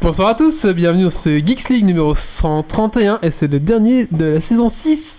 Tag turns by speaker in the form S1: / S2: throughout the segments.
S1: Bonsoir à tous, bienvenue dans ce Geeks League numéro 131 et c'est le dernier de la saison 6.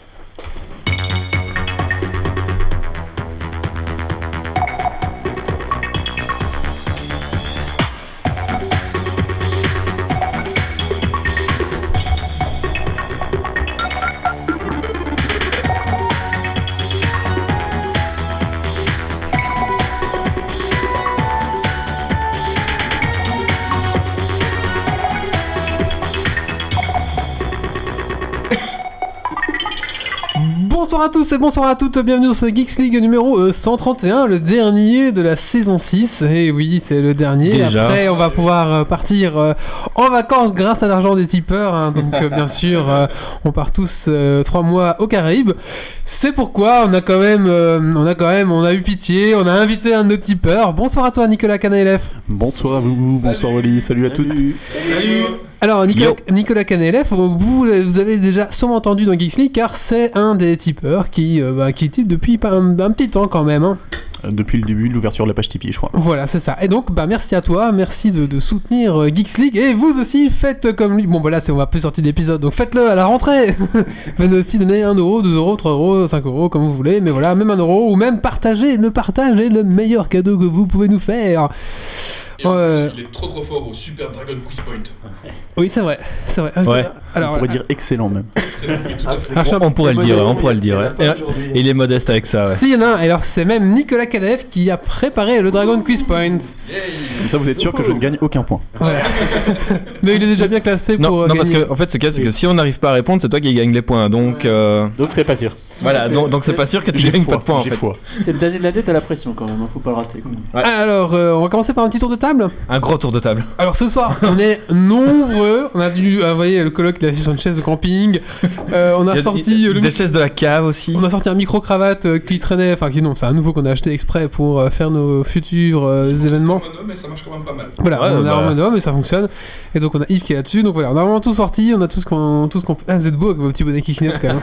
S1: Bonsoir à tous et bonsoir à toutes, bienvenue dans ce Geeks League numéro euh, 131, le dernier de la saison 6. Et oui, c'est le dernier.
S2: Déjà.
S1: Après, on va pouvoir euh, partir euh, en vacances grâce à l'argent des tipeurs. hein. Donc, euh, bien sûr, euh, on part tous euh, trois mois aux Caraïbes. C'est pourquoi on a quand même, euh, on a quand même, on a eu pitié, on a invité un de nos tipeurs. Bonsoir à toi, Nicolas Canelef.
S2: Bonsoir à vous, bonsoir Wally, salut à toutes.
S1: Alors, Nicolas,
S2: Yo.
S1: Nicolas Canelef, vous, vous avez déjà sûrement entendu dans Geeks League, car c'est un des tipeurs qui, euh, bah, qui type depuis pas un, un petit temps quand même. hein.
S2: Euh, Depuis le début de l'ouverture de la page Tipeee, je crois.
S1: Voilà, c'est ça. Et donc, bah, merci à toi, merci de, de soutenir euh, Geeks League. Et vous aussi, faites comme lui. Bon, bah là, c'est- on va plus sortir d'épisode, donc faites-le à la rentrée. Venez aussi donner 1 euro, 2 euros, 3 euros, 5 euros, comme vous voulez. Mais voilà, même 1 euro, ou même partager. Le partage est le meilleur cadeau que vous pouvez nous faire.
S3: Et en
S1: Ouais.
S3: plus, il est trop trop fort au Super Dragon Quiz Point.
S1: Oui, c'est vrai, c'est vrai.
S4: Ouais.
S1: Alors,
S2: on pourrait dire excellent même.
S3: Excellent, oui, tout à fait.
S1: Ah, je-
S4: On, on pourrait le dire, on pourrait le dire. ouais. Et
S5: Aujourd'hui.
S4: Il est modeste avec ça, ouais.
S1: Si, il y en a un. Alors, c'est même Nicolas Kadef qui a préparé le Dragon Quiz Point.
S2: Comme ça, vous êtes sûr que je ne gagne aucun point.
S1: Voilà. Mais il est déjà bien classé pour.
S4: Non,
S1: euh,
S4: non, parce
S1: gagner.
S4: que en fait, ce cas, c'est que si on n'arrive pas à répondre, c'est toi qui gagne les points. Donc euh,
S6: Donc c'est pas sûr.
S4: voilà, donc donc c'est pas sûr que tu
S2: J'ai
S4: gagnes
S2: foi,
S4: pas de points en
S2: j'ai
S4: fait.
S2: foi.
S6: C'est le dernier de l'année, t'as la pression quand même, hein, faut pas le rater. quoi.
S1: Alors, euh, on va commencer par un petit tour de table.
S4: Un gros tour de table.
S1: Alors, ce soir, on est nombreux. On a dû. Ah, vous voyez, le colloque, il a assis sur une chaise de camping. Euh, on a,
S4: Il y a-
S1: sorti. euh, le
S4: des chaises de la cave aussi.
S1: On a sorti un micro-cravate euh, qui traînait, enfin qui non, c'est un nouveau qu'on a acheté exprès pour euh, faire nos futurs euh, événements.
S3: Mono, mais ça marche quand même pas mal.
S1: Voilà,
S4: Ouais,
S1: on a
S4: bah.
S1: un homme et oh, ça fonctionne. Et donc on a Yves qui est là-dessus. Donc voilà, on a vraiment tout sorti, on a tout ce qu'on tout ce qu'on peut. Ah, vous êtes beau avec vos petits bonnets qui clignotent quand même.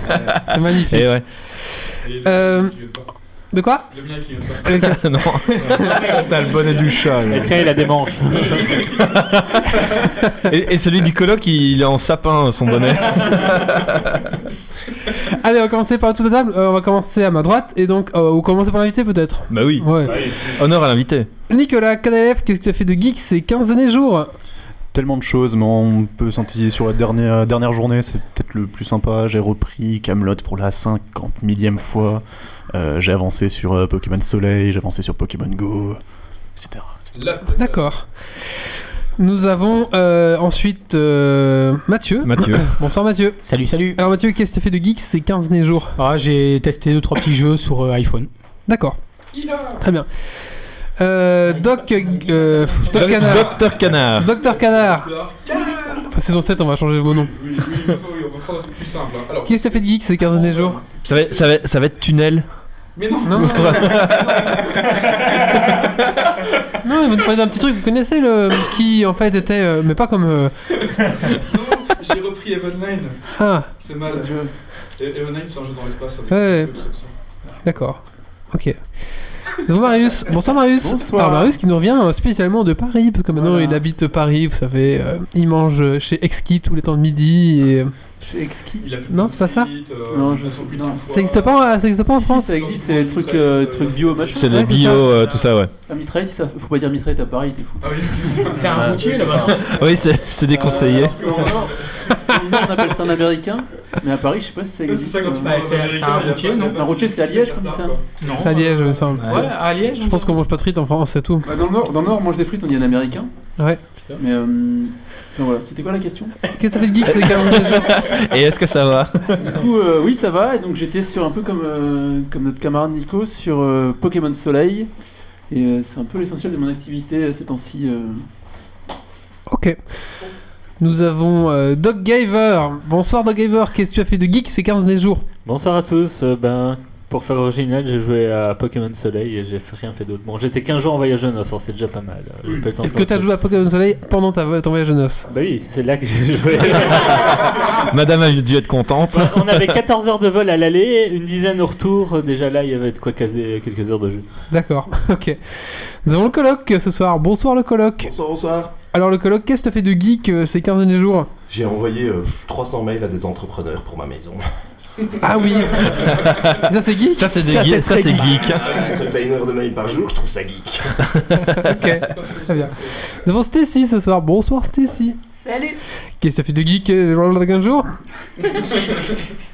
S1: c'est magnifique.
S4: Et ouais.
S3: Et le
S1: Euh,
S3: mien qui est fort.
S1: De quoi
S3: Le mien qui est fort.
S4: non. T'as le bonnet du chat.
S6: Et tiens, il a des manches.
S4: Et, et celui du coloc, il, il est en sapin son bonnet.
S1: Allez, on va commencer par tout tour de table. Euh, on va commencer à ma droite et donc euh, on commence par l'invité peut-être.
S4: bah oui.
S1: Ouais.
S4: Honneur à l'invité.
S1: Nicolas Canalef, qu'est-ce que tu as fait de geek ces 15 derniers jours
S2: Tellement de choses, mais on peut s'entendre sur la dernière, dernière journée, c'est peut-être le plus sympa. J'ai repris Camelot pour la 50 millième fois. Euh, j'ai avancé sur euh, Pokémon Soleil, j'ai avancé sur Pokémon Go, etc.
S3: Là,
S1: D'accord. Nous avons euh, ensuite euh, Mathieu.
S4: Mathieu.
S1: Bonsoir Mathieu.
S7: Salut, salut.
S1: Alors Mathieu, qu'est-ce que tu as fait de geek ces 15 derniers jours
S7: Ah, j'ai testé deux trois petits jeux sur euh, iPhone.
S1: D'accord. Très bien. Euh, Doc, euh, pff, Doc Canard.
S4: Docteur Canard.
S1: Docteur Canard.
S3: d'accord.
S1: Enfin, saison 7, on va changer vos noms.
S3: Oui, oui, il faut- oui, on va prendre un truc plus simple. hein. Alors,
S1: Qu'est-ce que tu as fait de geek ces 15 derniers jours
S4: Ça va, ça, va, ça va être tunnel.
S3: mais non,
S1: Non, non, non. Non, il va nous parler d'un petit truc, vous connaissez le. qui en fait était. euh, mais pas comme. euh,
S3: j'ai repris Evenline.
S1: Ah,
S3: C'est mal. Et- Evenline, c'est un jeu dans l'espace. Avec
S1: Ouais.
S3: tout ça, tout ça, tout ça.
S1: d'accord. Ok. Nous avons Marius. Bonsoir Marius.
S6: Bonsoir.
S1: Alors, Marius qui nous revient euh, spécialement de Paris, parce que maintenant
S6: Voilà.
S1: il habite Paris, vous savez, euh, il mange chez Exki tous les temps de midi et.
S6: C'est exquis.
S3: Il a plus de
S1: Non, c'est pas ça
S3: conduite, euh,
S6: Non,
S3: je
S6: je-
S3: me sens plus
S6: non.
S3: d'une fois.
S1: Ça existe pas, euh, ça existe pas en
S6: Si,
S1: France
S6: Ça existe, c'est les trucs, euh, trucs bio, machin.
S4: C'est le
S1: Ouais, c'est
S4: bio,
S1: ça.
S4: euh, tout ça, ouais.
S6: Ah, mitraillette, ça- faut pas dire mitraillette à Paris, t'es fou.
S3: Ah oui, c'est ça.
S7: C'est un routier là-bas.
S4: Oui, c'est c'est déconseillé.
S3: Parce que, euh,
S6: Nous, on appelle ça un américain, mais à Paris, je sais pas si ça
S3: C'est
S6: existe.
S3: ça quand tu
S6: euh,
S3: parles
S7: Bah, c'est-
S3: américain,
S7: c'est un
S3: il y a
S7: routier,
S3: pas-
S7: non
S3: il y a pas
S6: Un routier, c'est à
S3: de-
S6: Liège, comme ça.
S3: quoi.
S7: Non.
S1: C'est à Liège, il me semble.
S7: Ouais, à Liège.
S1: Je pense qu'on mange pas de frites en France, c'est tout.
S6: Bah, dans, le nord, dans le Nord, on mange des frites, on dit un américain.
S1: Ouais.
S6: Mais euh, donc voilà, c'était quoi la question
S1: Qu'est-ce que ça fait de geek ces 15 derniers jours
S4: Et est-ce que ça va
S6: Du coup, euh, oui, ça va. Et donc, j'étais sur un peu comme, euh, comme notre camarade Nico sur euh, Pokémon Soleil. Et euh, c'est un peu l'essentiel de mon activité euh, ces temps-ci. euh.
S1: Ok. Nous avons euh, Doc Gaver. Bonsoir Doc Gaver, qu'est-ce que tu as fait de geek ces 15 derniers jours
S8: Bonsoir à tous. Euh, ben, pour faire original, j'ai joué à Pokémon Soleil et j'ai fait- rien fait d'autre. Bon, j'étais 15 jours en voyage en Noce, c'est déjà pas mal. Euh, j'ai pas eu le temps
S1: Est-ce
S8: de
S1: que tu as
S8: faire
S1: joué à Pokémon Soleil pendant ta, vo- ton voyage de noces
S8: tout. Bah oui, c'est là que j'ai joué.
S4: Madame a dû être contente.
S8: Ouais, on avait 14 heures de vol à l'aller, une dizaine au retour. Euh, Déjà là, il y avait de quoi caser quelques heures de jeu.
S1: D'accord, ok. Nous avons le colloque ce soir. Bonsoir le colloque.
S5: Bonsoir, bonsoir.
S1: Alors le colloque, qu'est-ce que t'as fait de geek euh, ces 15 derniers jours
S5: J'ai envoyé euh, 300 mails à des entrepreneurs pour ma maison.
S1: Ah oui Ça c'est geek
S4: Ça, c'est des geeks. Ça,
S1: très
S4: c'est geek.
S5: Ah, Quand t'as une heure de mail par jour, je trouve ça geek.
S1: Ok. Très bien. Nous avons Stacy ce soir. Bonsoir Stacy.
S9: Salut
S1: Qu'est-ce que t'as fait de geek euh, dans les 15 jours
S6: On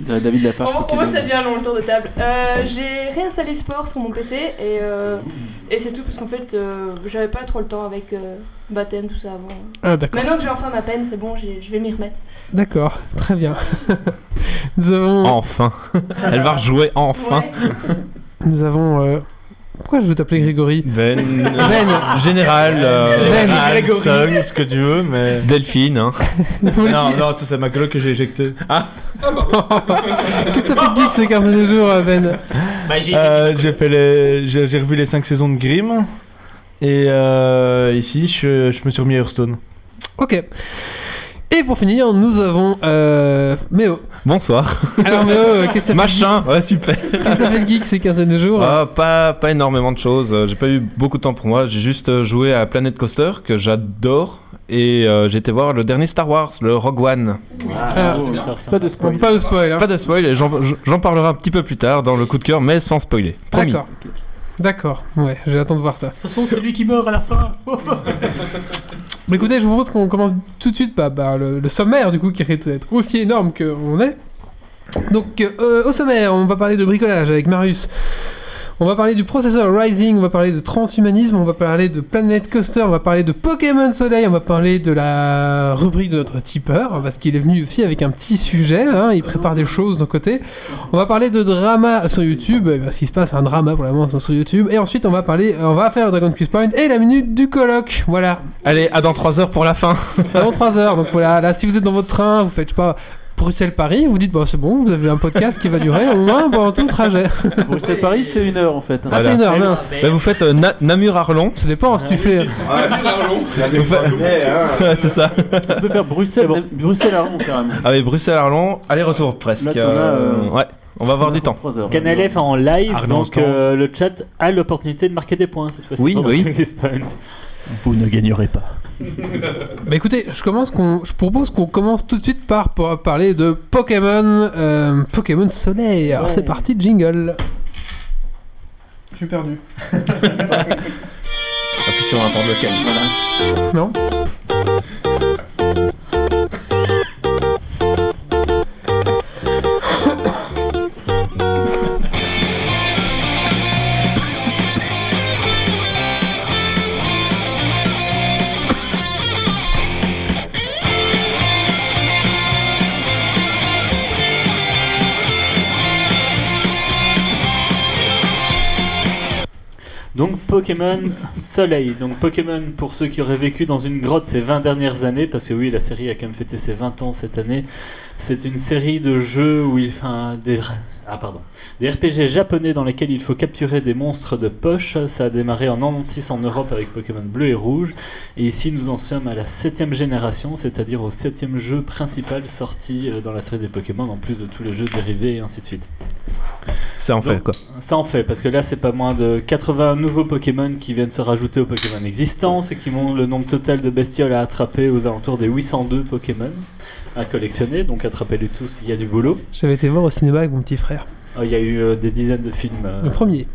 S6: dirait David
S9: On,
S6: Lafarge.
S9: on voit que ça
S6: Pokémon.
S9: devient long le tour de table. Euh, j'ai réinstallé Sport sur mon PC et, euh, et c'est tout parce qu'en fait euh, j'avais pas trop le temps avec euh, Batten, tout ça avant.
S1: Ah d'accord.
S9: Maintenant que j'ai enfin ma peine, c'est bon, j'ai- je vais m'y remettre.
S1: D'accord. Très bien. Nous avons... euh,
S4: Enfin. Elle va rejouer enfin.
S9: Ouais.
S1: Nous avons... euh, Pourquoi je veux t'appeler Grégory
S4: Ben.
S1: Ben
S4: Général. euh,
S1: Ben.
S10: Al,
S1: Grégory.
S10: Sung, euh, ce que tu veux, mais.
S4: Delphine, hein. Ah.
S10: Non, non, ça c'est ma coloc que j'ai éjectée.
S1: Qu'est-ce que t'as fait de geek ces 15 derniers jours euh, Ben
S7: Bah, j'ai.
S10: Euh, j'ai fait les... j'ai j'ai revu les 5 saisons de Grimm. Et euh, ici, je, je me suis remis à Hearthstone.
S1: Ok. Et pour finir, nous avons euh, Méo.
S4: Bonsoir.
S1: Alors Méo, euh, qu'est-ce que t'as fait de geek-
S4: Machin. Ouais, super.
S1: qu'est-ce que t'as fait de geek ces 15 derniers jours
S4: Ah, pas, pas énormément de choses. Euh, J'ai pas eu beaucoup de temps pour moi. J'ai juste euh, joué à Planet Coaster, que j'adore. Et euh, j'ai été voir le dernier Star Wars, le Rogue One.
S1: Ah,
S8: Oh, ça ressemble.
S6: Pas de spoil.
S1: Pas de spoil. hein.
S4: Pas de spoil, et j'en j'en parlerai un petit peu plus tard dans le coup de cœur, mais sans spoiler. Promis.
S1: D'accord. D'accord. Ouais, j'attends de voir ça.
S7: De toute façon, c'est lui qui meurt à la fin.
S1: Mais écoutez, je vous propose qu'on commence tout de suite par par le, le sommaire, du coup, qui risque d'être aussi énorme qu'on est. Donc, euh, au sommaire, on va parler de bricolage avec Marius. On va parler du processeur Rising, on va parler de transhumanisme, on va parler de Planet Coaster, on va parler de Pokémon Soleil, on va parler de la rubrique de notre tipeur, hein, parce qu'il est venu aussi avec un petit sujet, hein, il prépare des choses d'un côté. On va parler de drama sur YouTube, eh ben, s'il se passe un drama pour la moment sur YouTube, et ensuite on va parler, on va faire le Dragon Quiz Point et la minute du colloque, voilà.
S4: Allez, à dans 3 heures pour la fin.
S1: avant 3 heures. Donc voilà, là, si vous êtes dans votre train, vous faites, je sais pas, Bruxelles-Paris, vous dites, bah, c'est bon, vous avez un podcast qui va durer au moins pendant tout le trajet.
S6: Bruxelles-Paris, c'est une heure en fait. hein.
S1: Ah, c'est une heure, mince.
S4: Bah, vous faites euh, Na- Namur-Arlon.
S1: Ça dépend si tu fais.
S11: Ah,
S5: Mais, hein,
S4: c'est ça.
S6: On peut faire Bruxelles, Bruxelles à Rouen carrément.
S4: Ah oui, Bruxelles-Arlon, aller-retour presque.
S6: Là, t'en as,
S4: Euh,
S6: euh,
S4: Ouais, on va avoir du temps.
S6: Trois heures.
S8: Canal F hein. en live,
S2: Arnaud
S8: donc
S2: Stand.
S8: euh, le chat a l'opportunité de marquer des points cette fois-ci.
S4: Oui,
S8: pendant
S4: oui.
S8: le Quiz Point.
S2: Vous ne gagnerez pas.
S1: Bah écoutez, je, commence qu'on, je propose qu'on commence tout de suite par, par parler de Pokémon, euh, Pokémon Soleil. Alors c'est parti, jingle. Je suis perdu.
S4: Appuie sur n'importe lequel.
S1: Non
S8: Donc Pokémon Soleil. Donc Pokémon, pour ceux qui auraient vécu dans une grotte ces 20 dernières années, parce que oui, la série a quand même fêté ses 20 ans cette année, c'est une série de jeux où il... Enfin, des... Ah pardon. Des RPG japonais dans lesquels il faut capturer des monstres de poche. Ça a démarré en 96 en Europe avec Pokémon bleu et rouge. Et ici, nous en sommes à la septième génération, c'est-à-dire au septième jeu principal sorti euh, dans la série des Pokémon, en plus de tous les jeux dérivés et ainsi de suite.
S4: C'est en fait
S8: Donc,
S4: quoi.
S8: Ça en fait, parce que là, c'est pas moins de 80 nouveaux Pokémon qui viennent se rajouter aux Pokémon existants, ce qui montre le nombre total de bestioles à attraper aux alentours des 802 Pokémon à collectionner. Donc, attrapez-les tous, il y a du boulot.
S1: J'avais été voir au cinéma avec mon petit frère.
S8: Euh, Il y a eu euh, des dizaines de films. euh,
S1: Le premier.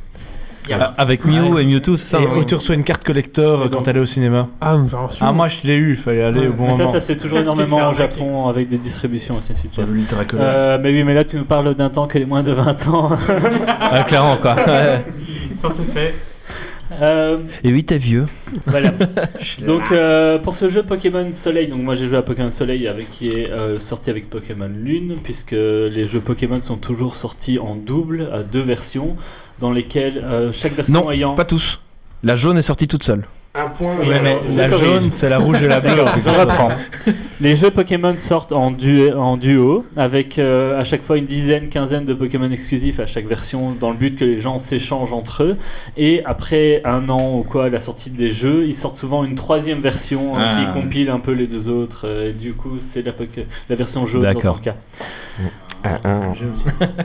S7: Il y a
S8: bah.
S4: Ah, Avec Mew et Mewtwo, c'est ça
S10: et
S4: hein
S10: où tu reçois une carte collector euh, quand t'allais au cinéma.
S1: Ah, j'en suis.
S10: Ah, moi je l'ai eu, fallait aller au bon
S8: mais ça,
S10: moment.
S8: ça se fait toujours
S7: Ça, c'était
S8: énormément
S7: fait
S8: au
S7: arnaquer.
S8: Japon avec des distributions, ainsi de suite. Bref.
S4: Euh,
S8: Euh, mais oui, mais là, tu nous parles d'un temps que les moins de 20 ans.
S4: ah, clairement quoi.
S7: Ça, c'est fait.
S8: Euh,
S4: et oui, t'es vieux.
S8: Voilà. donc euh, pour ce jeu Pokémon Soleil, donc moi j'ai joué à Pokémon Soleil avec qui est euh, sorti avec Pokémon Lune, puisque les jeux Pokémon sont toujours sortis en double à deux versions, dans lesquelles euh, chaque version
S4: Non,
S8: ayant
S4: Pas tous. La jaune est sortie toute seule.
S5: un point.
S8: Oui,
S10: Ouais, mais
S8: alors,
S10: la
S8: je corrige.
S10: jaune, c'est la rouge et la bleue.
S8: D'accord, je
S10: Je reprends.
S8: les jeux Pokémon sortent en, du- en duo, avec euh, à chaque fois une dizaine, quinzaine de Pokémon exclusifs à chaque version, dans le but que les gens s'échangent entre eux. Et après un an ou quoi, la sortie des jeux, ils sortent souvent une troisième version euh,
S4: Ah.
S8: qui compile un peu les deux autres. euh, et du coup, c'est la, Poké- la version jaune dans
S4: D'accord.
S8: ton cas.
S5: Un, un.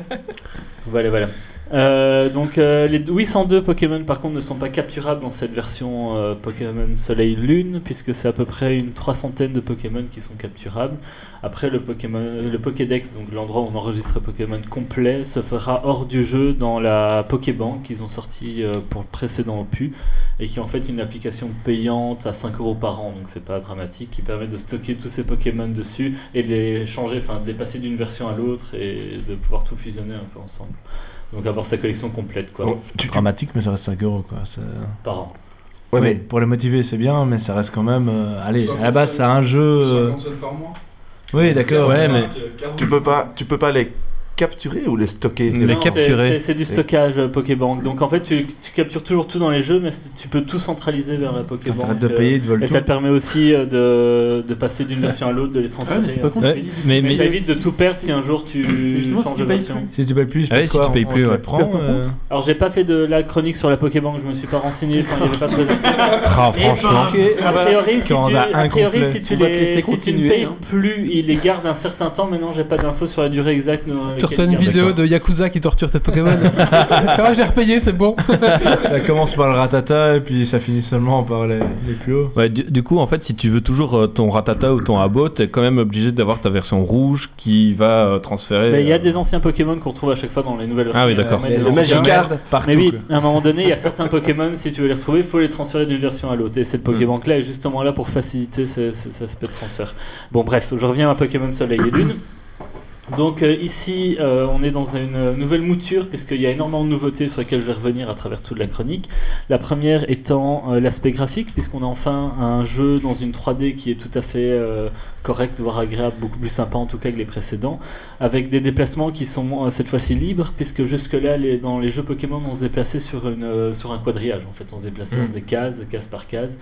S8: Voilà, voilà. Euh, donc euh, les 802 Pokémon par contre ne sont pas capturables dans cette version euh, Pokémon Soleil Lune puisque c'est à peu près une trois centaines de Pokémon qui sont capturables. Après le Pokémon, le Pokédex, donc l'endroit où on enregistre les Pokémon complet, se fera hors du jeu dans la Pokébank qu'ils ont sorti euh, pour le précédent opus et qui est en fait une application payante à 5 euros par an donc c'est pas dramatique qui permet de stocker tous ces Pokémon dessus et de les changer, enfin de les passer d'une version à l'autre et de pouvoir tout fusionner un peu ensemble. Donc avoir sa collection complète quoi.
S10: Bon, tu- dramatique, mais ça reste 5 euros, quoi. ça-
S8: Par an.
S10: Ouais,
S8: Oui.
S10: mais pour les motiver, c'est bien, mais ça reste quand même. euh, allez,
S3: 145,
S10: à la base, c'est un jeu. euh,
S3: 145 par mois.
S10: Oui, d'accord.
S3: Ouais, mais-
S5: Tu peux pas, tu peux pas les capturer ou les stocker
S8: Non, c'est- c'est- C'est du stockage euh, Pokébank. Donc en fait, tu, tu captures toujours tout dans les jeux, mais c'est- tu peux tout centraliser vers la Pokébank.
S10: t'arrêtes de
S8: euh,
S10: payer, ils te volent
S8: Et
S10: tout.
S8: ça te permet aussi euh, de, de passer d'une version à l'autre, de les transférer.
S6: Ouais, Ah, mais c'est pas con,
S8: ainsi de
S6: Ouais,
S8: suite.
S4: mais-
S8: mais,
S4: mais-
S8: ça évite de tout perdre si un jour tu
S6: Justement, si
S8: changes
S6: tu
S8: de
S6: payes
S8: version.
S10: Si tu payes plus,
S4: Ah oui,
S10: parce
S4: si
S10: quoi,
S4: tu payes
S10: on
S4: plus,
S10: te les
S4: ouais.
S10: prend,
S6: perds ton
S10: euh,
S6: compte.
S8: Alors j'ai pas fait de la chronique sur la Pokébank, je me suis pas renseigné, enfin il y avait pas trop de-
S4: Ah, franchement.
S6: Ok,
S8: A
S6: voilà.
S8: priori, si tu,
S10: Quand on a
S8: a
S10: un
S8: priori,
S10: complet.
S8: si tu
S6: On va te
S8: les,
S6: laisser
S8: si tu ne
S6: continuer,
S8: payes
S6: hein.
S8: plus, il les garde un certain temps. Maintenant, j'ai pas d'infos sur la durée exacte. dans
S1: Tu
S8: laquelle
S1: reçois
S8: il
S1: une
S8: garde.
S1: vidéo de Yakuza qui torture tes Pokémon. Ah, j'ai repayé, c'est bon.
S10: Ça commence par le ratata et puis ça finit seulement par les, les plus hauts.
S4: Ouais, du, du coup, en fait, si tu veux toujours euh, ton Ratata ou ton Abo, t'es quand même obligé d'avoir ta version rouge qui va euh, transférer.
S8: Mais Ben, il y a
S4: euh,
S8: des anciens Pokémon qu'on retrouve à chaque fois dans les nouvelles
S4: Ah oui,
S8: versions.
S4: d'accord.
S8: Mais
S10: Le
S8: des anciens-
S10: Magikarp partout.
S8: Mais oui,
S10: quoi.
S8: à un moment donné, il y a certains Pokémon, si tu veux les retrouver, il faut les transférer d'une version à l'autre. Et cette Pokébank là est justement là pour faciliter ce- ce- cet aspect de transfert. Bon, bref, je reviens à Pokémon Soleil et Lune. Donc euh, ici, euh, on est dans une nouvelle mouture, puisqu'il y a énormément de nouveautés sur lesquelles je vais revenir à travers toute la chronique. La première étant euh, l'aspect graphique, puisqu'on a enfin un jeu dans une 3D qui est tout à fait euh, correct, voire agréable, beaucoup plus sympa en tout cas que les précédents, avec des déplacements qui sont euh, cette fois-ci libres, puisque jusque-là, les- dans les jeux Pokémon, on se déplaçait sur, une, euh, sur un quadrillage. En fait, on se déplaçait dans des cases, case par case.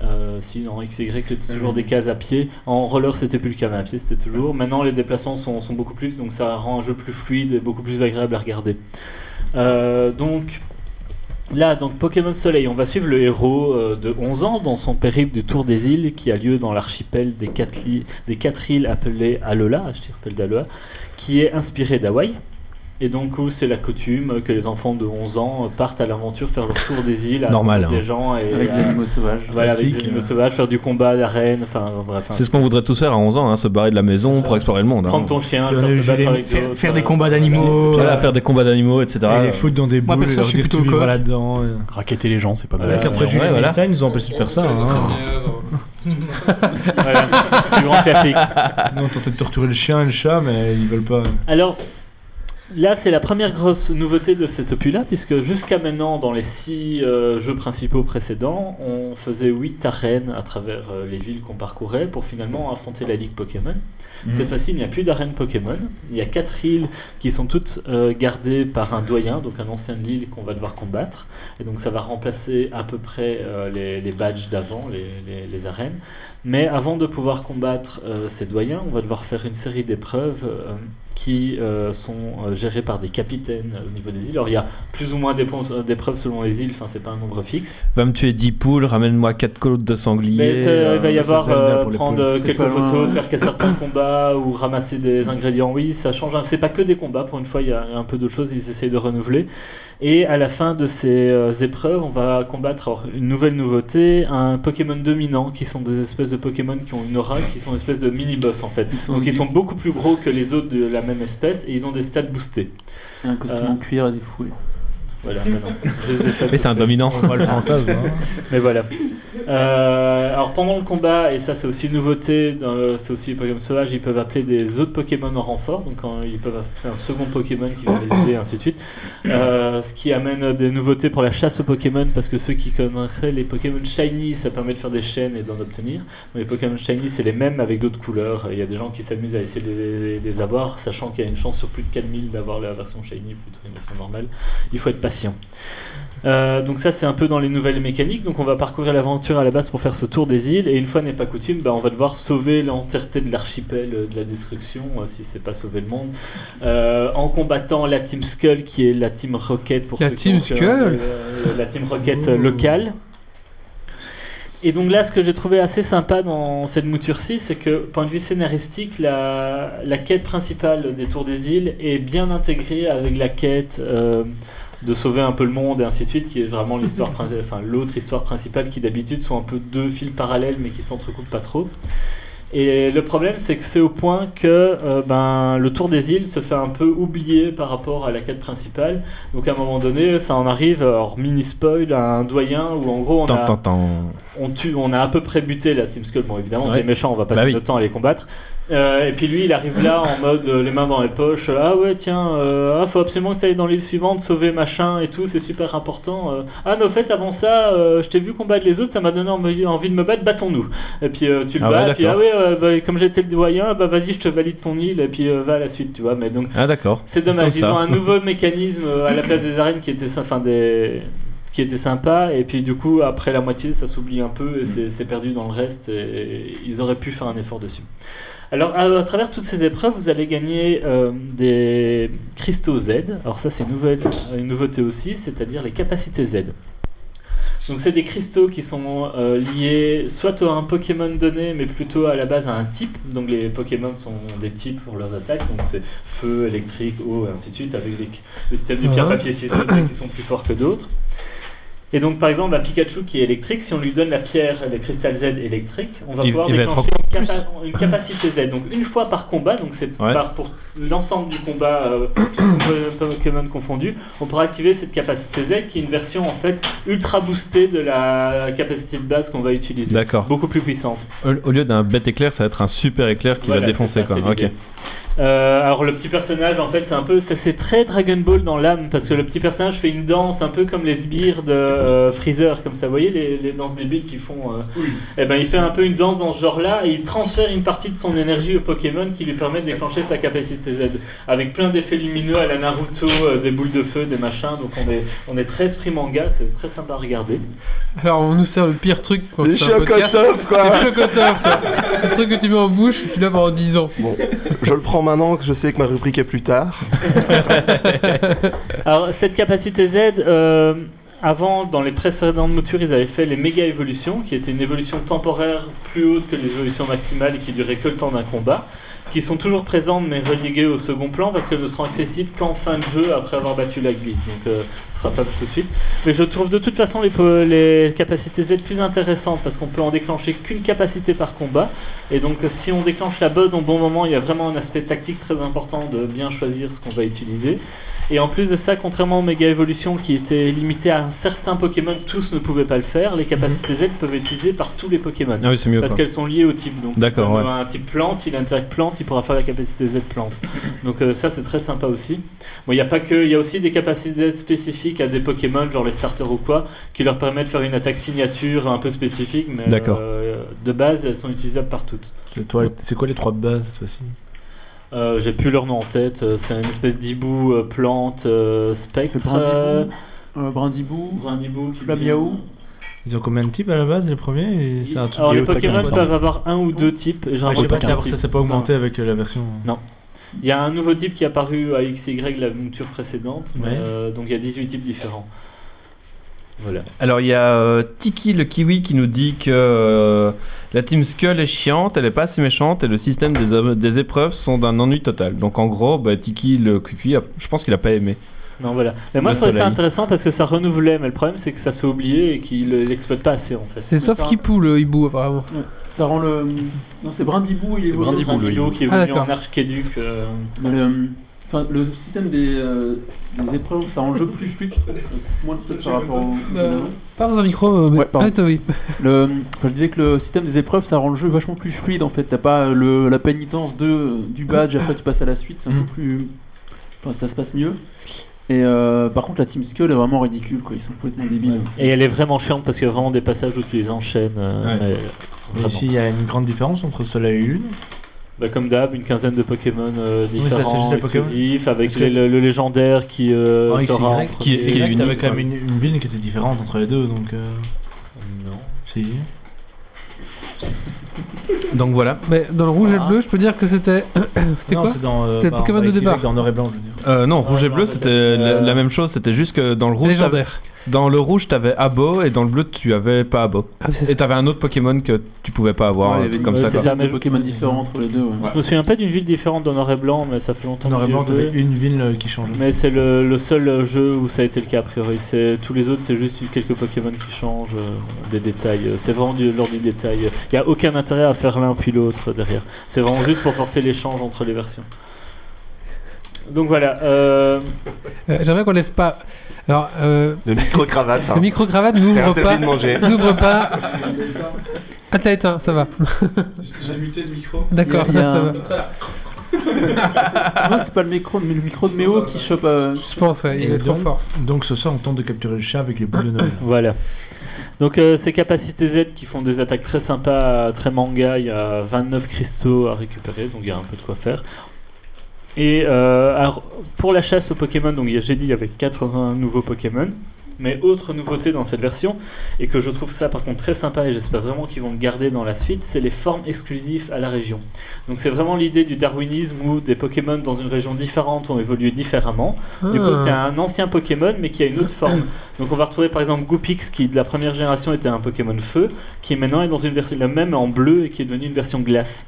S8: Euh, si en XY c'était toujours des cases à pied, en roller c'était plus le cas, mais à pied c'était toujours. Maintenant les déplacements sont, sont beaucoup plus, donc ça rend un jeu plus fluide et beaucoup plus agréable à regarder. Euh, donc là, dans Pokémon Soleil, on va suivre le héros euh, de 11 ans dans son périple du Tour des îles qui a lieu dans l'archipel des quatre, li- des quatre îles appelées Alola, archipel d'Alola, qui est inspiré d'Hawaï. Et donc où c'est la coutume que les enfants de 11 ans euh, partent à l'aventure faire leur tour des îles à
S10: Normal,
S8: rencontrer
S10: hein.
S8: des gens et
S6: Avec des
S8: à-
S6: animaux sauvages.
S8: voilà, avec des
S10: Classique,
S8: animaux
S10: euh.
S8: sauvages, faire du combat d'arène, enfin euh, bref.
S4: euh, C'est ce qu'on voudrait tous faire à 11 ans, hein, se barrer de la maison
S8: ça.
S4: pour explorer le monde. hein.
S8: Prendre ton chien, le
S10: Pionnier
S8: faire se
S10: gilet.
S8: battre avec
S7: Ah, Faire-
S8: d'autres,
S7: faire des
S8: euh,
S7: combats
S8: voilà,
S7: d'animaux. Euh,
S8: c'est ça. Ah,
S4: Voilà, faire des combats d'animaux, etc.
S10: Et les foutre dans des
S7: Moi,
S10: boules et
S7: perso,
S10: leur
S7: je suis
S10: dire tu
S7: plutôt
S10: vivras
S7: contre.
S10: là-dedans. et-
S2: Raqueter les gens, c'est pas mal.
S10: Avec un
S4: ouais,
S10: préjugé
S4: ouais, voilà.
S10: voilà. ils nous empêchent de faire ça. hein.
S8: Voilà, du grand classique.
S10: Nous, on tentait de torturer le chien et le chat, mais ils veulent pas.
S8: Alors, là, c'est la première grosse nouveauté de cet opus-là, puisque jusqu'à maintenant, dans les six euh, jeux principaux précédents, on faisait huit arènes à travers euh, les villes qu'on parcourait pour finalement affronter la Ligue Pokémon.
S10: Mhm.
S8: Cette fois-ci, il n'y a plus d'arène Pokémon. Il y a quatre îles qui sont toutes euh, gardées par un doyen, donc un ancien de l'île qu'on va devoir combattre. Et donc, ça va remplacer à peu près euh, les, les badges d'avant, les- les- les arènes. Mais avant de pouvoir combattre euh, ces doyens, on va devoir faire une série d'épreuves euh, qui euh, sont euh, gérées par des capitaines euh, au niveau des îles. Alors il y a plus ou moins d'épo- d'épreuves selon les îles, enfin c'est pas un nombre fixe.
S4: Va me tuer 10 poules, ramène-moi 4 côtes de sanglier.
S8: Mais ça, il va y
S10: ça, c'est
S8: avoir
S10: Zelda
S8: Ben, euh,
S10: pour les
S8: prendre
S10: poules.
S8: euh,
S6: C'est
S8: quelques
S6: pas loin,
S8: photos,
S6: ouais.
S8: faire que certains combats ou ramasser des ingrédients. Oui, ça change. un- C'est pas que des combats. Pour une fois, il y a un peu d'autres choses. Ils essayent de renouveler. Et à la fin de ces euh, épreuves, on va combattre alors, une nouvelle nouveauté, un Pokémon dominant, qui sont des espèces de Pokémon qui ont une aura, qui sont une espèce de mini-boss en fait.
S6: sont
S8: Donc ils
S6: mini-
S8: sont beaucoup plus gros que les autres de la même espèce et ils ont des stats boostés.
S6: Un costume
S8: Euh,
S6: en cuir et des fouets.
S8: Voilà, maintenant. J'ai des stats
S4: Mais c'est un
S8: boostés.
S4: dominant.
S10: On voit le fantasme. hein.
S8: Mais voilà. Euh, alors pendant le combat, et ça c'est aussi une nouveauté, dans- c'est aussi les Pokémon sauvages, ils peuvent appeler des autres Pokémon en renfort, donc euh, ils peuvent appeler un second Pokémon qui va les aider, et ainsi de suite. Euh, ce qui amène des nouveautés pour la chasse aux Pokémon, parce que ceux qui connaîtraient les Pokémon Shiny, ça permet de faire des chaînes et d'en obtenir. Mais les Pokémon Shiny, c'est les mêmes avec d'autres couleurs. Il y a des gens qui s'amusent à essayer de les, de les avoir, sachant qu'il y a une chance sur plus de 4000 d'avoir la version Shiny plutôt qu'une version normale. Il faut être patient. Euh, donc ça c'est un peu dans les nouvelles mécaniques. Donc on va parcourir l'aventure à la base pour faire ce tour des îles et une fois n'est pas coutume, bah, on va devoir sauver l'entièreté de l'archipel euh, de la destruction euh, si c'est pas sauver le monde Euh, en combattant la Team Skull qui est la Team Rocket pour
S1: La
S8: ceux qui euh,
S1: Team
S8: ont que-
S1: Skull
S8: euh, la Team Rocket euh, locale Et donc là, ce que j'ai trouvé assez sympa dans cette mouture-ci, c'est que, point de vue scénaristique, la, la quête principale des Tours des Îles est bien intégrée avec la quête euh, de sauver un peu le monde et ainsi de suite, qui est vraiment l'histoire princi- enfin, l'autre histoire principale qui d'habitude sont un peu deux fils parallèles mais qui s'entrecoupent pas trop. Et le problème, c'est que c'est au point que euh, ben, le tour des îles se fait un peu oublier par rapport à la quête principale. Donc à un moment donné, ça en arrive, alors mini spoil, à un doyen où en gros on a,
S4: Tant, tant, tant.
S8: on tue, on a à peu près buté la Team Skull. Bon, évidemment,
S4: Ouais.
S8: c'est méchant, on va passer
S4: Bah oui.
S8: notre temps à les combattre. Euh, et puis lui, il arrive là en mode euh, les mains dans les poches. Ah ouais, tiens, euh, ah, faut absolument que t'ailles dans l'île suivante, sauver machin et tout, c'est super important. Euh, ah, mais au fait, avant ça, euh, je t'ai vu combattre les autres, ça m'a donné envie envie de me battre, battons-nous. Et puis euh, tu le
S4: Ah
S8: bats,
S4: ouais,
S8: et puis ah
S4: d'accord.
S8: ouais, euh, bah, comme j'étais le doyen, bah vas-y, je te valide ton île, et puis euh, va à la suite, tu vois. Mais donc,
S4: Ah d'accord.
S8: c'est dommage,
S4: Comme
S8: ils
S4: ça.
S8: ont un nouveau mécanisme euh, à la place des arènes qui était, sy- enfin, des... qui était sympa, et puis du coup, après la moitié, ça s'oublie un
S4: Mm.
S8: peu, et c'est c'est perdu dans le reste, et ils auraient pu faire un effort dessus. Alors, à, à travers toutes ces épreuves, vous allez gagner euh, des cristaux Z. Alors ça, c'est une, nouvelle, une nouveauté aussi, c'est-à-dire les capacités Z. Donc c'est des cristaux qui sont euh, liés soit à un Pokémon donné, mais plutôt à la base à un type. Donc les Pokémon sont des types pour leurs attaques, donc c'est feu, électrique, eau, et ainsi de suite, avec les- le système du pierre,
S10: Ouais.
S8: papier, ciseaux il y en a qui sont plus forts que d'autres. Et donc par exemple, à Pikachu qui est électrique, si on lui donne la pierre, le cristal Z électrique, on va
S4: Il-
S8: pouvoir
S4: il va être
S8: déclencher
S4: encore
S8: une, capa- une capacité Z. Donc une fois par combat, donc c'est
S4: Ouais.
S8: par- pour l'ensemble du combat euh, Pokémon- Pokémon confondu, on pourra activer cette capacité Z qui est une version en fait ultra boostée de la capacité de base qu'on va utiliser.
S4: D'accord.
S8: Beaucoup plus puissante.
S4: Au au lieu d'un bête éclair, ça va être un super éclair qui
S8: Voilà,
S4: va défoncer
S8: c'est ça,
S4: quoi.
S8: c'est
S4: Ok.
S8: l'idée. Euh, alors le petit personnage en fait c'est un peu ça c'est très Dragon Ball dans l'âme parce que le petit personnage fait une danse un peu comme les sbires de euh, Freezer comme ça vous voyez les, les danses débiles qu'ils font euh, et ben il fait un peu une danse dans ce genre là et il transfère une partie de son énergie au Pokémon qui lui permet de déclencher sa capacité Z avec plein d'effets lumineux à la Naruto euh, des boules de feu des machins donc on est on est très esprit manga c'est très sympa à regarder
S1: Alors, on nous sert le pire truc quand
S8: Des
S1: c'est un podcast.
S5: chocotoffes, quoi.
S1: Des chocotoffes, toi. Le truc que tu mets en bouche et tu l'as pendant 10 ans.
S5: Bon, je le prends maintenant que je sais que ma rubrique est plus tard.
S8: Alors, cette capacité Z, euh, avant, dans les précédentes moutures, ils avaient fait les méga évolutions, qui étaient une évolution temporaire plus haute que les évolutions maximales et qui duraient que le temps d'un combat, qui sont toujours présentes mais reléguées au second plan parce qu'elles ne seront accessibles qu'en fin de jeu après avoir battu Lagby. Donc, euh, ce sera pas tout de suite. Mais je trouve de toute façon les, po- les capacités Z plus intéressantes parce qu'on peut en déclencher qu'une capacité par combat. Et donc, euh, si on déclenche la bonne au bon moment, il y a vraiment un aspect tactique très important de bien choisir ce qu'on va utiliser. Et en plus de ça, contrairement aux Mega Evolution qui était limité à un certain Pokémon, tous ne pouvaient pas le faire. Les capacités Z peuvent être utilisées par tous les Pokémon.
S4: Ah oui, c'est mieux,
S8: Parce
S4: quoi.
S8: qu'elles sont liées au type. Donc,
S4: D'accord,
S8: comme
S4: ouais.
S8: un type plante, il attaque plante, il pourra faire la capacité Z plante. Donc, euh, ça, c'est très sympa aussi. Bon, il n'y a pas que. Il y a aussi des capacités Z spécifiques à des Pokémon, genre les starters ou quoi, qui leur permettent de faire une attaque signature un peu spécifique. Mais
S4: D'accord.
S8: euh, de base, elles sont utilisables par toutes.
S10: C'est toi- c'est quoi les trois de base cette fois-ci
S8: Euh, J'ai plus leur nom en tête. Euh, C'est une espèce d'hibou euh, plante euh, spectre.
S6: C'est Brindibou,
S8: euh,
S6: euh, Brindibou,
S8: Brindibou, qui
S6: Flabiaou.
S8: vient-
S10: Ils ont combien de types à la base les premiers Et c'est un truc
S8: Alors
S10: lié
S8: les
S10: au taquin,
S8: Pokémon
S10: il me
S8: peuvent
S10: semble.
S8: avoir un ou deux types. et j'ai
S10: Ouais, je sais
S8: l'impression
S10: pas si
S8: qu'un
S10: après, ça
S8: type.
S10: s'est pas augmenté avec euh, la version.
S8: Il y a un nouveau type qui est apparu à XY la monture précédente, mais,
S10: Ouais.
S8: euh, donc il y a 18 types différents. Voilà.
S4: Alors il y a euh, Tiki le kiwi qui nous dit que euh, la Team Skull est chiante, elle est pas assez méchante et le système des, am- des épreuves sont d'un ennui total. Donc en gros, bah, Tiki le kiwi, a- je pense qu'il a pas aimé.
S8: Non, voilà. Mais moi
S4: Le
S8: je trouvais ça
S4: soleil.
S8: intéressant parce que ça renouvelait, mais le problème c'est que ça se fait oublier et qu'il euh, l'exploite pas assez en fait.
S1: C'est sauf qui poule le hibou, apparemment.
S6: Ça rend le. Non, c'est Brindibou, il est
S8: Brindibou,
S6: évolue.
S8: Brindibou qui est
S1: Ah,
S8: venu
S1: d'accord.
S8: en archéduc. euh,
S6: Mais le, enfin, le système des, euh, des épreuves, ça rend le jeu plus fluide, je trouve. Moins de trucs par rapport au.
S1: Euh, Parle dans un micro. euh,
S6: Ouais,
S1: ben-
S6: pardon.
S1: Ah, toi, oui.
S6: Le, quand je disais que le système des épreuves, ça rend le jeu vachement plus fluide en fait. T'as pas le, la pénitence de, du badge, après tu passes à la suite, c'est un
S1: Mm.
S6: peu plus. Enfin, ça se passe mieux. Et euh, par contre, la Team Skull est vraiment ridicule, quoi. Ils sont complètement débiles. donc c'est-
S8: Et elle est vraiment chiante parce qu'il y a vraiment des passages où tu les enchaînes. euh,
S4: Ouais.
S8: mais, euh,
S10: Mais
S8: vraiment.
S10: ici, il y a une grande différence entre Soleil et Lune.
S8: Bah, comme d'hab, une quinzaine de Pokémon euh,
S10: Oui, ça, c'est juste
S8: différents,
S10: les Pokémon.
S8: exclusifs, avec
S10: Parce que-
S8: les- le, le légendaire qui euh,
S10: Ah, ici,
S8: t'aura en
S10: Y,
S8: premier.
S4: qui est- qui est
S10: Y, t'avais
S4: unique,
S10: quand même
S4: ouais.
S10: une, une ville qui était différente entre les deux, donc. euh,
S8: Non.
S10: si.
S4: Donc voilà.
S1: Mais dans le rouge et le bleu, je peux dire que c'était. C'était
S10: Ah. Non,
S1: quoi
S10: c'est dans, euh,
S1: C'était le
S10: pas en
S1: Pokémon de
S10: Y,
S1: départ.
S10: Dans Noir et Blanc, je veux dire.
S4: Euh, non, rouge et
S10: non,
S4: bleu,
S10: peut-être.
S4: c'était la,
S10: Euh,
S4: la même chose. C'était juste que dans le rouge, t'avais-
S1: Légendaire.
S4: Dans le rouge, t'avais Abo et dans le bleu, tu avais pas Abo.
S1: Ah,
S4: et t'avais un autre Pokémon que tu pouvais pas avoir, un truc comme ça. quoi.
S6: des Pokémon différents entre les deux. ouais.
S8: Je me souviens pas d'une ville différente dans Noir et Blanc, mais ça fait longtemps
S10: Noir et
S8: que
S10: blanc,
S8: j'ai joué.
S10: t'avais une ville euh, qui changeait.
S8: Mais c'est le, le seul euh, jeu où ça a été le cas a priori. C'est- Tous les autres, c'est juste une- quelques Pokémon qui changent, euh, des détails. Euh, C'est vraiment du, l'ordre du détail. Il n'y a aucun intérêt à faire l'un puis l'autre derrière. C'est vraiment juste pour forcer l'échange entre les versions. Donc voilà. euh,
S1: Euh, J'aimerais qu'on laisse pas. Alors, euh,
S5: Le micro-cravate. hein.
S1: le micro-cravate
S5: C'est
S1: n'ouvre
S5: interdit
S1: pas.
S5: de manger.
S1: N'ouvre pas. Ah, t'as éteint, ça va.
S3: J'ai muté le micro.
S1: D'accord,
S6: Il y a- il y a
S1: ça va.
S6: un- Moi, c'est pas le micro, mais le micro de Méo qui chope. euh,
S1: Je pense, ouais, il
S10: Et
S1: est trop
S10: donc-
S1: fort.
S10: Donc ce soir, on tente de capturer le chat avec les boules de Noël.
S8: Voilà. Donc euh, ces capacités Z qui font des attaques très sympas, euh, très manga, il y a 29 cristaux à récupérer, donc il y a un peu de quoi faire. Et euh, alors, pour la chasse aux Pokémon, donc il y a- j'ai dit il y avait 80 nouveaux Pokémon. Mais autre nouveauté dans cette version, et que je trouve ça par contre très sympa et j'espère vraiment qu'ils vont le garder dans la suite, c'est les formes exclusives à la région. Donc c'est vraiment l'idée du darwinisme où des Pokémon dans une région différente ont évolué différemment. Du coup,
S1: Ah.
S8: c'est un ancien Pokémon, mais qui a une autre forme. Donc, on va retrouver par exemple Goopix, qui de la première génération était un Pokémon feu, qui maintenant est dans une version, la même en bleu et qui est devenu une version glace.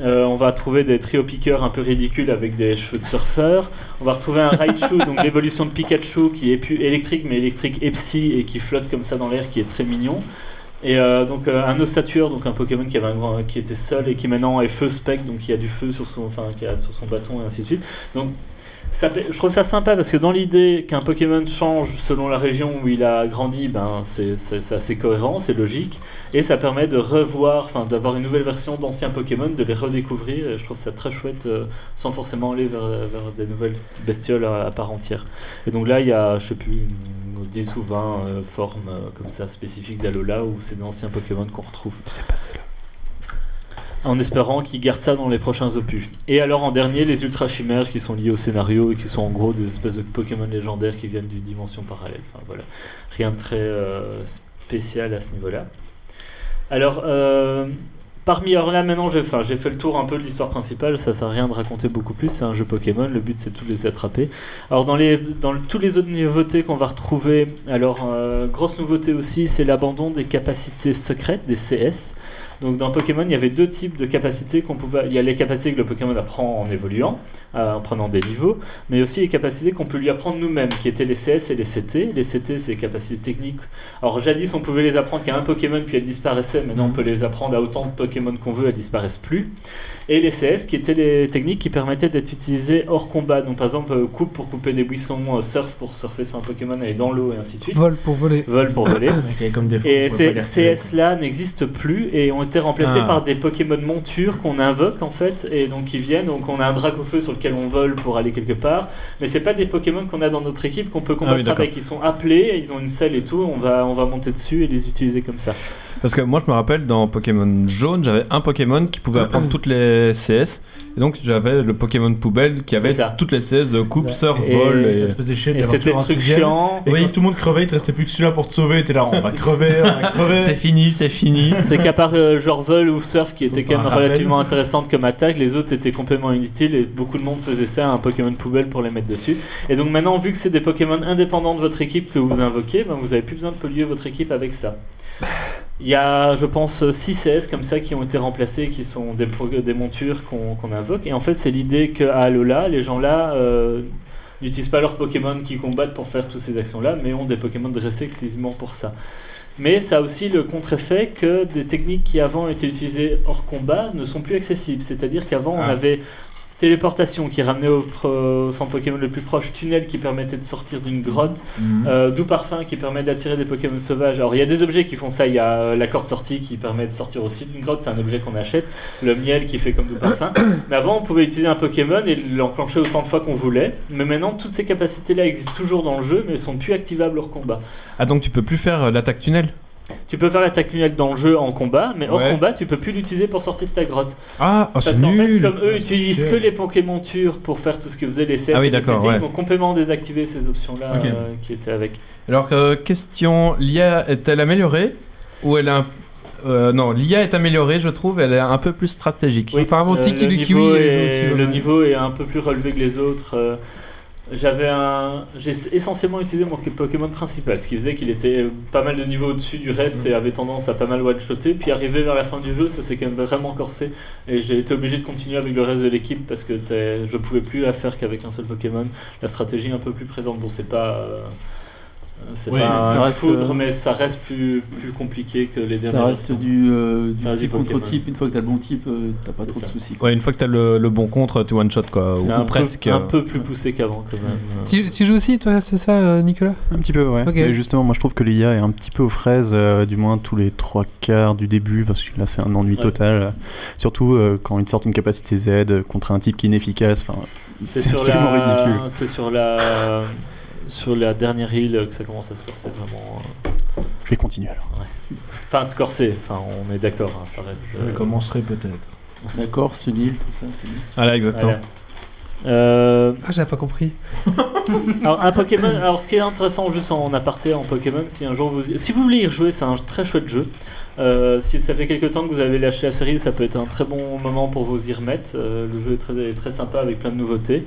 S8: Euh, on va trouver des triopiqueurs un peu ridicules avec des cheveux de surfeur. On va retrouver un Raichu, donc l'évolution de Pikachu, qui est plus électrique, mais électrique Epsi et qui flotte comme ça dans l'air, qui est très mignon. Et euh, donc euh, un ossature, donc un Pokémon qui, avait un grand- qui était seul et qui maintenant est feu spec, donc qui a du feu sur son, enfin, qui a sur son bâton et ainsi de suite. Donc ça fait- je trouve ça sympa parce que dans l'idée qu'un Pokémon change selon la région où il a grandi, ben c'est c'est- c'est assez cohérent, c'est logique, et ça permet de revoir, enfin d'avoir une nouvelle version d'anciens Pokémon, de les redécouvrir. Et je trouve ça très chouette, euh, sans forcément aller vers, vers des nouvelles bestioles à, à part entière. Et donc là, il y a, je sais plus, une- 10 ou 20 euh, formes euh, comme ça spécifiques d'Alola où c'est d'anciens Pokémon qu'on retrouve en espérant qu'ils gardent ça dans les prochains opus. Et alors en dernier, les Ultra Chimères qui sont liés au scénario et qui sont en gros des espèces de Pokémon légendaires qui viennent d'une dimension parallèle. Enfin voilà, rien de très euh, spécial à ce niveau-là. Alors, euh, parmi alors là maintenant, j'ai enfin, j'ai fait le tour un peu de l'histoire principale. Ça sert à rien de raconter beaucoup plus. C'est un jeu Pokémon. Le but c'est de tous les attraper. Alors dans les dans le- tous les autres nouveautés qu'on va retrouver, alors euh, grosse nouveauté aussi, c'est l'abandon des capacités secrètes des CS. Donc dans Pokémon, il y avait deux types de capacités qu'on pouvait. Il y a les capacités que le Pokémon apprend en évoluant, euh, en prenant des niveaux, mais aussi les capacités qu'on peut lui apprendre nous-mêmes, qui étaient les CS et les CT. Les CT, c'est les capacités techniques. Alors jadis, on pouvait les apprendre qu'à un Pokémon puis elles disparaissaient. Maintenant, on peut les apprendre à autant de Pokémon qu'on veut, elles disparaissent plus. Et les CS, qui étaient les techniques qui permettaient d'être utilisées hors combat. Donc par exemple, euh, coupe pour couper des buissons, euh, surf pour surfer sur un Pokémon aller dans l'eau et ainsi de suite,
S1: Vol pour voler.
S8: vol pour voler.
S10: Ok, Comme des fois,
S8: Et
S10: on peut pas
S8: ces
S10: dire que-
S8: CS-là n'existent plus et ont été remplacés
S10: Ah.
S8: par des Pokémon monture qu'on invoque en fait et donc qui viennent. Donc on a un drac au feu sur lequel on vole pour aller quelque part, mais c'est pas des Pokémon qu'on a dans notre équipe qu'on peut combattre
S10: Ah d'accord.
S8: avec. Ils sont appelés, ils ont une selle et tout. On va on va monter dessus et les utiliser comme ça.
S4: Parce que moi, je me rappelle dans Pokémon jaune, j'avais un Pokémon qui pouvait apprendre toutes les CS. Et donc, j'avais le Pokémon poubelle qui avait
S8: C'est ça.
S4: toutes les CS de coupe, sœur,
S8: Et
S4: vol.
S10: Et
S4: Et...
S10: ça te faisait chier
S8: Et
S10: d'avoir
S8: c'était
S10: toujours
S8: le
S10: un
S8: truc
S10: sixième.
S8: chiant.
S10: Et quand tout le monde crevait, il te restait plus que celui-là pour te sauver. T'es là, on va crever, on va crever.
S4: fini, c'est fini.
S8: C'est qu'à part euh, genre vol ou surf qui était
S10: Donc,
S8: quand même
S10: un rappel.
S8: relativement intéressante comme attaque, les autres étaient complètement inutiles et beaucoup de monde faisait ça à un Pokémon poubelle pour les mettre dessus. Et donc maintenant, vu que c'est des Pokémon indépendants de votre équipe que vous invoquez, ben, vous avez plus besoin de polluer votre équipe avec ça. Il y a, je pense, 6 CS comme ça qui ont été remplacés, qui sont des, pro- des montures qu'on qu'on invoque. Et en fait, c'est l'idée qu'à Alola, les gens-là euh, n'utilisent pas leurs Pokémon qui combattent pour faire toutes ces actions-là, mais ont des Pokémon dressés exclusivement pour ça. Mais ça a aussi le contre-effet que des techniques qui avant étaient utilisées hors combat ne sont plus accessibles. C'est-à-dire qu'avant, on
S4: Ah.
S8: avait téléportation qui ramenait au, pro- au centre Pokémon le plus proche, tunnel qui permettait de sortir d'une grotte, euh, doux parfum qui permet d'attirer des Pokémon sauvages. Alors il y a des objets qui font ça, il y a euh, la corde sortie qui permet de sortir aussi d'une grotte, c'est un objet qu'on achète, le miel qui fait comme doux parfum. Mais avant on pouvait utiliser un Pokémon et l'enclencher autant de fois qu'on voulait. Mais maintenant toutes ces capacités-là existent toujours dans le jeu mais elles sont plus activables hors combat.
S4: Ah, donc tu peux plus faire euh, l'attaque tunnel
S8: Tu peux faire l'attaque tunnel dans le jeu en combat, mais hors
S4: Ouais.
S8: combat tu peux plus l'utiliser pour sortir de ta grotte.
S4: Ah, oh,
S8: Parce
S4: c'est
S8: qu'en fait,
S4: nul
S8: comme eux utilisent
S10: chier.
S8: que les Pokémon Tours pour faire tout ce que faisaient les CS
S4: Ah oui,
S8: et les
S4: d'accord,
S8: CT,
S4: ouais.
S8: ils ont complètement désactivé ces options-là
S4: Ok.
S8: euh, qui étaient avec.
S4: Alors, que, question l'IA est-elle améliorée Ou elle a un- euh, non, l'IA est améliorée, je trouve, elle est un peu plus stratégique.
S1: Apparemment, Tiki
S8: Euh, le
S1: Luki,
S8: niveau
S1: oui, elle joue
S8: est-
S1: aussi, ouais.
S8: Le niveau est un peu plus relevé que les autres. euh, J'avais un, j'ai essentiellement utilisé mon Pokémon principal, ce qui faisait qu'il était pas mal de niveau au-dessus du
S6: Mm.
S8: reste et avait tendance à pas mal one-shotter. Puis arrivé vers la fin du jeu, ça s'est quand même vraiment corsé et j'ai été obligé de continuer avec le reste de l'équipe parce que t'es- je pouvais plus à faire qu'avec un seul Pokémon. La stratégie est un peu plus présente. Bon, c'est pas, euh, c'est
S6: Oui,
S8: pas
S6: mais ça
S8: un
S6: reste,
S8: foudre,
S6: euh,
S8: mais ça reste plus plus compliqué que les dernières.
S6: Ça reste
S8: versions.
S6: du, euh, du
S8: Ça reste
S6: petit
S8: du Pokémon.
S6: contre-type. Une fois que t'as le bon type, euh, t'as pas trop de soucis.
S4: Ouais, une fois que t'as le, le bon contre, tu one shot quoi.
S8: C'est
S4: Ou
S8: un,
S4: presque.
S8: peu, un peu plus poussé qu'avant quand même.
S1: Tu, tu joues aussi, toi, c'est ça, euh, Nicolas
S2: Un petit peu, ouais.
S1: Ok.
S2: Mais justement, moi je trouve que l'IA est un petit peu aux fraises, euh, du moins tous les trois quarts du début, parce que là c'est un ennui
S8: Ouais.
S2: total. Surtout euh, quand ils sortent une capacité Z euh, contre un type qui est inefficace, enfin, c'est absolument
S8: la...
S2: ridicule.
S8: C'est sur la... sur la dernière île que ça commence à se corser vraiment. euh,
S2: Je vais continuer alors.
S8: Enfin, se corser, enfin, on est d'accord, hein, ça reste. euh,
S10: Je commencerai peut-être.
S6: D'accord, ce deal, tout ça. c'est bien.
S4: Ah là, exactement.
S8: voilà. Euh,
S1: Ah, j'avais pas compris.
S8: alors, un Pokémon. Alors, ce qui est intéressant, juste en aparté en Pokémon, si un jour vous, y- si vous voulez y rejouer, c'est un très chouette jeu. Euh, si ça fait quelques temps que vous avez lâché la série, ça peut être un très bon moment pour vous y remettre. Euh, le jeu est très, très sympa avec plein de nouveautés.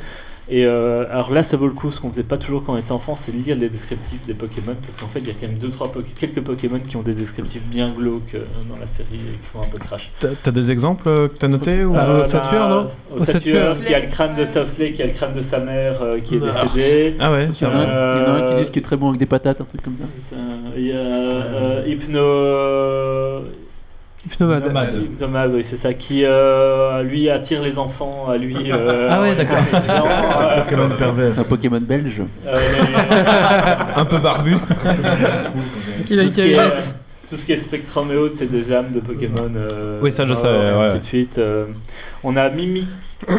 S8: Et euh, alors là, ça vaut le coup. Ce qu'on faisait pas toujours quand on était enfant, c'est lire les descriptifs des Pokémon, parce qu'en fait, il y a quand même deux, trois, Poké- quelques Pokémon qui ont des descriptifs bien glauques euh, dans la série et qui sont un peu trash.
S4: T'as t'as des exemples euh, que t'as notés ou...
S1: Ah,
S8: Euh,
S1: au Saturne,
S8: bah,
S1: non
S8: Au
S1: Au Saturne.
S8: Saturne, il y a le crâne de South Lake, il y a le crâne de sa mère euh, qui est décédée.
S4: Ah ouais,
S6: Il y, en a
S4: ça
S6: un- il y en a un
S8: Euh,
S6: qui dit ce qui est très bon avec des patates, un truc comme ça.
S8: Ça, Il y a euh, Hypno.
S1: Hypnomade.
S8: Hypnomade, oui, c'est ça, qui euh, lui attire les enfants à lui. euh,
S4: Ah ouais,
S8: en
S4: d'accord.
S8: les attirant, euh,
S10: Pokémon pervers.
S6: C'est un Pokémon belge.
S8: euh, les-
S4: Un peu barbu.
S1: Il
S8: tout
S1: a une
S8: ce qui est-
S1: camisette.
S8: Tout ce qui est Spectrum et autres, c'est des âmes de Pokémon. euh,
S4: Oui, ça, je
S8: euh,
S4: savais,
S8: et ainsi
S4: ouais.
S8: de suite. euh. on a Mimi.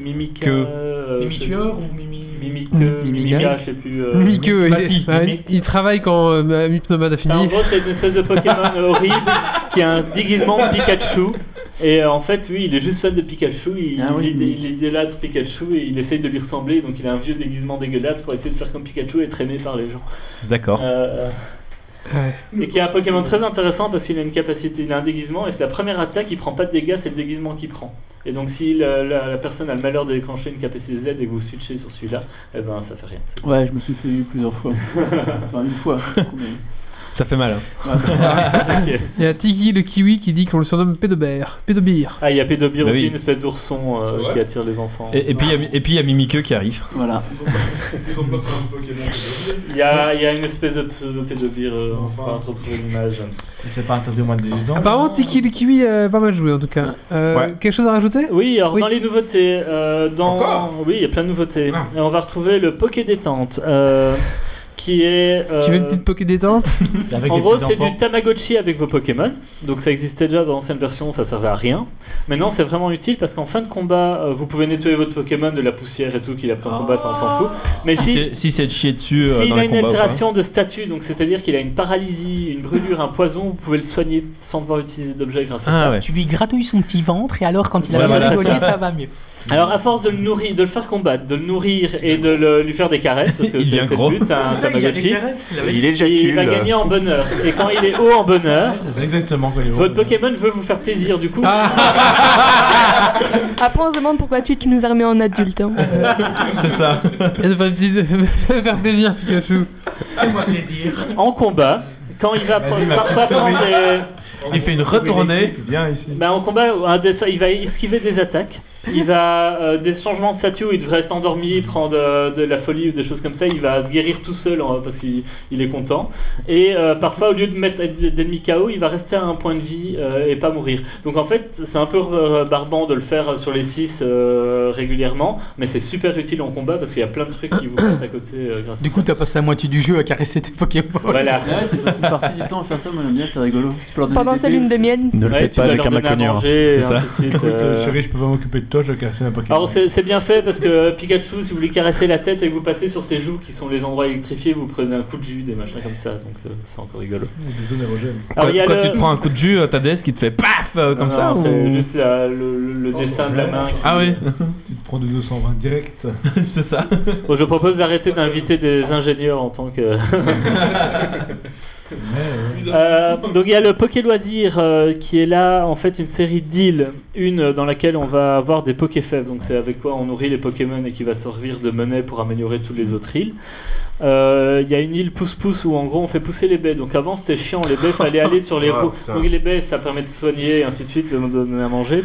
S8: Mimique.
S4: Que-
S8: euh,
S7: Mimitueur ou Mimi.
S8: Mimique.
S1: Mimiga.
S8: Mimiga, je sais plus. euh,
S1: Lui que,
S7: Mati.
S1: Mm. il, ouais,
S7: Mimi.
S1: il travaille quand euh, Hypnomade a
S8: Enfin, en
S1: fini.
S8: gros, c'est une espèce de Pokémon horrible qui a un déguisement de Pikachu. Et euh, en fait, lui, il est juste fan de Pikachu. Il,
S6: Ah oui,
S8: il,
S6: mais-
S8: il idolâtre Pikachu et il essaye de lui ressembler. Donc, il a un vieux déguisement dégueulasse pour essayer de faire comme Pikachu et être aimé par les gens.
S4: D'accord.
S8: Euh,
S1: Ouais.
S8: et qui est un Pokémon très intéressant parce qu'il a une capacité, il a un déguisement et c'est la première attaque, il prend pas de dégâts, c'est le déguisement qu'il prend. Et donc, si la, la- la personne a le malheur de déclencher une capacité Z et que vous switchez sur celui-là, eh ben ça fait rien. C'est cool.
S6: Ouais, je me suis fait eu plusieurs fois. enfin, une fois. mais-
S4: Ça fait mal. hein.
S6: bah,
S8: Ok.
S1: Il y a Tiki le kiwi qui dit qu'on le surnomme Pédobert. Pédobir.
S8: Ah, il y a Pédobir
S4: Bah
S8: aussi,
S4: oui.
S8: une espèce d'ourson euh,
S3: C'est vrai
S8: qui attire les enfants.
S4: Et, et puis il y a- et puis il y a Mimikeux qui arrive.
S6: Voilà.
S3: Ils ont, ils ont pas fait un Pokémon. de
S8: Il y a, il y a une espèce de pseudo-pédobire, euh, on
S3: Enfin.
S8: pourra te retrouver l'image.
S10: C'est pas interdit au moins de 18 ans.
S1: Apparemment, Tiki le kiwi a pas mal joué en tout cas. Euh,
S4: Ouais.
S1: Quelque chose à rajouter
S8: Oui, alors
S1: Oui.
S8: dans les nouveautés, euh, dans...
S7: Encore
S8: oui, il y a plein de nouveautés.
S7: Ah.
S8: Et on va retrouver le Poké Détente, euh, qui est... euh,
S1: Tu veux une petite poké détente
S10: Avec
S8: En
S10: des
S8: gros,
S10: petits
S8: c'est
S10: enfants.
S8: du Tamagotchi avec vos Pokémon. Donc ça existait déjà dans l'ancienne version, ça servait à rien. Maintenant, c'est vraiment utile parce qu'en fin de combat, euh, vous pouvez nettoyer votre Pokémon de la poussière et tout qu'il a pris en combat, ça on s'en fout. Mais
S4: Si,
S8: si,
S4: c'est- si c'est de chier dessus euh,
S8: S'il
S4: dans
S8: a
S4: les
S8: une
S4: combats. ou quoi.
S8: altération de statut, donc c'est-à-dire qu'il a une paralysie, une brûlure, un poison, vous pouvez le soigner sans devoir utiliser d'objet grâce à ça.
S4: Ah ouais.
S7: Tu lui gratouilles son petit ventre et alors quand il
S8: Ouais,
S7: a
S8: voilà,
S7: bien rigolé,
S8: c'est ça.
S7: ça va mieux.
S8: Alors à force de le nourrir, de le faire combattre, de le nourrir et de le- lui faire des caresses, parce que
S4: Il
S8: c'est
S4: devient
S8: c'est le
S4: gros.
S8: but, c'est un
S7: Putain, il a des
S8: Tamagotchi,
S7: caresses, il avait-
S2: Il
S8: il va gagner en bonheur. Et quand il est haut en bonheur,
S10: Ouais, C'est exactement quoi les
S8: votre Pokémon veut vous faire plaisir du coup.
S9: Après, on se demande pourquoi tu, tu nous as remis en adulte. hein.
S4: C'est ça.
S1: Elle va faire plaisir, Pikachu.
S7: Fais-moi plaisir.
S8: En combat, quand il va
S10: Vas-y, ma
S8: parfois
S10: petite
S8: prendre
S10: souris. Ah,
S8: des...
S4: Il fait une retournée.
S10: Bien ici.
S8: Bah, en combat, un des- il va esquiver des attaques, il va euh, des changements de statut où il devrait être endormi, prendre euh, de la folie ou des choses comme ça, il va se guérir tout seul hein, parce qu'il il est content. Et euh, parfois, au lieu de mettre d'ennemis KO, il va rester à un point de vie euh, et pas mourir. Donc en fait, c'est un peu euh, barbant de le faire sur les 6 régulièrement, mais c'est super utile en combat parce qu'il y a plein de trucs qui vous passent à côté euh, grâce
S7: Du
S8: à
S7: coup,
S8: ça.
S7: t'as passé la moitié du jeu à caresser tes Pokémon.
S8: Voilà.
S6: Ouais, t'es passé une partie du temps à faire ça, moi j'aime bien, c'est rigolo. Tu peux leur donner
S9: Pendant
S6: des
S9: sa
S6: billes
S9: lune de
S6: aussi.
S9: miel.
S2: Ne le
S8: Ouais,
S2: faites
S8: tu
S2: pas
S8: dois
S2: avec
S8: leur
S2: un
S8: donner à
S10: hein.
S2: maconnier. hein.
S8: manger,
S4: C'est
S8: et
S4: ça.
S8: ainsi de suite,
S10: Écoute, euh,
S8: euh. Oh,
S10: chérie, je peux pas m'occuper de toi, je vais caresser ma Pokémon.
S8: Alors c'est c'est bien fait parce que euh, Pikachu, si vous lui caressez la tête et que vous passez sur ses joues qui sont les endroits électrifiés, vous prenez un coup de jus, des machins comme ça, donc euh, c'est encore rigolo.
S10: Des zones érogènes.
S8: Alors
S4: Quand,
S8: il y a
S4: quand
S8: le-
S4: tu te prends un coup de jus, euh, t'as DS qui te fait paf euh, comme
S8: Non,
S4: ça.
S8: non, c'est
S4: ou-
S8: juste la- le, le-
S10: Oh,
S8: le dessin de la main. qui-
S4: Ah oui,
S10: Tu te prends de 220 direct.
S4: c'est ça.
S8: Bon, je propose d'arrêter d'inviter des ingénieurs en tant que. Euh, donc il y a le Poké Loisirs euh, qui est là, en fait, une série d'îles. Une euh, dans laquelle on va avoir des Pokéfèves. Donc c'est avec quoi on nourrit les Pokémon et qui va servir de monnaie pour améliorer toutes les autres îles. Euh, Il y a une île pousse-pousse où en gros on fait pousser les baies. Donc avant c'était chiant, les baies fallait aller sur les
S5: Ah,
S8: roues.
S5: putain.
S8: Donc les baies ça permet de soigner et ainsi de suite, de nous donner à manger.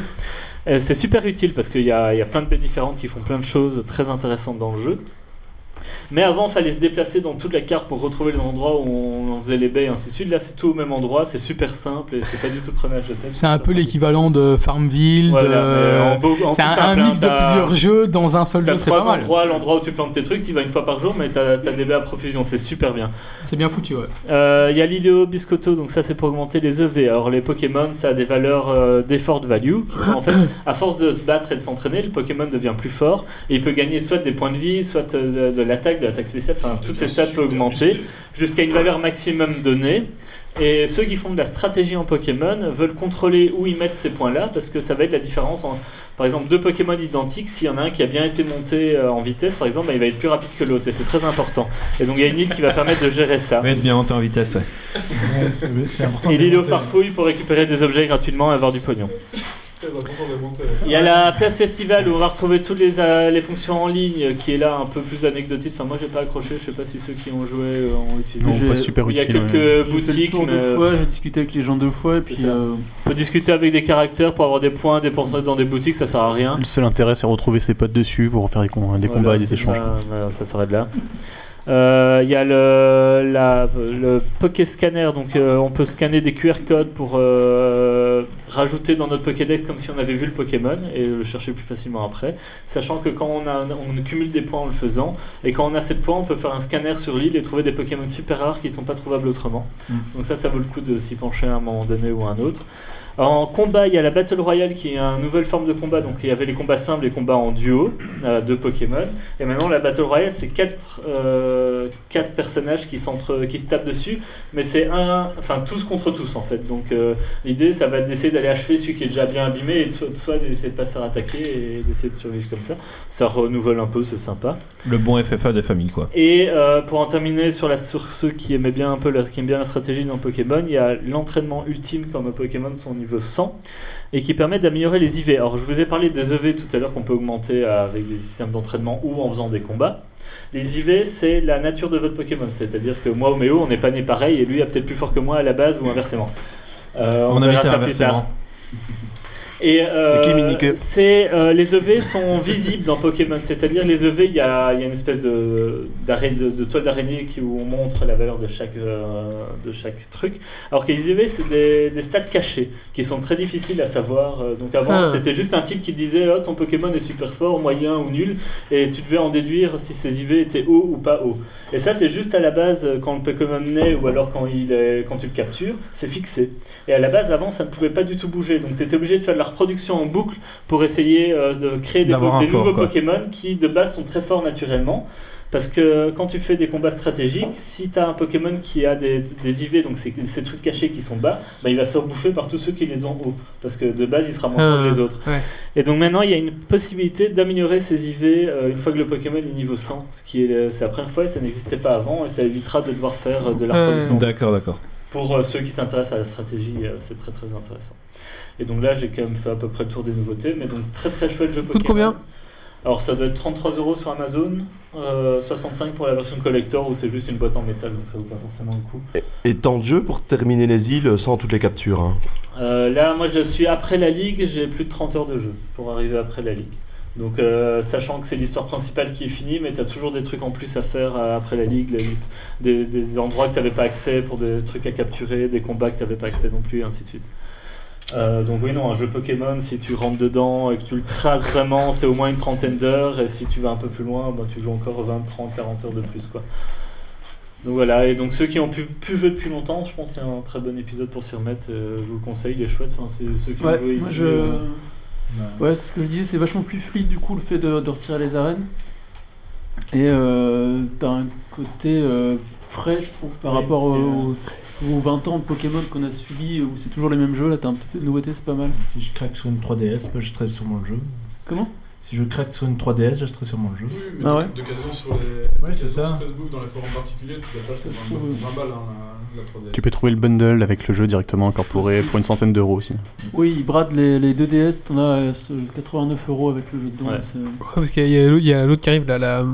S8: Euh, C'est super utile parce qu'il y, a il y a plein de baies différentes qui font plein de choses très intéressantes dans le jeu. Mais avant, il fallait se déplacer dans toute la carte pour retrouver les endroits où on, on faisait les baies et ainsi de suite. Là, c'est tout au même endroit, c'est super simple et c'est pas du tout prenage de tête.
S7: C'est un peu l'équivalent de Farmville.
S8: Voilà,
S7: de-
S8: mais en beau- en
S7: C'est
S8: plus
S7: un,
S8: simple,
S7: un mix
S8: hein,
S7: de
S8: t'as-
S7: plusieurs jeux dans un seul
S8: T'as
S7: jeu, c'est
S8: trois
S7: pas mal.
S8: endroits, l'endroit où tu plantes tes trucs, tu vas une fois par jour, mais t'as t'as des baies à profusion, c'est super bien.
S7: C'est bien foutu, ouais.
S8: Euh, Il y a l'Iléo Biscotto, donc ça c'est pour augmenter les EV. Alors les Pokémon, ça a des valeurs euh, d'effort de value, qui sont en fait, à force de se battre et de s'entraîner, le Pokémon devient plus fort, et il peut gagner soit des points de vie, soit euh, de, de l'attaque, de l'attaque spéciale, enfin toutes ces stats peuvent augmenter, jusqu'à une valeur maximum donnée. Et ceux qui font de la stratégie en Pokémon veulent contrôler où ils mettent ces points-là, parce que ça va être la différence en, par exemple, deux Pokémon identiques, s'il y en a un qui a bien été monté euh, en vitesse, par exemple, bah, il va être plus rapide que l'autre, et c'est très important. Et donc il y a une île qui va permettre de gérer ça.
S4: va être bien monté en vitesse, ouais.
S10: C'est important.
S8: Et
S10: de
S8: l'île aux
S10: monter.
S8: farfouilles pour récupérer des objets gratuitement et avoir du pognon. Il y a la place festival où on va retrouver toutes les, euh, les fonctions en ligne euh, qui est là un peu plus anecdotique. Enfin, moi j'ai pas accroché, je sais pas si ceux qui ont joué euh, ont utilisé.
S2: Non,
S6: j'ai-
S2: pas super
S8: Il y a
S2: utile.
S8: quelques
S2: ouais.
S6: J'ai fait le
S8: boutiques,
S6: tour
S8: mais
S6: deux
S8: euh,
S6: fois, j'ai discuté avec les gens deux fois et puis
S8: ça.
S6: euh,
S8: faut discuter avec des caractères pour avoir des points dépensés dans des boutiques, ça sert à rien.
S2: Le seul intérêt, c'est retrouver ses potes dessus pour faire des, com- hein, des
S8: Voilà,
S2: combats et
S8: Hein
S2: des
S8: bah, c'est
S2: échanges.
S8: Ça, voilà, ça s'arrête là. Euh, Il y a le, la, le Poké Scanner, donc euh, on peut scanner des QR codes pour euh, rajouter dans notre Pokédex comme si on avait vu le Pokémon et le chercher plus facilement après. Sachant que quand on, a, on cumule des points en le faisant, et quand on a 7 points, on peut faire un scanner sur l'île et trouver des Pokémon super rares qui sont pas trouvables autrement. Donc ça, ça vaut le coup de s'y pencher à un moment donné ou à un autre. En combat, il y a la Battle Royale qui est une nouvelle forme de combat. Donc il y avait les combats simples, les combats en duo euh, de Pokémon. Et maintenant, la Battle Royale, c'est 4 quatre, euh, quatre personnages qui, s'entre- qui se tapent dessus. Mais c'est un, enfin tous contre tous en fait. Donc euh, l'idée, ça va être d'essayer d'aller achever celui qui est déjà bien abîmé et de soit, soit d'essayer de pas se faire attaquer et d'essayer de survivre comme ça. Ça renouvelle un peu, c'est sympa.
S4: Le bon FFA des familles, quoi.
S8: Et euh, pour en terminer sur, la, sur ceux qui aimaient bien un peu la, qui aiment bien la stratégie dans Pokémon, il y a l'entraînement ultime comme Pokémon sont au niveau 100 et qui permet d'améliorer les IV. Alors je vous ai parlé des EV tout à l'heure qu'on peut augmenter euh, avec des systèmes d'entraînement ou en faisant des combats. Les IV, c'est la nature de votre Pokémon, c'est-à-dire que moi, Oméo, on n'est pas né pareil et lui est peut-être plus fort que moi à la base ou inversement. Euh,
S4: À mon avis,
S8: verra
S4: c'est
S8: ça plus tard.
S4: inversement.
S8: Et euh,
S2: C'est qui, Minique
S8: c'est euh, les EV sont visibles dans Pokémon, c'est-à-dire les EV, il y a, il y a une espèce de, d'arrêt- de, de toile d'araignée qui où on montre la valeur de chaque euh, de chaque truc. Alors que les EV, c'est des, des stats cachés qui sont très difficiles à savoir. Euh, Donc avant,
S1: Ah.
S8: c'était juste un type qui disait oh, ton Pokémon est super fort, moyen ou nul, et tu devais en déduire si ses IV étaient hauts ou pas hauts. Et ça, c'est juste à la base euh, quand le Pokémon naît ou alors quand il est- quand tu le captures, c'est fixé. Et à la base, avant, ça ne pouvait pas du tout bouger. Donc, tu étais obligé de faire de la reproduction en boucle pour essayer euh, de créer des,
S4: D'avoir
S8: po-
S4: un
S8: des
S4: fort,
S8: nouveaux
S4: quoi.
S8: Pokémon qui, de base, sont très forts naturellement. Parce que quand tu fais des combats stratégiques, si tu as un Pokémon qui a des, des IV, donc ces, ces trucs cachés qui sont bas, bah, il va se faire bouffer par tous ceux qui les ont hauts. Parce que de base, il sera moins
S11: Ah.
S8: fort que les autres.
S1: Euh, ouais.
S8: Et donc maintenant, il y a une possibilité d'améliorer ces IV euh, une fois que le Pokémon est niveau 100. Ce qui est, euh, c'est la première fois et ça n'existait pas avant. Et ça évitera de devoir faire euh, de la
S1: Euh,
S8: reproduction en
S4: D'accord, d'accord.
S8: pour euh, ceux qui s'intéressent à la stratégie, euh, c'est très très intéressant. Et donc là, j'ai quand même fait à peu près le tour des nouveautés, mais donc très très chouette jeu
S1: Coûte
S8: Pokémon.
S1: combien
S8: Alors ça doit être 33 euros sur Amazon, euh, 65 pour la version collector ou c'est juste une boîte en métal, donc ça vaut pas forcément le coup.
S5: Et tant de jeux pour terminer les îles sans toutes les captures. hein.
S8: Euh, là, moi je suis après la ligue, j'ai plus de 30 heures de jeu pour arriver après la ligue. Donc euh, sachant que c'est l'histoire principale qui est finie, mais t'as toujours des trucs en plus à faire euh, après la ligue, les list- des, des endroits que t'avais pas accès pour des trucs à capturer, des combats que t'avais pas accès non plus, et ainsi de suite. Euh, donc oui, non, un jeu Pokémon, si tu rentres dedans et que tu le traces vraiment, c'est au moins une trentaine d'heures, et si tu vas un peu plus loin, ben, tu joues encore 20, 30, 40 heures de plus, quoi. Donc voilà, et donc ceux qui ont pu, pu jouer depuis longtemps, je pense que c'est un très bon épisode pour s'y remettre, euh, je vous le conseille, il est chouette, enfin, c'est ceux qui
S6: Ouais,
S8: ont joué
S6: moi
S8: ici.
S6: je.
S8: euh,
S6: Ouais, c'est ce que je disais, c'est vachement plus fluide du coup le fait de, de retirer les arènes. Et euh, t'as un côté euh, frais, je trouve, par
S8: Oui,
S6: rapport
S8: c'est,
S6: au- aux, 20 ans de Pokémon qu'on a subi, où c'est toujours les mêmes jeux. Là, t'as un peu de nouveauté, c'est pas mal.
S10: Si je craque sur une 3DS, bah, je serai sur mon jeu.
S6: Comment
S10: Si je craque sur une 3DS, j'achèterai sur mon jeu.
S3: Oui, mais
S6: Ah ouais
S3: d'occasion sur les
S10: Ouais, c'est
S3: d'occasion
S10: ça.
S3: sur Facebook, dans les forums particuliers, tu la tâche, c'est
S6: Ça se
S3: 20
S6: trouve.
S3: balles. hein,
S2: Tu peux trouver le bundle avec le jeu directement incorporé pour une centaine d'euros aussi.
S6: Oui, ils bradent les, les 2DS, t'en as euh, ce- 89 euros avec le jeu dedans.
S2: Ouais.
S6: c'est-
S1: Ouais, parce qu'il y a l'autre- il y a l'autre qui arrive là, la.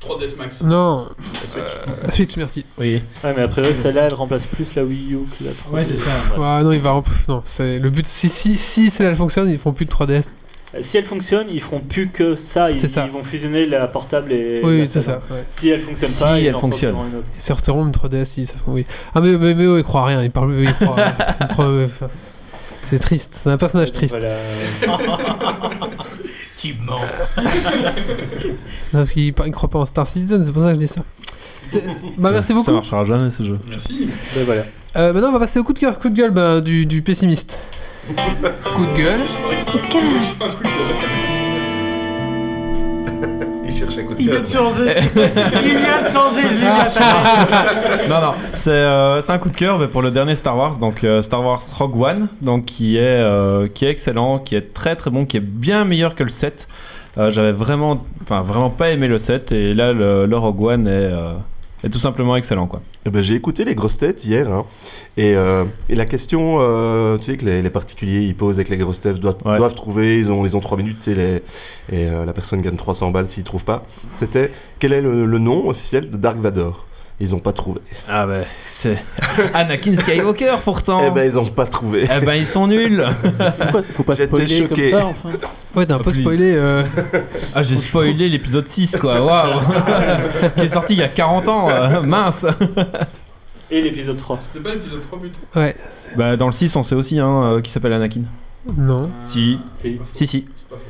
S3: 3DS Max.
S1: Non. Euh,
S3: La Switch.
S1: La Switch, merci.
S4: Oui.
S8: Ouais, mais après, celle-là, elle remplace plus la Wii U que la 3DS.
S10: Ouais, c'est ça.
S1: Ah non, il va. en- pff, Non, c'est le but. Si, si, si celle-là fonctionne, ils font plus de 3DS.
S8: Euh, Si elle fonctionne, ils feront plus que ça. Ils,
S1: C'est ça.
S8: ils vont fusionner la portable et.
S1: Oui,
S8: la
S1: c'est
S8: salon.
S1: ça, ouais.
S8: Si elle fonctionne
S1: Si
S8: pas, ils
S1: elle
S8: en
S1: fonctionne.
S8: sortiront une autre.
S1: Ils sortiront une 3DS si ça font. Oui. Ah, mais, mais, mais oh, il croit rien, il parle. Il croit rien. Il croit- enfin, c'est triste, c'est un personnage triste.
S11: tu mens.
S1: Non, parce qu'il par- il croit pas en Star Citizen, c'est pour ça que je dis ça. C'est- Bah, merci beaucoup.
S4: Ça marchera jamais ce jeu.
S3: Merci.
S8: Ben voilà.
S1: Euh, maintenant, on va passer au coup de cœur, coup de gueule bah, du, du pessimiste. coup de gueule. Coup de cœur.
S5: Il cherche un coup de
S11: Il
S5: cœur.
S11: vient de changer.
S1: Euh.
S11: Il vient de changer, je l'ai vu à
S4: non, non, c'est euh, c'est un coup de cœur mais pour le dernier Star Wars, donc euh, Star Wars Rogue One, donc, qui, est, euh, qui est excellent, qui est très très bon, qui est bien meilleur que le 7. Euh, J'avais vraiment, enfin, vraiment pas aimé le 7 et là le, le Rogue One est, euh, est tout simplement excellent. quoi.
S5: Eh ben, j'ai écouté les grosses têtes hier. hein. Et, euh, et la question, euh, tu sais, que les, les particuliers ils posent avec les grosses têtes doivent, doivent trouver, ils ont, ils ont 3 minutes, c'est les, et euh, la personne gagne 300 balles s'ils ne trouvent pas. C'était quel est le, le nom officiel de Dark Vador Ils n'ont pas trouvé.
S4: Ah ben, c'est Anakin Skywalker pourtant
S5: Eh ben, ils n'ont pas trouvé.
S4: Eh ben, ils sont nuls
S6: Faut pas
S5: J'étais
S6: spoiler
S5: choqué.
S6: comme ça, enfin.
S1: Ouais, t'as un peu
S4: Please.
S1: spoilé. euh,
S4: Ah, j'ai spoilé l'épisode 6, quoi. Waouh Qui est sorti il y a 40 ans, euh, mince
S8: Et l'épisode 3.
S3: C'était pas l'épisode 3 plutôt
S1: Ouais.
S4: Bah, dans le 6, on sait aussi, hein, euh, qui s'appelle Anakin.
S1: Non.
S4: Si.
S8: Si.
S4: Si, si.
S3: C'est pas faux.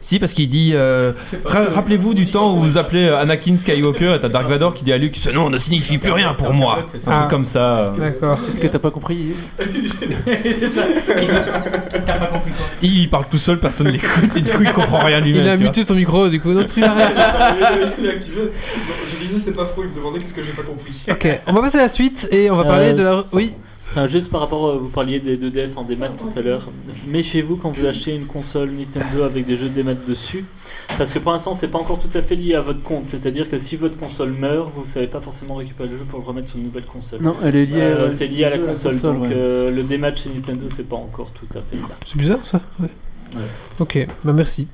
S4: Si, parce qu'il dit. euh,
S3: pas
S4: Ra-
S3: faux.
S4: Rappelez-vous du temps où vous appelez euh, Anakin Skywalker et t'as Dark Vador qui dit à Luke Ce nom ne signifie plus rien pour moi Un
S1: Ah.
S4: truc comme ça. euh.
S1: D'accord.
S6: Qu'est-ce que t'as pas compris
S11: c'est ça. Il- T'as pas compris quoi
S4: Il parle tout seul, personne l'écoute et du coup il comprend rien lui-même.
S1: Il a
S4: tu vois.
S1: muté son micro, du coup. Donc tu arrêtes.
S3: Il est activé. Non, Je disais c'est pas faux, il me demandait qu'est-ce que j'ai pas compris.
S1: ok, on va passer à la suite et on va
S8: Euh,
S1: parler de la.
S8: c'est-
S1: Oui.
S8: Enfin, juste par rapport, euh, vous parliez des 2DS en démat tout à l'heure. Méfiez-vous quand vous achetez une console Nintendo avec des jeux de démat dessus, parce que pour l'instant, c'est pas encore tout à fait lié à votre compte. C'est-à-dire que si votre console meurt, vous savez pas forcément récupérer le jeu pour le remettre sur une nouvelle console.
S6: Non, elle est liée,
S8: Euh,
S6: euh,
S8: c'est lié à la
S6: jeu
S8: console,
S6: console,
S8: donc
S6: ouais.
S8: euh, le démat chez Nintendo, c'est pas encore tout à fait ça.
S1: C'est bizarre ça Ouais.
S8: Ouais.
S1: Ok, bah merci.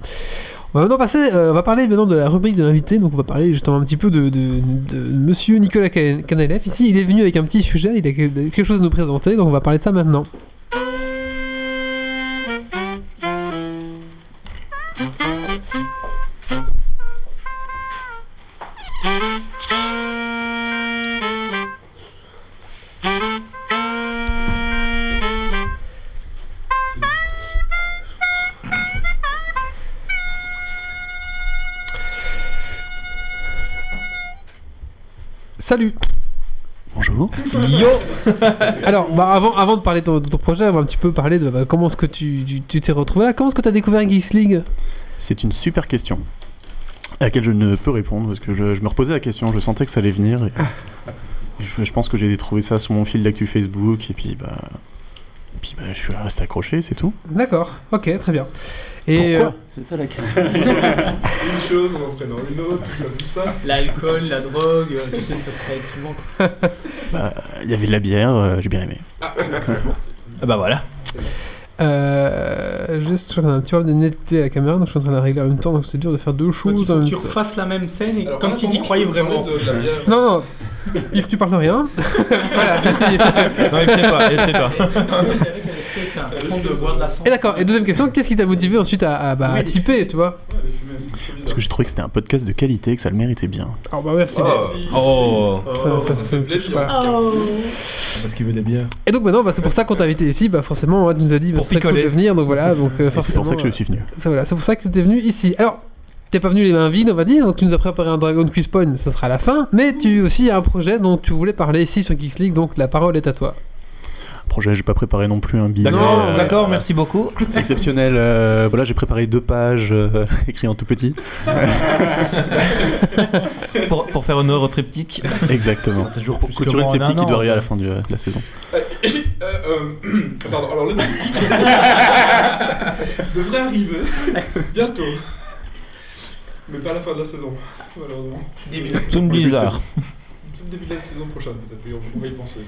S1: On va maintenant passer, euh, on va parler maintenant de la rubrique de l'invité, donc on va parler justement un petit peu de, de- de monsieur Nicolas Can- Canaleff. Ici, il est venu avec un petit sujet, il a quel- quelque chose à nous présenter, donc on va parler de ça maintenant. Salut
S2: Bonjour
S4: Yo
S1: Alors, bah, avant, avant de parler de ton, de ton projet, on va un petit peu parler de bah, comment est-ce que tu tu- tu t'es retrouvé là, comment est-ce que tu as découvert Geeks League
S2: C'est une super question à laquelle je ne peux répondre parce que je, je me reposais la question, je sentais que ça allait venir. et
S4: Ah.
S2: je, je pense que j'ai trouvé ça sur mon fil d'actu Facebook et puis bah, et puis bah, je suis resté accroché, c'est tout.
S1: D'accord, ok, très bien. Et euh,
S6: Pourquoi C'est ça la question.
S3: Une chose en entraînant une autre, tout ça, tout ça.
S11: L'alcool, la drogue, euh, tu sais, ça, ça aide souvent. quoi.
S2: Bah, Il y avait de la bière, euh, j'ai bien aimé.
S4: Ah bah voilà
S1: Euh, juste, je suis en train- tu vois, de netter la caméra, donc je suis en train de la régler en même temps, donc c'est dur de faire deux
S11: Donc, il
S1: choses
S11: faut
S1: en
S11: que
S1: même
S11: tu
S10: Euh,
S1: temps.
S11: refasses la même scène et
S3: Alors,
S11: comme
S3: en
S11: si
S3: attendant,
S11: tu
S3: je
S11: croyais
S3: peux parler
S11: vraiment.
S3: de la bière.
S1: Non, non, Yves, tu parles de rien. voilà.
S4: Non, mais tais-toi, tais-toi.
S11: C'est vrai qu'elle restait, c'est un fond de boire de la sang.
S1: Et d'accord, et deuxième question, qu'est-ce qui t'a motivé ensuite à, à, bah, à typer, tu vois
S3: Ouais, les fumées, c'est trop
S2: Parce
S3: bizarre.
S2: que j'ai trouvé que c'était un podcast de qualité et que ça le méritait bien.
S1: Alors, bah merci. Oh.
S5: Oh.
S3: Si,
S4: Oh
S3: si.
S1: Ça- ça fait plaisir. Voilà.
S10: Parce qu'il veut des bières.
S1: Et donc maintenant, bah, c'est pour ça qu'on t'a invité ici, bah forcément, on nous a dit bah,
S4: Pour
S1: c'est cool
S4: picoler.
S1: de venir, donc voilà, donc euh,
S2: Et C'est
S1: forcément.
S2: pour ça que je suis venu.
S1: euh, ça, voilà, c'est pour ça que t'es venu ici. Alors, t'es pas venu les mains vides, on va dire, donc tu nous as préparé un Dragon Quiz Point, ça sera à la fin, mais tu aussi as un projet dont tu voulais parler ici sur Geeks League, donc la parole est à toi.
S2: Projet, j'ai pas préparé non plus un billet.
S4: D'accord,
S2: euh,
S4: d'accord, merci beaucoup.
S2: C'est exceptionnel. euh, voilà, j'ai préparé deux pages euh, écrites en tout petit.
S4: Pour, pour faire honneur au triptyque.
S2: Exactement.
S10: toujours
S2: Pour
S10: plus que
S2: clôturer
S10: moi
S2: le
S10: en
S2: triptyque
S10: un
S2: qui doit
S10: an,
S2: arriver à la
S10: quoi.
S2: fin du- de la saison.
S3: Euh, euh, pardon, alors le devrait arriver bientôt. Mais pas à la fin de la saison, malheureusement.
S11: Des minutes.
S4: Zone Blizzard.
S3: Peut-être début de la saison prochaine, peut-être. oui, On on va y penser.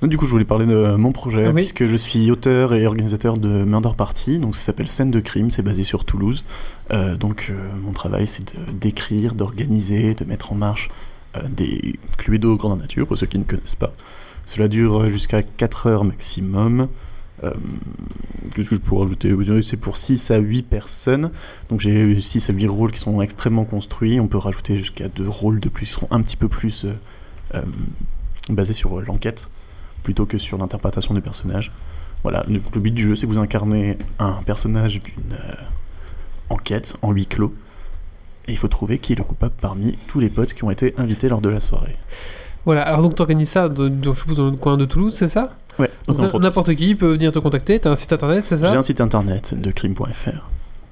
S2: Donc, du coup, je voulais parler de mon projet,
S3: Ah oui.
S2: puisque je suis auteur et organisateur de Murder Party, donc ça s'appelle Scène de crime, c'est basé sur Toulouse. Euh, donc, euh, mon travail, c'est de- d'écrire, d'organiser, de mettre en marche euh, des cluedo grande nature, pour ceux qui ne connaissent pas. Cela dure euh, jusqu'à 4 heures maximum. Euh, Qu'est-ce que je pourrais ajouter Vous savez, C'est pour 6 à 8 personnes. Donc j'ai 6 à 8 rôles qui sont extrêmement construits. On peut rajouter jusqu'à 2 rôles de plus qui seront un petit peu plus euh, euh, basés sur euh, l'enquête plutôt que sur l'interprétation des personnages. Voilà, le, le but du jeu, c'est que vous incarnez un personnage d'une euh, enquête en huis clos. Et il faut trouver qui est le coupable parmi tous les potes qui ont été invités lors de la soirée.
S1: Voilà, alors donc t'organises ça, de- donc, je suppose, dans le coin de Toulouse, c'est ça
S2: Ouais, au
S1: Donc,
S2: centre de-
S1: N'importe qui peut venir te contacter, t'as un site internet, c'est
S2: J'ai
S1: ça
S2: un site internet de crime.fr.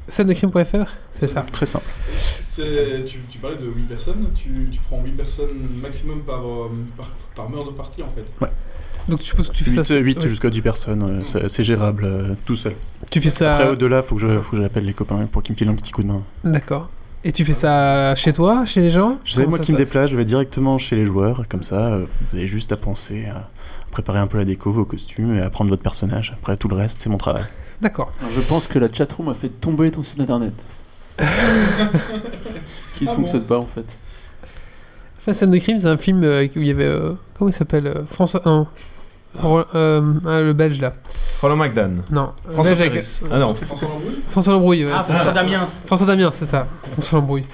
S1: Scènedecrime.fr C'est ça.
S2: Très simple.
S3: C'est- Tu, tu parlais de 8 personnes, tu, tu prends 8 personnes maximum par, euh, par, par murder party en fait.
S1: Donc tu suppose que tu fais
S2: 8,
S1: ça. ouais.
S2: jusqu'à 10 personnes, euh, c'est c'est gérable euh, tout seul.
S1: Tu fais ça-
S2: Après, au-delà, faut que je- faut que j'appelle les copains pour qu'ils me filent un petit coup de main.
S1: D'accord. Et tu fais ça chez toi, chez les gens
S2: C'est
S1: Comment
S2: moi
S1: ça
S2: qui me
S1: se passe
S2: déplace, je vais directement chez les joueurs, comme ça, euh, vous avez juste à penser à préparer un peu la déco, vos costumes et à prendre votre personnage. Après, tout le reste, c'est mon travail.
S1: D'accord.
S6: Alors, je pense que la chatroom a fait tomber ton site internet. Qui ne
S1: Ah bon
S6: fonctionne pas en fait.
S1: Enfin, Scène de crime, c'est un film euh, où il y avait. euh, comment il s'appelle euh, François. Non. Ro- euh, ah, le belge là.
S4: Roland McDan.
S1: Non. le
S4: François
S1: Belge avec-
S4: Pérus. Ah non.
S3: François Lambrouille
S1: François Lambrouille. ouais,
S11: Ah,
S1: c'est
S11: François
S1: ça.
S11: Damiens.
S1: François Damien, c'est ça. François Lambrouille.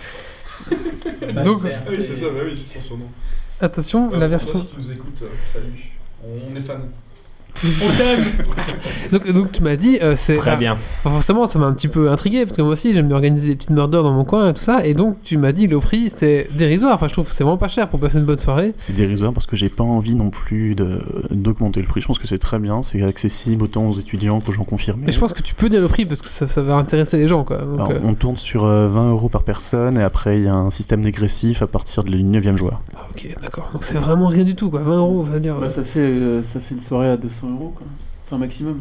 S1: Donc,
S3: Oui, c'est ça, bah oui, c'est son surnom.
S1: attention,
S3: Euh,
S1: la
S3: François,
S1: version.
S3: Si tu nous écoutes, euh, salut. On est fan.
S1: donc, donc tu m'as dit, euh, c'est.
S4: Très bien.
S1: Enfin, forcément, ça m'a un petit peu intrigué parce que moi aussi j'aime bien organiser des petites murders dans mon coin et tout ça. Et donc tu m'as dit le prix c'est dérisoire. Enfin, je trouve que c'est vraiment pas cher pour passer une bonne soirée.
S2: C'est dérisoire parce que j'ai pas envie non plus de- d'augmenter le prix. Je pense que c'est très bien, c'est accessible autant aux étudiants qu'aux gens confirmés.
S1: Mais je pense que tu peux dire le prix parce que ça, ça va intéresser les gens quoi. Donc,
S2: Alors,
S1: euh,
S2: On tourne sur euh, 20 euros par personne et après, il y a un système dégressif à partir du 9 e joueur.
S1: Ok, d'accord. Donc c'est vraiment rien du tout, quoi. 20 euros, on va dire.
S6: Bah, ça, fait, euh, ça fait une soirée à 200 euros, quoi. Enfin, maximum.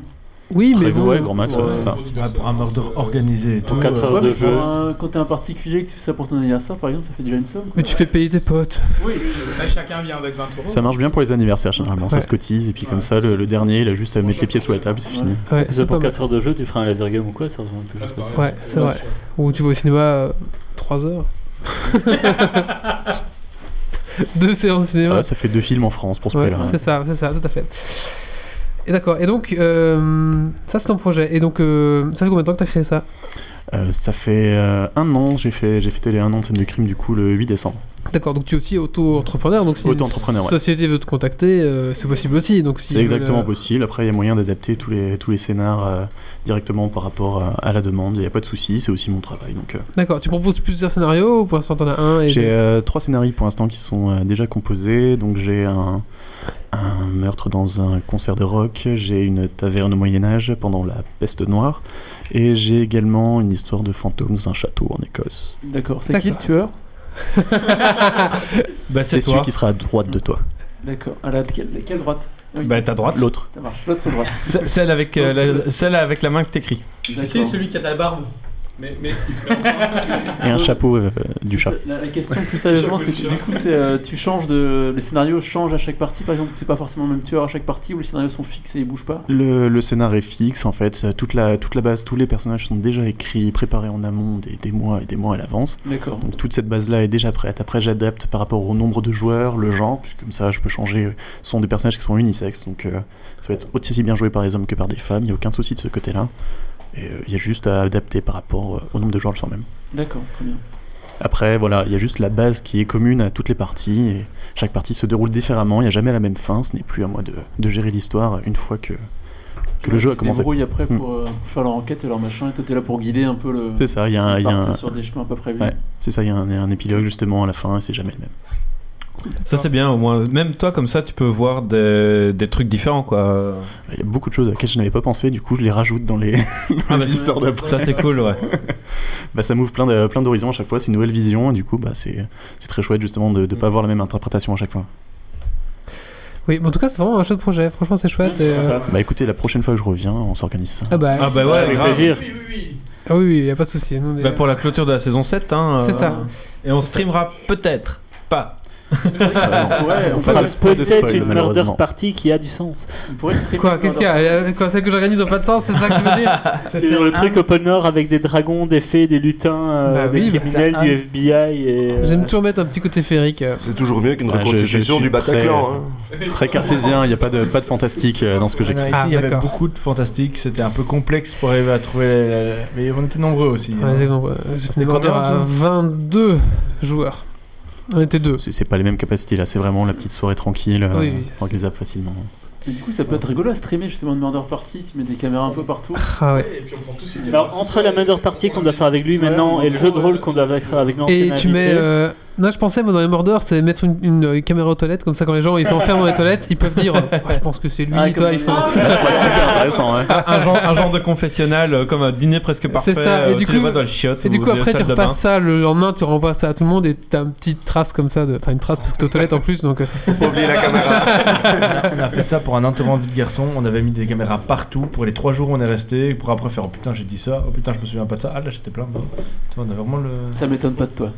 S1: Oui,
S2: Très mais bon, ouais, grand max, ouais, c'est ça.
S10: Un murder organisé et tout.
S6: quatre
S10: euh, ouais, mais pour un-
S6: Quand t'es un particulier et que tu fais ça pour ton anniversaire, par exemple, ça fait déjà une somme. quoi.
S1: Mais tu fais payer tes potes.
S11: Oui, bah, chacun vient avec 20 euros.
S2: Ça marche bien pour les anniversaires généralement, ça
S1: Ouais.
S2: se cotise et puis comme ça, le, le dernier, il a juste à mettre les pieds sous la table, c'est fini.
S1: Ouais,
S8: Ça,
S1: c'est
S8: pour
S1: pas mal.
S8: 4 heures de jeu, tu feras un laser game ou quoi Ça ressemble toujours à ça.
S1: Ouais, c'est vrai. Ou tu vas au cinéma 3 heures. deux séances de cinéma.
S2: Ah, ça fait deux films en France pour ce
S1: Ouais,
S2: prix-là. hein.
S1: c'est ça, c'est ça, tout à fait. Et d'accord. Et donc, euh, ça c'est ton projet. Et donc, euh, ça fait combien de temps que t'as créé ça
S2: Euh, ça fait euh, un an, j'ai fait, j'ai fêté les un an de scène de crime du coup le 8 décembre.
S1: D'accord. Donc tu es aussi auto-entrepreneur. Donc si une
S2: Auto-entrepreneur, ouais.
S1: société veut te contacter, euh, c'est possible aussi. Donc si euh,
S2: C'est exactement possible. Après, il y a moyen d'adapter tous les, tous les scénars euh, directement par rapport à, à la demande. Il n'y a pas de souci, c'est aussi mon travail. Donc, euh,
S1: D'accord. Tu proposes plusieurs scénarios ou pour l'instant t'en as un et
S2: j'ai euh, trois scénarios pour l'instant qui sont euh, déjà composés. Donc, j'ai un, un meurtre dans un concert de rock, j'ai une taverne au Moyen-Âge pendant la peste noire, et j'ai également une histoire de fantôme dans un château en Écosse.
S6: D'accord, c'est qui le
S1: D'accord.
S6: tueur
S4: Bah, c'est
S2: c'est celui
S4: toi.
S2: qui sera à droite de toi.
S6: D'accord, à la quelle, quelle droite Oui.
S4: Bah, ta droite.
S2: L'autre.
S6: Ça marche, l'autre droite.
S4: Ce- Celle avec, euh, la- celle avec la main que t'écris.
S11: C'est celui qui a de la barbe. Mais, mais...
S2: Et un chapeau euh, du chat.
S6: La, la question plus sérieusement, c'est que du coup, c'est, euh, tu changes de. Les scénarios changent à chaque partie, par exemple, c'est pas forcément le même tueur à chaque partie, ou les scénarios sont fixés et ils bougent pas
S2: Le, le scénar est fixe en fait, Euh, toute la, toute la base, tous les personnages sont déjà écrits, préparés en amont des, des mois et des mois à l'avance.
S6: D'accord.
S2: Donc toute cette base là est déjà prête. Après j'adapte par rapport au nombre de joueurs, le genre, puisque comme ça je peux changer. Ce sont des personnages qui sont unisexes, donc euh, ça va être aussi bien joué par les hommes que par des femmes, il n'y a aucun souci de ce côté là. Et euh, il y a juste à adapter par rapport euh, au nombre de joueurs le soir même.
S6: D'accord, très bien.
S2: Après voilà, il y a juste la base qui est commune à toutes les parties, et chaque partie se déroule différemment, il n'y a jamais la même fin, ce n'est plus à moi de, de gérer l'histoire une fois que, que le jeu a commencé.
S6: débrouillent après
S2: Hmm.
S6: pour, euh, pour faire leur enquête et leur machin, et toi t'es là pour guider un peu le.
S2: C'est ça, il y a un.
S6: Ils
S2: il y a
S6: partent
S2: un-
S6: sur des chemins pas prévus.
S2: Ouais, c'est ça, il y a un, un épilogue justement à la fin et c'est jamais le même.
S4: Ça c'est bien au moins. Même toi comme ça tu peux voir des, des trucs différents quoi.
S2: Il y a beaucoup de choses à laquelle je n'avais pas pensé, du coup je les rajoute dans les,
S4: Ah,
S2: les
S4: bah,
S2: histoires d'après.
S4: ça, c'est cool, ouais.
S2: bah, ça m'ouvre plein de- plein d'horizons à chaque fois, c'est une nouvelle vision et du coup bah, c'est c'est très chouette justement de
S4: Mm.
S2: ne pas avoir la même interprétation à chaque fois.
S1: Oui, mais en tout cas, c'est vraiment un chouette projet. Franchement, c'est chouette. et, euh,
S2: Bah écoutez, la prochaine fois que je reviens, on s'organise ça.
S1: Ah bah,
S4: Ah bah ouais,
S8: Avec
S4: grave.
S8: plaisir.
S1: Ah oui, oui, y a pas de souci. Nous, on est-
S4: Bah, pour la clôture de la saison 7 hein.
S1: C'est ça.
S4: Et on streamera peut-être pas.
S8: Ouais, on
S2: Pas de-
S8: fasse
S2: pas de spoil,
S8: peut-être une murder
S2: malheureusement.
S8: party qui a du sens.
S1: Quoi, qu'est-ce qu'il y a Euh, Quoi, celle que j'organise n'a pas de sens, c'est ça que tu veux dire
S8: C'est-à-dire le truc open nord avec des dragons, des fées, des lutins, euh,
S1: Bah oui,
S8: des
S1: mais
S8: criminels,
S1: c'était un-
S8: du FBI et. euh,
S1: J'aime toujours mettre un petit côté féerique. euh.
S5: C'est toujours mieux qu'une
S2: Ah, je- je
S5: reconstitution
S2: suis
S5: du Bataclan. hein.
S1: hein.
S2: Très, très cartésien, il n'y a pas de, pas de fantastique euh, dans ce que
S10: Ah,
S2: j'écris.
S10: ici, il y avait
S1: d'accord.
S10: beaucoup de fantastiques, c'était un peu complexe pour arriver à trouver. la- la- Mais on était nombreux aussi.
S1: Ouais, c'est bon, euh, J'ai fait des
S10: T'es combien,
S1: compteurs à
S10: toi
S1: 22 joueurs. On était deux.
S2: C'est c'est pas les mêmes capacités là, c'est vraiment la petite soirée tranquille, euh,
S1: Oui, oui,
S2: organisable facilement.
S6: Et du coup, ça peut être rigolo à streamer justement une murder party. Tu mets des caméras un peu partout.
S1: Ah ouais.
S3: Et puis on prend tous une
S8: Alors entre la murder party qu'on doit faire avec lui maintenant et le jeu de rôle qu'on doit faire avec l'ancien
S1: Et tu mets.
S8: invité,
S1: euh, Là, je pensais, moi, dans les mordeurs, c'est mettre une, une, euh, caméra aux toilettes, comme ça, quand les gens ils s'enferment dans les toilettes, ils peuvent dire euh, Ouais, Je pense que c'est lui,
S6: Ah,
S1: toi,
S6: comme-
S1: il faut.
S2: super intéressant, ouais.
S4: un, genre, un genre de confessionnal euh, comme un dîner presque parfait.
S1: C'est ça,
S4: euh,
S1: et du
S4: tu les
S1: coup,
S4: vois dans le chiotte
S1: et du
S4: ou
S1: coup
S4: dans la
S1: après tu
S4: salle de bain.
S1: repasses ça le lendemain, tu renvoies ça à tout le monde et t'as une petite trace comme ça, de... enfin une trace parce que t'es aux toilettes en plus, donc euh,
S5: Pas oublier la caméra.
S10: On a fait ça pour un enterrement de vie de garçon, on avait mis des caméras partout pour les trois jours où on est resté, pour après faire oh putain j'ai dit ça, oh putain je me souviens pas de ça, ah là j'étais plein mort. Tu vois, on a vraiment le.
S6: Ça m'étonne pas de toi.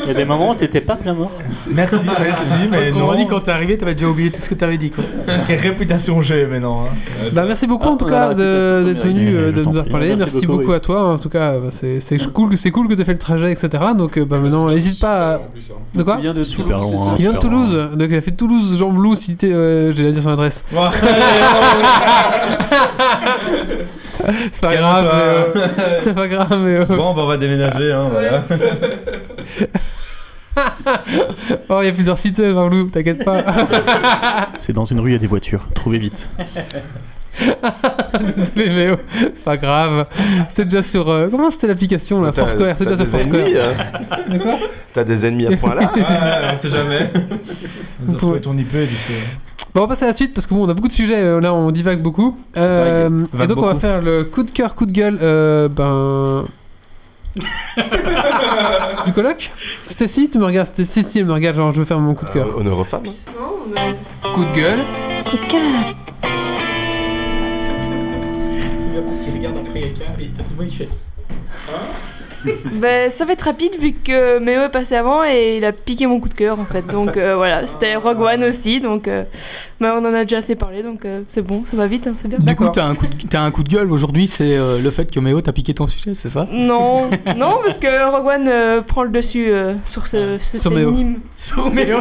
S8: il y a des moments où t'étais pas plein mort.
S10: Merci, merci, mais
S7: Autrement
S10: non.
S7: dit, quand t'es arrivé, t'avais déjà oublié tout ce que t'avais dit. Quoi.
S10: Quelle réputation j'ai maintenant. hein, c'est-
S1: Bah, merci beaucoup
S2: Ah,
S1: en tout
S7: Ah,
S6: on a la
S1: cas
S6: réputation
S1: de-
S6: de
S1: d'être
S6: premier
S1: venu,
S2: degré.
S1: euh,
S2: Je
S1: de
S2: t'en
S1: nous avoir
S2: prie.
S1: parlé.
S8: Merci
S1: Merci,
S8: beaucoup,
S1: beaucoup,
S8: oui.
S1: à toi. En tout cas, bah, c'est c'est cool, que- c'est cool que t'aies fait le trajet, etc. Donc euh, bah, maintenant, n'hésite pas. à-
S3: En plus, hein.
S1: De quoi
S6: Il vient de
S2: Super
S6: Toulouse.
S2: loin.
S1: Il vient de
S2: super
S1: Toulouse. Donc il a fait Toulouse Jean Blou. Si t'es, euh, j'ai la dire son adresse.
S4: Ouais.
S1: C'est pas grave. mais,
S4: Calme-toi.
S1: euh, C'est pas grave. Mais euh,
S4: Bon, bah, on va déménager, hein, voilà.
S1: oh, il y a plusieurs sites euh, Jean Blou. T'inquiète pas.
S2: C'est dans une rue, il y a des voitures, trouvez vite.
S1: Désolé, mais oh, c'est pas grave. C'est déjà sur euh, comment c'était l'application là,
S5: T'as-
S1: Foursquare. C'est
S5: t'as
S1: déjà sur
S5: des
S1: Foursquare.
S5: ennemis, hein.
S1: De quoi
S5: T'as des ennemis à ce point-là
S4: Ouais, on sait jamais.
S10: Nous a
S5: hein.
S1: Vous
S10: trouvé
S1: pouvez-
S10: ton IP, tu sais.
S1: Bon, on va passer à la suite parce que bon, on a beaucoup de sujets. euh, Là, on divague beaucoup. Euh, et
S4: Vague
S1: donc, on va
S4: beaucoup.
S1: faire le coup de cœur, coup de gueule. euh, ben. du colloque Stacy, tu me regardes. Stacy, si, elle me regarde. Genre, je veux faire mon coup de cœur.
S5: Honneur aux femmes.
S9: Non, mais-
S1: Coup de gueule.
S11: Coup de cœur.
S7: J'aime bien parce qu'il regarde après quelqu'un et t'as tout le monde qui fait.
S9: Ben, ça va être rapide vu que Méo est passé avant et il a piqué mon coup de cœur en fait. Donc euh, voilà, c'était Rogue One aussi. Donc euh, ben, on en a déjà assez parlé donc euh, c'est bon, ça va vite, hein, c'est bien.
S7: Du coup,
S1: D'accord.
S7: t'as un, coup de- t'as un coup de gueule aujourd'hui, c'est euh, le fait que Méo t'a piqué ton sujet, c'est ça
S9: Non, non, parce que Rogue One euh, prend le dessus euh, sur ce, ce
S1: Sur Méo.
S9: féminisme.
S7: Méo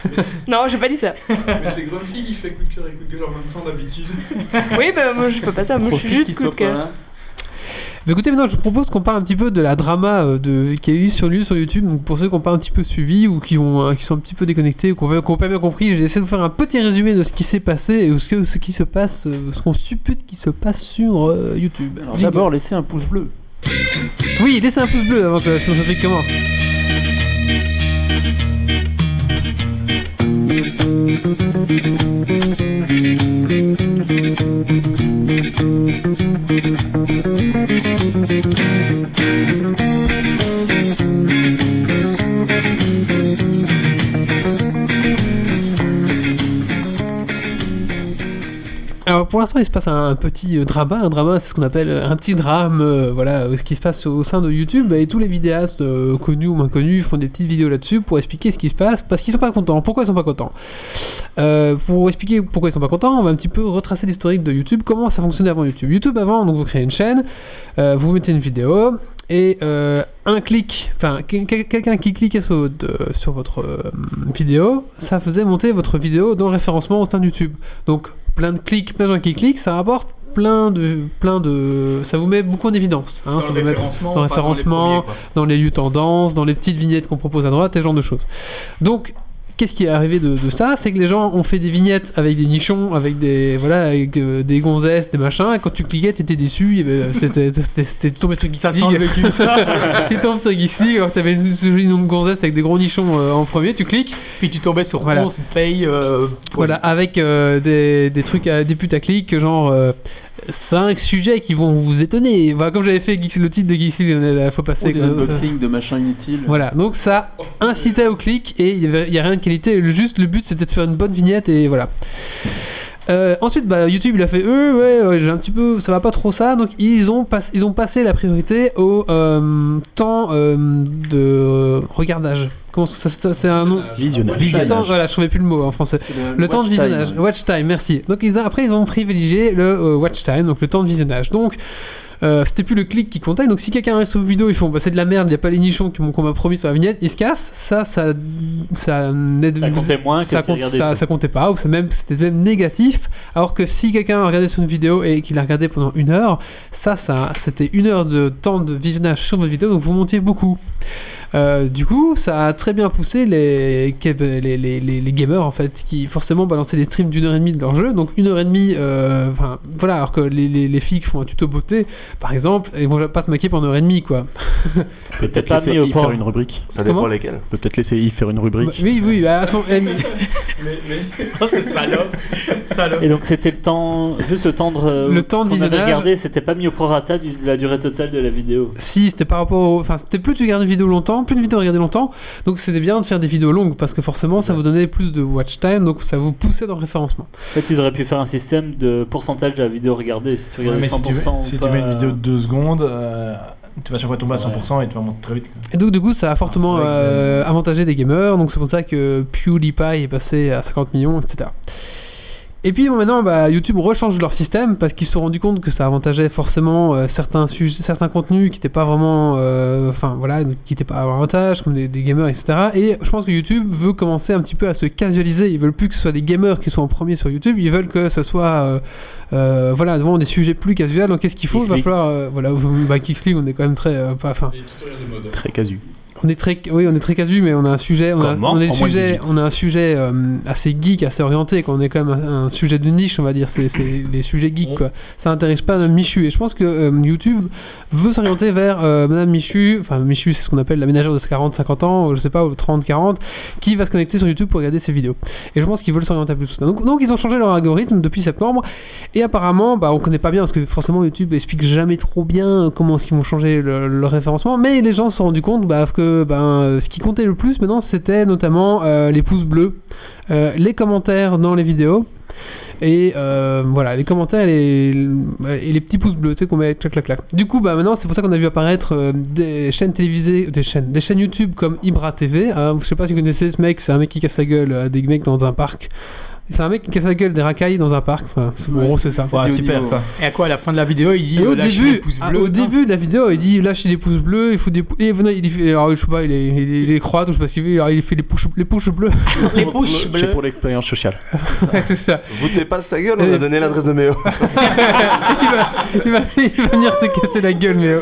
S9: Non, j'ai pas dit ça.
S3: Mais c'est Grumpy qui fait coup de cœur et coup de gueule en même temps d'habitude.
S9: Oui, ben moi je fais pas ça, moi je suis juste coup de cœur.
S1: Bah, écoutez, maintenant, je vous propose qu'on parle un petit peu de la drama euh, de... qui a eu sur lui sur YouTube. Donc, pour ceux qui n'ont pas un petit peu suivi ou qui, ont, euh, qui sont un petit peu déconnectés ou qui n'ont pas qui ont pas bien compris, j'ai essayé de vous faire un petit résumé de ce qui s'est passé et ce, ce qui se passe, euh, ce qu'on suppute qui se passe sur euh, YouTube.
S6: Alors
S1: Jingle.
S6: d'abord, laissez un pouce bleu.
S1: Oui, laissez un pouce bleu avant que son topic commence. Alors pour l'instant il se passe un petit euh, drama, un drama c'est ce qu'on appelle euh, un petit drame, euh, voilà euh, ce qui se passe au sein de YouTube et tous les vidéastes euh, connus ou moins connus font des petites vidéos là-dessus pour expliquer ce qui se passe parce qu'ils sont pas contents. Pourquoi ils sont pas contents Euh, Pour expliquer pourquoi ils sont pas contents, on va un petit peu retracer l'historique de YouTube, comment ça fonctionnait avant YouTube. YouTube avant donc vous créez une chaîne, euh, vous mettez une vidéo et euh, un clic, enfin quel- quel- quelqu'un qui cliquait sur, de- sur votre euh, vidéo, ça faisait monter votre vidéo dans le référencement au sein de YouTube. Donc plein de clics, plein de gens qui cliquent, ça rapporte plein de, plein de, ça vous met beaucoup en évidence. hein, ça vous met
S7: référencement,
S1: dans le
S7: pas les
S1: référencement,
S7: premiers, quoi.
S1: dans les lieux tendances, dans les petites vignettes qu'on propose à droite, ce genre de choses. Donc Qu'est-ce qui est arrivé de, de ça C'est que les gens ont fait des vignettes avec des nichons, avec des voilà, avec, euh, des gonzesses, des machins. Et quand tu cliquais, t'étais déçu. et ben, C'était c'était- c'était tombé sur Geeks
S7: Ça sent
S1: League.
S7: le vécu, ça.
S1: tu tombes sur Geeks League alors que t'avais une jolie nom de gonzesse avec des gros nichons euh, en premier. Tu cliques,
S7: Puis tu tombais sur
S1: Voilà.
S7: 11 payes. euh, pour-
S1: voilà, avec euh, des, des trucs à des putaclics, genre 5 sujets qui vont vous étonner. Voilà, comme j'avais fait Geeks- le titre de Geeks League la fois
S6: C'est
S1: passée.
S6: des
S1: que-
S6: unboxings de machins inutiles.
S1: voilà, donc ça incitait au clic et il n'y avait il y a rien de qualité. Le- Juste le but c'était de faire une bonne vignette et voilà. Euh, ensuite, bah, YouTube il a fait euh, ouais, ouais, j'ai un petit peu, ça va pas trop ça. Donc ils ont, pass- ils ont passé la priorité au euh, temps euh, de regardage. Comment ça, ça- c'est un nom
S2: Visionnage.
S1: Le temps, voilà, je trouvais plus le mot hein, en français.
S2: le
S1: Le, temps de
S2: watch time.
S1: visionnage. Watch time, merci. Donc ils ont- après ils ont privilégié le euh, watch time, donc le temps de visionnage. Donc euh, c'était plus le clic qui comptait. Donc si quelqu'un reste sous vidéo, ils font bah, c'est de la merde, il n'y a pas les nichons qui m'ont- qu'on m'a promis sur la vignette, ils se cassent. Ça, ça, ça, n'aide-
S8: Ça comptait moins que
S1: ça,
S8: si
S1: compte-
S8: regarder
S1: ça-
S8: tout.
S1: ça comptait pas, ou c'est même- c'était même, négatif. Alors que si quelqu'un a regardé sur une vidéo et qu'il a regardé pendant une heure, ça, ça c'était une heure de temps de visionnage sur votre vidéo, donc vous montiez beaucoup. Euh, du coup, ça a très bien poussé les, les, les, les- les gamers en fait, qui forcément balançaient des streams d'une heure et demie de leur jeu. Donc une heure et demie, euh, enfin voilà, alors que les, les, les filles qui font un tuto beauté, par exemple, elles vont pas se maquiller pendant une heure et demie quoi.
S2: Peut-être laisser y faire une rubrique.
S1: Ça dépend Comment lesquelles.
S2: Peut peut-être laisser y faire une rubrique.
S1: Oui, oui, à ce moment.
S11: Oh, c'est salope.
S8: Et
S1: Bah,
S8: donc c'était le temps, juste le temps de, euh,
S1: Le temps de
S8: qu'on avait
S1: visionnage.
S8: regardé, c'était pas mis au prorata du- de la durée totale de la vidéo.
S1: Si, c'était par rapport au. Enfin, c'était plus tu regardes une vidéo longtemps, plus de vidéos regardées longtemps. Donc, c'était bien de faire des vidéos longues parce que forcément, ça vous donnait plus de watch time, donc ça vous poussait dans le référencement.
S8: En fait, ils auraient pu faire un système de pourcentage de la vidéo regardée. Si tu
S10: Ouais,
S8: regardes
S10: mais si
S8: 100%
S10: tu, mets-
S8: ou
S10: si
S8: pas,
S10: tu mets une vidéo
S8: euh,
S10: de 2 secondes, euh, tu vas chaque fois tomber à 100% et tu vas monter très vite. quoi.
S1: Et donc, du coup, ça a fortement euh, avantagé des gamers, donc c'est pour ça que PewDiePie est passé à 50 millions, etc. Et puis bon, maintenant, bah, YouTube rechange leur système parce qu'ils se sont rendus compte que ça avantageait forcément euh, certains, sujets, certains contenus qui n'étaient pas vraiment. euh, Enfin voilà, donc, qui n'étaient pas à leur avantage, comme des, des gamers, etc. Et je pense que YouTube veut commencer un petit peu à se casualiser. Ils veulent plus que ce soit des gamers qui soient en premier sur YouTube, ils veulent que ce soit. euh, euh, voilà, devant des sujets plus casuels. Donc qu'est-ce qu'il faut Il va
S2: Kicks League.
S1: falloir. euh, voilà, bah, Kicks League, on est quand même très. euh, pas, enfin,
S2: Très casu.
S1: on est très, oui, on est très casu, mais on a un sujet, on a,
S2: Comment
S1: on a des
S2: En moins de
S1: sujets-
S2: 18.
S1: on a un sujet euh, assez geek, assez orienté. Quoi. On est quand même un, un sujet de niche, on va dire. C'est c'est les sujets geeks, quoi. Ça intéresse pas Madame Michu. Et je pense que euh, YouTube veut s'orienter vers euh, Madame Michu. Enfin, Michu, c'est ce qu'on appelle la ménagère de 40-50 ans, ou je sais pas, ou 30-40, qui va se connecter sur YouTube pour regarder ses vidéos. Et je pense qu'ils veulent s'orienter plus. Donc, donc, ils ont changé leur algorithme depuis septembre. Et apparemment, bah, on connaît pas bien, parce que forcément, YouTube explique jamais trop bien comment est-ce qu'ils vont changer le, le référencement. Mais les gens se sont rendus compte bah, que ben, euh, ce qui comptait le plus maintenant, c'était notamment euh, les pouces bleus, euh, les commentaires dans les vidéos. Et euh, voilà, les commentaires et les, et les petits pouces bleus, tu sais, qu'on met clac clac clac. Du coup, bah maintenant, c'est pour ça qu'on a vu apparaître euh, des chaînes télévisées, des chaînes, des chaînes YouTube comme Ibra TV. hein. je sais pas si vous connaissez ce mec, c'est un mec qui casse la gueule à des mecs dans un parc. C'est un mec qui casse la gueule des racailles dans un parc. Enfin, c'est- en gros, c'est ça.
S7: Et à quoi à la fin de la vidéo il dit
S1: Et au
S7: euh, lâchez les
S1: début,
S7: pouces
S1: ah,
S7: bleus,
S1: au
S7: hein.
S1: début de la vidéo, il dit lâchez les pouces bleus, il faut des pou- et venez, il fait alors, je sais pas, il est, il est- il est croate ou je sais pas ce qu'il fait, alors, il fait les pouches les pouches bleues.
S7: Les pouces
S2: C'est pour l'expérience sociale.
S1: Ah,
S5: Vous t'es pas sa gueule, on a donné l'adresse de Méo.
S1: il, va, il va venir te casser la gueule, mais.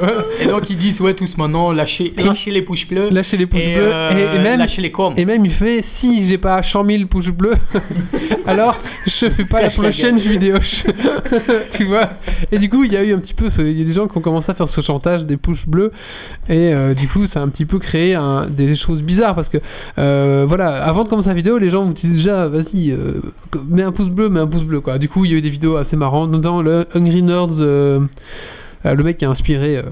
S7: Et donc ils disent ouais tous maintenant lâchez, lâchez les pouces bleus.
S1: Lâchez les pouces
S7: et,
S1: bleus
S7: euh,
S1: et, et même
S7: lâchez les coms.
S1: et même il fait si j'ai pas 100 000 pouces bleus, alors je fais pas la
S7: Cache la
S1: prochaine
S7: gueule.
S1: vidéo. tu vois. Et du coup, il y a eu un petit peu, ce- il y a des gens qui ont commencé à faire ce chantage des pouces bleus et euh, du coup, ça a un petit peu créé un- des choses bizarres parce que euh, voilà, avant de commencer la vidéo, les gens vous disent déjà vas-y, euh, mets un pouce bleu, mets un pouce bleu quoi. Du coup, il y a eu des vidéos assez marrantes, notamment le Hungry Nerds. euh, euh, le mec qui a inspiré euh,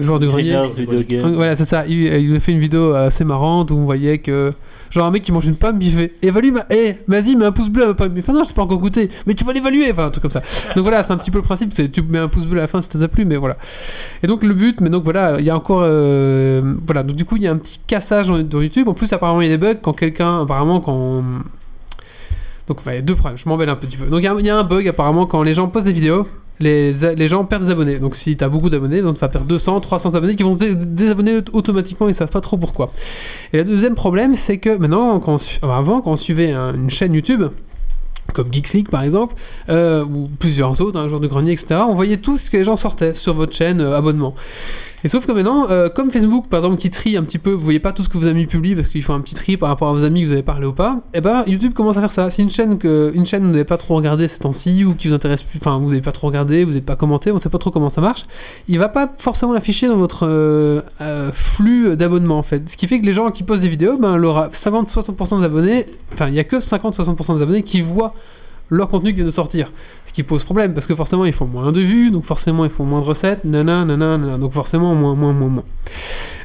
S1: joueur de grenier.
S8: Greeners Video Game.
S1: Ouais, voilà, c'est ça. Il, il a fait une vidéo assez marrante où on voyait que. Genre un mec qui mange une pomme, il fait évalue ma. Eh, vas-y, mets un pouce bleu à ma pomme. Il fait non, je sais pas encore goûté, mais tu vas l'évaluer. Enfin, un truc comme ça. Donc voilà, c'est un petit peu le principe. C'est tu mets un pouce bleu à la fin si ça t'a plu, mais voilà. Et donc le but, mais donc voilà, il y a encore. euh, voilà, donc du coup, il y a un petit cassage dans dans YouTube. En plus, apparemment, il y a des bugs quand quelqu'un. Apparemment, quand. Donc enfin, il y a deux problèmes, je m'embête un petit peu. Donc il y a- il y, a un bug apparemment quand les gens postent des vidéos, les, les gens perdent des abonnés. Donc si t'as beaucoup d'abonnés, donc tu vas perdre 200, 300 abonnés qui vont se dé- désabonner aut- automatiquement, ils savent pas trop pourquoi. Et le deuxième problème, c'est que maintenant, quand on su- enfin, avant, quand on suivait un- une chaîne YouTube, comme Geeks League par exemple, euh, ou plusieurs autres, un genre de grenier, etc., on voyait tout ce que les gens sortaient sur votre chaîne euh, abonnement. Et sauf que maintenant, euh, comme Facebook par exemple qui trie un petit peu, vous voyez pas tout ce que vos amis publient parce qu'ils font un petit tri par rapport à vos amis que vous avez parlé ou pas, et ben YouTube commence à faire ça. Si une chaîne que une chaîne que vous n'avez pas trop regardé ces temps-ci ou qui vous intéresse plus, enfin vous n'avez pas trop regardé, vous n'avez pas commenté, on sait pas trop comment ça marche, il va pas forcément l'afficher dans votre euh, euh, flux d'abonnement en fait. Ce qui fait que les gens qui postent des vidéos, ben l'aura 50-60% des abonnés, enfin il y a que 50-60% des abonnés qui voient leur contenu qui vient de sortir. Ce qui pose problème, parce que forcément, ils font moins de vues, donc forcément, ils font moins de recettes, nanana, nanana, nanana, donc forcément, moins, moins, moins, moins.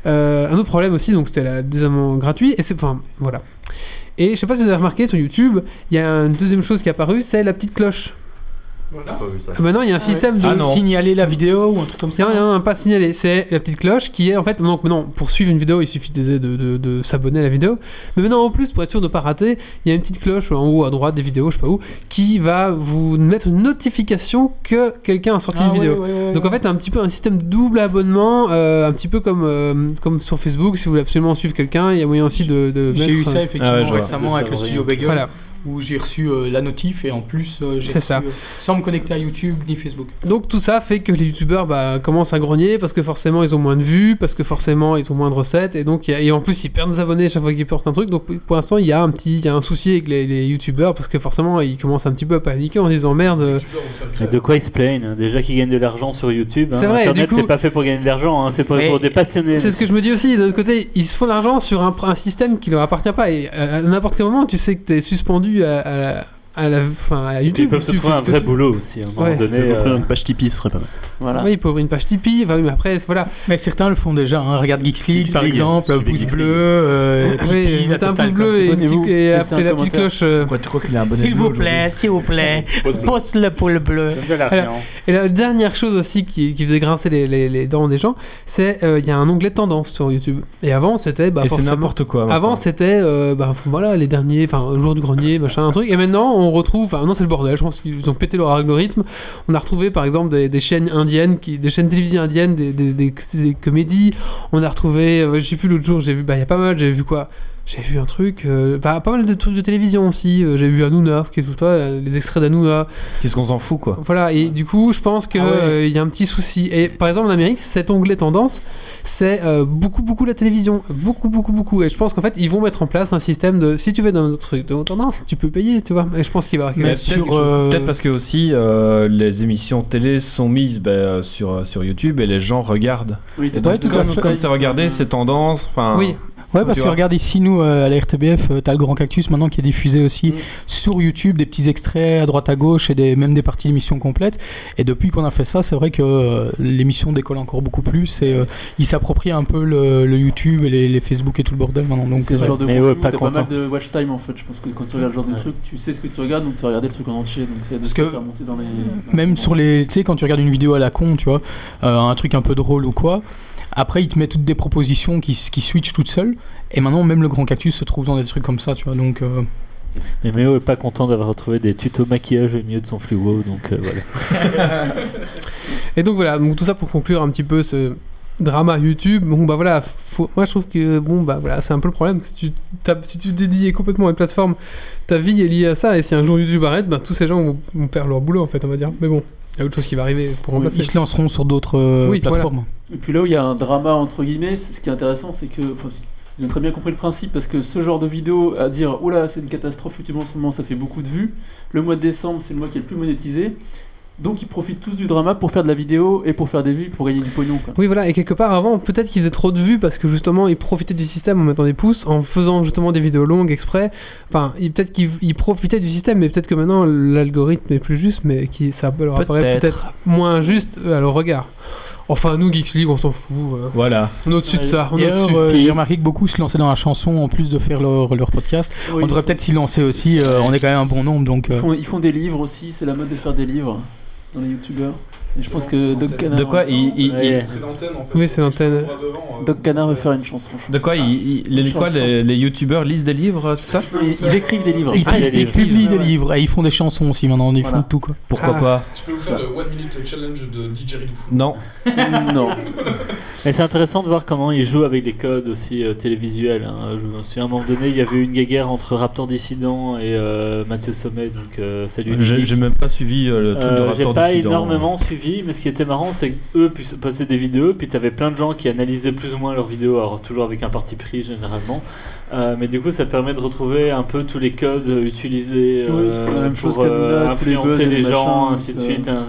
S1: Euh, un autre problème aussi, donc c'était la deuxièmement gratuit, et c'est... Enfin, voilà. Et je sais pas si vous avez remarqué, sur YouTube, il y a une deuxième chose qui est apparue, c'est la petite cloche. Voilà. Ah bah non, il y a un système de
S7: signaler la vidéo ou un truc comme ça.
S1: Non, non, non, pas signaler. C'est la petite cloche qui est en fait. Donc, non, pour suivre une vidéo, il suffit de, de- de- de s'abonner à la vidéo. Mais maintenant, en plus, pour être sûr de ne pas rater, il y a une petite cloche en haut à droite des vidéos, je sais pas où, qui va vous mettre une notification que quelqu'un a sorti
S7: Ah
S1: une
S7: ouais,
S1: vidéo.
S7: ouais, ouais,
S1: Donc, en fait, un petit peu un système double abonnement, euh, un petit peu comme, euh, comme sur Facebook. Si vous voulez absolument suivre quelqu'un, il y a moyen aussi de. de
S7: J'ai
S1: mettre- euh,
S7: eu ça effectivement récemment avec le studio Bagel
S1: Voilà.
S7: où j'ai reçu euh, la notif et en plus euh, j'ai
S1: C'est
S7: reçu,
S1: ça.
S7: euh, sans me connecter à YouTube ni Facebook.
S1: Donc tout ça fait que les youtubeurs bah, commencent à grogner parce que forcément ils ont moins de vues, parce que forcément ils ont moins de recettes et donc y a- et en plus ils perdent des abonnés chaque fois qu'ils portent un truc. Donc pour l'instant il y a un petit il y a un souci avec les, les youtubeurs parce que forcément ils commencent un petit peu à paniquer en se disant merde. euh,
S8: Mais de quoi ils se plaignent hein Déjà qu'ils gagnent de l'argent sur YouTube. hein.
S1: C'est vrai,
S8: Internet,
S1: du coup-
S8: c'est pas fait pour gagner de l'argent, hein, c'est pour,
S1: Mais
S8: pour des passionnés.
S1: C'est ce que je me dis aussi. D'un autre côté, ils se font de l'argent sur un, un système qui leur appartient pas. Et euh, à, à n'importe quel moment, tu sais que t'es suspendu à, à la- à la, enfin, à YouTube.
S8: Ils peuvent se
S1: Tu
S8: trouver
S1: fais
S8: un
S1: ce que
S8: vrai
S1: tu-
S8: boulot aussi. À un moment
S1: Ouais.
S8: donné,
S2: Ils peuvent ouvrir
S8: euh,
S2: une page Tipeee, ce serait pas mal.
S7: Voilà.
S1: Oui, il peut ouvrir une page Tipeee. Enfin, oui, mais après, voilà.
S7: Mais certains le font déjà. hein. Regarde Geeks League par
S1: Geeks League,
S7: exemple,
S1: suivez
S7: pouce
S1: Geeks
S7: bleu, euh, Tipeee,
S1: Oui,
S7: la
S1: mettez un
S7: totale,
S1: pouce
S7: quoi.
S1: bleu et, une petite- et
S7: Laissez un
S1: après la petite
S7: commentaire.
S1: cloche. euh,
S10: Quoi, tu crois qu'il a un
S7: S'il vous plaît, s'il vous plaît, pouce le pour le bleu.
S1: Alors, et la dernière chose aussi qui, qui faisait grincer les, les- les dents des gens, c'est euh, il y a un onglet tendance sur YouTube. Et avant c'était bah,
S10: Et c'est
S1: forcément-
S10: n'importe quoi, maintenant.
S1: Avant c'était euh, bah, voilà les derniers, enfin jour du grenier, machin, un truc. Et maintenant on retrouve, enfin non c'est le bordel. Je pense qu'ils ont pété leur algorithme. On a retrouvé par exemple des, des chaînes indiennes, qui, des chaînes télévisées indiennes, des, des- des- des comédies. On a retrouvé, euh, je sais plus l'autre jour, j'ai vu, bah il y a pas mal, j'ai vu quoi. J'ai vu un truc, euh, bah, pas mal de trucs de télévision aussi. Euh, J'ai vu Hanouna, qui est tout toi, euh, les extraits d'Hanouna.
S10: Qu'est-ce qu'on s'en fout, quoi
S1: Voilà, et du coup, je pense qu'il
S10: Ah ouais.
S1: y a un petit souci. Et par exemple, en Amérique, cet onglet tendance, c'est euh, beaucoup, beaucoup la télévision. Beaucoup, beaucoup, beaucoup. Et je pense qu'en fait, ils vont mettre en place un système de si tu veux dans notre truc de haute tendance, tu peux payer, tu vois. Et je pense qu'il va euh, y avoir
S4: Mais
S1: quelque chose.
S4: peut-être- Peut-être parce que aussi euh, les émissions télé sont mises bah, euh, sur, euh, sur YouTube et les gens regardent.
S8: Oui,
S4: Et donc,
S7: ouais, tout à
S4: comme,
S7: fait.
S4: comme c'est regardé, c'est tendance. enfin,
S7: Oui, Ah. ouais, parce
S4: tu
S7: que
S4: vois.
S7: regarde ici, nous, euh, à la RTBF, euh, t'as le Grand Cactus maintenant qui est diffusé aussi sur YouTube, des petits extraits à droite à gauche et des, même des parties d'émissions complètes. Et depuis qu'on a fait ça, c'est vrai que euh, l'émission décolle encore beaucoup plus et euh, il s'approprie un peu le, le YouTube et les, les Facebook et tout le bordel maintenant. Donc,
S6: C'est le
S7: euh,
S6: genre de contenu où t'as pas mal de watch time en fait. Je pense que quand tu regardes ce genre de
S7: Ouais.
S6: truc, tu sais ce que tu regardes donc tu vas regarder le truc en entier. Donc c'est de
S7: Parce
S6: se
S7: que-
S6: faire monter dans les.
S7: Même sur les. Tu sais, quand tu regardes une vidéo à la con, tu vois, euh, un truc un peu drôle ou quoi, après, il te met toutes des propositions qui, s- qui switchent toutes seules. Et maintenant, même le grand cactus se trouve dans des trucs comme ça, tu vois. Donc. euh,
S8: Mais Méo est pas content d'avoir retrouvé des tutos maquillage au milieu de son fluo, donc euh, voilà.
S1: Et donc voilà, donc tout ça pour conclure un petit peu ce drama YouTube. Bon bah voilà, faut- moi je trouve que bon bah voilà, c'est un peu le problème. Si tu, tapes- si tu te dédies complètement à une plateforme, ta vie est liée à ça. Et si un jour YouTube arrête, bah, tous ces gens vont, vont perdre leur boulot en fait, on va dire. Mais bon, il y a autre chose qui va arriver pour remplacer.
S7: Ils se lanceront sur d'autres euh,
S1: Oui, voilà.
S7: plateformes.
S6: Et puis là où il y a un drama entre guillemets, c'est- ce qui est intéressant, c'est que enfin, ils ont très bien compris le principe parce que ce genre de vidéo à dire oula c'est une catastrophe YouTube en ce moment, ça fait beaucoup de vues. Le mois de décembre, c'est le mois qui est le plus monétisé. Donc ils profitent tous du drama pour faire de la vidéo et pour faire des vues, pour gagner du pognon. Quoi.
S1: Oui, voilà, et quelque part avant, peut-être qu'ils faisaient trop de vues parce que justement ils profitaient du système en mettant des pouces, en faisant justement des vidéos longues exprès. Enfin, ils- peut-être qu'ils ils profitaient du système, mais peut-être que maintenant l'algorithme est plus juste, mais qui, ça leur apparaît
S4: Peut-être.
S1: peut-être moins juste euh, à leur regard. Enfin, nous, Geeks League, on s'en fout. euh.
S4: Voilà.
S1: On est au-dessus de ça. On est
S7: D'ailleurs,
S1: au-dessus.
S7: euh, j'ai remarqué que beaucoup se lançaient dans la chanson en plus de faire leur, leur podcast.
S6: Oui.
S7: on devrait peut-être s'y lancer aussi. euh, on est quand même un bon nombre, donc.
S6: Ils
S7: euh,
S6: font, ils font des livres aussi, c'est la mode de faire des livres dans les youtubeurs. Et je pense que Doc Canard.
S4: De quoi il- il-
S6: Ouais.
S4: il-
S3: C'est l'antenne en fait.
S1: Oui, c'est l'antenne.
S3: euh,
S6: Doc Canard veut faire une chanson.
S4: De quoi, ils- ils- les,
S6: Chanson.
S4: quoi, les, les youtubeurs lisent des livres, c'est ça
S6: Ils, ils écrivent des livres.
S7: Ils,
S4: Ah,
S7: ils
S4: des livres.
S7: publient des
S6: Ouais.
S7: livres et ils font des chansons aussi maintenant, ils font
S6: Voilà.
S7: de tout quoi.
S4: Pourquoi
S5: Ah.
S4: pas
S3: Ah, Je peux vous faire le one minute challenge de DJ
S4: Non.
S6: non.
S8: Mais c'est intéressant de voir comment ils jouent avec les codes aussi euh, télévisuels. hein. Je me souviens à un moment donné, il y avait eu une guéguerre entre Raptor Dissident et euh, Mathieu Sommet, donc euh, salut.
S4: J'ai
S8: Nick.
S4: j'ai même pas suivi euh, le truc de
S8: Euh,
S4: Raptor
S8: J'ai pas
S4: Dissident.
S8: énormément suivi, mais ce qui était marrant, c'est que eux pu- passaient des vidéos, puis t'avais plein de gens qui analysaient plus ou moins leurs vidéos, alors toujours avec un parti pris généralement. Euh, mais du coup, ça te permet de retrouver un peu tous les codes euh, utilisés
S6: Oui,
S8: euh,
S6: c'est la même chose
S8: pour
S6: que
S8: euh,
S6: Nuna, tous les
S8: influencer
S6: buzz et
S8: les,
S6: les
S8: gens,
S6: machins,
S8: ainsi de
S6: ça-
S8: suite. hein.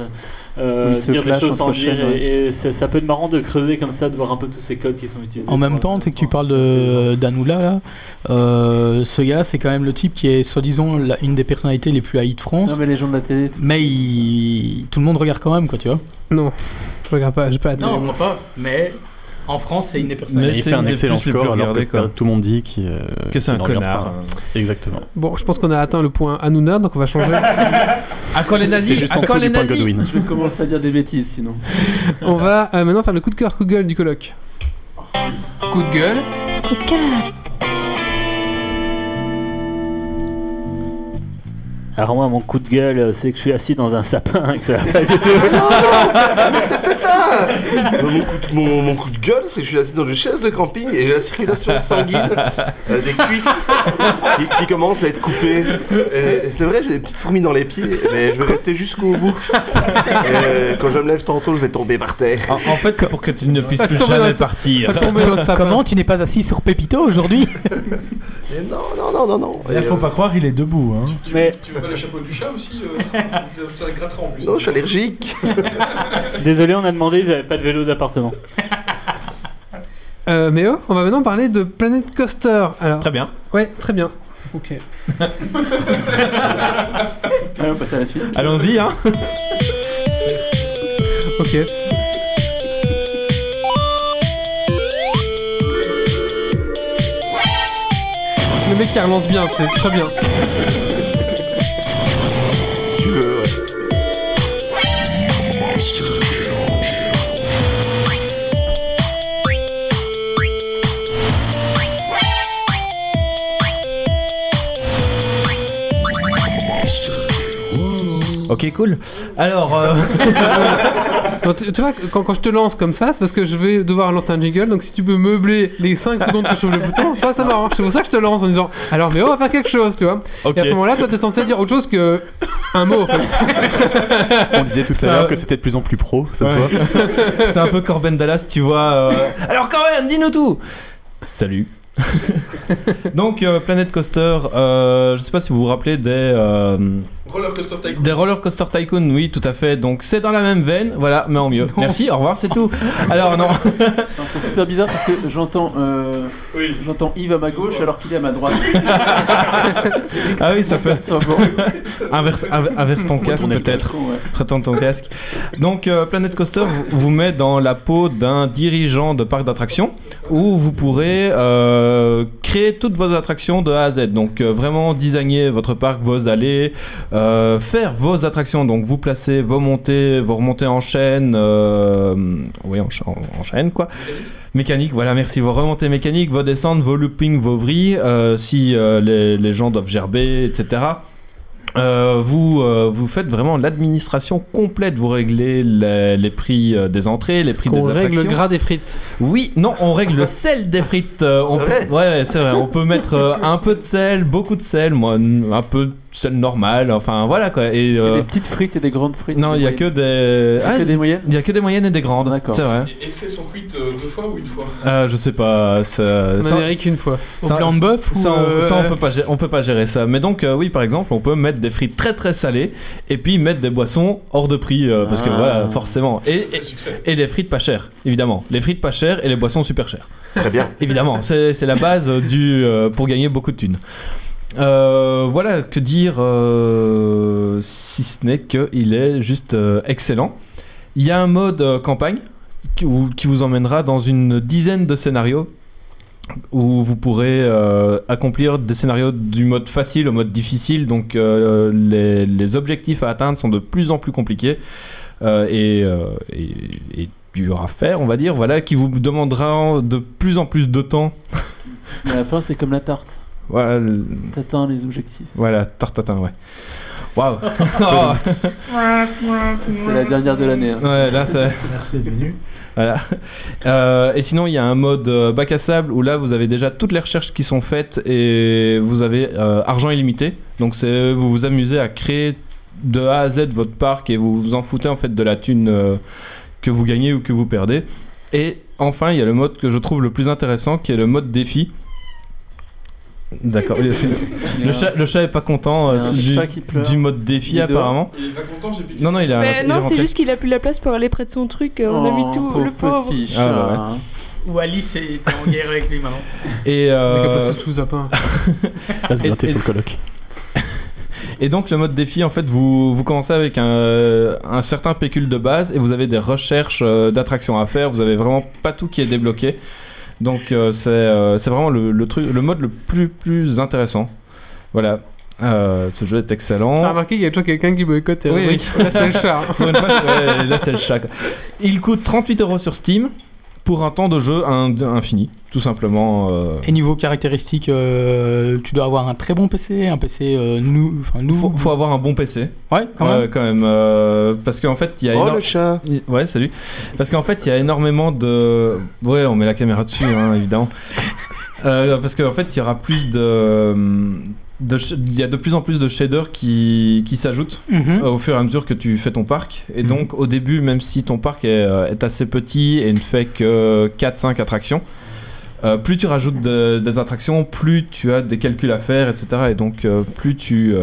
S8: Euh,
S6: Ils se
S8: dire des
S6: clashent
S8: choses sans
S6: entre
S8: dire,
S6: chaînes,
S8: et, et ça, ça peut être marrant de creuser comme ça, de voir un peu tous ces codes qui sont utilisés.
S7: En même temps, tu sais que tu parles de d'Anoula là, euh, ce gars c'est quand même le type qui est soi-disant la- une des personnalités les plus haïes de France.
S6: Non, mais les gens de la télé. tout-
S7: Mais il- tout le monde regarde quand même quoi, tu vois.
S1: Non, je regarde pas, j'ai pas la télé.
S7: moi pas. Mais En France, c'est une des personnes.
S2: Mais il fait un excellent score alors que tout le monde dit qu'il, euh,
S4: Que c'est
S2: qu'il
S4: un
S2: n'en regarde
S4: connard.
S2: pas.
S8: euh.
S2: Exactement.
S1: Bon, je pense qu'on a atteint le point Hanouna, donc on va changer.
S4: À
S1: quand les nazis
S2: C'est juste
S1: À
S2: en
S1: quand
S2: dessous
S1: les
S2: du point
S1: nazis
S2: Godwin.
S6: Je vais commencer à dire des bêtises sinon.
S1: on va euh, maintenant faire le coup de cœur, coup de gueule du colloque. Coup de gueule.
S12: Coup de cœur.
S8: Alors moi, mon coup de gueule, euh, c'est que je suis assis dans un sapin et que ça va pas du tout.
S5: Mais c'était ça mon coup, de, mon- mon coup de gueule, c'est que je suis assis dans une chaise de camping et j'ai la circulation sanguine euh, des cuisses qui, qui commence à être coupée. Et- et c'est vrai, j'ai des petites fourmis dans les pieds, mais je vais rester jusqu'au bout. Et, euh, quand je me lève tantôt, je vais tomber par terre.
S4: En, fait, c'est pour que tu ne puisses
S5: plus jamais partir.
S7: Comment tu n'es pas assis sur Pépito aujourd'hui
S5: Mais non, non, non, non, non. euh,
S10: Là, faut pas croire, il est debout. Hein.
S8: Mais
S3: Tu veux pas le chapeau du chat aussi euh, ça, ça grattera en plus.
S5: Non, je suis allergique.
S8: Désolé, on a demandé, ils n'avaient pas de vélo d'appartement.
S1: Euh, mais oh, on va maintenant parler de Planet Coaster. Alors. Très
S4: bien.
S1: Ouais, très bien. Ok.
S6: Allez, on passe à la suite.
S4: Allons-y, hein
S1: Ok. Le mec qui relance bien, c'est très bien.
S5: Si tu veux. ouais.
S4: Ok, cool. Alors, euh,
S1: Non, tu, tu vois, quand, quand je te lance comme ça, c'est parce que je vais devoir lancer un jingle. Donc si tu peux meubler les 5 secondes que je trouve le bouton, toi ça marche. C'est pour ça que je te lance en disant Alors, mais on va faire quelque chose, tu vois.
S4: Ok.
S1: Et à ce moment-là, toi t'es censé dire autre chose que un mot en fait.
S2: On disait tout à
S4: Ça-
S2: l'heure que c'était de plus en plus pro, ça se
S4: Ouais.
S2: voit.
S4: c'est un peu Corben Dallas, tu vois. euh, Alors quand même, dis-nous tout Salut Donc, euh, Planet Coaster, euh, je sais pas si vous vous rappelez des. euh,
S3: Roller Coaster Tycoon.
S4: Des Roller Coaster Tycoon, oui, tout à fait. Donc, c'est dans la même veine, voilà, mais en mieux. Merci, au revoir, c'est tout. Alors, non.
S6: Non, C'est super bizarre parce que j'entends euh,
S3: Oui.
S6: j'entends Yves à ma gauche alors qu'il est à ma droite.
S4: Ah oui, ça peut être.
S6: Perturbant.
S4: Inverse, inver- inverse ton casque
S6: Retournez le
S4: peut-être.
S6: casque, ouais.
S4: Retourne ton casque. Donc euh, Planet Coaster vous- vous met dans la peau d'un dirigeant de parc d'attractions où vous pourrez euh, créer toutes vos attractions de A à Z. Donc euh, vraiment designer votre parc, vos allées, euh, faire vos attractions. Donc vous placez vos montées, vos remontées en chaîne, euh, oui en, cha- en- en chaîne quoi. Mécanique, voilà, merci. Vos remontées mécaniques, vos descentes, vos loopings, vos vrilles, euh, si euh, les, les gens doivent gerber, etc. Euh, vous, euh, vous faites vraiment l'administration complète. Vous réglez les, les prix euh, des entrées, les prix des
S1: Qu'on
S4: attractions.
S1: règle le gras des frites.
S4: Oui, non, on règle le sel des frites. euh, on
S5: C'est
S4: peut- ouais, ouais, c'est vrai. On peut mettre euh, un peu de sel, beaucoup de sel, moi, n- un peu de sel normal. Enfin, voilà quoi. Et
S6: Il y a
S4: euh,
S6: des petites frites et des grandes frites.
S4: non, il y a que
S6: moyennes.
S4: des.
S6: Il y a
S4: Ah,
S6: que des moyennes.
S4: Il y a que des moyennes et des grandes.
S6: D'accord.
S4: C'est vrai.
S3: Et Est-ce qu'elles sont cuites euh, deux fois ou une fois
S4: Euh, je sais pas. Ça,
S1: En
S4: ça-
S1: Amérique, une fois. Au
S4: ça-
S1: blanc de bœuf ou.
S4: ça, on,
S1: euh,
S4: ça, on peut pas gérer, on peut pas gérer ça. Mais donc euh, oui, par exemple, on peut mettre des frites très très salées et puis mettre des boissons hors de prix euh, parce que
S6: Ah.
S4: voilà, forcément. Et,
S3: Très sucré.
S4: et, et les frites pas chères, évidemment. Les frites pas chères et les boissons super chères.
S5: Très bien.
S4: Évidemment, c'est c'est la base du euh, pour gagner beaucoup de thunes. Euh, voilà, que dire euh, si ce n'est qu'il est juste euh, excellent. Il y a un mode euh, campagne qui, où- qui vous emmènera dans une dizaine de scénarios où vous pourrez euh, accomplir des scénarios du mode facile au mode difficile. Donc euh, les, les objectifs à atteindre sont de plus en plus compliqués euh, et, euh, et- et dur à faire, on va dire, voilà, qui vous demandera de plus en plus de temps.
S6: Mais à la fin, c'est comme la tarte.
S4: Voilà, le-
S6: T'atteins les objectifs.
S4: voilà tartatin, ouais. Waouh! Oh.
S6: C'est la dernière de l'année. hein.
S4: ouais, là, c'est.
S10: Merci d'être venu.
S4: Voilà. Euh, et sinon, il y a un mode euh, bac à sable où là, vous avez déjà toutes les recherches qui sont faites et vous avez euh, argent illimité. Donc, c'est vous vous amusez à créer de A à Z votre parc et vous vous en foutez en fait de la thune euh, que vous gagnez ou que vous perdez. Et enfin, il y a le mode que je trouve le plus intéressant qui est le mode défi. D'accord.
S6: Il y a
S4: Le
S6: un-
S4: chat, le chat est pas content euh,
S6: Il y a un
S4: du,
S6: chat qui pleure.
S4: du mode défi
S6: Il est dehors.
S4: apparemment.
S3: Il est pas content, j'ai piqué.
S4: Non, non, il a.
S9: Mais
S4: il est
S9: non, c'est
S4: rentré.
S9: juste qu'il a plus la place pour aller près de son truc. euh, On a mis
S6: Oh,
S9: tout le pauvre.
S6: petit
S4: Ah,
S6: chat.
S4: bah
S11: Ou Alice est en guerre avec lui maintenant.
S4: Et
S1: mec a
S4: euh,
S1: passé sous le sapin.
S2: Là, se
S4: Et-
S2: gratter
S4: et-
S2: sur le colloque.
S4: Et donc le mode défi, en fait, vous, vous commencez avec un, euh, un certain pécule de base et vous avez des recherches euh, d'attractions à faire. Vous avez vraiment pas tout qui est débloqué. Donc euh, c'est euh, c'est vraiment le, le truc, le mode le plus plus intéressant. Voilà. Euh, ce jeu est excellent.
S1: T'as remarqué, il y a toujours quelqu'un qui boycotte. euh,
S4: Oui, oui.
S1: Là, c'est le chat.
S4: Pour une fois, c'est- ouais, là, c'est le chat. quoi. Il coûte 38 euros sur Steam pour un temps de jeu ind- infini, tout simplement. euh,
S7: Et niveau caractéristiques, euh, tu dois avoir un très bon PC, un PC euh, nou- enfin, nouveau.
S4: Faut, faut avoir un bon PC.
S7: Ouais, quand
S4: Ouais,
S7: même.
S4: quand même, euh, parce qu'en fait, il y a.
S7: Oh,
S4: éno-
S7: le
S5: chat.
S4: il- Ouais, salut. Parce qu'en fait, il y a énormément de. Ouais, on met la caméra dessus, hein, évidemment. Euh, parce qu'en fait, il y aura plus de. de sh- Il y a de plus en plus de shaders qui, qui s'ajoutent
S7: Mhm.
S4: euh, au fur et à mesure que tu fais ton parc.
S7: Mm.
S4: Et donc, au début, même si ton parc est, euh, est assez petit et ne fait que 4-5 attractions, euh, plus tu rajoutes de- des attractions, plus tu as des calculs à faire, etc. Et donc, euh, plus tu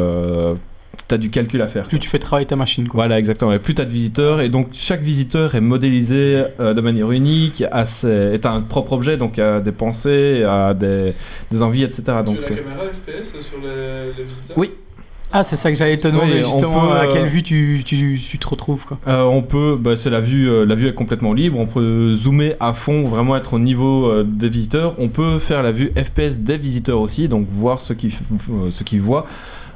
S4: as du calcul à faire.
S7: Plus tu fais travailler ta machine.
S4: Voilà, exactement. Et plus tu as de visiteurs, et donc chaque visiteur est modélisé euh, de manière unique, a ses- est un propre objet, donc a des pensées, a des, des envies, etc. Donc,
S3: tu as
S4: euh,
S3: la caméra FPS sur les, les visiteurs
S4: oui.
S7: Ah, c'est ça que j'allais te
S4: Oui,
S7: demander
S4: on
S7: justement
S4: peut,
S7: à
S4: euh,
S7: quelle vue tu, tu, tu te retrouves. Quoi.
S4: Euh, on peut, bah, c'est la vue, euh, la vue est complètement libre. On peut zoomer à fond, vraiment être au niveau euh, des visiteurs. On peut faire la vue FPS des visiteurs aussi, donc voir ce qu'ils f- f- euh, ce qu'ils voient.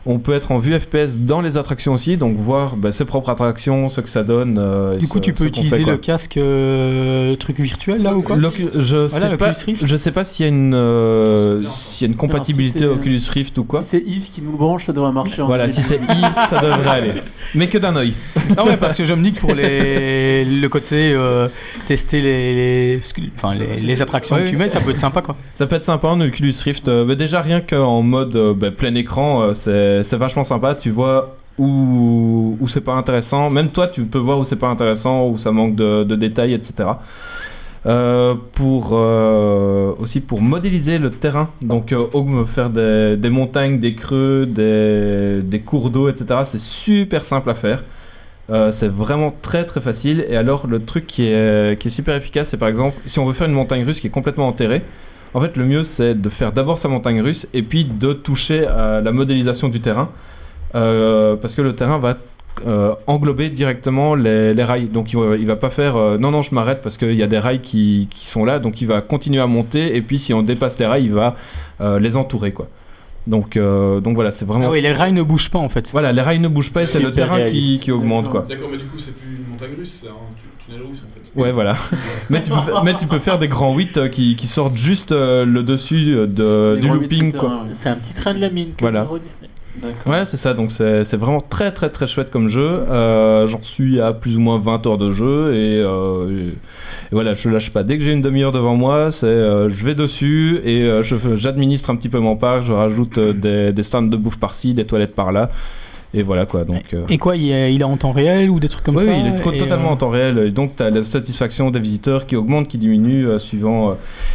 S4: On peut être en vue FPS dans les attractions aussi, donc voir bah, ses propres attractions, ce que ça donne. euh, et
S7: Du coup,
S4: ce-
S7: tu peux
S4: ce qu'on fait,
S7: utiliser
S4: quoi.
S7: le casque euh, truc virtuel là ou quoi
S4: L'Ocu- je,
S7: Voilà,
S4: sais
S7: l'Oculus
S4: pas,
S7: Rift.
S4: je sais pas s'il y a une, euh, s'il y a une compatibilité
S6: Non, si c'est- euh,
S4: Oculus Rift ou quoi.
S6: Si c'est Yves qui nous le branche, ça devrait marcher. en
S4: Voilà,
S6: début.
S4: si c'est Yves, ça devrait aller. Mais que d'un œil.
S7: Non, mais Ah parce que je me dis que pour les, le côté euh, tester les, les, enfin, les, les attractions
S4: Oui,
S7: que tu
S4: oui.
S7: mets, ça peut être sympa quoi.
S4: Ça peut être sympa en Oculus Rift. euh, bah déjà, rien qu'en mode euh, bah, plein écran, euh, c'est c'est vachement sympa. Tu vois où, où c'est pas intéressant. Même toi, tu peux voir où c'est pas intéressant, où ça manque de, de détails, etc. Euh, pour euh, aussi pour modéliser le terrain donc euh, aug- faire des, des montagnes des creux des, des cours d'eau etc c'est super simple à faire Euh, c'est vraiment très très facile et alors le truc qui est, euh, qui est super efficace c'est par exemple si on veut faire une montagne russe qui est complètement enterrée en fait le mieux c'est de faire d'abord sa montagne russe et puis de toucher à la modélisation du terrain euh, parce que le terrain va euh, englober directement les, les rails. Donc il va, il va pas faire euh, non, non, je m'arrête parce qu'il y a des rails qui, qui sont là, donc il va continuer à monter. Et puis si on dépasse les rails, il va euh, les entourer quoi. Donc, euh, donc voilà, c'est vraiment.
S7: Ah oui, les rails ne bougent pas en fait.
S4: Voilà, les rails ne bougent pas et c'est le
S7: Super
S4: terrain qui,
S7: réaliste.
S4: qui augmente quoi.
S3: D'accord, mais du coup, c'est plus une montagne russe, c'est un tu- tunnel russe en fait.
S4: Ouais, voilà. mais, tu peux, fa- mais tu peux faire des grands 8 euh, qui, qui sortent juste euh, le dessus euh, de, du looping quoi.
S8: C'est un petit train de la mine comme
S4: Voilà.
S8: Euro Disney.
S4: Ouais, c'est ça, donc c'est c'est vraiment très très très chouette comme jeu. Euh, J'en suis à plus ou moins 20 heures de jeu et, euh, et- et voilà, je lâche pas. Dès que j'ai une demi-heure devant moi, c'est euh, je vais dessus et euh, je fais- j'administre un petit peu mon parc, je rajoute euh, des, des stands de bouffe par-ci, des toilettes par-là. Et voilà quoi, donc. euh,
S7: Et quoi, il est, il est en temps réel ou des trucs comme
S4: oui,
S7: ça
S4: oui, il est co-
S7: et,
S4: totalement
S7: euh,
S4: en temps réel. Et donc, tu as la satisfaction des visiteurs qui augmente, qui diminue euh, suivant euh,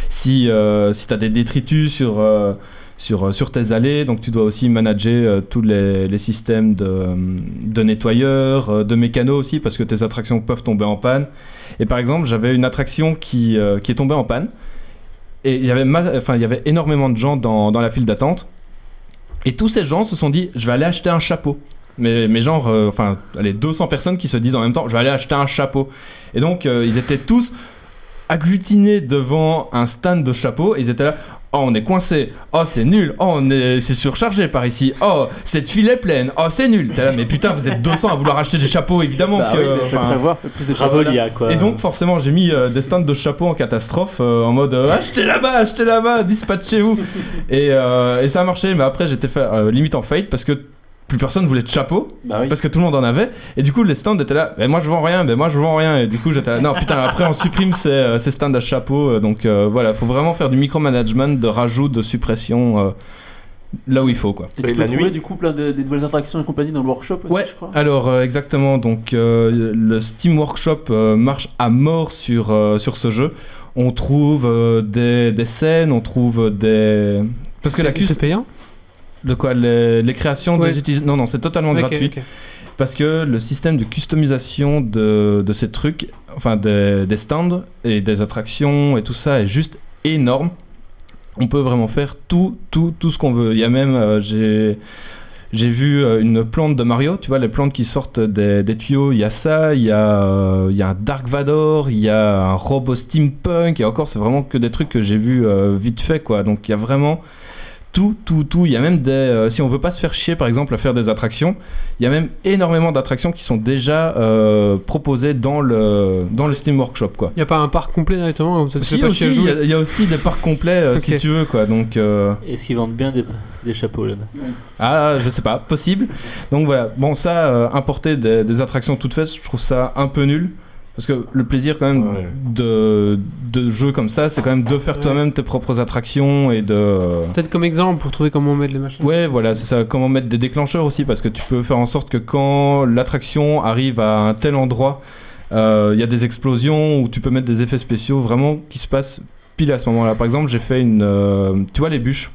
S4: si, euh, si tu as des détritus sur, euh, sur, euh, sur tes allées. Donc, tu dois aussi manager euh, tous les, les systèmes de, euh, de nettoyeurs, euh, de mécanos aussi, parce que tes attractions peuvent tomber en panne. Et par exemple, j'avais une attraction qui, euh, qui est tombée en panne. Et il y avait ma- enfin, il y avait énormément de gens dans, dans la file d'attente. Et tous ces gens se sont dit, je vais aller acheter un chapeau. Mais, mais genre, euh, enfin, les 200 personnes qui se disent en même temps, je vais aller acheter un chapeau. Et donc, euh, ils étaient tous agglutinés devant un stand de chapeaux. et Ils étaient là, oh, on est coincé, oh, c'est nul, oh, on est, c'est surchargé par ici, oh, cette file est pleine, oh, c'est nul. T'es là, mais putain, vous êtes 200 à vouloir acheter des chapeaux, évidemment.
S8: Bah
S4: que,
S8: oui, mais faut
S4: euh, enfin,
S8: prévoir plus de Ravolia,
S4: voilà.
S8: quoi.
S4: Et donc, forcément, j'ai mis euh, des stands de chapeaux en catastrophe euh, en mode euh, achetez là-bas, achetez là-bas, dispatchez-vous. et, euh, et ça a marché, mais après, j'étais fait, euh, limite en faillite parce que plus personne voulait de chapeau parce que tout le monde en avait. Et du coup, les stands étaient là, mais moi je vends rien, mais moi je vends rien. Et du coup, j'étais là, non, putain, après on supprime ces, euh, ces stands à chapeau. Euh, Donc euh, voilà, faut vraiment faire du micromanagement, de rajout, de suppression euh, là où il faut quoi.
S6: Et tu peux trouver du coup plein de, des nouvelles attractions et compagnie dans le workshop aussi, je crois.
S4: Alors euh, exactement, donc euh, le Steam Workshop euh, marche à mort sur, euh, sur ce jeu. On trouve euh, des, des scènes, on trouve des... Parce que la
S1: C'est
S4: cust-
S1: payant
S4: de quoi les, les créations
S1: Ouais.
S4: des utilisateurs. Non, non, c'est totalement
S1: Ok,
S4: gratuit.
S1: ok.
S4: Parce que le système de customisation de, de ces trucs, enfin des, des stands et des attractions et tout ça est juste énorme. On peut vraiment faire tout, tout, tout ce qu'on veut. Il y a même, euh, j'ai. J'ai vu euh, une plante de Mario, tu vois, les plantes qui sortent des, des tuyaux. Il y a ça, il y a, euh, il y a un Dark Vador, il y a un robot steampunk. Et encore, c'est vraiment que des trucs que j'ai vus euh, vite fait, quoi. Donc il y a vraiment tout, tout, tout. Il y a même des. euh, si on veut pas se faire chier, par exemple, à faire des attractions, il y a même énormément d'attractions qui sont déjà euh, proposées dans le, dans le Steam Workshop, quoi.
S1: Y a pas un parc complet directement comme ça, tu
S4: Si,
S1: fais pas
S4: aussi, il
S1: chier à
S4: y,
S1: jouer.
S4: a- il y a aussi des parcs complets euh, si
S1: Ok.
S4: tu veux quoi. Donc euh,
S8: Est-ce qu'ils vendent bien des, des chapeaux là-bas
S4: ah je sais pas, possible. Donc voilà, bon ça euh, importer des, des attractions toutes faites, je trouve ça un peu nul. Parce que le plaisir quand même de, de jeux comme ça, c'est quand même de faire toi-même tes propres attractions et de... euh,
S1: Peut-être comme exemple pour trouver comment mettre les machins.
S4: Ouais, voilà, c'est ça. Comment mettre des déclencheurs aussi, parce que tu peux faire en sorte que quand l'attraction arrive à un tel endroit, euh, il y a des explosions ou tu peux mettre des effets spéciaux vraiment qui se passent pile à ce moment-là. Par exemple, j'ai fait une. euh, tu vois les bûches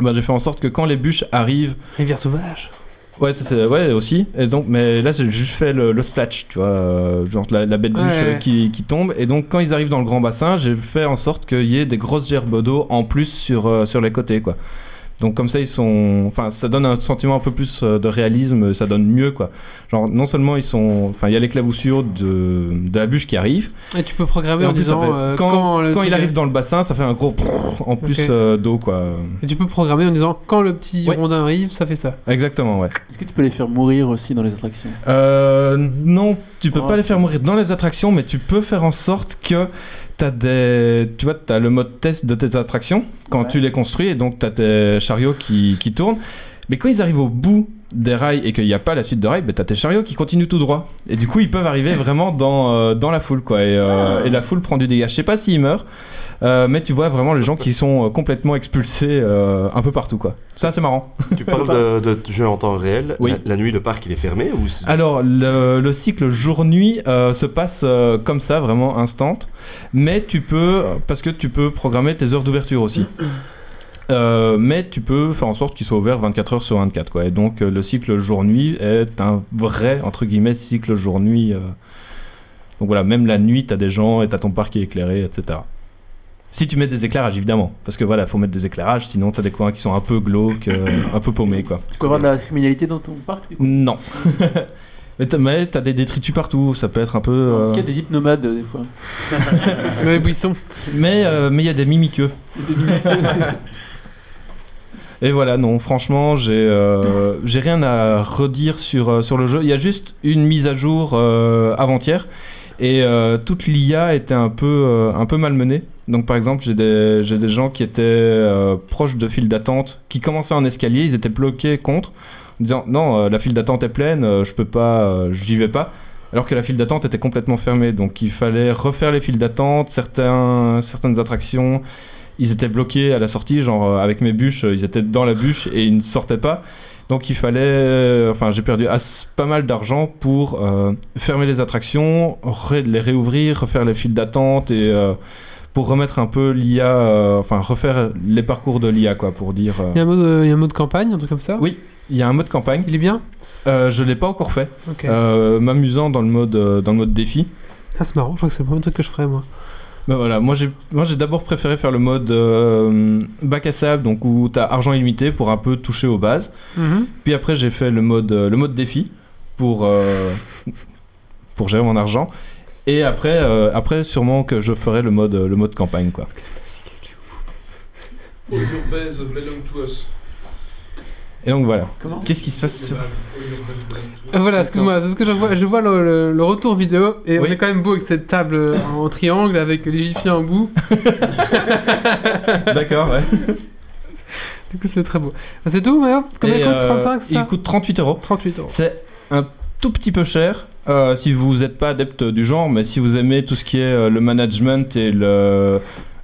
S4: ben, J'ai fait en sorte que quand les bûches arrivent.
S1: Rivière sauvage.
S4: Ouais, ça c'est ouais aussi. Et donc, mais là j'ai juste fait le, le splatch, tu vois, euh, genre la, la bête bûche
S1: Ouais,
S4: euh,
S1: ouais.
S4: qui, qui tombe. Et donc quand ils arrivent dans le grand bassin, j'ai fait en sorte qu'il y ait des grosses gerbes d'eau en plus sur euh, sur les côtés, quoi. Donc comme ça ils sont, enfin ça donne un sentiment un peu plus euh, de réalisme, ça donne mieux quoi. Genre non seulement ils sont, enfin il y a l'éclaboussure de, de la bûche qui arrive.
S1: Et tu peux programmer
S4: Et
S1: en,
S4: plus, ça
S1: disant
S4: fait-
S1: euh,
S4: quand,
S1: le
S4: quand il
S1: truc-
S4: arrive dans le bassin, ça fait un gros en plus
S1: Ok.
S4: euh, d'eau quoi.
S1: Et tu peux programmer en disant quand le petit rondin arrive, ça fait ça.
S4: Exactement ouais.
S8: Est-ce que tu peux les faire mourir aussi dans les attractions
S4: Euh, non, tu peux
S8: Oh,
S4: pas les faire mourir dans les attractions, mais tu peux faire en sorte que t'as des, tu vois, t'as le mode test de tes attractions quand tu les construis et donc t'as tes chariots qui, qui tournent. Mais quand ils arrivent au bout des rails et qu'il n'y a pas la suite de rails, tu t'as tes chariots qui continuent tout droit. Et du coup, ils peuvent arriver vraiment dans, euh, dans la foule, quoi. Et, euh, et la foule prend du dégât. Je sais pas s'ils meurent, euh, mais tu vois vraiment les gens qui sont euh, complètement expulsés euh, un peu partout, quoi. Ça, c'est marrant.
S5: Tu parles de, de jeux en temps réel.
S4: Oui.
S5: La, la nuit, le parc, il est fermé ou c'est-
S4: Alors, le, le cycle jour-nuit euh, se passe euh, comme ça, vraiment instant. Mais tu peux, parce que tu peux programmer tes heures d'ouverture aussi. Euh, mais tu peux faire en sorte qu'il soit ouvert 24 heures sur 24. Quoi. Et donc, euh, le cycle jour-nuit est un vrai, entre guillemets, cycle jour-nuit. euh. Donc voilà, même la nuit, t'as des gens et t'as ton parc qui est éclairé, etc. Si tu mets des éclairages, évidemment. Parce que voilà, faut mettre des éclairages, sinon t'as des coins qui sont un peu glauques, euh, un peu paumés, quoi.
S8: Tu peux avoir de la criminalité dans ton parc du coup
S4: Non. mais t'as- mais t'as des détritus partout, ça peut être un peu. euh,
S8: Est-ce qu'il y a des hypnomades euh, des fois
S1: Mais buisson.
S4: Mais euh, mais il y a des mimiqueux. Et voilà, non, franchement, j'ai euh, j'ai rien à redire sur, euh, sur le jeu. Il y a juste une mise à jour euh, avant-hier. Et euh, toute l'IA était un peu, euh, un peu malmenée. Donc, par exemple, j'ai des, j'ai des gens qui étaient euh, proches de file d'attente, qui commençaient en escalier, ils étaient bloqués contre, en disant Non, euh, la file d'attente est pleine, euh, je peux pas, euh, j'y vais pas. Alors que la file d'attente était complètement fermée. Donc, il fallait refaire les files d'attente, certains, certaines attractions ils étaient bloqués à la sortie, genre euh, avec mes bûches, euh, ils étaient dans la bûche et ils ne sortaient pas. Donc il fallait, euh, enfin j'ai perdu as- pas mal d'argent pour euh, fermer les attractions, ré- les réouvrir, refaire les files d'attente et euh, pour remettre un peu l'IA, euh, enfin refaire les parcours de l'IA quoi, pour dire. euh,
S1: Il y a un mode, euh, il y a un mode campagne, un truc comme ça.
S4: Oui, il y a un mode campagne.
S1: Il est bien.
S4: Euh, je l'ai pas encore fait.
S1: Ok.
S4: Euh, M'amusant dans le mode euh, dans le mode défi.
S1: Ah, c'est marrant. Je crois que c'est le premier truc que je ferais moi.
S4: Bah voilà, moi j'ai moi j'ai d'abord préféré faire le mode euh, bac à sable donc où t'as argent illimité pour un peu toucher aux bases.
S1: Mhm.
S4: Puis après j'ai fait le mode euh, le mode défi pour euh, pour gérer mon argent. Et après euh, après sûrement que je ferai le mode le mode campagne quoi.
S3: Urbaise Belong to Us.
S4: Et donc voilà.
S3: Comment
S4: Qu'est-ce qui se passe sur-
S1: Euh, Voilà, excuse-moi, c'est ce que je vois. Je vois le, le- le retour vidéo et
S4: Oui.
S1: on est quand même beau avec cette table euh, en triangle avec l'égyptien en bout.
S4: D'accord, ouais.
S1: Du coup, c'est très beau. Bah, C'est tout, Mario Combien
S4: Et,
S1: il coûte
S4: euh,
S1: 35 c'est
S4: Il
S1: ça
S4: coûte 38 euros.
S1: 38 euros.
S4: C'est un tout petit peu cher euh, si vous n'êtes pas adepte du genre, mais si vous aimez tout ce qui est euh, le management et le,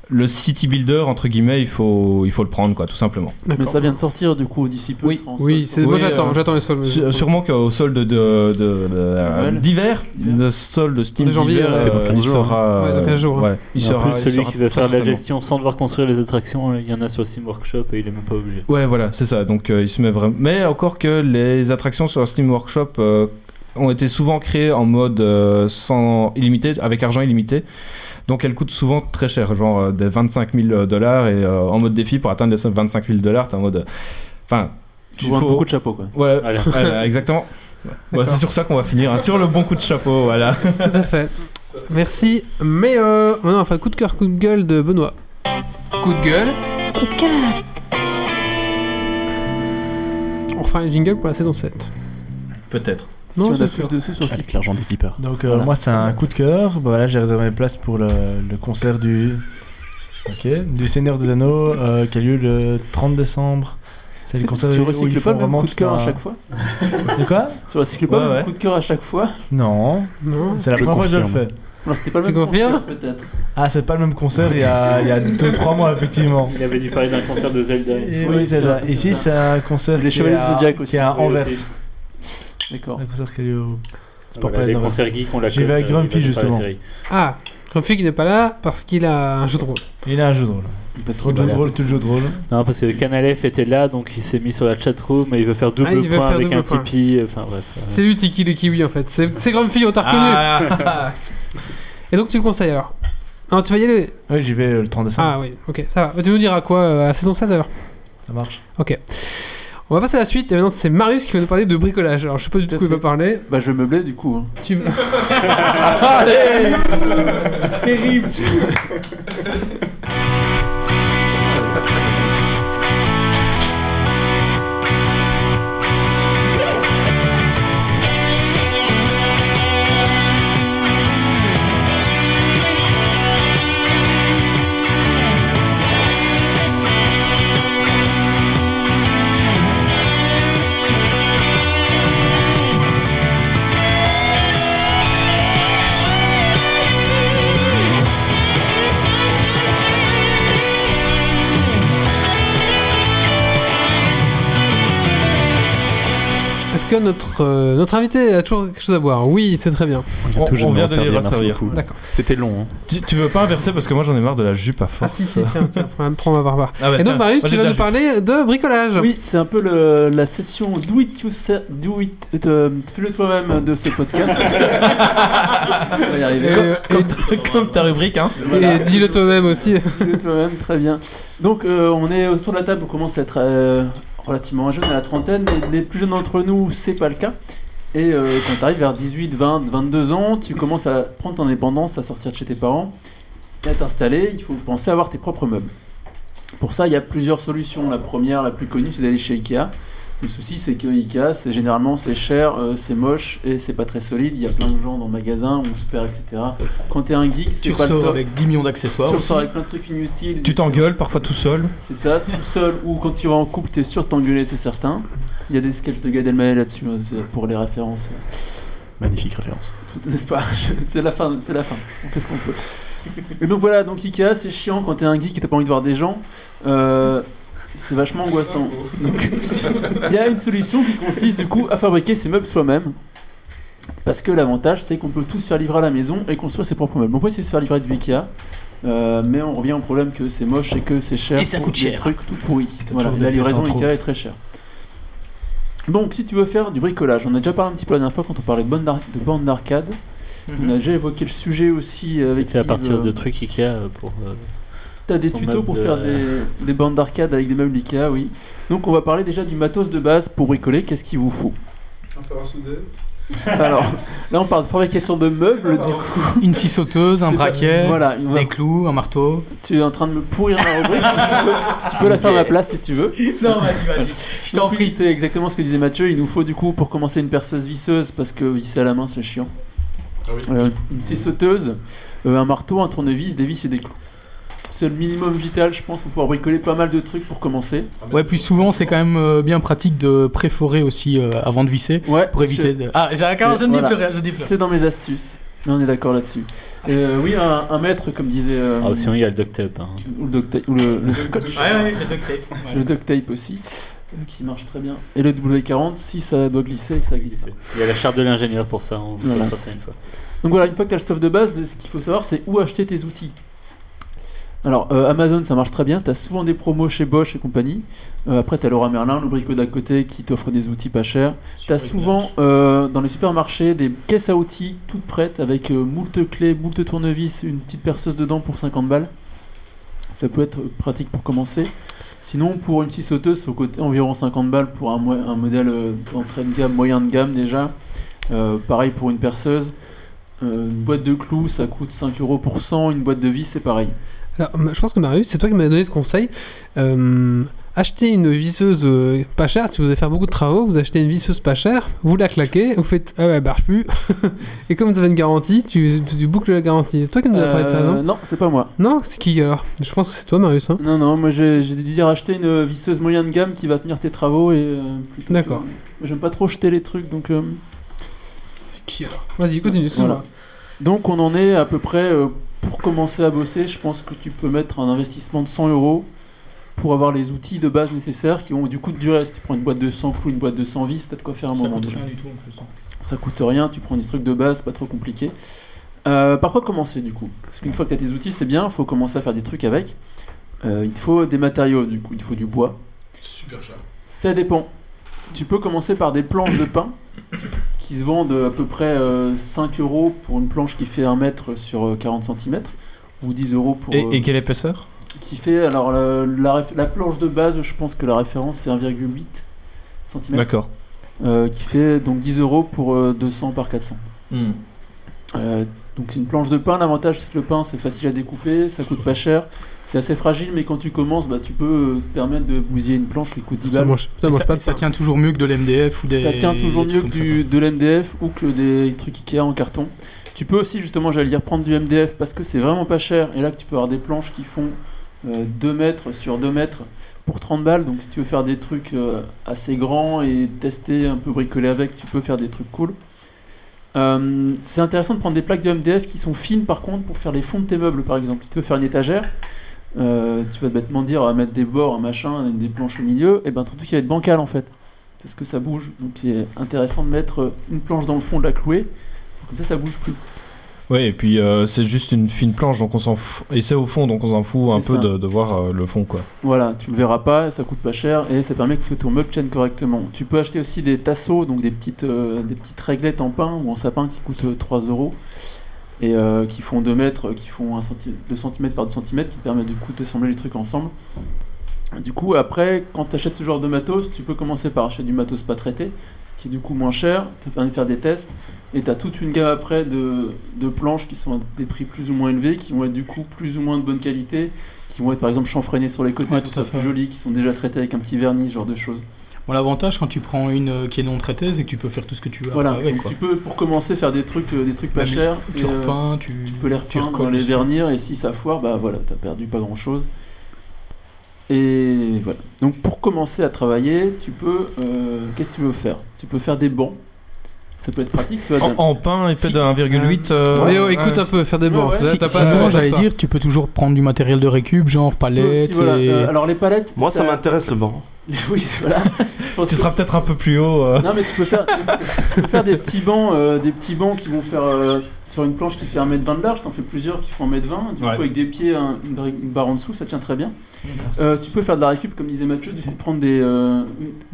S4: le city builder, entre guillemets, il faut, il faut le prendre, quoi, tout simplement.
S8: Mais ça vient de sortir du coup d'ici peu. Oui,
S1: Oui, c'est- moi
S4: Oui,
S1: j'attends,
S4: euh,
S1: j'attends les soldes.
S4: Su- sûrement qu'au solde de, de- de- euh,
S8: Noël.
S4: d'hiver, le solde Steam
S1: De janvier,
S4: d'hiver,
S1: ouais.
S4: euh,
S1: C'est dans 15
S4: il
S1: jours,
S4: sera,
S1: hein. Ouais, dans
S4: euh,
S1: 15 jours, hein.
S4: ouais, il
S8: en
S4: sera-
S8: plus,
S4: il
S8: celui
S4: sera
S8: qui va
S4: très
S8: faire la
S4: certainement.
S8: gestion sans devoir construire les attractions, euh, il y en a sur Steam Workshop et il est même pas obligé.
S4: Ouais, voilà, c'est ça. Donc euh, il se met vraiment. Mais encore que les attractions sur Steam Workshop euh, ont été souvent créées en mode euh, sans illimité, avec argent illimité. Donc elles coûtent souvent très cher, genre euh, des 25 000 dollars et euh, en mode défi pour atteindre les 25 000 dollars, t'es en mode. euh, Enfin. tu
S6: Ou un
S4: faut-
S6: beaucoup de chapeau, quoi.
S4: Ouais,
S6: Voilà.
S4: voilà, exactement. Bon, c'est sur ça qu'on va finir, hein, sur le bon coup de chapeau, voilà.
S1: Tout à fait. Merci. Mais euh, maintenant, enfin, coup de cœur, coup de gueule de Benoît. Coup de gueule. Coup de cœur. On refera un jingle pour la saison 7.
S4: Peut-être.
S1: Non,
S6: si on a
S1: c'est
S6: plus de sous sur
S2: Avec l'argent des tipeurs.
S10: Donc euh,
S6: Voilà.
S10: moi c'est un coup de cœur. Bah, voilà, j'ai réservé mes places pour le, le concert du Ok, du Seigneur des Anneaux euh, qui a lieu le 30 décembre. C'est
S6: Est-ce
S10: le
S6: que
S10: concert
S6: tu
S10: où
S6: recycles
S10: ils
S6: pas
S10: font
S6: le même
S10: vraiment
S6: coup de
S10: tout
S6: cœur à
S10: un-
S6: chaque fois
S10: De quoi
S6: Tu recycles pas
S10: Ouais,
S6: le
S10: ouais.
S6: même coup de cœur à chaque fois
S10: Non.
S1: Non.
S10: C'est la
S2: Je
S10: première fois que je le
S2: confirme.
S10: fais.
S6: Non, c'était pas le
S1: Tu
S6: même
S1: confirmes
S6: concert, peut-être.
S10: Ah, c'est pas le même concert il y a 2-3 mois effectivement.
S8: Il avait dû parler d'un concert de Zelda.
S10: Et oui, c'est ça. Ici c'est un concert
S6: Les
S10: qui est
S6: Chevaliers du
S10: à,
S6: Zodiac aussi.
S10: qui est à
S8: Oui,
S10: Anvers.
S8: aussi.
S6: D'accord.
S10: Un concert qui a lieu au Sport
S8: Voilà, les
S10: Palais d'Anvers.
S8: concerts geeks, on l'a
S10: J'y vais avec
S6: euh,
S10: Grumpy justement.
S1: Ah, Grumpy qui n'est pas là parce qu'il a un jeu de rôle.
S10: Il a un jeu de rôle.
S6: Parce
S10: Trop
S6: qu'il
S10: de jeu de
S6: va-
S10: rôle, tout le jeu de rôle.
S8: Non, parce que Canal F était là, donc il s'est mis sur la chatroom et il veut faire double
S1: Ah, il veut
S8: point
S1: faire
S8: avec
S1: double
S8: un
S1: point.
S8: Tipeee. euh, Enfin bref.
S1: C'est lui, Tiki le Kiwi, en fait. C'est c'est Grumpy, on t'a reconnu.
S4: Ah.
S1: Et donc, tu le conseilles alors Non, tu vas y aller
S10: Oui, j'y vais euh, le 30 décembre.
S1: Ah oui, ok, ça va. Tu nous diras quoi euh, à la saison 7 alors
S10: Ça marche.
S1: Ok. On va passer à la suite et maintenant c'est Marius qui va nous parler de bricolage. Alors je sais pas du tout
S6: Tout à
S1: quoi il va
S6: fait.
S1: parler.
S6: Bah, je vais meubler du coup. hein.
S1: Tu...
S6: Terrible
S1: Est-ce que notre, euh, notre invité a toujours quelque chose à boire Oui, c'est très bien.
S2: On vient
S4: On-
S2: tout juste
S4: on vient de
S2: d'en
S4: les
S2: servir, merci
S4: resservir.
S2: beaucoup.
S1: D'accord.
S2: C'était long. hein.
S4: Tu, tu veux pas inverser parce que moi j'en ai marre de la jupe à
S1: Ah
S4: force.
S1: si, si, tiens, tiens, prends, prends ma barbare.
S4: Ah ouais,
S1: et donc
S4: tiens,
S1: Marius,
S4: moi,
S1: tu
S4: j'ai de
S1: vas nous
S4: la
S1: parler de bricolage.
S6: Oui, c'est un peu le- la session do it yourself, do it, euh, fais-le toi-même de ce podcast. On va y
S1: Et,
S6: arriver.
S1: et-
S4: jupe. Comme ta rubrique, hein.
S6: Voilà.
S1: et dis-le toi-même aussi.
S6: Fais-le toi-même, très bien. Donc, euh, on est autour de la table, on commence à être euh, relativement jeune, à la trentaine. mais Les plus jeunes d'entre nous, c'est pas le cas. Et euh, quand tu arrives vers 18, 20, 22 ans, tu commences à prendre ton indépendance, à sortir de chez tes parents et à t'installer. Il faut penser à avoir tes propres meubles. Pour ça, il y a plusieurs solutions. La première, la plus connue, c'est d'aller chez Ikea. Le souci, c'est que Ikea, c'est généralement c'est cher, euh, c'est moche et c'est pas très solide. Il y a plein de gens dans le magasin, on se perd, etc. Quand t'es un geek, c'est
S7: Tu
S6: pas le
S7: ressors
S6: top.
S7: avec 10 millions d'accessoires.
S6: Tu ressors avec plein de trucs inutiles.
S4: Tu t'engueules parfois tout seul.
S6: C'est ça, tout seul ou quand tu vas en couple, t'es sûr de t'engueuler, c'est certain. Il y a des sketchs de Gad Elmaleh là-dessus hein, c'est pour les références, euh,
S2: Magnifique référence.
S6: tout- n'est-ce pas C'est la fin, c'est la fin. On fait ce qu'on peut. Et donc voilà, donc Ikea, c'est chiant quand t'es un geek et t'as pas envie de voir des gens. Euh, c'est vachement angoissant. Donc, il y a une solution qui consiste du coup à fabriquer ses meubles soi-même. Parce que l'avantage, c'est qu'on peut tous faire livrer à la maison et construire ses propres meubles. On peut essayer de se faire livrer du Ikea, euh, mais on revient au problème que c'est moche et que c'est cher.
S7: Et ça
S6: pour
S7: coûte
S6: des
S7: cher.
S6: trucs tout pourris. Voilà,
S10: toujours
S6: la
S10: des pièces en
S6: livraison
S10: trop.
S6: Ikea est très chère. Donc, si tu veux faire du bricolage, on a déjà parlé un petit peu la dernière fois quand on parlait de bande d'ar- de bande d'arcade.
S7: Mhm.
S6: On a déjà évoqué le sujet aussi avec.
S8: C'est fait à
S6: Yves,
S8: partir
S6: euh,
S8: de trucs Ikea euh, pour. euh,
S6: T'as des
S8: Son
S6: tutos pour
S8: meuble de-
S6: faire des, des bandes d'arcade avec des meubles Ikea, oui. Donc on va parler déjà du matos de base pour bricoler, qu'est-ce qu'il vous faut
S3: Un fer à souder.
S6: Alors, là on parle de fabrication de meubles, du coup,
S7: Une scie sauteuse, un
S6: C'est pas-
S7: braquet,
S6: voilà, on va-
S7: des clous, un marteau.
S6: tu es en train de me pourrir ma rubrique, tu peux, tu peux la faire à ma place si tu veux.
S7: Ah Non, vas-y, vas-y. Je t'en
S6: Donc oui,
S7: prie.
S6: C'est exactement ce que disait Mathieu, il nous faut du coup pour commencer une perceuse visseuse, parce que visser à la main c'est chiant.
S3: Ah oui.
S6: Euh, une scie sauteuse, euh, un marteau, un tournevis, des vis et des clous. C'est le minimum vital, je pense, pour pouvoir bricoler pas mal de trucs pour commencer.
S7: Ouais, puis souvent, c'est quand même euh, bien pratique de préforer aussi euh, avant de visser
S6: Ouais,
S7: pour éviter de. Ah, j'ai d'accord, je ne dis
S6: voilà.
S7: plus rien, je ne dis plus rien.
S6: C'est dans mes astuces. Mais on est d'accord là-dessus. Euh, oui, un, un maître, comme disait. euh,
S8: Ah, sinon il y a le duct tape. hein.
S6: ou le, duct tape- ou le- le scotch.
S7: Ouais, ouais, le duct tape.
S6: Le duct tape aussi, euh, qui marche très bien. Et le W40, si ça doit glisser et que ça glisse pas.
S8: Il y a la charte de l'ingénieur pour ça, on vous
S6: Voilà.
S8: passera ça une fois.
S6: Donc voilà, une fois que tu as le stuff de base, ce qu'il faut savoir, c'est où acheter tes outils. Alors, euh, Amazon, ça marche très bien. Tu as souvent des promos chez Bosch et compagnie. Euh, après, tu as Laura Merlin, le brico d'à côté, qui t'offre des outils pas chers. Tu as souvent euh, dans les supermarchés des caisses à outils toutes prêtes avec euh, moult clés, moult tournevis, une petite perceuse dedans pour 50 balles. Ça peut être pratique pour commencer. Sinon, pour une petite sauteuse, faut coter environ 50 balles pour un, mo- un modèle euh, d'entrée de gamme, moyen de gamme déjà. Euh, pareil pour une perceuse. Euh, une boîte de clous, ça coûte 5 euros pour 100. Une boîte de vis, c'est pareil.
S1: Alors, ma- je pense que Marius, c'est toi qui m'as donné ce conseil. Euh, achetez une visseuse euh, pas chère. Si vous voulez faire beaucoup de travaux, vous achetez une visseuse pas chère, vous la claquez, vous faites Ah ouais, elle marche plus. Et comme vous avez une garantie, tu, tu, tu boucles la garantie. C'est toi qui nous as parlé de ça,
S6: Euh,
S1: non
S6: Non, c'est pas moi.
S1: Non, c'est qui alors Je pense que c'est toi, Marius. hein.
S6: Non, non, moi j'ai j'ai dit racheter une euh, visseuse moyen de gamme qui va tenir tes travaux et euh, plutôt que-
S1: D'accord.
S6: J'aime pas trop jeter les trucs donc. euh,
S1: Qui alors Vas-y, continue, excuse-moi.
S6: Voilà. Donc on en est à peu près, euh, pour commencer à bosser, je pense que tu peux mettre un investissement de 100 euros pour avoir les outils de base nécessaires qui vont du coup durer. Si tu prends une boîte de 100 clous, une boîte de 100 vis, t'as de quoi faire un
S3: Ça
S6: moment
S3: coûte
S6: déjà.
S3: rien du tout en plus. hein.
S6: Ça coûte rien, tu prends des trucs de base, pas trop compliqué. Euh, par quoi commencer du coup Parce qu'une fois que tu as tes outils, c'est bien, il faut commencer à faire des trucs avec. Euh, il te faut des matériaux du coup, il te faut du bois.
S3: Super cher.
S6: Ça dépend. Tu peux commencer par des planches de pain qui se vendent à peu près euh, 5 euros pour une planche qui fait 1 mètre sur euh, 40 cm ou 10 euros pour.
S4: Et,
S6: euh,
S4: et quelle épaisseur
S6: qui fait. Alors la, la réf- la planche de base, je pense que la référence c'est 1,8 cm.
S4: D'accord.
S6: Euh, qui fait donc 10 euros pour euh, 200 par 400.
S4: Hmm.
S6: Euh, donc c'est une planche de pain. L'avantage c'est que le pain c'est facile à découper, ça coûte pas cher, c'est assez fragile, mais quand tu commences, bah, tu peux euh, te permettre de bousiller une planche qui coûte 10
S7: Ça
S6: balles.
S7: mange- ça
S6: Et
S7: mange pas de pain. tient toujours mieux que de l'MDF ou des.
S6: Ça tient toujours
S7: des
S6: mieux que
S7: trucs
S6: du- de l'MDF ou que des trucs Ikea en carton. Tu peux aussi, justement, j'allais dire, prendre du MDF parce que c'est vraiment pas cher. Et là, que tu peux avoir des planches qui font euh, 2 mètres sur 2 mètres pour 30 balles. Donc, si tu veux faire des trucs euh, assez grands et tester, un peu bricoler avec, tu peux faire des trucs cool. Euh, c'est intéressant de prendre des plaques de MDF qui sont fines par contre pour faire les fonds de tes meubles par exemple. Si tu veux faire une étagère, euh, tu vas bêtement dire à mettre des bords, un machin, des planches au milieu, et ben ton truc il va être bancal en fait. Parce que ça bouge. Donc il est intéressant de mettre euh, une planche dans le fond, de la clouer. Comme ça, ça bouge plus.
S4: Ouais, et puis euh, c'est juste une fine planche, donc on s'en fout. Et c'est au fond, donc on s'en fout un
S6: C'est
S4: peu
S6: ça.
S4: de, de voir euh, le fond, quoi.
S6: Voilà, tu le verras pas, ça coûte pas cher et ça permet que ton meuble tienne correctement. Tu peux acheter aussi des tasseaux, donc des petites, euh, des petites réglettes en pain ou en sapin qui coûtent euh, 3 euros et euh, qui font 2 mètres, euh, qui font un centi- 2 cm par 2 cm, qui te permettent du coup de d'assembler les trucs ensemble. Du coup, après, quand tu achètes ce genre de matos, tu peux commencer par acheter du matos pas traité, qui est du coup moins cher, ça permet de faire des tests, et tu as toute une gamme après de, de planches qui sont à des prix plus ou moins élevés, qui vont être du coup plus ou moins de bonne qualité, qui vont être par exemple chanfreinées sur les côtés
S7: Ouais,
S6: pour
S7: tout à
S6: que ça soit
S7: fait.
S6: plus joli, qui sont déjà traitées avec un petit vernis, ce genre de choses.
S7: Bon, l'avantage quand tu prends une euh, qui est non traitée, c'est que tu peux faire tout ce que tu veux
S6: Voilà,
S7: après avec,
S6: donc
S7: Bah, quoi.
S6: tu peux pour commencer faire des trucs, euh, des trucs pas
S7: Même
S6: chers.
S7: Tu
S6: et, euh,
S7: repeins, tu,
S6: tu peux les
S7: tu
S6: repeindre,
S7: recolles
S6: les
S7: dessus.
S6: vernir, et si ça foire, bah voilà, t'as perdu pas grand chose. Et voilà. Donc pour commencer à travailler, tu peux. euh, Qu'est-ce que tu veux faire Tu peux faire des bancs. Ça peut être pratique, tu vois.
S4: En, en pain, épais de 1,8. euh,
S1: Léo,
S4: ouais,
S1: écoute un
S4: c'est-
S1: peu, faire des
S6: Ouais,
S1: bancs.
S6: ouais.
S1: ça,
S7: Si-
S1: t'as pas
S7: sinon,
S1: assez
S7: j'allais
S1: d'espace.
S7: dire, tu peux toujours prendre du matériel de récup, genre
S6: Tu peux aussi,
S7: palettes
S6: voilà.
S7: et.
S6: Euh, alors les palettes.
S5: Moi, ça
S6: ça-
S5: m'intéresse le banc.
S6: oui, voilà. Je pense
S4: Tu
S6: que-
S4: seras peut-être un peu plus haut. euh.
S6: Non mais tu peux faire, tu peux faire des petits bancs, euh, des petits bancs qui vont faire euh, sur une planche qui fait 1m20 de large, t'en fais plusieurs qui font 1m20, du
S4: Ouais.
S6: coup avec des pieds, un- une, barre- une barre en dessous, ça tient très bien. Euh, tu peux faire de la récup comme disait Mathieu, tu peux prendre des, euh,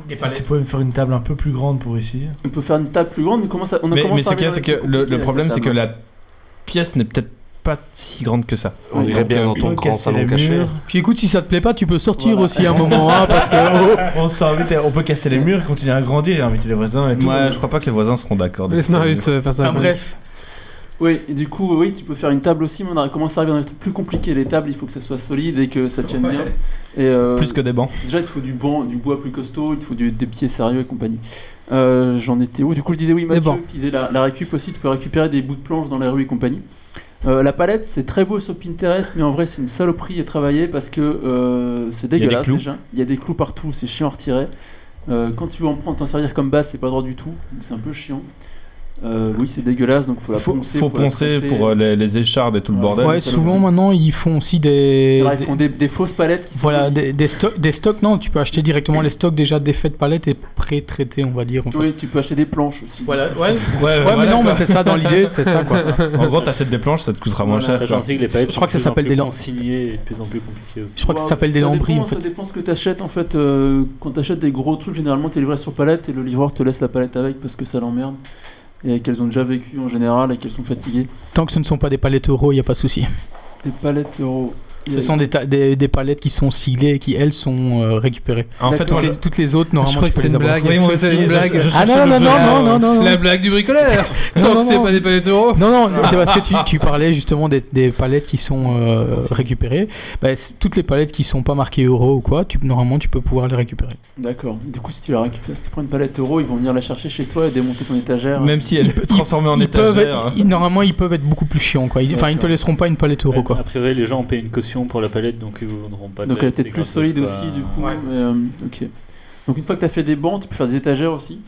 S11: Des
S10: Tu
S11: palettes.
S10: pouvais me faire une table un peu plus grande pour ici.
S6: on peut faire une table plus grande, mais comment ça, on a
S4: Mais,
S6: commencé
S4: mais ce
S6: à
S4: qu'il y a, c'est
S6: arriver
S4: que
S6: avec
S4: le,
S6: des
S4: le problème, c'est
S6: table. hein.
S4: que la pièce n'est peut-être pas si grande que ça. euh,
S5: On irait bien dans ton
S10: Casser
S5: grand salon
S10: les
S5: caché.
S10: murs.
S7: Puis écoute, si ça te plaît pas, tu peux sortir
S6: Voilà.
S7: aussi à un moment, hein, parce que.
S10: oh, On s'invite, à- on peut casser les murs, continuer à grandir et inviter les voisins et tout. Ah,
S4: Ouais, je crois pas que les voisins seront d'accord.
S1: Laisse Marius euh, faire ça.
S7: Enfin, bref,
S6: Ah, Oui, et du coup, oui, tu peux faire une table aussi, mais on a commencé à arriver dans des trucs plus compliqués. Les tables, il faut que ça soit solide et que ça tienne bien. Et, euh,
S4: Plus que des bancs.
S6: Déjà, il te faut du, banc, du bois plus costaud, il te faut du- des pieds sérieux et compagnie. Euh, J'en étais où Du coup, je disais oui, Mathieu,
S1: bancs.
S6: qui disait la, la récup aussi, tu peux récupérer des bouts de planche dans la rue et compagnie. Euh, la palette, c'est très beau sur Pinterest, mais en vrai, c'est une saloperie à travailler parce que euh, c'est
S4: y a des
S6: dégueulasse
S4: clous.
S6: déjà. Il y a des clous partout, c'est chiant à retirer. Euh, quand tu veux en prendre, t'en servir comme base, c'est pas droit du tout, donc c'est un peu chiant. Euh, oui, c'est dégueulasse, donc faut la
S4: Faut,
S6: poncer.
S4: faut
S6: la
S4: poncer
S6: traiter.
S4: pour euh, les, les échardes et tout le
S6: Ouais,
S4: bordel.
S6: mais
S7: ouais,
S6: ça
S7: souvent
S6: le-
S7: maintenant ils font aussi des.
S6: Alors, ils font des, des fausses palettes qui sont
S7: Voilà, des, des, stocks- des stocks, non, tu peux acheter directement les stocks déjà défaits de palettes et pré-traités, on va dire. En fait.
S6: Oui, tu peux acheter des planches aussi.
S7: Voilà, ouais, ouais,
S4: Ouais,
S7: mais
S4: voilà,
S7: non,
S4: quoi.
S7: mais c'est ça dans l'idée, c'est ça quoi.
S4: En gros, t'achètes des planches, ça te coûtera moins
S8: Voilà,
S4: cher. quoi.
S8: Sachant aussi que les palettes
S7: Je crois
S8: sont
S7: que ça
S8: de plus en
S7: s'appelle
S8: plus
S7: des lampes.
S8: consignées et de plus en plus compliquées aussi.
S7: Je crois que ça
S6: Bah,
S7: s'appelle des
S6: ça
S7: lambris
S6: dépend,
S7: en fait.
S6: Ça dépend ce que t'achètes en fait. euh, quand t'achètes des gros trucs, généralement t'es livré sur palette et le livreur te laisse la palette avec parce que ça l'emmerde et qu'elles ont déjà vécu en général et qu'elles sont fatiguées.
S7: Tant que ce ne sont pas des palettes euro, il n'y a pas de souci.
S6: Des palettes euros.
S7: Ce sont des, ta- des, des palettes qui sont siglées et qui, elles, sont euh, récupérées.
S10: En fait,
S7: toutes,
S10: moi,
S7: les,
S10: je-
S7: toutes les autres,
S1: Ah,
S10: Je
S7: normalement,
S10: crois
S7: tu
S10: que
S7: peux
S10: c'était
S7: les
S10: une
S7: aborder.
S10: blague. Oui, moi aussi,
S7: C'est une
S10: je-
S7: blague.
S10: je
S7: ah
S10: cherchais
S7: non,
S10: le
S7: non, non,
S10: verre.
S7: non, non, non, non.
S1: La blague du bricoleur Tant
S7: non,
S1: que c'est
S7: non.
S1: pas des palettes euros
S7: Non, non,
S4: Ah.
S7: c'est parce que tu, tu parlais justement des, des palettes qui sont euh, récupérées. Bah, c'est- toutes les palettes qui sont pas marquées euro ou quoi, tu, normalement, tu peux pouvoir les récupérer.
S6: D'accord. Du coup, si tu la récupères, si tu prends une palette euro, ils vont venir la chercher chez toi et démonter ton étagère.
S4: Même si elle est transformée en
S7: Ils peuvent
S4: étagère. hein.
S7: être- ils- normalement, ils peuvent être beaucoup plus chiants, quoi. Ils- Enfin, ils te
S6: D'accord.
S7: laisseront pas une palette euro,
S8: Ouais,
S7: quoi.
S8: A priori, les gens ont payé une caution pour la palette, donc ils vous vendront pas.
S6: Donc
S8: de
S6: elle est
S8: DLC
S6: peut-être plus
S8: gratos,
S6: solide
S8: quoi.
S6: aussi, du coup.
S7: Ouais.
S6: mais, euh, ok. Donc une fois que tu as fait des bancs, tu peux faire des étagères aussi.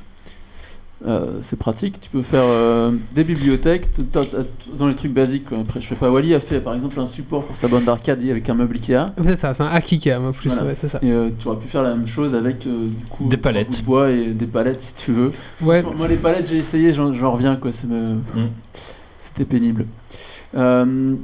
S6: Euh, c'est pratique, tu peux faire euh, des bibliothèques t- t- t- dans les trucs basiques. quoi. Après, je fais pas. Wally a fait par exemple un support pour sa bande d'arcade avec un meuble Ikea.
S1: C'est ça, c'est un hack Ikea, moi, plus,
S6: Voilà.
S1: ouais, c'est ça.
S6: Et euh, tu aurais pu faire la même chose avec euh, du coup
S4: Des
S6: trois
S4: palettes.
S6: bouts de bois et des palettes si tu veux.
S1: Ouais,
S6: Franchement, Moi, les palettes, j'ai essayé, j'en j'en reviens, quoi. c'est me-
S8: Mm.
S6: C'était pénible. Euh,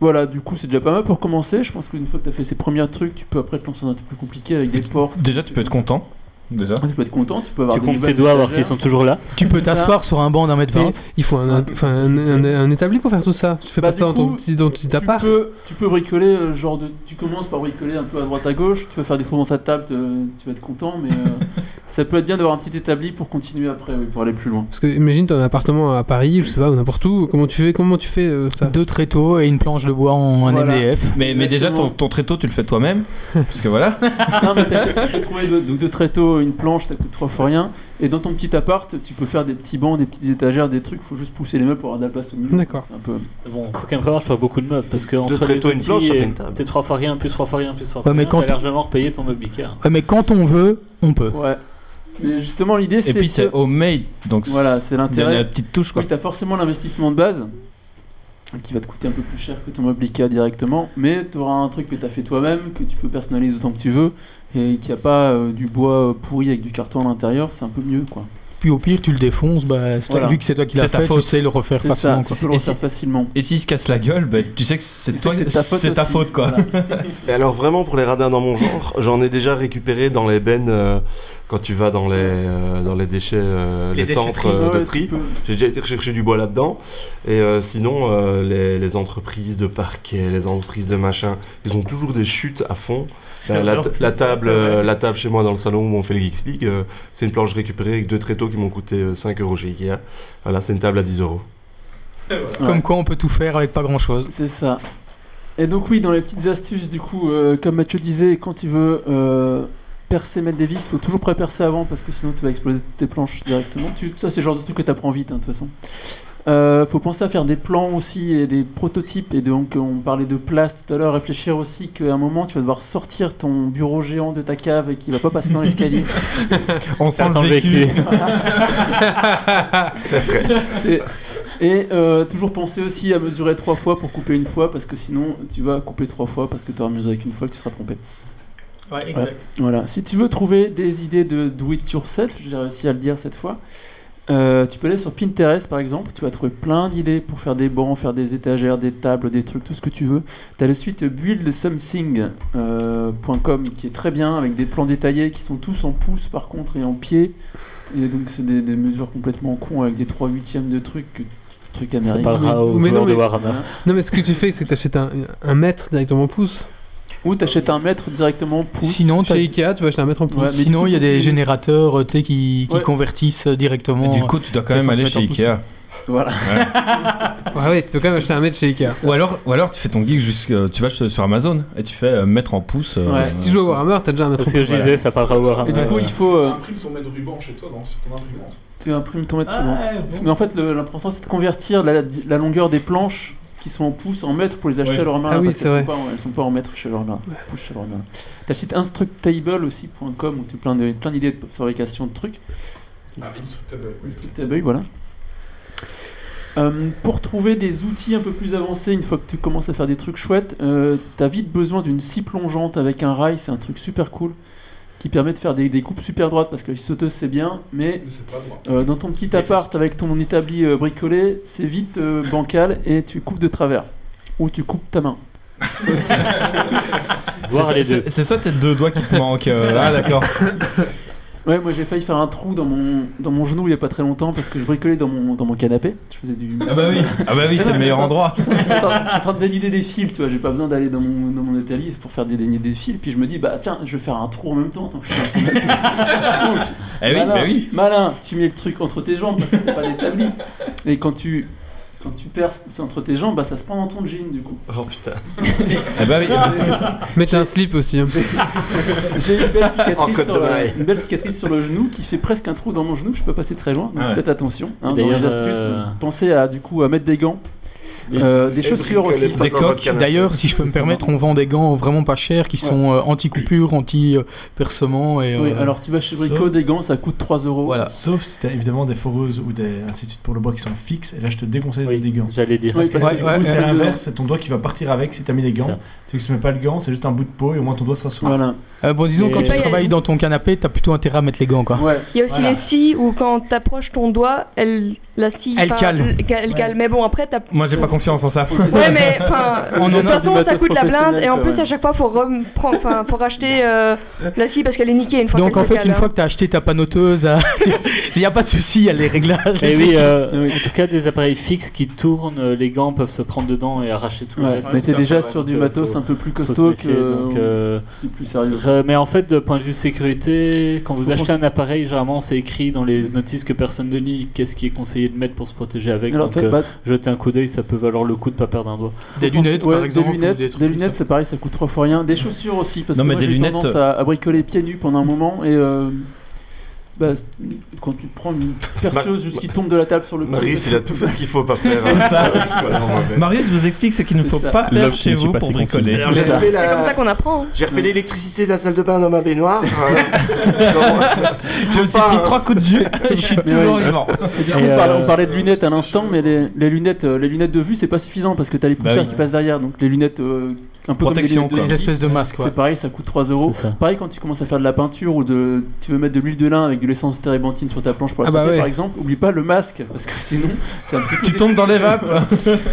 S6: Voilà, du coup, c'est déjà pas mal pour commencer. Je pense qu'une fois que tu as fait ces premiers trucs, tu peux après te lancer dans un truc plus compliqué avec des portes.
S4: Déjà, tu peux être content. Déjà.
S6: Tu peux être content, tu peux avoir
S8: Tu
S6: des
S8: comptes
S6: nouvelles
S8: tes doigts voir s'ils
S6: étagères.
S8: sont toujours là.
S7: Tu peux
S6: ça. Ah,
S7: t'asseoir sur un banc d'un mètre
S1: Mais
S7: vingt.
S1: il faut un, enfin, un, un- un établi pour faire tout ça. Tu fais
S6: Bah,
S1: pas ça
S6: du
S1: dans ton
S6: coup,
S1: petit, dans ton petit
S6: Tu
S1: appart.
S6: peux, tu peux bricoler, euh, genre de, tu commences par bricoler un peu à droite à gauche, tu vas faire des trous dans ta table, te- tu vas être content, mais euh, ça peut être bien d'avoir un petit établi pour continuer après, oui, pour aller plus loin.
S1: Parce que imagine t'as un appartement à Paris, je sais pas, ou n'importe où. Comment tu fais, comment tu fais euh, ça
S7: Deux tréteaux et une planche de bois en
S6: Voilà.
S7: MDF.
S4: Mais, mais déjà, ton, ton tréteau, tu le fais toi-même. parce que voilà.
S6: Non, mais t'as t'as trouvé de, donc de très tôt une planche, ça coûte trois fois rien. Et dans ton petit appart, tu peux faire des petits bancs, des petites étagères, des trucs. Faut juste pousser les meubles pour avoir de la place au milieu.
S1: D'accord.
S6: C'est un peu.
S8: Bon, faut quand même prévoir, je fais beaucoup de meubles parce que euh, entre
S5: très
S8: les
S5: tôt, une
S8: outils
S5: planche, ça
S8: et
S5: fait une table.
S8: T'es trois fois rien, plus trois fois rien, plus trois fois
S7: Ouais, mais
S8: rien.
S7: quand
S8: T'as
S7: tu-
S8: largement repayé ton meuble Ikea.
S7: Ouais, mais quand on veut, on peut.
S6: Ouais. Mais justement, l'idée c'est.
S4: Et puis, c'est
S6: que-
S4: homemade. Donc,
S6: Voilà,
S4: il y a
S6: c'est
S4: la
S6: l'intérêt.
S4: petite touche, quoi.
S6: Oui, t'as forcément l'investissement de base qui va te coûter un peu plus cher que ton meuble Ikea directement, mais t'auras un truc que t'as fait toi-même, que tu peux personnaliser autant que tu veux, et qui a pas euh, du bois euh, pourri avec du carton à l'intérieur, c'est un peu mieux quoi.
S7: Puis au pire, tu le défonces. Bah, c'est toi-
S6: Voilà.
S7: Vu que c'est toi qui
S4: C'est
S7: l'as
S4: ta
S7: fait,
S4: faute.
S7: tu sais le refaire
S6: C'est ça,
S7: facilement.
S6: tu
S7: Quoi.
S6: peux le
S4: Et
S6: refaire
S4: si-
S6: facilement.
S4: Et s'il se casse la gueule, bah, tu sais que c'est
S6: Tu sais
S4: toi,
S6: que c'est ta faute
S4: c'est ta
S6: aussi.
S4: faute, quoi.
S6: Voilà.
S5: Et alors vraiment pour les radins dans mon genre, j'en ai déjà récupéré dans les bennes euh, quand tu vas dans les euh, dans les déchets, euh,
S11: Les
S5: les,
S11: déchetteries.
S5: centres euh,
S6: Ouais,
S5: de
S6: tu
S5: tri.
S6: peux-
S5: J'ai déjà été rechercher du bois là-dedans. Et euh, sinon, euh, les, les entreprises de parquet, les entreprises de machin, ils ont toujours des chutes à fond. Euh, la, ta- la table, euh, la table chez moi dans le salon où on fait les Geeks League, euh, c'est une planche récupérée avec deux tréteaux qui m'ont coûté euh, 5 euros chez Ikea. Voilà, c'est une table à 10 euros.
S7: Comme quoi, on peut tout faire avec pas grand chose.
S6: C'est ça. Et donc oui, dans les petites astuces, du coup, euh, comme Mathieu disait, quand tu veux euh, percer, mettre des vis, faut toujours pré-percer avant parce que sinon tu vas exploser toutes tes planches directement. Tu- ça, c'est le genre de truc que tu apprends vite, hein, de toute façon. Euh, faut penser à faire des plans aussi et des prototypes. Et donc, on parlait de place tout à l'heure. Réfléchir aussi qu'à un moment, tu vas devoir sortir ton bureau géant de ta cave et qui va pas passer dans l'escalier.
S4: On
S8: Ça
S4: sent
S8: sent
S4: le
S8: le
S4: vécu.
S5: C'est vrai.
S6: Et, et, euh, toujours penser aussi à mesurer trois fois pour couper une fois, parce que sinon tu vas couper trois fois parce que tu auras mesuré qu'une fois que tu seras trompé.
S7: Ouais,
S6: exact. Voilà. Si tu veux trouver des idées de do it yourself, j'ai réussi à le dire cette fois. euh, tu peux aller sur Pinterest par exemple, tu vas trouver plein d'idées pour faire des bancs, faire des étagères, des tables, des trucs, tout ce que tu veux. Tu as le site buildsomething.com qui est très bien avec des plans détaillés qui sont tous en pouces par contre et en pied. Et donc c'est des, des mesures complètement cons avec des 3 huitièmes de trucs, que- trucs
S8: Ça
S6: américains.
S8: parlera aux
S1: Mais
S8: joueurs
S1: non,
S8: de
S1: mais-
S8: Warhammer.
S1: Non, mais ce que tu fais, c'est que t'achètes un, un mètre directement en pouce.
S6: Ou t'achètes un mètre directement pour.
S7: Sinon, t'as-
S1: Chez Ikea, tu vas acheter un mètre en pouce.
S6: Ouais, mais du
S7: Sinon,
S6: coup,
S7: il y a des
S6: tu-
S7: générateurs euh, tu sais, qui, qui
S6: Ouais.
S7: convertissent euh, directement. euh,
S4: Du coup, tu dois quand
S7: Ça
S4: même
S7: sent
S4: aller
S7: se
S4: chez
S7: mettre en pouce.
S4: Ikea.
S6: Voilà.
S1: Ouais, ouais, tu dois quand même acheter un mètre chez Ikea.
S4: Ou alors, ou alors tu fais ton geek jusqu'à. Tu vas sur Amazon et tu fais euh, mettre en pouce. euh,
S6: Ouais.
S1: Si tu joues à Warhammer, t'as déjà un mètre en
S8: C'est ce que je disais, ça parlera au
S6: Et
S8: Warhammer.
S6: du coup,
S4: ouais.
S6: il faut. euh,
S3: Imprime ton maître ruban chez toi dans, sur ton imprimante.
S6: tu imprimes ton mètre ruban.
S11: Ah,
S6: Mais en fait, le- l'important c'est de convertir la, la longueur des planches qui sont en pouces en mètres pour les acheter
S4: Ouais.
S6: à leur main.
S1: Ah oui,
S6: parce
S1: c'est
S6: qu'elles sont
S1: vrai.
S6: pas en- elles sont pas en mètres chez leur main. Pouces chez leur main. T'as le site instructable aussi.com où tu as plein de- plein d'idées de fabrication de trucs.
S3: Ah, instructable. oui.
S6: Instructable, voilà. Euh, pour trouver des outils un peu plus avancés, une fois que tu commences à faire des trucs chouettes, euh, t'as vite besoin d'une scie plongeante avec un rail, c'est un truc super cool qui permet de faire des, des coupes super droites parce que les sauteuses c'est bien, mais
S3: Mais c'est pas droit.
S6: euh, dans ton petit appart avec ton établi euh, bricolé, c'est vite euh, bancal et tu coupes de travers ou tu coupes ta main.
S8: Voir
S4: C'est-
S8: les
S4: c'est-
S8: deux.
S4: euh, C'est ça tes deux doigts qui te manquent. euh, ah d'accord.
S6: Ouais, moi j'ai failli faire un trou dans mon, dans mon genou il y a pas très longtemps parce que je bricolais dans mon, dans mon canapé. Je faisais du.
S4: Ah bah oui. Ah bah oui, c'est le meilleur endroit.
S6: Je suis en train- je suis en train de dénuder des fils, tu vois. J'ai pas besoin d'aller dans mon, dans mon atelier pour faire des dénuder des fils. Puis je me dis, bah tiens, je vais faire un trou en même temps. Tant que je suis dans le canapé. Donc,
S4: Eh oui,
S6: malin,
S4: bah oui.
S6: malin, tu mets le truc entre tes jambes parce que t'es pas établi. Et quand tu. Quand tu perces entre tes jambes, bah ça se prend dans ton jean du coup.
S5: Oh putain.
S4: Eh bah oui.
S1: Mettez un slip aussi. hein.
S6: J'ai une belle, cicatrice
S5: En Côte
S6: sur la-
S5: d'Oreille.
S6: une belle cicatrice sur le genou qui fait presque un trou dans mon genou. Je peux passer très loin, donc
S4: Ah ouais.
S6: faites attention. hein, dans
S8: D'ailleurs,
S6: les astuces,
S8: euh,
S6: pensez à du coup à mettre des gants, euh, des
S5: Et
S6: chaussures
S5: bricoler
S6: aussi.
S5: pas
S4: Des
S5: dans votre
S4: coques,
S5: canapé.
S7: D'ailleurs, si je peux me permettre, on vend des gants vraiment pas chers qui sont euh, anti-coupure, anti-percement. Et,
S6: Oui,
S7: euh,
S6: alors tu vas chez
S10: ça.
S6: Brico, des gants, ça coûte 3 euros.
S7: Voilà.
S10: Sauf si t'as évidemment des foreuses ou des ainsi de suite pour le bois qui sont fixes, et là je te déconseille
S8: Oui,
S10: des gants.
S8: J'allais dire.
S6: Oui,
S8: parce
S6: parce
S10: Parce
S6: que
S10: que
S6: du
S10: du
S6: coup,
S10: coup, c'est
S6: c'est le-
S10: l'inverse, c'est ton doigt qui va partir avec si t'as mis des gants.
S8: Ça.
S10: Si tu mets pas le gant, c'est juste un bout de peau et au moins ton doigt sera sous.
S6: Voilà.
S7: euh, bon, disons,
S8: Mais-
S7: quand tu
S9: C'est pas-
S7: travailles dans ton canapé, t'as plutôt intérêt à mettre les gants, quoi.
S6: Ouais.
S9: Il y a aussi
S10: Voilà.
S9: les scies où quand t'approches ton doigt, elle, la scie.
S7: Elle
S9: enfin,
S7: cale.
S9: Elle, elle cale. Mais bon, après, t'as.
S4: Moi, j'ai pas confiance en ça.
S9: Ouais, mais enfin,
S7: On
S9: de
S7: en a
S9: toute façon,
S6: du
S9: ça
S6: matos
S9: coûte la blinde
S6: professionnel,
S9: et en
S6: quoi,
S9: plus,
S6: ouais.
S9: à chaque fois, faut reprendre, enfin, faut racheter euh, la scie parce qu'elle est niquée une fois
S7: Donc
S9: qu'elle
S7: en
S9: se
S7: fait,
S9: cale,
S7: une
S9: hein.
S7: fois que t'as acheté ta panoteuse, à- tu- il n'y a pas de souci, il y a les réglages.
S8: Et
S7: c'est
S8: oui,
S7: que-
S8: euh,
S6: Oui.
S8: en tout cas, des appareils fixes qui tournent, euh, les gants peuvent se prendre dedans et arracher tout le
S6: Ouais,
S8: reste.
S6: on était
S8: Donc,
S6: déjà
S8: faut-
S6: sur du
S5: euh,
S8: faut-
S6: matos
S8: faut-
S6: un peu plus
S8: faut se
S6: costaud
S8: méfier,
S6: que
S8: donc, euh,
S6: c'est plus sérieux.
S8: re- mais en fait, de point de vue sécurité, quand vous
S6: Faut
S8: achetez
S6: qu'on s-
S8: un appareil, généralement, c'est écrit dans les notices que personne ne lit qu'est-ce qui est conseillé de mettre pour se protéger avec.
S6: Alors, bah,
S8: donc,
S6: faites
S8: euh,
S6: pas-
S8: jeter un coup d'œil, ça peut valoir le coup de pas perdre un doigt.
S7: Des
S6: faut penser-
S7: lunettes,
S6: ouais,
S7: par exemple. ou
S6: Des lunettes,
S7: trucs
S6: des
S7: comme ça.
S6: lunettes, c'est pareil, ça coûte trois fois rien. Des chaussures aussi, parce
S4: Non,
S6: que
S4: mais
S6: moi
S4: des
S6: j'ai eu
S4: lunettes-
S6: tendance à, à bricoler pieds nus pendant un moment et. euh, bah, c- quand tu prends une perceuse juste qui tombe de la table sur le pied.
S5: Marius, il a tout fait ce qu'il faut pas faire. hein.
S4: C'est ça.
S5: Voilà, on m'embête.
S4: Marius vous explique ce qu'il ne faut
S6: C'est ça.
S4: pas
S2: Là,
S4: faire
S2: je
S4: chez
S2: ne suis
S4: vous
S2: pas
S4: pour
S2: si conseillé.
S4: bricoler.
S5: Alors, j'ai refait la-
S9: C'est comme ça qu'on apprend. hein.
S5: J'ai refait
S4: Mm.
S5: l'électricité de la salle de bain dans ma baignoire. euh, genre,
S4: Je me suis
S5: pas,
S4: pris
S5: euh,
S4: trois coups de jus. Je suis toujours
S6: ouais.
S4: vivant.
S6: On,
S8: Et,
S6: parlait,
S8: euh,
S6: on parlait de lunettes à l'instant, mais les, les lunettes, euh, les lunettes de vue, c'est pas suffisant parce que t'as les poussières
S4: oui.
S6: qui passent derrière. Donc les lunettes euh, un peu
S4: Protection,
S6: comme les
S4: quoi.
S6: lunettes
S7: Des
S6: de ski,
S7: espèces de masques, ouais.
S6: c'est pareil, ça coûte 3 euros.
S8: C'est ça.
S6: Pareil quand tu commences à faire de la peinture ou de, tu veux mettre de l'huile de lin avec de l'essence de térébenthine sur ta planche pour la
S7: Ah bah
S6: santé,
S7: ouais.
S6: par exemple, oublie pas le masque parce que sinon t'es un petit peu
S4: Tu tombes dans les vapes.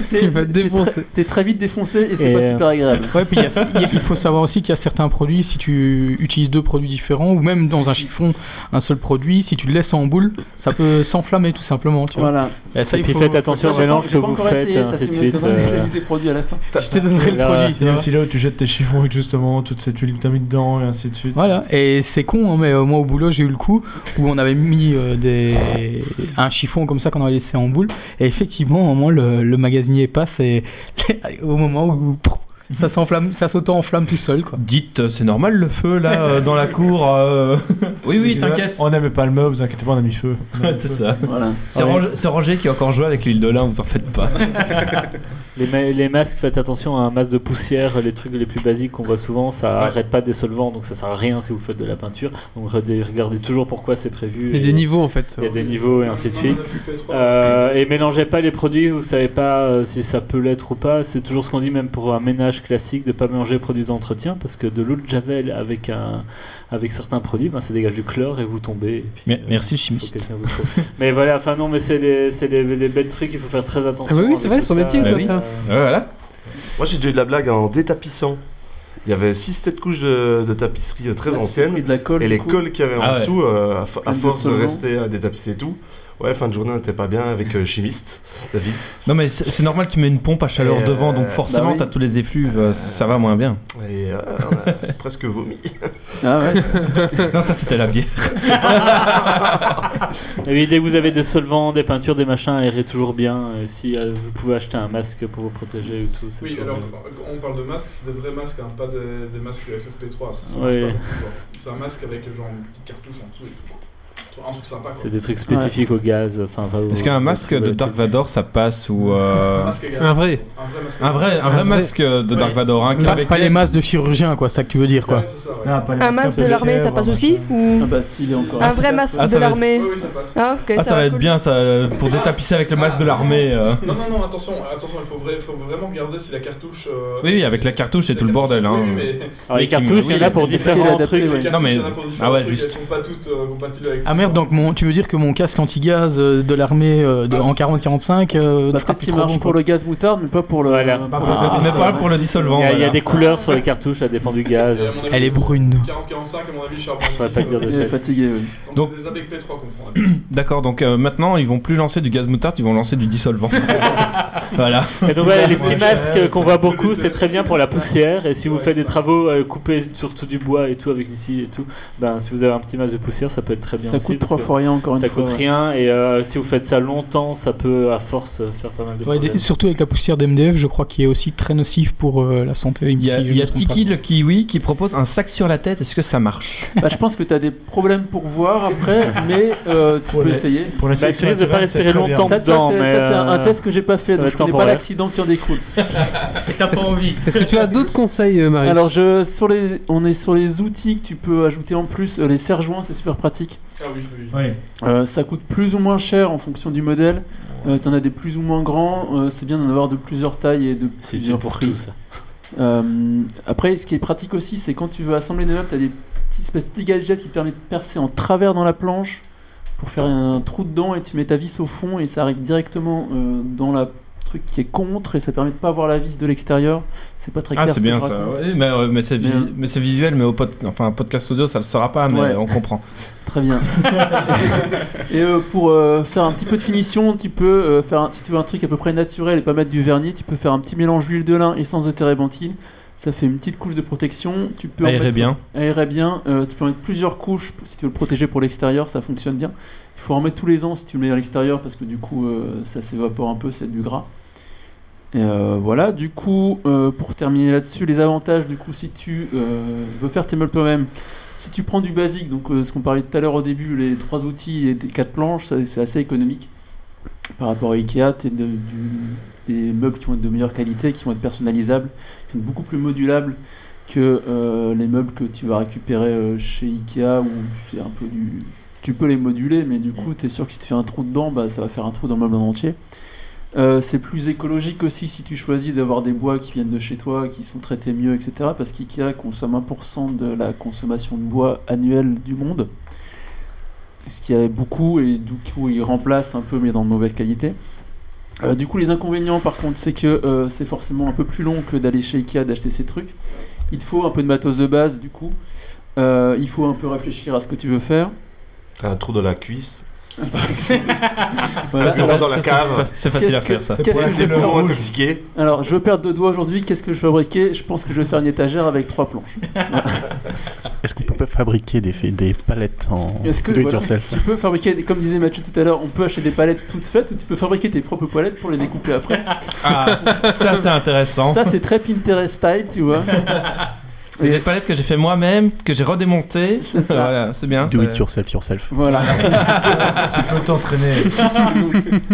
S6: T'es-
S7: Tu vas te
S6: t'es
S7: défoncer.
S6: très- T'es très vite défoncé et c'est
S8: Et,
S6: pas
S8: euh,
S6: super agréable.
S7: Ouais, puis il y a- il y a- il faut savoir aussi qu'il y a certains produits, si tu utilises deux produits différents, ou même dans un chiffon, un seul produit, si tu le laisses en boule, ça peut s'enflammer tout simplement. Tu vois.
S6: Voilà.
S7: Et ça,
S8: Et
S7: il
S8: puis
S7: faut-
S8: faites
S6: J'ai
S8: attention au
S6: pas-
S8: mélange
S6: j'ai
S8: que
S6: pas
S8: vous
S6: encore
S8: faites, et
S6: essayé, ça,
S8: ainsi de
S6: tu me
S8: suite.
S6: donneras
S8: euh,
S6: les idées produits à la fin.
S7: Je t'ai donné le
S8: Là,
S7: produit. tu
S10: C'est
S7: vois.
S10: aussi là où tu jettes tes chiffons avec justement toute cette huile que t'as mis dedans et ainsi de suite.
S7: Voilà, et c'est con, hein, mais euh, moi au boulot j'ai eu le coup où on avait mis euh, des... un chiffon comme ça qu'on avait laissé en boule, et effectivement, au moment le, le magasinier passe, et au moment où prou, ça s'enflamme, ça s'auto enflamme tout seul, quoi.
S4: Dites, euh, c'est normal le feu là euh, dans la cour. euh. Oui, oui, t'inquiète.
S10: On n'aimait pas le meuble, vous inquiétez pas, on a mis feu. On a mis
S4: C'est
S10: feu.
S4: ça.
S6: Voilà.
S4: C'est
S8: Ouais.
S4: Roger, c'est Roger qui a encore joué avec l'huile de lin, vous en faites pas.
S8: Les, ma- les masques, faites attention à un masque de poussière, les trucs les plus basiques qu'on voit souvent, ça arrête pas des solvants, donc ça sert à rien si vous faites de la peinture. Donc redé- regardez toujours pourquoi c'est prévu.
S1: Il y a des
S8: et-
S1: niveaux en fait.
S8: il y a des niveaux et ainsi de suite.
S3: On a plus fait trois.
S8: Euh, et mélangez pas les produits, vous savez pas euh, si ça peut l'être ou pas. C'est toujours ce qu'on dit, même pour un ménage classique, de pas mélanger les produits d'entretien parce que de l'eau de javel avec un avec certains produits, ben, ça dégage du chlore et vous tombez. et puis, euh,
S4: Merci
S8: faut que
S4: chimiste.
S8: quelqu'un vous sauve. mais voilà, enfin non, mais c'est les, c'est les, les bêtes trucs, il faut faire très attention.
S1: Ah bah oui,
S8: avec
S1: c'est vrai,
S8: tout
S1: son
S8: ça.
S1: métier,
S4: toi,
S8: Euh,
S1: ça.
S4: Voilà.
S5: Moi, j'ai déjà eu de la blague en détapissant. Il y avait 6-7 couches de, de tapisserie euh, très anciennes.
S6: Et de la colle.
S5: Et
S6: du
S5: les
S6: coup.
S5: cols qu'il y avait en
S4: Ah ouais.
S5: dessous, euh, à, fo- à
S6: Plein de
S5: force de
S6: solvants.
S5: rester à détapisser et tout. Ouais, fin de journée, on n'était pas bien avec euh, chimiste, David.
S4: Non mais c'est c'est normal que tu mets une pompe à chaleur
S5: Et, euh,
S4: devant, donc
S5: bah
S4: forcément
S6: oui.
S4: t'as tous les effluves, euh, ça va moins bien.
S5: Et euh, on a presque vomi.
S6: Ah ouais.
S4: Non ça c'était la bière.
S8: Ah Et oui, dès que vous avez des solvants, des peintures, des machins, aérez toujours bien. Et si euh, vous pouvez acheter un masque pour vous protéger ou tout, c'est
S3: Oui,
S8: toujours
S3: alors
S8: bien.
S3: on parle de masques, c'est des vrais masques, hein, pas des, des masques FFP3. ça, ça
S8: Ouais.
S3: marche pas, quoi. C'est un masque avec genre une petite cartouche en dessous et tout. quoi. Un truc sympa quoi.
S8: C'est des trucs spécifiques au gaz. Enfin, va au-
S4: Est-ce qu'un
S8: au
S4: masque
S8: truc
S4: de
S8: bête.
S4: Dark Vador ça passe ou euh,
S3: Un masque à gaz.
S1: Un vrai.
S3: Un vrai masque. à
S4: un vrai un
S1: Un
S4: vrai
S1: vrai.
S4: masque euh, de Dark
S9: Ouais.
S4: Vador hein,
S7: Pas,
S4: qu'avec
S7: pas les masses de chirurgien, quoi, ça que tu veux dire,
S3: gaz.
S7: quoi.
S3: Ouais, c'est ça, ouais.
S10: Ah, pas les
S9: hein. Un
S10: masques
S9: masque de
S10: de
S9: l'armée, ça
S10: chèvre,
S9: passe
S10: machin.
S9: aussi
S6: Ah
S3: hein.
S9: Ou
S6: bah s'il est encore.
S9: un
S6: là.
S9: vrai masque
S4: Ah, ça
S9: de
S4: va-
S9: l'armée
S3: Oui, oui, ça passe.
S9: Ah, ok,
S4: Ah ça va être
S9: cool.
S4: bien ça euh, pour détapisser avec le masque de l'armée. euh.
S3: Non, non, non, attention, attention, il faut, vrai- faut vraiment regarder si la cartouche. euh,
S4: Oui, oui, avec la cartouche et tout le
S3: cartouche-
S4: bordel, hein.
S3: Oui, oui, mais
S8: Alors, les
S4: Mais qui me-
S8: cartouches, il y en
S4: oui,
S8: a pour
S3: mais-
S8: différents
S6: mais-
S8: trucs.
S3: les
S4: Non, mais-
S3: cartouches, il y en a pour différents
S4: ah ouais,
S3: trucs,
S4: juste.
S3: Elles sont pas toutes euh, compatibles avec.
S7: Ah, merde, donc mon, tu veux dire que mon casque anti-gaz euh, de l'armée euh, de- en 40-45 euh,
S6: Ah, Bah, Peut-être qu'il marche pour le gaz moutarde, mais pas pour le. pas
S7: pour le- mais pas pour le dissolvant,
S8: Ah, Il y a, il y a
S7: voilà.
S8: des couleurs sur les cartouches, ça dépend du gaz.
S3: Et à mon avis, 40-45, à mon avis, je suis à
S8: Faudrait pas dire de
S6: Il est
S8: tête.
S6: fatigué, oui.
S3: Donc, c'est des APP 3 qu'on prend.
S4: D'accord, donc euh, maintenant ils vont plus lancer du gaz moutarde, ils vont lancer du dissolvant. voilà.
S8: Et donc voilà, les petits
S6: euh,
S8: masques qu'on voit beaucoup, c'est très bien pour la poussière. Et si vous faites des travaux, euh, coupez surtout du bois et tout avec une scie et tout, ben si vous avez un petit masque de poussière, ça peut être très bien.
S6: Ça
S8: aussi,
S6: coûte
S8: parce
S6: trois
S8: que
S6: fois rien, encore une
S8: ça
S6: fois,
S8: coûte
S6: ouais.
S8: rien. Et euh, si vous faites ça longtemps, ça peut à force euh, faire pas mal de
S7: Ouais,
S8: problèmes.
S7: des- surtout avec la poussière d'MDF, je crois qu'il est aussi très nocif pour euh, la santé.
S4: Il y a,
S7: si je
S4: il y a
S7: me trompe
S4: Tiki
S7: pas.
S4: le kiwi qui propose un sac sur la tête, est-ce que ça marche
S6: Bah, je pense que t'as des problèmes pour voir après, mais euh, tu peux
S4: les-
S6: essayer.
S4: pour la Bah, sélection tu risques de
S8: pas naturelle, respirer c'est très longtemps bien.
S6: Ça, tu vois,
S8: dedans,
S6: c'est-
S8: mais,
S6: ça, c'est un- un
S8: euh,
S6: test que j'ai pas fait,
S8: ça va
S6: donc
S8: être
S6: je connais pas
S8: temporaire.
S6: l'accident qui en découle.
S11: T'as pas envie.
S1: Est-ce que tu as d'autres conseils, euh, Marius
S6: Alors, je, sur les, on est sur les outils que tu peux ajouter en plus. Euh, Les serre-joints, c'est super pratique.
S3: Ah oui, oui.
S6: Euh, ça coûte plus ou moins cher en fonction du modèle. Euh, T'en as des plus ou moins grands. Euh, c'est bien d'en avoir de plusieurs tailles et de
S8: C'est
S6: plusieurs
S8: utile pour
S6: prix.
S8: tout ça.
S6: Euh, après, ce qui est pratique aussi, c'est quand tu veux assembler des meubles, t'as des petits, espèces de petits gadgets qui te permettent de percer en travers dans la planche pour faire un trou dedans et tu mets ta vis au fond et ça arrive directement euh, dans la truc qui est contre et ça permet de pas voir la vis de l'extérieur. C'est pas très clair.
S4: Ah, c'est
S6: ce que
S4: bien
S6: je
S4: ça.
S6: raconte.
S4: Ouais, mais euh, mais c'est vi-
S6: Bien.
S4: mais c'est visuel, mais au pod- enfin, un podcast audio ça le sera pas, mais
S6: Ouais.
S4: on comprend.
S6: Très bien. et euh, pour euh, faire un petit peu de finition, tu peux euh, faire un, si tu veux un truc à peu près naturel et pas mettre du vernis, tu peux faire un petit mélange d'huile de lin, essence de térébenthine. Ça fait une petite couche de protection. Tu peux en
S4: Aérer
S6: mettre-
S4: bien.
S6: Aérer bien. Euh, tu peux en mettre plusieurs couches si tu veux le protéger pour l'extérieur, ça fonctionne bien. Il faut en mettre tous les ans si tu le mets à l'extérieur parce que du coup euh, ça s'évapore un peu, c'est du gras. Et euh, voilà, du coup, euh, pour terminer là-dessus, les avantages, du coup, si tu euh, veux faire tes meubles toi-même, si tu prends du basique, donc euh, ce qu'on parlait tout à l'heure au début, les trois outils et des quatre planches, ça, c'est assez économique par rapport à Ikea, t'es de- du- des meubles qui vont être de meilleure qualité, qui vont être personnalisables, qui sont beaucoup plus modulables que euh, les meubles que tu vas récupérer euh, chez Ikea où c'est un peu du... Tu peux les moduler, mais du coup, tu es sûr que si tu fais un trou dedans, bah, ça va faire un trou dans le meuble en entier. Euh, c'est plus écologique aussi si tu choisis d'avoir des bois qui viennent de chez toi, qui sont traités mieux, etc. Parce qu'IKEA consomme 1% de la consommation de bois annuelle du monde. Ce qui est beaucoup et du coup il remplace un peu mais dans de mauvaise qualité. Euh, du coup les inconvénients par contre c'est que euh, c'est forcément un peu plus long que d'aller chez Ikea d'acheter ces trucs. Il te faut un peu de matos de base du coup. Euh, il faut un peu réfléchir à ce que tu veux faire.
S5: T'as un trou dans la cuisse. ça,
S6: Voilà.
S5: c'est dans la cave.
S6: Qu'est-ce que- Qu'est-ce que je vais faire
S5: Tellement
S6: aujourd'hui
S5: intoxiqué.
S6: Alors, je veux perdre deux doigts aujourd'hui. Qu'est-ce que je vais fabriquer Je pense que je vais faire une étagère avec trois planches. Voilà.
S2: Est-ce qu'on peut pas fabriquer des, fa- des palettes en
S6: Est-ce que
S2: do it
S6: voilà,
S2: yourself
S6: tu peux fabriquer, des- comme disait Mathieu tout à l'heure, on peut acheter des palettes toutes faites ou tu peux fabriquer tes propres palettes pour les découper après
S4: Ah, ça c'est intéressant.
S6: Ça, c'est très Pinterest style, tu vois.
S4: C'est des palettes que j'ai fait moi-même, que j'ai redémontées.
S6: ça.
S4: voilà, c'est bien.
S2: Do
S4: ça-
S2: it yourself yourself.
S6: Voilà.
S10: Tu peux t'entraîner.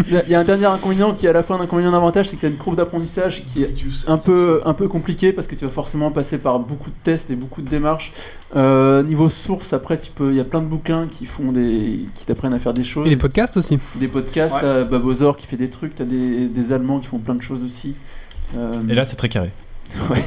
S6: Il y a- il y a un dernier inconvénient qui est à la fois un inconvénient et un avantage, c'est que tu as une courbe d'apprentissage qui est un peu, un peu compliquée parce que tu vas forcément passer par beaucoup de tests et beaucoup de démarches. Euh, niveau source, après, tu peux, il y a plein de bouquins qui font des, qui t'apprennent à faire des choses.
S1: Et les podcasts aussi.
S6: Des podcasts,
S11: Ouais.
S6: t'as Babozor qui fait des trucs, t'as des, des Allemands qui font plein de choses aussi. Euh,
S4: Et là c'est très carré.
S6: ouais.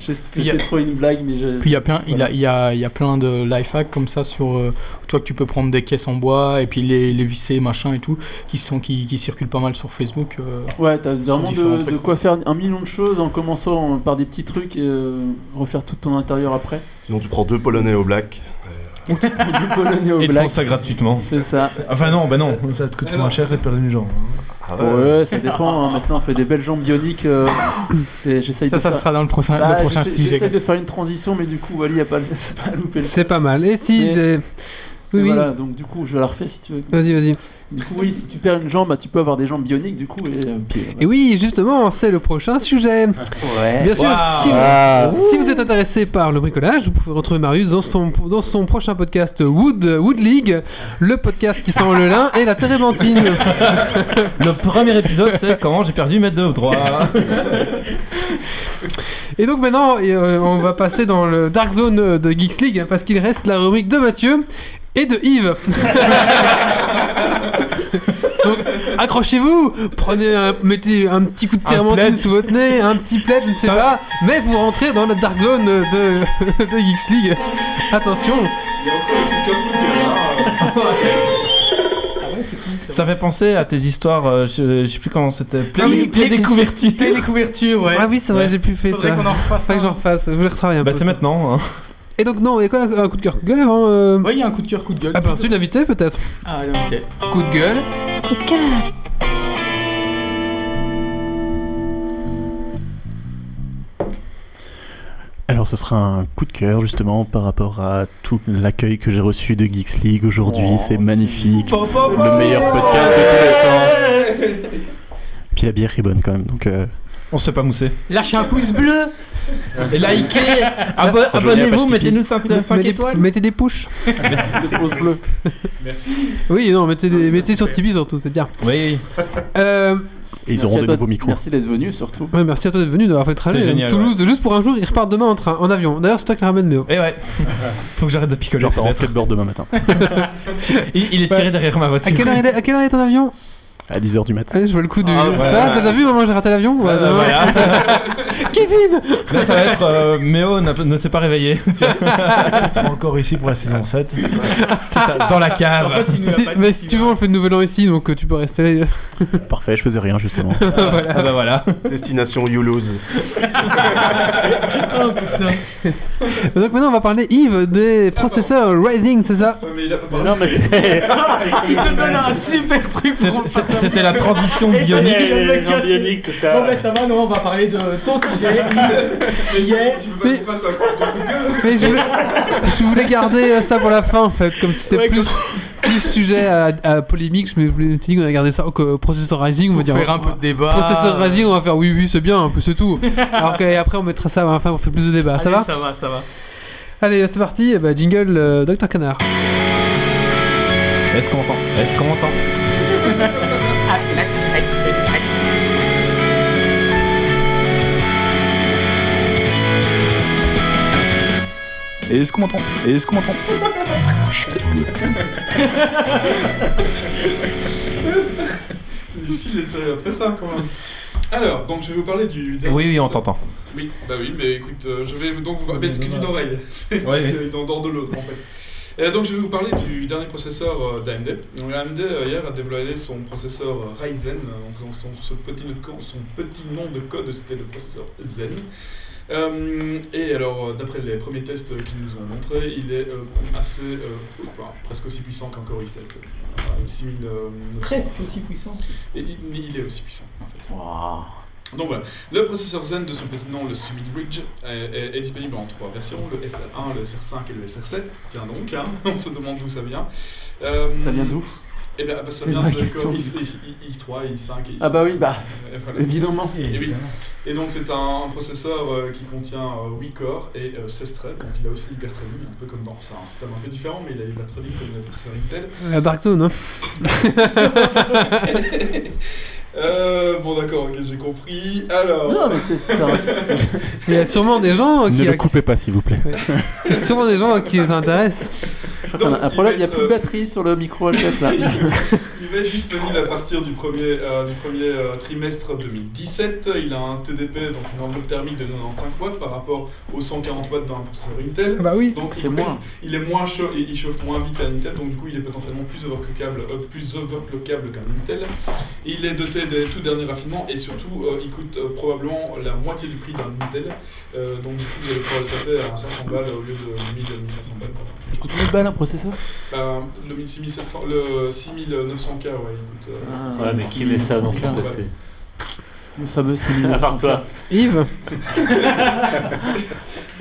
S6: je je sais trop une blague, mais je.
S7: Puis il y a plein, il,
S6: Voilà.
S7: a, il, y a, il y a plein de life hacks comme ça sur euh, toi que tu peux prendre des caisses en bois et puis les, les visser machin et tout qui sont qui, qui circulent pas mal sur Facebook. euh.
S6: Ouais, t'as vraiment
S7: différents
S6: de,
S7: trucs,
S6: de quoi faire un million de choses en commençant par des petits trucs et euh, refaire tout ton intérieur après.
S5: Sinon, tu prends deux Polonais au black.
S6: du polonais au
S4: Et ils font
S6: black.
S4: ça gratuitement.
S6: C'est ça.
S4: Enfin non, bah non.
S10: Ça te coûte moins cher que de perdre une jambe.
S5: Ah ouais.
S6: Ouais, ça dépend. hein. Maintenant, on fait des belles jambes bioniques. euh, et J'essaye
S7: Ça,
S6: de
S7: ça
S6: faire...
S7: sera dans le prochain,
S6: Bah,
S7: le prochain
S6: j'essaie-
S7: sujet.
S6: J'essaie de faire une transition, mais du coup, Wally a pas, c'est pas loupé. le-
S1: C'est pas mal. Et si.
S6: Mais-
S1: c'est-
S6: Et
S1: Oui, oui.
S6: Voilà, donc du coup, je la refais si tu veux.
S1: Vas-y, vas-y.
S6: Du coup, oui, si tu perds une jambe, bah, tu peux avoir des jambes bioniques, du coup. Et, euh, puis,
S1: Et oui, justement, c'est le prochain sujet.
S6: ouais.
S1: Bien sûr, si, vous,
S8: Ah.
S1: si vous êtes intéressé par le bricolage, vous pouvez retrouver Marius dans son, dans son prochain podcast Wood, Wood League, le podcast qui sent le lin et la térébenthine.
S4: Le premier épisode c'est comment j'ai perdu mes deux droits.
S1: Et donc maintenant, euh, on va passer dans le Dark Zone de Geeks League hein, parce qu'il reste la rubrique de Mathieu et de Yves. donc accrochez-vous, prenez un, mettez un petit coup de térébenthine
S4: plaid.
S1: sous votre nez, un petit plaid, je ne sais pas, mais vous rentrez dans la Dark Zone de, de Geeks League. Attention.
S3: Il y a encore un coup de cœur, coup de gueule, hein.
S11: Ah
S4: Ça fait penser à tes histoires, euh, je, je sais plus comment c'était. Plein,
S1: oui,
S4: plein
S1: plein
S4: des
S1: des-
S4: couvertures.
S1: plein des couvertures, ouais. Ah oui, c'est vrai, j'ai plus fait
S4: Faudrait
S1: ça.
S4: qu'on en refasse
S1: Faudrait que j'en refasse, je vais retravailler un
S4: Bah,
S1: peu
S4: c'est
S1: ça.
S4: maintenant. hein.
S1: Et donc, non, il y a quoi un un coup de cœur, coup de gueule avant Oui, il y a un coup de cœur, coup de gueule. Ah, bah, c'est l'invité peut-être
S11: Ah, l'invité.
S1: Coup de gueule.
S11: Coup de cœur.
S2: Alors, ce sera un coup de cœur justement par rapport à tout l'accueil que j'ai reçu de Geeks League
S4: Oh,
S2: aujourd'hui. c'est magnifique. Le meilleur podcast de tous les temps. Puis la bière est bonne quand même. Donc, euh,
S4: On se fait pas mousser.
S1: Lâchez un pouce bleu
S4: Et likez Abo-
S2: Faut jouer à la
S4: Abonnez-vous,
S2: page
S4: mettez-nous 5
S1: Mettez- mettez-
S4: étoiles.
S1: Mettez des push. des pouces bleus.
S3: Merci.
S1: Oui, non, mettez, des, mettez sur Tipeee surtout, c'est bien.
S4: Ah, Oui.
S1: Euh,
S2: Et ils
S6: Merci
S2: auront
S6: à
S2: des
S6: toi.
S2: nouveaux micros.
S6: Merci d'être venu surtout.
S1: ouais, merci à toi d'être venu, d'avoir fait le trajet.
S4: C'est génial,
S1: Toulouse, juste pour un jour, ils repartent demain en train, en avion. D'ailleurs, c'est toi qui la ramène Néo.
S4: Et Eh ouais. Faut que j'arrête de picoler.
S2: Genre en skateboard demain matin.
S4: Il, il est tiré derrière ma voiture.
S1: À quelle heure il est, à quelle heure est ton avion
S2: À 10h du matin.
S1: Allez, je vois le coup du.
S4: Ah,
S1: T'as-
S4: voilà.
S1: T'as déjà vu, maman, j'ai raté l'avion
S4: Ah,
S1: Voilà.
S4: voilà.
S1: Kevin
S4: Là, ça va être euh, Méo n'a- ne s'est pas réveillé.
S10: C'est encore ici pour la saison 7.
S4: C'est ça, dans la
S11: En fait,
S4: cave.
S11: tu nous as
S1: Si-
S11: pas dit
S1: Mais
S11: qu'il
S1: si tu veux, on le fait de nouvel an ici, donc euh, tu peux rester.
S2: Parfait, je faisais rien justement.
S4: Ah bah voilà.
S5: Destination You Lose.
S1: oh putain Donc maintenant, on va parler, Yves, des
S11: Ah,
S1: processeurs Rising, c'est ça
S3: Ouais, mais il a pas
S8: Mais
S3: parlé.
S8: non, mais c'est.
S11: Ah, Il te donne un super truc
S4: C'est-
S11: pour.
S4: c'est- C'était la transition
S11: Et
S4: bionique.
S11: c'est-
S8: Les-
S11: le
S8: les
S11: mec
S8: gens
S11: cassé.
S8: bioniques, tout ça.
S11: Bon,
S1: bah,
S11: ben ça va, non, on va parler de ton sujet qui est.
S3: Tu veux pas qu'on fasse un coup de coup de gueule
S1: Mais je voulais, je voulais garder euh, ça pour la fin en fait, comme c'était
S11: Ouais,
S1: plus, plus sujet à, à polémique, je me voulais me suis dit qu'on allait garder ça. Que processeur Rising, on va
S11: Pour
S1: dire.
S11: faire un peu de débat.
S1: Processeur Rising, on va faire oui, oui, c'est bien, un peu c'est tout. Alors qu'après, on mettra ça à la fin, on fait plus de débat, Bah, ça
S11: Allez,
S1: va
S11: Ça va, ça va.
S1: Allez, c'est parti, eh ben, jingle euh, Dr Canard.
S4: Est-ce qu'on entend Est-ce qu'on entend
S11: Ah,
S4: Est-ce qu'on m'entend Est-ce qu'on m'entend
S3: C'est difficile d'être sérieux après ça quand même. Alors, donc je vais vous parler du. dernier
S4: Oui, oui, on
S3: processeur.
S4: t'entend.
S3: Oui, bah oui, mais écoute, euh, je vais donc vous mettre que d'une oreille. C'est parce
S4: oui.
S3: qu'il en dort de l'autre en fait. Et donc je vais vous parler du dernier processeur euh, d'AMD. Donc AMD euh, hier a dévoilé son processeur euh, Ryzen. euh, Donc son, ce petit, nom de co- son petit nom de code c'était le processeur Zen. Euh, et alors, euh, d'après les premiers tests qu'ils nous ont montrés, il est euh, assez, euh, enfin, presque aussi puissant qu'un Core i7. Euh, 6000, euh,
S11: Presque aussi puissant.
S3: et il, il est aussi puissant, en fait. Donc voilà, le processeur Zen de son petit nom, le Summit Ridge, est, est- est disponible en trois versions, le SR1, le SR5 et le SR7. Tiens donc, hein, on se demande d'où ça vient. Euh,
S6: Ça vient d'où
S3: Eh bien, ça
S6: C'est
S3: vient
S6: la
S3: de
S6: question.
S3: Core i, I- I3, I5 et i7.
S6: Ah bah oui, bah
S3: Et voilà.
S6: évidemment.
S3: Et, oui. Et donc c'est un, un processeur euh, qui contient euh, 8 corps et euh, 16 threads, donc il a aussi l'hyperthreading, un peu comme dans... C'est un système un peu différent, mais il a l'hyperthreading comme le processeur Intel.
S1: La Dark Zone, hein.
S3: Euh, bon d'accord, ok, j'ai compris. Alors...
S6: Non, mais c'est super. Bah.
S1: Il y a sûrement des gens qui.
S2: ne le coupez pas s'il vous plaît.
S1: il y a sûrement des gens qui les intéressent.
S6: Je crois qu'on a un problème, il n'y a plus de batterie sur le micro HF là.
S3: Il va être disponible à partir du premier, euh, du premier euh, trimestre 2017. Il a un TDP, donc une enveloppe thermique de 95 watts par rapport aux 140 watts d'un processeur Intel.
S1: Bah oui.
S3: Donc
S6: C'est
S3: il,
S6: moins.
S3: il est moins chaud, il, il chauffe moins vite qu'un Intel, donc du coup il est potentiellement plus overclockable, euh, plus overclockable qu'un Intel. Il est doté des tout derniers raffinements et surtout euh, il coûte euh, probablement la moitié du prix d'un Intel. Euh, donc du coup il pourra le taper à 500 balles au lieu de 1000-1500 balles. quoi.
S6: Ça coûte 1000 balles un processeur
S3: Bah, le 6700 le 6900K, ouais, écoute. euh,
S6: Ah,
S8: Ouais, mais qui met ça dans son
S6: Ouais.
S8: PC
S6: Le fameux
S8: À
S6: 6900.
S8: part toi.
S1: Yves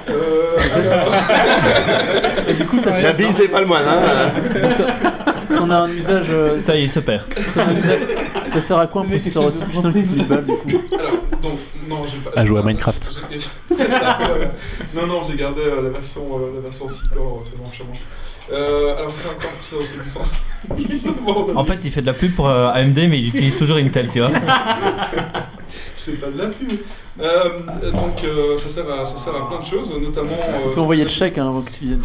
S3: Euh, alors,
S6: Du coup, ça
S5: La bille fait pas le moine, hein
S6: on a un usage. euh,
S4: Ça y est, il se perd.
S6: t'en as un usage- Ça sert à quoi un processeur aussi puissant que 1000 balles du coup
S3: alors, donc, non, j'ai pas.
S2: À jouer à Minecraft.
S3: j'ai- j'ai- C'est ça. ouais. Non, non, j'ai gardé euh, la version, euh, la version 6 corps euh, seulement chez moi. Euh, alors, c'est 50 c'est aussi puissant.
S4: En fait, il fait de la pub pour euh, AMD, mais il utilise toujours Intel, tu vois.
S3: je fais pas de la pub. Euh, donc, euh, ça, sert à, ça sert à plein de choses, notamment.
S6: On
S3: Euh,
S6: peut envoyer le chèque hein, avant que tu viennes.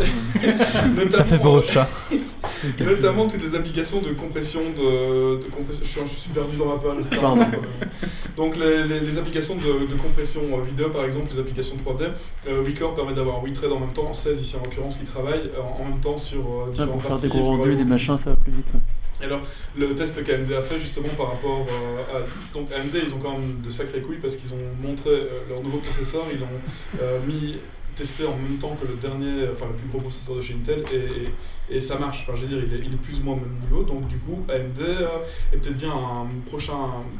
S4: T'as fait pour au chat.
S3: euh, Notamment toutes les applications de compression de, de compression. Je suis, je suis perdu dans ma page.
S6: Pardon.
S3: Donc les, les- les applications de, de compression euh, vidéo, par exemple, les applications 3D, euh, Record permet d'avoir 8 trades en même temps, 16 ici en l'occurrence qui travaillent euh, en même temps sur euh,
S6: Ouais,
S3: différentes
S6: Ah, pour faire des
S3: parties, euh,
S6: gros
S3: je
S6: rendus et
S3: vois-
S6: des machins, ça va plus vite. ouais.
S3: et alors, le test qu'AMD a fait justement par rapport euh, à. Donc, AMD, ils ont quand même de sacrées couilles parce qu'ils ont montré euh, leur nouveau processeur, ils l'ont euh, mis testé en même temps que le dernier, enfin le plus gros processeur de chez Intel, et, et- et ça marche. Enfin, je veux dire, il est, il est plus ou moins au même niveau, donc du coup, AMD euh, est peut-être bien un prochain.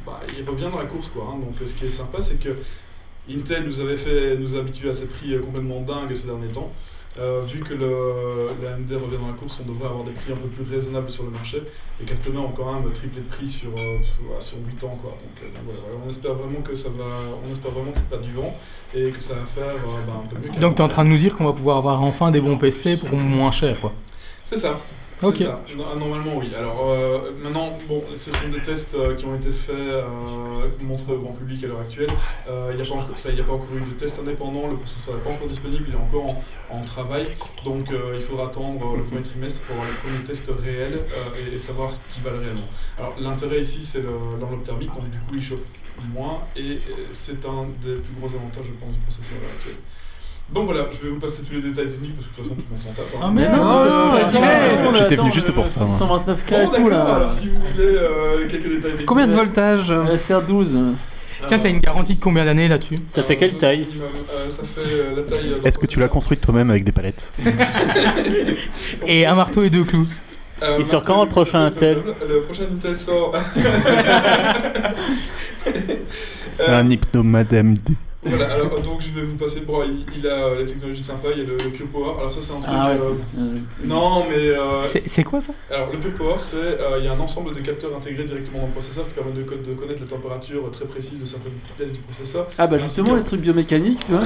S3: bah, il revient dans la course, quoi. hein. donc, euh, ce qui est sympa, c'est que Intel nous avait fait nous habituer à ces prix euh, complètement dingues ces derniers temps. Euh, vu que le, la AMD revient dans la course, on devrait avoir des prix un peu plus raisonnables sur le marché. Et Cartona ont quand même triplé de prix sur, euh, voilà, sur 8 ans. Quoi. Donc, euh, donc voilà, voilà, on espère vraiment que ça va. On espère vraiment que c'est pas du vent et que ça va faire euh, bah, un peu mieux. qu'avant.
S7: Donc t'es en train de nous dire qu'on va pouvoir avoir enfin des bons PC pour moins cher, quoi.
S3: C'est ça. C'est
S7: Ok.
S3: ça. No- Normalement, oui. Alors, euh, maintenant, bon, ce sont des tests euh, qui ont été faits, euh, montrés au grand public à l'heure actuelle. Euh, Il n'y a, pas encore- ça, il y a pas encore eu de test indépendant, le processeur n'est pas encore disponible, il est encore en, en travail. Donc, euh, il faudra attendre euh, le premier trimestre pour avoir les premiers tests réels euh, et, et savoir ce qu'ils valent réellement. Alors, l'intérêt ici, c'est le- l'enveloppe thermique, donc du coup, il chauffe moins et euh, c'est un des plus gros avantages, je pense, du processeur à l'heure actuelle. Donc voilà, je vais vous passer tous les détails techniques parce que de toute façon, tout le monde s'en tape. hein.
S6: Ah, mais non,
S1: non,
S6: c'est-
S1: non,
S6: c'est-
S1: non,
S6: c'est-
S1: non,
S6: c'est-
S2: j'étais
S6: attends, euh,
S2: venu juste
S6: le-
S2: pour ça, moi.
S6: 629K
S3: Bon,
S6: et tout
S3: Oh, d'accord,
S6: là.
S3: alors si vous voulez euh, quelques détails techniques.
S1: Combien de voltage
S6: La SR12. euh,
S7: Tiens, t'as une garantie de combien d'années là-dessus
S8: Ça fait quelle taille
S3: Euh, Ça fait euh, la taille. euh, d'un
S2: Est-ce que tu l'as
S3: processeur.
S2: construite toi-même avec des palettes
S7: Et un marteau et deux clous.
S3: Euh,
S8: Il sort quand,
S3: Martin,
S8: le prochain
S3: je sais pas,
S8: Intel
S3: Le prochain Intel sort.
S2: C'est un hypnomadem D.
S3: Euh, voilà, alors donc je vais vous passer. Bon, il, il a euh, la technologie sympa, il y a le, le Pure Power. Alors ça, c'est un truc.
S6: Ah ouais,
S3: euh,
S6: c'est- euh,
S3: Non, mais. euh,
S7: C'est c'est quoi ça
S3: Alors, le Pure Power, c'est euh, il y a un ensemble de capteurs intégrés directement dans le processeur qui permettent de, co- de connaître la température très précise de certaines pièces du processeur.
S6: Ah bah
S3: Ainsi
S6: justement,
S3: que-
S6: les trucs biomécaniques, tu vois.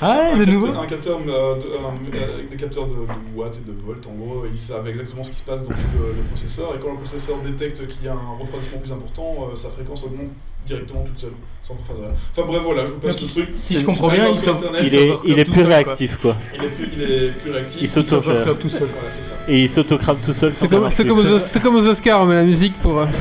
S7: Ah,
S3: un
S7: de
S3: capteur-
S7: nouveau
S3: Un capteur euh, de- un- euh, avec des capteurs de, de watts et de volts, en gros, ils savent exactement ce qui se passe dans le, le processeur. Et quand le processeur détecte qu'il y a un refroidissement plus important, euh, sa fréquence augmente directement toute seule, sans qu'on fasse rien. Enfin bref, voilà, je vous passe
S7: Donc,
S3: le
S7: il-
S3: truc.
S7: Si je comprends bien,
S3: Allez
S7: il
S3: sur
S7: s'auto-
S3: Internet,
S8: Il
S3: ça
S8: est,
S7: s'overclock
S8: il est
S7: tout
S8: plus
S7: seul, quoi.
S8: réactif quoi.
S3: Il est plus, il est plus réactif.
S8: Il s'auto
S7: s'overclock tout seul.
S3: Voilà, c'est ça.
S8: Et il s'autocrame tout seul. sans
S1: C'est comme,
S8: savoir
S1: c'est
S8: qu'il
S1: comme
S8: le
S1: aux,
S8: fait.
S1: c'est comme aux Oscars, on met la musique pour. euh,
S7: Non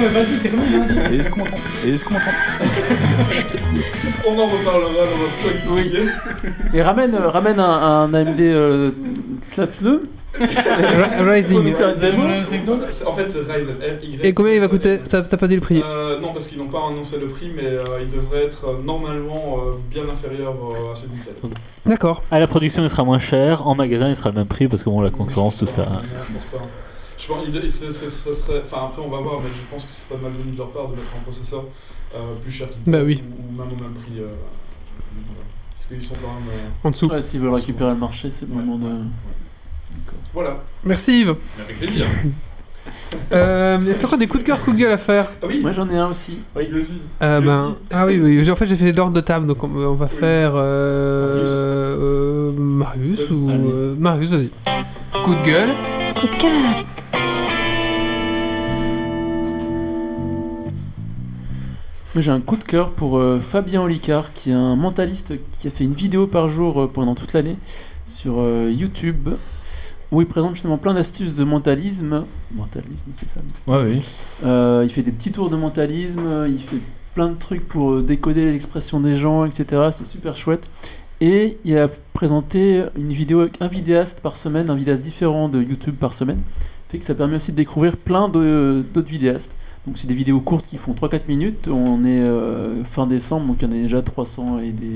S7: mais vas-y, termine.
S2: Et Est-ce qu'on m'entend Et Est-ce qu'on m'entend
S3: On en reparlera dans votre podcast.
S6: Oui. Et ramène, euh, ramène un, un AMD euh, Claps-le.
S1: Ra-
S6: Faut nous
S1: Rising.
S6: faire une démo.
S3: C'est- En fait, c'est Ryzen R-Y.
S1: Et combien il va coûter Ça, T'as pas dit le prix.
S3: Euh, non, parce qu'ils n'ont pas annoncé le prix, mais euh, il devrait être euh, normalement euh, bien inférieur euh, à celui d'Intel.
S1: D'accord.
S8: À Ah, la production, il sera moins cher. En magasin, il sera le même prix parce que bon, la concurrence, tout ça.
S3: Non, je pense pas. Je pense, il- c'est- c'est- ça serait, enfin après on va voir, mais je pense que ce serait malvenu de leur part de mettre un processeur euh, plus cher qu'Intel
S1: Bah oui.
S3: ou, ou même au même prix. euh, voilà. Parce qu'ils sont quand même. euh,
S1: En dessous.
S6: Ouais, s'ils veulent récupérer le marché, c'est le moment de.
S3: Voilà,
S1: Merci Yves.
S3: avec plaisir.
S1: Euh, Est-ce qu'on a des coups de cœur, coups de gueule à faire
S3: Ah oui,
S6: Moi j'en ai un aussi.
S3: oui. le zine.
S1: Euh,
S3: Merci.
S1: ben, Ah oui, oui, j'ai- en fait j'ai fait l'ordre de table, donc on, on va
S3: Oui.
S1: faire. euh, euh, Marius
S3: Euh,
S1: ou.
S6: allez.
S1: euh, Marius, vas-y. Coup de gueule.
S9: Coup de cœur.
S6: Moi j'ai un coup de cœur pour euh, Fabien Olicard, qui est un mentaliste qui a fait une vidéo par jour euh, pendant toute l'année sur euh, YouTube, où il présente justement plein d'astuces de mentalisme. Mentalisme, c'est ça
S4: Ouais, oui.
S6: Euh, il fait des petits tours de mentalisme, euh, il fait plein de trucs pour euh, décoder l'expression des gens, etc. C'est super chouette. Et il a présenté une vidéo avec un vidéaste par semaine, un vidéaste différent de YouTube par semaine. Fait que ça permet aussi de découvrir plein de- euh, d'autres vidéastes. Donc c'est des vidéos courtes qui font 3-4 minutes. On est euh, fin décembre, donc il y en a déjà 300 et des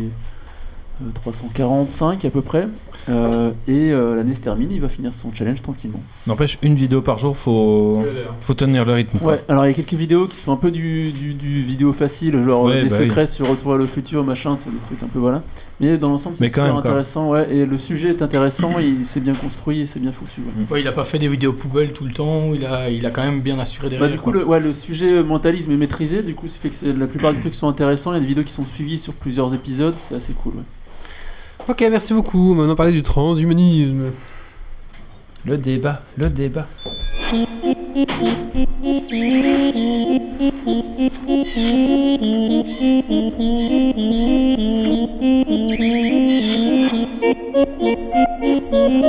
S6: euh, 345 à peu près. Euh, et euh, l'année se termine, il va finir son challenge tranquillement.
S4: N'empêche, une vidéo par jour, faut, faut tenir le rythme.
S6: Ouais, alors il y a quelques vidéos qui sont un peu du, du, du vidéo facile, genre
S4: Ouais,
S6: euh, des
S4: bah
S6: secrets sur Retour à le futur, machin, c'est des trucs un peu voilà. Mais dans l'ensemble, c'est
S4: Mais quand
S6: super
S4: même, quoi.
S6: intéressant, ouais, et le sujet est intéressant, il c'est bien construit et c'est bien foutu.
S4: Mm.
S6: ouais.
S7: Ouais, il a pas fait des vidéos poubelles tout le temps, il a, il a quand même bien assuré
S6: Bah,
S7: derrière.
S6: du coup, le, ouais, le sujet euh, mentalisme est maîtrisé, du coup, ça fait que c'est- la plupart des trucs sont intéressants, il y a des vidéos qui sont suivies sur plusieurs épisodes, c'est assez cool. ouais.
S1: Ok, merci beaucoup. Maintenant parler du transhumanisme.
S4: Le débat, le débat.
S9: Thank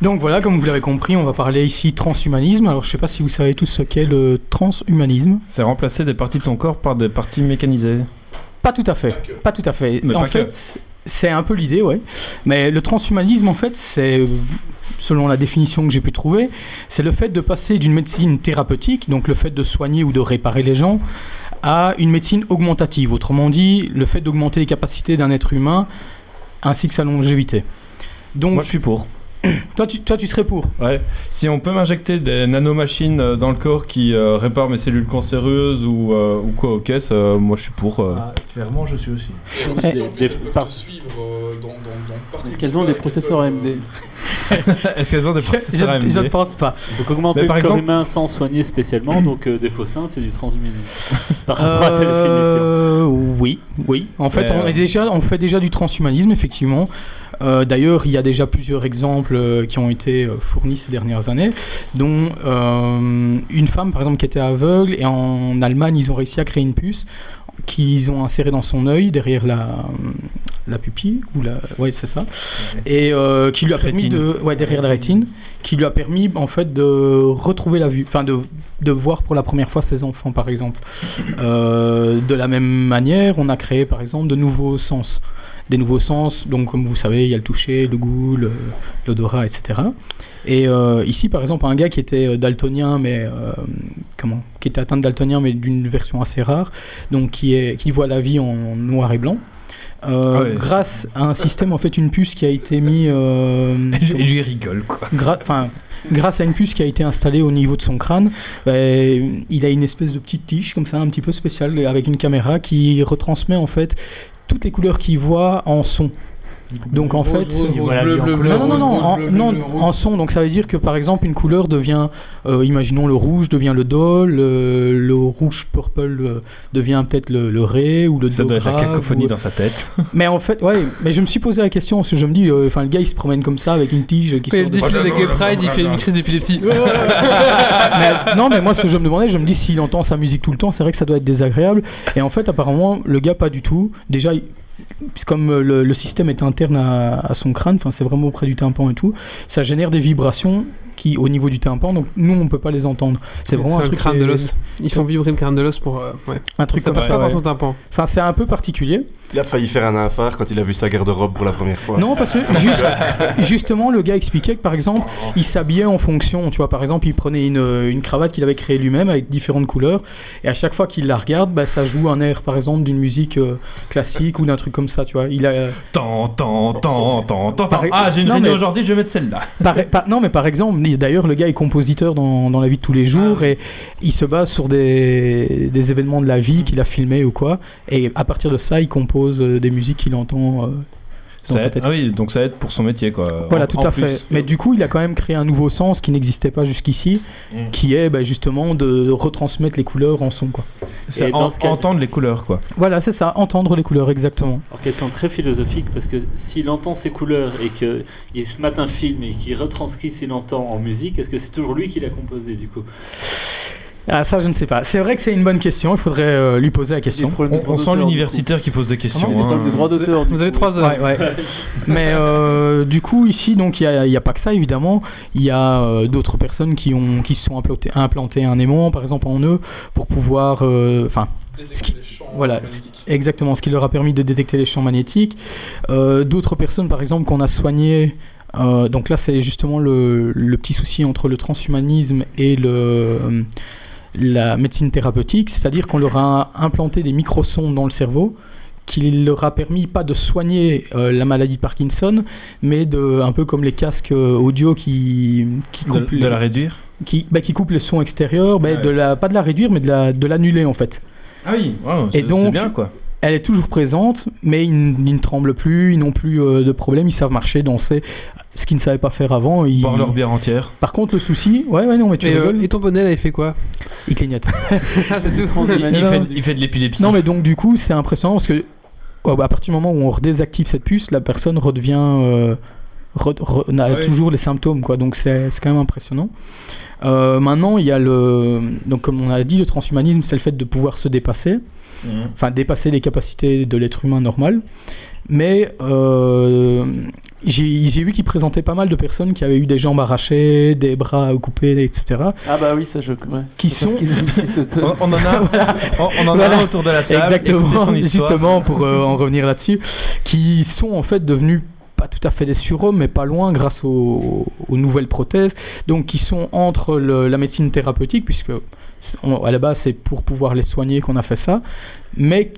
S7: Donc voilà, comme vous l'avez compris, on va parler ici transhumanisme. Alors je sais pas si vous savez tous ce qu'est le transhumanisme.
S4: C'est remplacer des parties de son corps par des parties mécanisées.
S7: Pas tout à fait. Pas tout à fait.
S4: Mais
S7: en
S4: pas que.
S7: fait, c'est un peu l'idée, ouais. Mais le transhumanisme, en fait, c'est, selon la définition que j'ai pu trouver, c'est le fait de passer d'une médecine thérapeutique, donc le fait de soigner ou de réparer les gens, à une médecine augmentative. Autrement dit, le fait d'augmenter les capacités d'un être humain ainsi que sa longévité. Donc,
S4: Moi, je suis pour.
S7: Toi tu, toi, tu serais pour
S4: Ouais. Si on peut m'injecter des nanomachines euh, dans le corps qui euh, réparent mes cellules cancéreuses ou, euh, ou quoi, ok, ça, euh, moi je suis pour. euh.
S10: Clairement, je suis aussi.
S3: Et aussi, en plus, elles peuvent te suivre euh, dans, dans, dans partout.
S6: Est-ce qu'elles ont des processeurs AMD
S4: Est-ce qu'elles ont des
S7: Je-
S4: processeurs
S7: je-
S4: AMD
S7: je ne pense pas.
S8: Donc augmenter
S4: Mais
S8: le
S4: par
S8: corps
S4: exemple-
S8: humain sans soigner spécialement, donc euh, des faux seins, c'est du transhumanisme. Par rapport à ta définition.
S7: Euh, oui, oui. En fait,
S4: Mais,
S7: on, est
S4: euh,
S7: déjà, on fait déjà du transhumanisme, effectivement. Euh, D'ailleurs, il y a déjà plusieurs exemples euh, qui ont été euh, fournis ces dernières années, dont euh, une femme, par exemple, qui était aveugle, et en Allemagne, ils ont réussi à créer une puce qu'ils ont insérée dans son œil, derrière la, la pupille, ou la... Ouais, c'est ça. Et euh, qui lui a permis
S4: Rétine.
S7: de... Ouais, derrière la rétine, qui lui a permis, en fait, de retrouver la vue, enfin, de, de voir pour la première fois ses enfants, par exemple. Euh, de la même manière, on a créé par exemple de nouveaux sens. Des nouveaux sens, donc comme vous savez, il y a le toucher, le goût, le- l'odorat, etc. Et euh, ici, par exemple, un gars qui était euh, daltonien, mais euh, comment Qui était atteint de daltonien, mais d'une version assez rare, donc qui, est, qui voit la vie en noir et blanc. euh,
S4: Ah ouais.
S7: Grâce à un système, en fait, une puce qui a été mise. euh,
S10: Et lui, il rigole, quoi.
S7: gra- enfin, grâce à une puce qui a été installée au niveau de son crâne, ben, il a une espèce de petite tige comme ça, un petit peu spéciale, avec une caméra qui retransmet en fait toutes les couleurs qu'il voit en son. Donc en fait, non, non, non, non, en, non, en son. Donc ça veut dire que par exemple une couleur devient, euh, imaginons le rouge devient le do, le, le rouge purple euh, devient peut-être le, le ré ou le
S4: Ça
S7: do
S4: doit être la
S7: grave,
S4: cacophonie
S7: ou-
S4: dans sa tête.
S7: Mais en fait, ouais, mais je me suis posé la question parce que je me dis, euh, enfin le gars il se promène comme ça avec une tige qui sort
S1: Fait le
S7: de
S1: défilé des Gay Pride, il fait une crise d'épilepsie.
S7: Mais- non, mais moi, ce que je me demandais, je me dis s'il entend sa musique tout le temps, c'est vrai que ça doit être désagréable. Et en fait, apparemment, le gars, pas du tout. Déjà, il- c'est comme euh, le, le système est interne à, à son crâne, enfin, c'est vraiment près du tympan et tout, ça génère des vibrations qui, au niveau du tympan, donc nous, on peut pas les entendre. C'est vraiment un
S1: le
S7: truc.
S1: crâne
S7: qui
S1: de
S7: est-
S1: l'os. Ils font vibrer le crâne de l'os pour. euh, ouais.
S7: Un truc
S1: Ça
S7: comme
S1: passe
S7: ça.
S1: pas par
S7: ouais.
S1: ton tympan.
S7: Enfin, c'est un peu particulier.
S5: Il a failli faire un infart quand il a vu sa garde-robe pour la première fois.
S7: Non, parce que juste- justement, le gars expliquait que par exemple, il s'habillait en fonction. Tu vois, par exemple, il prenait une, une cravate qu'il avait créée lui-même avec différentes couleurs. Et à chaque fois qu'il la regarde, bah, ça joue un air, par exemple, d'une musique euh, classique ou d'un truc comme ça. Tu vois, il a. euh,
S4: Tant, tant, tant, tant, tant, tant.
S7: Pareil.
S4: Ah, j'ai une
S7: Non,
S4: réunion
S7: mais-
S4: aujourd'hui, je vais mettre celle-là.
S7: Par- par- non, mais par exemple, il- d'ailleurs, le gars est compositeur dans, dans la vie de tous les jours et il se base sur des, des événements de la vie qu'il a filmé ou quoi. Et à partir de ça, il compose euh, des musiques qu'il entend. euh,
S4: Ça
S7: sa
S4: aide-
S7: tête.
S4: Ah oui, donc ça aide pour son métier, quoi.
S7: Voilà,
S4: Euh, En-
S7: tout
S4: en
S7: à
S4: plus.
S7: fait. Mais du coup, il a quand même créé un nouveau sens qui n'existait pas jusqu'ici,
S4: Mm.
S7: qui est bah, justement de retransmettre les couleurs en son. Quoi.
S4: C'est
S8: Et dans
S4: en-
S8: ce cas-
S4: entendre les couleurs, quoi.
S7: Voilà, c'est ça, entendre les couleurs exactement.
S8: Alors, question très philosophique, parce que s'il entend ses couleurs et qu'il se mate un film et qu'il retranscrit s'il entend en musique, est-ce que c'est toujours lui qui l'a composé du coup
S7: Ah, ça, je ne sais pas. C'est vrai que c'est une bonne question, il faudrait euh, lui poser la question.
S4: On, on sent l'universitaire qui pose des questions. hein.
S6: Le droit d'auteur. du
S1: Vous avez
S6: coup.
S1: 3 heures.
S7: Ouais, ouais. Mais euh, du coup, ici, donc il n'y a, pas que ça, évidemment. Il y a euh, d'autres personnes qui, ont, qui se sont implantées implanté un aimant, par exemple, en eux, pour pouvoir. euh, Enfin, Ce qui-
S3: Détecter les champs
S7: voilà,
S3: magnétiques.
S7: Exactement, ce qui leur a permis de détecter les champs magnétiques. Euh, D'autres personnes, par exemple, qu'on a soignées. euh, donc là, c'est justement le, le petit souci entre le transhumanisme et le, euh, la médecine thérapeutique, c'est-à-dire qu'on leur a implanté des microsondes dans le cerveau qui leur a permis pas de soigner euh, la maladie de Parkinson, mais de un peu comme les casques euh, audio qui qui
S4: De,
S7: coupent les-
S4: de la réduire Ah
S7: qui, bah, qui coupent le son extérieur, bah,
S4: Ouais.
S7: de la pas de la réduire, mais de la- de l'annuler en fait.
S4: Ah oui, ouais, c'est- c'est
S7: donc-
S4: bien, quoi.
S7: Elle est toujours présente, mais ils, n- ils ne tremblent plus, ils n'ont plus euh, de problème, ils savent marcher, danser, ce qu'ils ne savaient pas faire avant. Ils...
S4: Boire leur bière entière.
S7: Par contre, le souci, ouais, ouais, non, mais tu
S1: Et, euh,
S7: rigoles,
S1: et ton bonnet, là, il fait quoi
S7: ils clignotent.
S1: Ah, c'est tout.
S4: Il
S7: non,
S4: fait, il fait de l'épilepsie.
S7: non, mais donc du coup, c'est impressionnant parce que ouais, bah, à partir du moment où on désactive cette puce, la personne redevient. euh, re- re- n'a
S4: Ah oui.
S7: toujours les symptômes, quoi, donc c'est c'est quand même impressionnant. Euh, maintenant, il y a le. Donc, comme on a dit, le transhumanisme, c'est le fait de pouvoir se dépasser.
S4: Mhm.
S7: enfin dépasser les capacités de l'être humain normal. Mais euh, j'ai j'ai vu qu'ils présentaient pas mal de personnes qui avaient eu des jambes arrachées, des bras coupés, etc.
S6: Ah bah oui, ça je. ouais.
S7: Qui
S6: Parce
S7: sont-
S6: qu'ils ont une petite-
S7: On- on en a-
S6: Voilà.
S7: on-
S4: on en a
S7: Voilà.
S4: un autour de la table.
S7: Exactement,
S4: écoutez son histoire.
S7: justement, pour euh, en revenir là-dessus, qui sont en fait devenus pas tout à fait des surhommes, mais pas loin grâce aux, aux nouvelles prothèses, donc qui sont entre le- la médecine thérapeutique, puisque c'est- on- à la base c'est pour pouvoir les soigner qu'on a fait ça, mais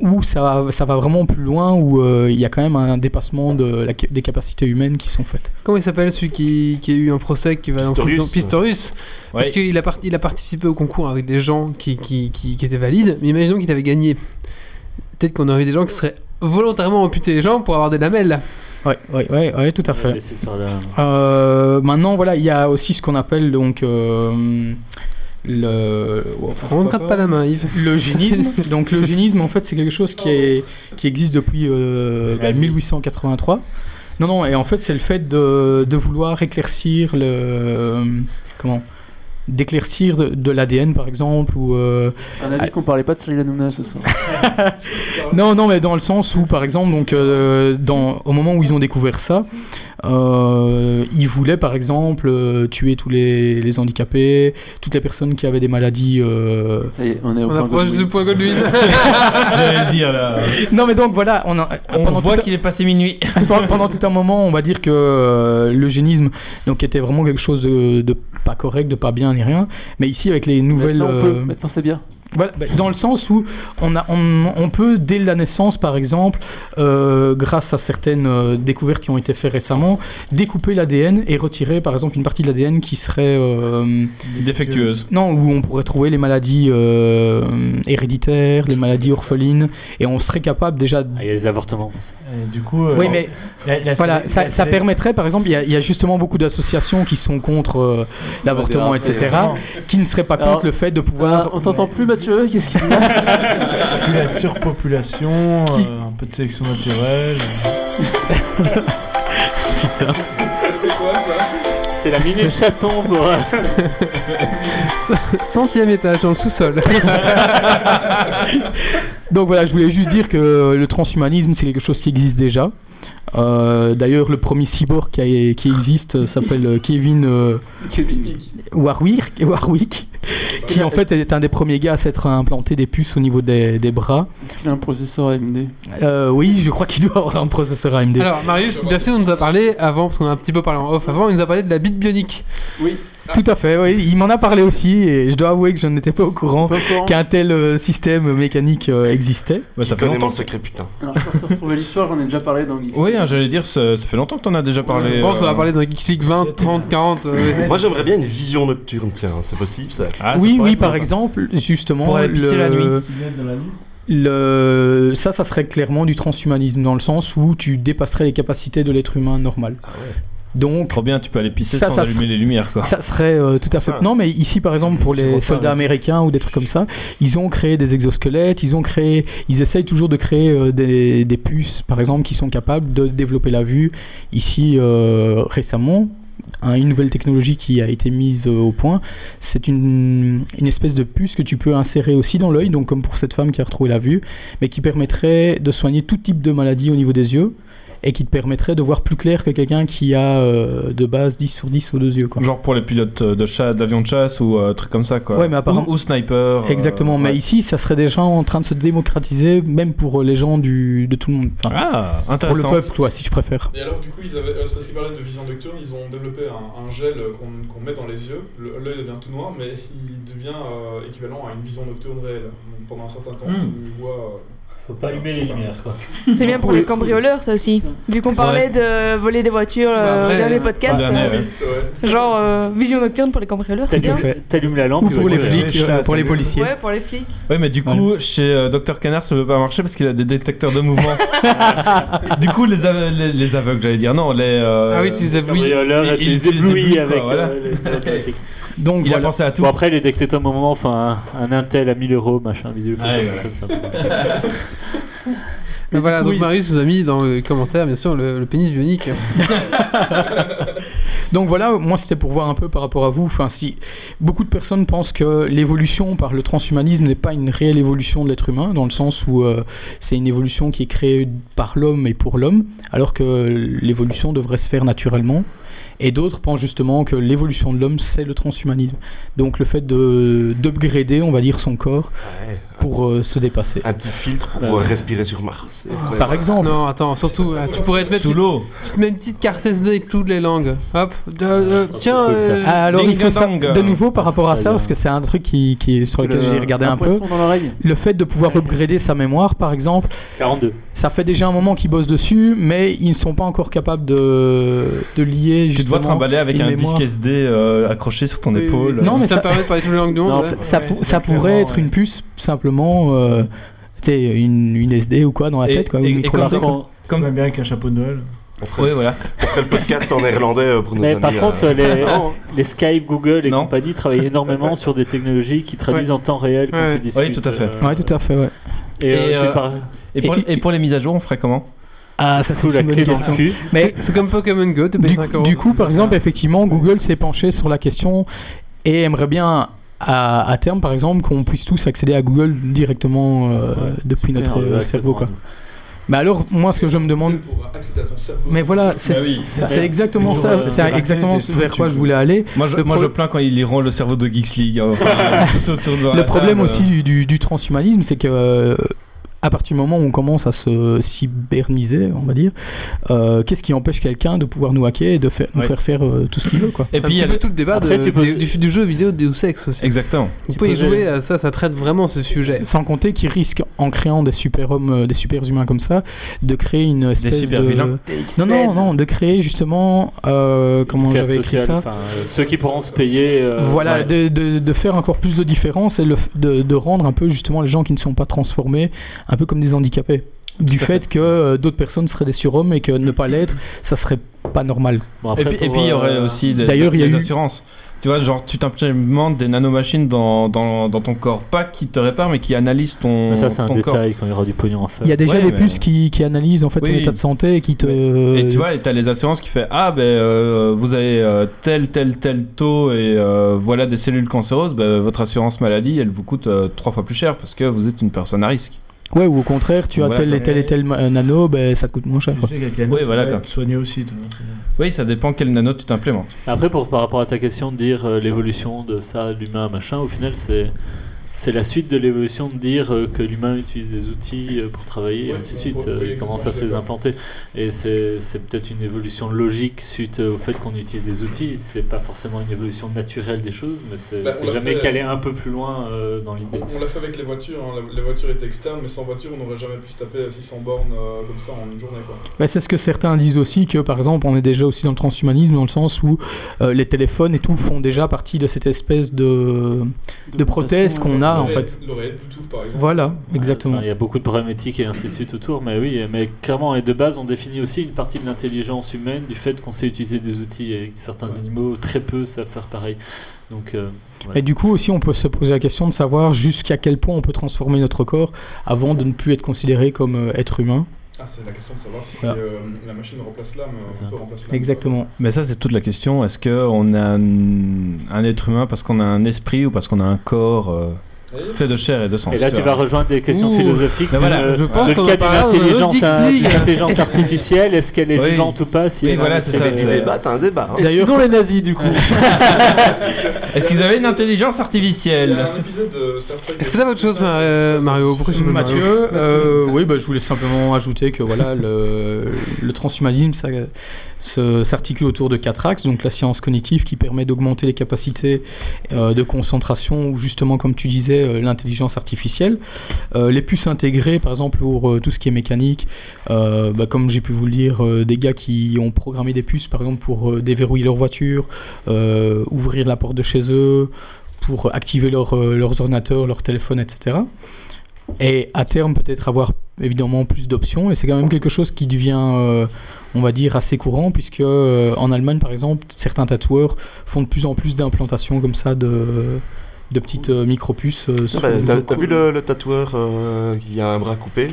S7: où ça, va- ça va vraiment plus loin, où euh, il y a quand même un dépassement de la ca- des capacités humaines qui sont faites.
S1: Comment il s'appelle celui qui, qui a eu un procès qui va en
S7: Pistorius.
S1: prison Pistorius. Parce
S7: Ouais.
S1: qu'il a, part- il a participé au concours avec des gens qui, qui, qui- qui étaient valides, mais imaginons qu'il avait gagné. Peut-être qu'on aurait eu des gens qui seraient volontairement amputés les jambes pour avoir des lamelles.
S7: Ouais, ouais, ouais, ouais, tout à fait.
S8: C'est sur la-
S7: Euh, maintenant, voilà, il y a aussi ce qu'on appelle donc euh, le. oh,
S1: On ne gratte pas la main, Yves.
S7: L'eugénisme. donc l'eugénisme, en fait, c'est quelque chose qui, est, qui existe depuis euh, bah, 1883. Non, non, et en fait, c'est le fait de, de vouloir éclaircir le. euh, comment D'éclaircir de, de l'ADN, par exemple, ou. euh,
S6: On a dit qu'on parlait pas de Cyril Hanouna ce soir.
S7: non, non, mais dans le sens où, par exemple, donc, euh, dans, au moment où ils ont découvert ça, euh, ils voulaient, par exemple, euh, tuer tous les, les handicapés, toutes les personnes qui avaient des maladies. euh,
S6: Ça y est, on est au
S1: On
S6: point
S1: approche
S6: Godwin.
S1: du point Godwin.
S10: J'allais le dire là.
S7: Non, mais donc voilà, on, a-
S4: On
S7: pendant
S4: voit
S7: tout un-
S4: qu'il est passé minuit.
S7: pendant- pendant tout un moment, on va dire que euh, l'eugénisme donc était vraiment quelque chose de, de pas correct, de pas bien ni rien. Mais ici, avec les nouvelles,
S6: Maintenant, on peut.
S7: euh,
S6: Maintenant, c'est bien.
S7: Voilà, bah, dans le sens où on, a, on, on peut, dès la naissance par exemple, euh, grâce à certaines euh, découvertes qui ont été faites récemment, découper l'ADN et retirer par exemple une partie de l'ADN qui serait... euh,
S4: Défectueuse.
S7: non, où on pourrait trouver les maladies euh, héréditaires, les maladies orphelines, et on serait capable déjà...
S8: Ah, il y a les avortements. ça.
S10: Et du coup. euh,
S7: Oui, mais
S10: la- la
S7: voilà,
S10: série-
S7: ça,
S10: la
S7: ça
S10: série-
S7: permettrait, par exemple, il y, a- il y a justement beaucoup d'associations qui sont contre euh, l'avortement,
S6: déraper,
S7: etc.,
S6: évidemment.
S7: qui ne seraient pas
S6: Alors,
S7: contre le fait de
S6: Ah,
S7: pouvoir
S6: on t'entend plus, Mathieu Qu'est-ce qu'il y a
S10: Puis la surpopulation,
S7: Qui-
S10: euh, un peu de sélection naturelle.
S3: C'est quoi ça
S8: C'est la minute chaton pour. euh,
S1: Centième étage dans le sous-sol.
S4: Euh,
S7: Donc voilà, je voulais juste dire que le transhumanisme, c'est quelque chose qui existe déjà. Euh, D'ailleurs, le premier cyborg qui, a- qui existe euh, s'appelle euh, Kevin euh,
S6: Kevin.
S7: Warwick, Warwick, qui en fait est un des premiers gars à s'être implanté des puces au niveau des, des bras.
S6: Est-ce qu'il a un processeur AMD
S7: Euh, oui, je crois qu'il doit avoir un processeur AMD.
S1: Alors, Marius, bien sûr, on nous a parlé avant, parce qu'on a un petit peu parlé en off avant, il nous a parlé de la bite bionique.
S6: Oui.
S7: Ah. Tout à fait, oui, il m'en a parlé aussi, et je dois avouer que je n'étais pas au courant
S6: Pas au courant.
S7: qu'un tel euh, système mécanique euh, existait.
S4: Bah, ça
S5: Qui
S4: fait
S5: connaît
S4: longtemps.
S5: mon secret, putain.
S6: Alors, je peux te retrouver l'histoire, j'en ai déjà parlé dans Geeks.
S4: Oui, hein, j'allais dire, ça, ça fait longtemps que t'en as déjà parlé.
S1: je pense qu'on
S4: euh,
S1: va parler d'un Geeks League 20, 30, 40. euh, ouais.
S5: Moi, j'aimerais bien une vision nocturne, tiens, c'est possible ça.
S4: Ah, ça
S7: oui,
S4: pourrait
S7: oui,
S4: être
S7: par
S4: sympa.
S7: exemple, justement,
S4: Pour aller pisser la nuit.
S10: Qui viennent dans la nuit.
S7: Le... Ça, ça serait clairement du transhumanisme dans le sens où tu dépasserais les capacités de l'être humain normal. Donc,
S4: Trop bien, tu peux aller pisser
S7: Ça,
S4: sans
S7: ça
S4: allumer
S7: serait-
S4: les lumières, quoi.
S7: ça serait euh, tout à fait. Non, mais ici, par exemple, pour les soldats américains ou des trucs comme ça, ils ont créé des exosquelettes, ils ont créé, ils essayent toujours de créer euh, des, des puces, par exemple, qui sont capables de développer la vue. Ici, euh, récemment, hein, une nouvelle technologie qui a été mise euh, au point, c'est une, une espèce de puce que tu peux insérer aussi dans l'œil, donc comme pour cette femme qui a retrouvé la vue, mais qui permettrait de soigner tout type de maladie au niveau des yeux. Et qui te permettrait de voir plus clair que quelqu'un qui a euh, de base 10 sur 10 aux deux yeux. Quoi.
S4: Genre pour les pilotes euh, de chat, d'avions de chasse ou euh, trucs comme ça, quoi.
S7: Ouais, mais apparemment-
S4: Ou, ou sniper. euh,
S7: Exactement, mais
S4: ouais.
S7: ici, ça serait déjà en train de se démocratiser, même pour les gens du, de tout le monde. Enfin,
S4: Ah,
S7: pour le
S4: intéressant.
S7: peuple, toi, si tu préfères.
S3: Et alors, du coup, ils avaient, euh, c'est parce qu'ils parlaient de vision nocturne, ils ont développé un, un gel qu'on qu'on met dans les yeux. Le- L'œil devient tout noir, mais il devient euh, équivalent à une vision nocturne réelle. Donc, pendant un certain temps,
S8: Hmm.
S3: tu vois. euh,
S8: Faut pas allumer les lumières, quoi.
S9: C'est bien pour les cambrioleurs, ça aussi. Vu qu'on parlait de voler des voitures
S7: Bah,
S9: euh,
S1: Après,
S9: au dernier
S1: euh,
S9: podcast.
S4: dernier,
S9: euh,
S4: ouais.
S3: C'est vrai.
S9: Genre, euh, vision nocturne pour les cambrioleurs, c'est bien.
S7: à fait.
S8: T'allumes t'allumes la lampe.
S7: Ou
S8: tu
S7: pour
S8: vois
S7: les
S8: que-
S7: flics,
S10: chat,
S7: euh, pour les
S10: t'as
S7: policiers.
S9: Ouais, pour les flics.
S4: Ouais, mais du coup, chez euh, Dr Canard, ça peut pas marcher parce qu'il a des détecteurs de mouvement. du coup, les, ave- les, les aveugles, j'allais dire, non, les. euh,
S1: Ah oui, tu les as
S8: Oui,
S1: voulu.
S8: cambrioleur,
S4: il-
S8: tu
S4: il
S8: les
S4: utilise des
S8: éblouis
S4: blouis, quoi,
S8: avec
S4: voilà.
S8: euh, les- l'automatique.
S7: Donc,
S4: Il
S7: voilà.
S4: a pensé à tout.
S8: Bon, après, les détecteurs de moment, enfin, un, un Intel à 1000 euros, machin, vidéo,
S4: Ah,
S8: ça
S4: ouais,
S8: fonctionne, ça.
S1: Mais voilà, donc Marius nous a mis dans les commentaires, bien sûr, le, le pénis bionique.
S7: Donc voilà, moi c'était pour voir un peu par rapport à vous. Enfin, si beaucoup de personnes pensent que l'évolution par le transhumanisme n'est pas une réelle évolution de l'être humain, dans le sens où euh, c'est une évolution qui est créée par l'homme et pour l'homme, alors que l'évolution devrait se faire naturellement. Et d'autres pensent justement que l'évolution de l'homme, c'est le transhumanisme. Donc le fait de d'upgrader, on va dire, son corps pour euh, se dépasser.
S5: Un petit filtre pour euh,
S7: Ouais.
S5: respirer sur Mars.
S7: Par exemple.
S1: Non, attends, surtout, euh, tu pourrais te mettre.
S5: Sous l'eau.
S1: Tu te mets une petite carte SD avec toutes les langues. Hop. De- euh, tiens. euh,
S7: Ah, alors il faut ça,
S1: ding-a-dong.
S7: de nouveau
S4: Ah,
S7: par rapport à ça parce que c'est un truc qui, qui- sur lequel
S1: Le-
S7: j'ai regardé
S1: un
S7: un peu
S1: poisson dans l'oreille.
S7: le fait de pouvoir upgrader sa mémoire par exemple
S8: 42
S7: ça fait déjà un moment qu'ils bossent dessus mais ils ne sont pas encore capables de, de lier
S4: Tu dois
S7: justement
S4: te remballer avec
S7: une
S4: un
S7: mémoire.
S4: disque SD euh, accroché sur ton
S1: Oui, oui,
S4: épaule.
S1: oui. Non, mais Ça ça- permet de parler toutes les langues du monde, ouais.
S7: ça, ça
S1: Ouais,
S7: pour-
S1: c'est
S7: ça
S1: clairement,
S7: pourrait être une puce simplement euh, tu sais, une, une SD ou quoi dans la
S4: Et-
S7: tête quoi, ou
S4: et-
S7: une
S4: et
S7: micro SD, quoi.
S10: Comme bien avec un chapeau de Noël.
S4: Oui, voilà.
S5: On ferait le podcast en néerlandais euh, pour nos
S8: Mais
S5: amis,
S8: par
S5: euh,
S8: contre, les,
S5: marrants.
S8: les Skype, Google et compagnie travaillent énormément sur des technologies qui traduisent en temps réel quand tu discutes.
S4: Oui, tout à fait.
S8: euh,
S7: ouais tout à fait ouais
S8: Et, euh,
S4: Et,
S8: tu
S4: euh,
S8: parles-
S4: et pour- et pour les mises à jour, on ferait comment
S7: Ah, ça c'est
S8: Sous la
S7: une bonne
S8: clé dans le
S7: question.
S8: cul.
S7: Mais
S1: C'est comme Pokémon Go, tu payes
S7: du,
S1: 5 euros.
S7: du coup, par exemple, effectivement, Google s'est penché sur la question et aimerait bien à, à terme, par exemple, qu'on puisse tous accéder à Google directement euh, depuis notre
S8: euh,
S7: euh, cerveau. Quoi. Mais alors, moi, ce que je me demande.
S3: Pour accéder à ton cerveau.
S7: Mais voilà, c'est
S4: Ah
S3: Bah oui.
S7: c'est- c'est exactement
S4: euh,
S7: ça, c'est exactement vers quoi je voulais aller.
S4: Moi, je,
S7: Le
S4: moi,
S7: pro-
S4: je plains quand il rend le cerveau de Geeks League. euh, enfin, tous autour de la
S7: Le problème
S4: table, euh.
S7: aussi du, du- du transhumanisme, c'est que euh, à partir du moment où on commence à se cyberniser, on va dire, euh, qu'est-ce qui empêche quelqu'un de pouvoir nous hacker et de faire, nous
S4: Ouais.
S7: faire faire euh, tout ce qu'il veut, quoi
S4: Et
S1: Et
S4: puis,
S1: puis,
S4: il y a le-
S1: tout le débat de-
S4: Après, tu peux-
S1: des- du, du jeu vidéo Deus Ex aussi.
S4: Exactement.
S1: Vous pouvez y jouer,
S4: euh,
S1: à ça, ça traite vraiment ce sujet.
S7: Sans compter qu'ils risquent, en créant des super-hommes, euh, des super-humains comme ça, de créer une espèce
S4: super-vilains.
S7: de... Non, non, non, de créer justement... euh, comment
S8: classe
S7: j'avais écrit
S8: sociale,
S7: ça
S8: enfin, euh, Ceux qui pourront se payer. euh,
S7: voilà,
S8: ouais.
S7: de, de- de faire encore plus de différence et le f- de, de rendre un peu justement les gens qui ne sont pas transformés un peu comme des handicapés. Du
S4: à
S7: fait que euh, d'autres personnes seraient des surhommes et que ne pas l'être, ça serait pas normal.
S8: Bon,
S4: Et
S8: après,
S4: puis, et
S8: pour,
S4: puis, il y
S8: euh,
S4: aurait aussi des,
S7: D'ailleurs, il y a
S4: des
S7: eu-
S4: assurances. Tu vois, genre, tu t'implémentes des nanomachines dans, dans, dans ton corps. Pas qui te réparent, mais qui analysent ton,
S8: Mais ça, c'est un
S4: ton corps.
S8: détail quand il y aura du pognon à faire.
S7: Il y a déjà
S4: Ouais,
S7: des
S4: mais-
S7: puces qui, euh, qui analysent en fait
S4: Oui.
S7: ton état de santé et qui te...
S4: Et tu vois, et t'as les assurances qui fait ah ben euh, vous avez euh, tel tel tel taux et euh, voilà des cellules cancéreuses, ben, votre assurance maladie elle vous coûte euh, trois fois plus cher parce que vous êtes une personne à risque.
S7: Ouais, ou au contraire, tu as
S4: Voilà,
S7: tel et
S4: quoi.
S7: tel et tel ma- euh, nano, ben, ça te coûte moins cher.
S10: Tu
S7: quoi.
S10: sais qu'avec la note,
S4: Oui, voilà,
S10: tu vas
S4: quoi.
S10: être soigné aussi. toi. hein,
S4: Oui, ça dépend quel nano tu t'implémentes.
S8: Après, pour, par rapport à ta question de dire euh, l'évolution de ça, l'humain, machin, au final, c'est. C'est la suite de l'évolution de dire euh, que l'humain utilise des outils euh, pour travailler et
S3: Ouais,
S8: ainsi de
S3: ouais,
S8: suite.
S3: ouais,
S8: euh,
S3: oui,
S8: il commence à
S3: exactement,
S8: se les
S3: je suis
S8: implanter. Et c'est c'est peut-être une évolution logique suite euh, au fait qu'on utilise des outils. C'est pas forcément une évolution naturelle des choses, mais c'est
S3: Bah, on
S8: c'est
S3: l'a
S8: jamais
S3: fait,
S8: calé un peu plus loin euh, dans l'idée.
S3: On l'a fait avec les voitures, hein. les voitures étaient externes, mais sans voiture, on n'aurait jamais pu se taper 600 bornes euh, comme ça en une journée. Quoi.
S7: Bah, c'est ce que certains disent aussi, que par exemple, on est déjà aussi dans le transhumanisme, dans le sens où euh, les téléphones et tout font déjà partie de cette espèce de, de prothèse
S8: euh,
S7: qu'on a en
S3: L'oreillette-
S7: fait.
S3: L'oreillette Bluetooth par exemple.
S7: Voilà, exactement.
S8: Enfin, il y a beaucoup de problèmes éthiques et ainsi de suite autour, mais oui, mais clairement, et de base, on définit aussi une partie de l'intelligence humaine du fait qu'on sait utiliser des outils et que certains animaux, très peu, savent faire pareil. Donc, euh, voilà.
S7: Et du coup, aussi, on peut se poser la question de savoir jusqu'à quel point on peut transformer notre corps avant de ne plus être considéré comme euh, être humain.
S3: Ah, c'est la question de savoir si
S7: Voilà.
S3: euh, la machine remplace l'âme, euh,
S8: C'est
S3: on peut remplacer l'âme.
S7: Exactement.
S4: Mais ça c'est toute la question. Est-ce que on a un, un être humain parce qu'on a un esprit ou parce qu'on a un corps euh, fait de chair et de sang
S8: Et là, tu vas rejoindre des questions
S1: Ouh.
S8: philosophiques.
S4: Mais voilà,
S8: le,
S1: je pense
S8: le
S1: qu'on
S8: cas d'une
S1: en parlera dans un autre
S8: intelligence,
S1: Geeks
S8: euh,
S1: League.
S8: d'une intelligence artificielle, est-ce qu'elle est
S4: Oui.
S8: vivante ou pas si
S4: Oui,
S8: elle a
S4: voilà,
S8: un
S4: c'est
S8: esprit
S4: ça,
S8: de-
S4: c'est-
S5: Si débat, t'as un débat. hein.
S7: D'ailleurs,
S6: Sinon les nazis du coup.
S4: Est-ce qu'ils avaient une intelligence
S3: Il y
S4: artificielle
S3: a un épisode de Star Trek.
S1: Est-ce que t'as autre chose, Mar- euh, Mario Pourquoi je t'appelle Mario
S7: Mathieu, euh, oui, bah, je voulais simplement ajouter que voilà, le, le transhumanisme ça, se- s'articule autour de quatre axes. Donc la science cognitive qui permet d'augmenter les capacités euh, de concentration ou justement, comme tu disais, euh, l'intelligence artificielle. Euh, les puces intégrées, par exemple, pour euh, tout ce qui est mécanique, euh, bah, comme j'ai pu vous le dire, euh, des gars qui ont programmé des puces, par exemple, pour euh, déverrouiller leur voiture, euh, ouvrir la porte de chez eux, pour activer leur, euh, leurs ordinateurs, leurs téléphones, etc. Et à terme, peut-être avoir évidemment plus d'options. Et c'est quand même quelque chose qui devient, euh, on va dire, assez courant, puisque euh, en Allemagne, par exemple, certains tatoueurs font de plus en plus d'implantations comme ça de, de petites euh, micropuces. euh,
S5: Ah
S7: sous
S5: bah,
S7: le
S5: T'as
S7: cou.
S5: t'as vu le, le tatoueur euh, qui a un bras coupé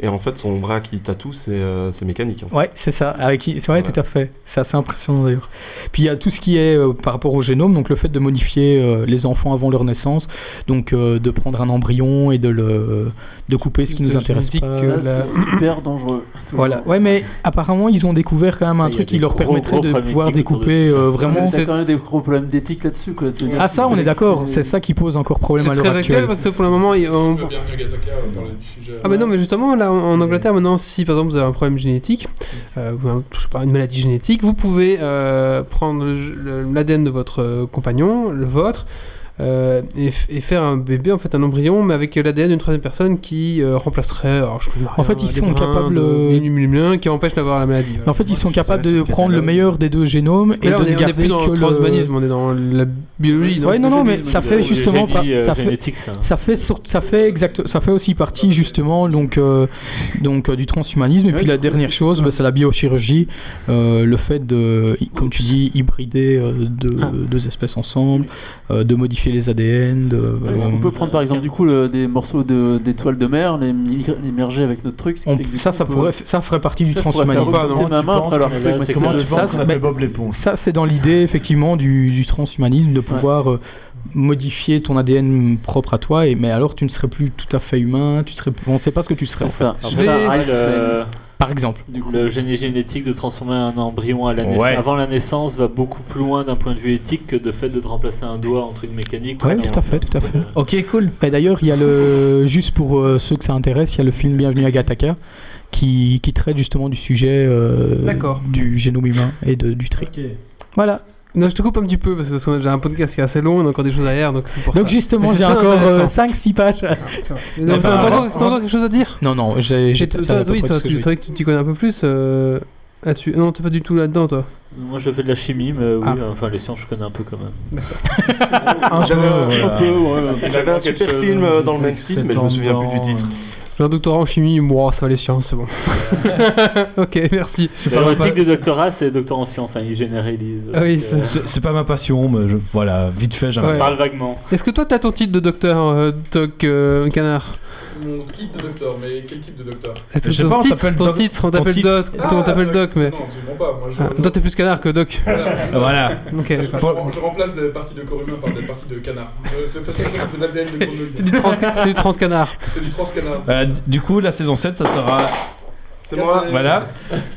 S5: Et en fait, son bras qui tatoue, c'est euh, c'est mécanique. hein.
S7: Ouais, c'est ça. Avec, c'est vrai, tout à fait. C'est assez impressionnant d'ailleurs. Puis il y a tout ce qui est euh, par rapport au génome, donc le fait de modifier euh, les enfants avant leur naissance, donc euh, de prendre un embryon et de le de couper ce qui nous intéresse pas.
S6: Ça, c'est super dangereux.
S7: Voilà. Ouais, mais apparemment ils ont découvert quand même
S6: Ça,
S7: un
S6: il y a
S7: truc
S6: des
S7: qui leur
S6: gros,
S7: permettrait
S6: gros
S7: de
S6: problèmes
S7: pouvoir
S6: éthiques autour de
S7: découper
S6: tout ça.
S7: euh,
S6: Ah,
S7: vraiment.
S6: mais t'as quand même des gros problèmes d'éthique là-dessus. Quoi. C'est-à-dire
S7: Ah
S6: que
S7: ça, on
S6: c'est-
S7: est d'accord.
S6: c'est-
S7: C'est ça qui pose encore problème à
S1: C'est
S7: l'heure
S1: très actuel
S7: actuelle.
S1: parce que pour le moment, il- on-
S3: Bienvenue à Gataka, on va euh, parler du sujet.
S9: bah,
S1: Ah mais non mais justement là en en Angleterre maintenant si par exemple vous avez un problème génétique euh, ou un- je sais pas, une maladie génétique vous pouvez euh, prendre le- le- l'ADN de votre euh, compagnon le vôtre euh, et, f- et faire un bébé en fait un embryon mais avec l'ADN d'une troisième personne qui euh, remplacerait alors, je connais
S7: En fait,
S1: rien,
S7: ils
S1: les
S7: sont
S1: brins
S7: capables,
S1: de-
S7: euh,
S1: les lumulins, qui empêche d'avoir la maladie voilà.
S7: En fait, ils sont capables
S1: c'est
S7: de
S1: le
S7: prendre le
S1: catalogue.
S7: meilleur des deux génomes et
S1: Mais là,
S7: de
S1: on est,
S7: ne
S1: on est
S7: garder
S1: plus dans
S7: que
S1: le transhumanisme
S7: le.
S1: on est dans la biologie
S7: Ouais, non, non, mais
S1: transhumanisme,
S7: ça
S1: euh,
S7: fait justement
S8: génie,
S7: pas-
S8: euh,
S7: ça fait,
S8: génétique,
S1: hein.
S8: ça.
S7: fait sur- ça fait exact, ça fait aussi partie justement donc euh, donc euh, du transhumanisme et puis la dernière chose, bah, c'est la biochirurgie, euh, le fait de, i- comme tu dis, hybrider euh, deux, deux espèces ensemble, euh, de modifier les ADN, de, euh,
S6: Est-ce qu'on peut prendre par exemple du coup le- des morceaux de- d'étoiles de, mer, les, mi- les merger avec notre truc ce qui
S7: on-
S6: fait que, du
S7: ça,
S6: coup,
S7: ça
S6: on peut-
S7: pourrait, ça ferait partie du
S6: Ça, je pourrais faire
S7: transhumanisme.
S6: reposer ma main après leur truc, moi, c'est
S10: Comment
S6: ça.
S10: tu
S7: ça,
S10: penses qu'on a
S7: mais-
S10: fait Bob l'éponge
S7: Ça, c'est dans l'idée, effectivement, du, du transhumanisme, de pouvoir euh, modifier ton ADN propre à toi, et, mais alors tu ne serais plus tout à fait humain, tu serais, on ne sait pas ce que tu serais en
S6: C'est ça.
S7: fait.
S1: Je vais-
S8: Ah, le-
S7: Par exemple.
S8: Du coup, le génie génétique de transformer un embryon à la naiss-
S10: Ouais.
S8: avant la naissance va beaucoup plus loin d'un point de vue éthique que de fait de remplacer un doigt en truc mécanique.
S7: Ouais,
S8: ou
S7: tout
S8: dans-
S7: à fait, tout à fait.
S11: Ok, cool.
S7: Et d'ailleurs, il y a le, juste pour euh, ceux que ça intéresse, il y a le film Bienvenue à Gattaca, qui, qui traite justement du sujet euh,
S1: D'accord.
S7: du génome humain et de, du tri.
S10: Ok.
S7: Voilà.
S1: non je te coupe un petit peu parce que- parce qu'on a déjà un podcast qui est assez long on a encore des choses derrière donc c'est pour
S7: Donc
S1: ça
S7: justement,
S1: Mais c'est
S7: j'ai
S1: très
S7: encore
S1: intéressant.
S7: 5-6 pages.
S1: Ah, Putain.
S7: bah,
S1: euh, T'as t'as
S7: alors-
S1: encore t'as encore quelque chose à dire
S7: Non, non, j'ai... j'ai-
S1: Et toi,
S7: ça
S1: toi,
S7: va pas
S1: oui,
S7: être
S1: toi,
S7: ce que
S1: tu-
S7: je
S1: c'est vrai que tu t'y connais un peu plus euh, là-dessus. Non, t'es pas du tout là-dedans, toi.
S8: Moi, je fais de la chimie, mais oui,
S1: Ah.
S8: enfin, les sciences, je connais un peu quand même.
S5: J'avais un-
S8: Un peu, ouais.
S5: j'avais un super film euh, dans le même style, mais je me souviens plus du titre.
S1: J'ai un doctorat en chimie, bon, ça va les sciences, c'est bon. ok, merci.
S10: C'est
S8: Leur
S10: ma
S8: éthique
S10: pa-
S8: de doctorat, c'est docteur en sciences, hein, ils généralisent.
S1: Ah oui,
S8: Donc,
S1: c'est-
S8: euh,
S10: c'est- c'est pas ma passion, mais je- voilà, vite fait, j'arrête.
S1: Ouais.
S8: Parle vaguement.
S1: Est-ce que toi, t'as ton titre de docteur, euh, Doc euh, Canard
S3: Mon type de docteur, mais quel type de docteur Ah, euh,
S1: Est-ce que
S10: Je sais
S1: Eh, ton
S10: pas, on
S1: titre-
S10: t'appelle
S1: ton
S10: doc-
S1: titre, on
S10: ton
S1: t'appelle
S10: titre.
S1: Doc, on t'appelle Doc, mais.
S3: Non, absolument pas. Moi, je,
S1: Ah, toi, t'es plus canard que Doc.
S3: Voilà, c'est ça.
S10: Voilà.
S1: Ok, d'accord.
S3: Je- je remplace des parties de corps humain par des parties de canard. Euh, C'est pour ça que c'est de l'ADN de
S1: C'est
S3: Grenoble.
S1: du trans- c'est du transcanard.
S3: C'est du transcanard.
S4: Bah.
S10: Euh, du coup, la saison 7, ça sera.
S5: C'est moi.
S10: Voilà.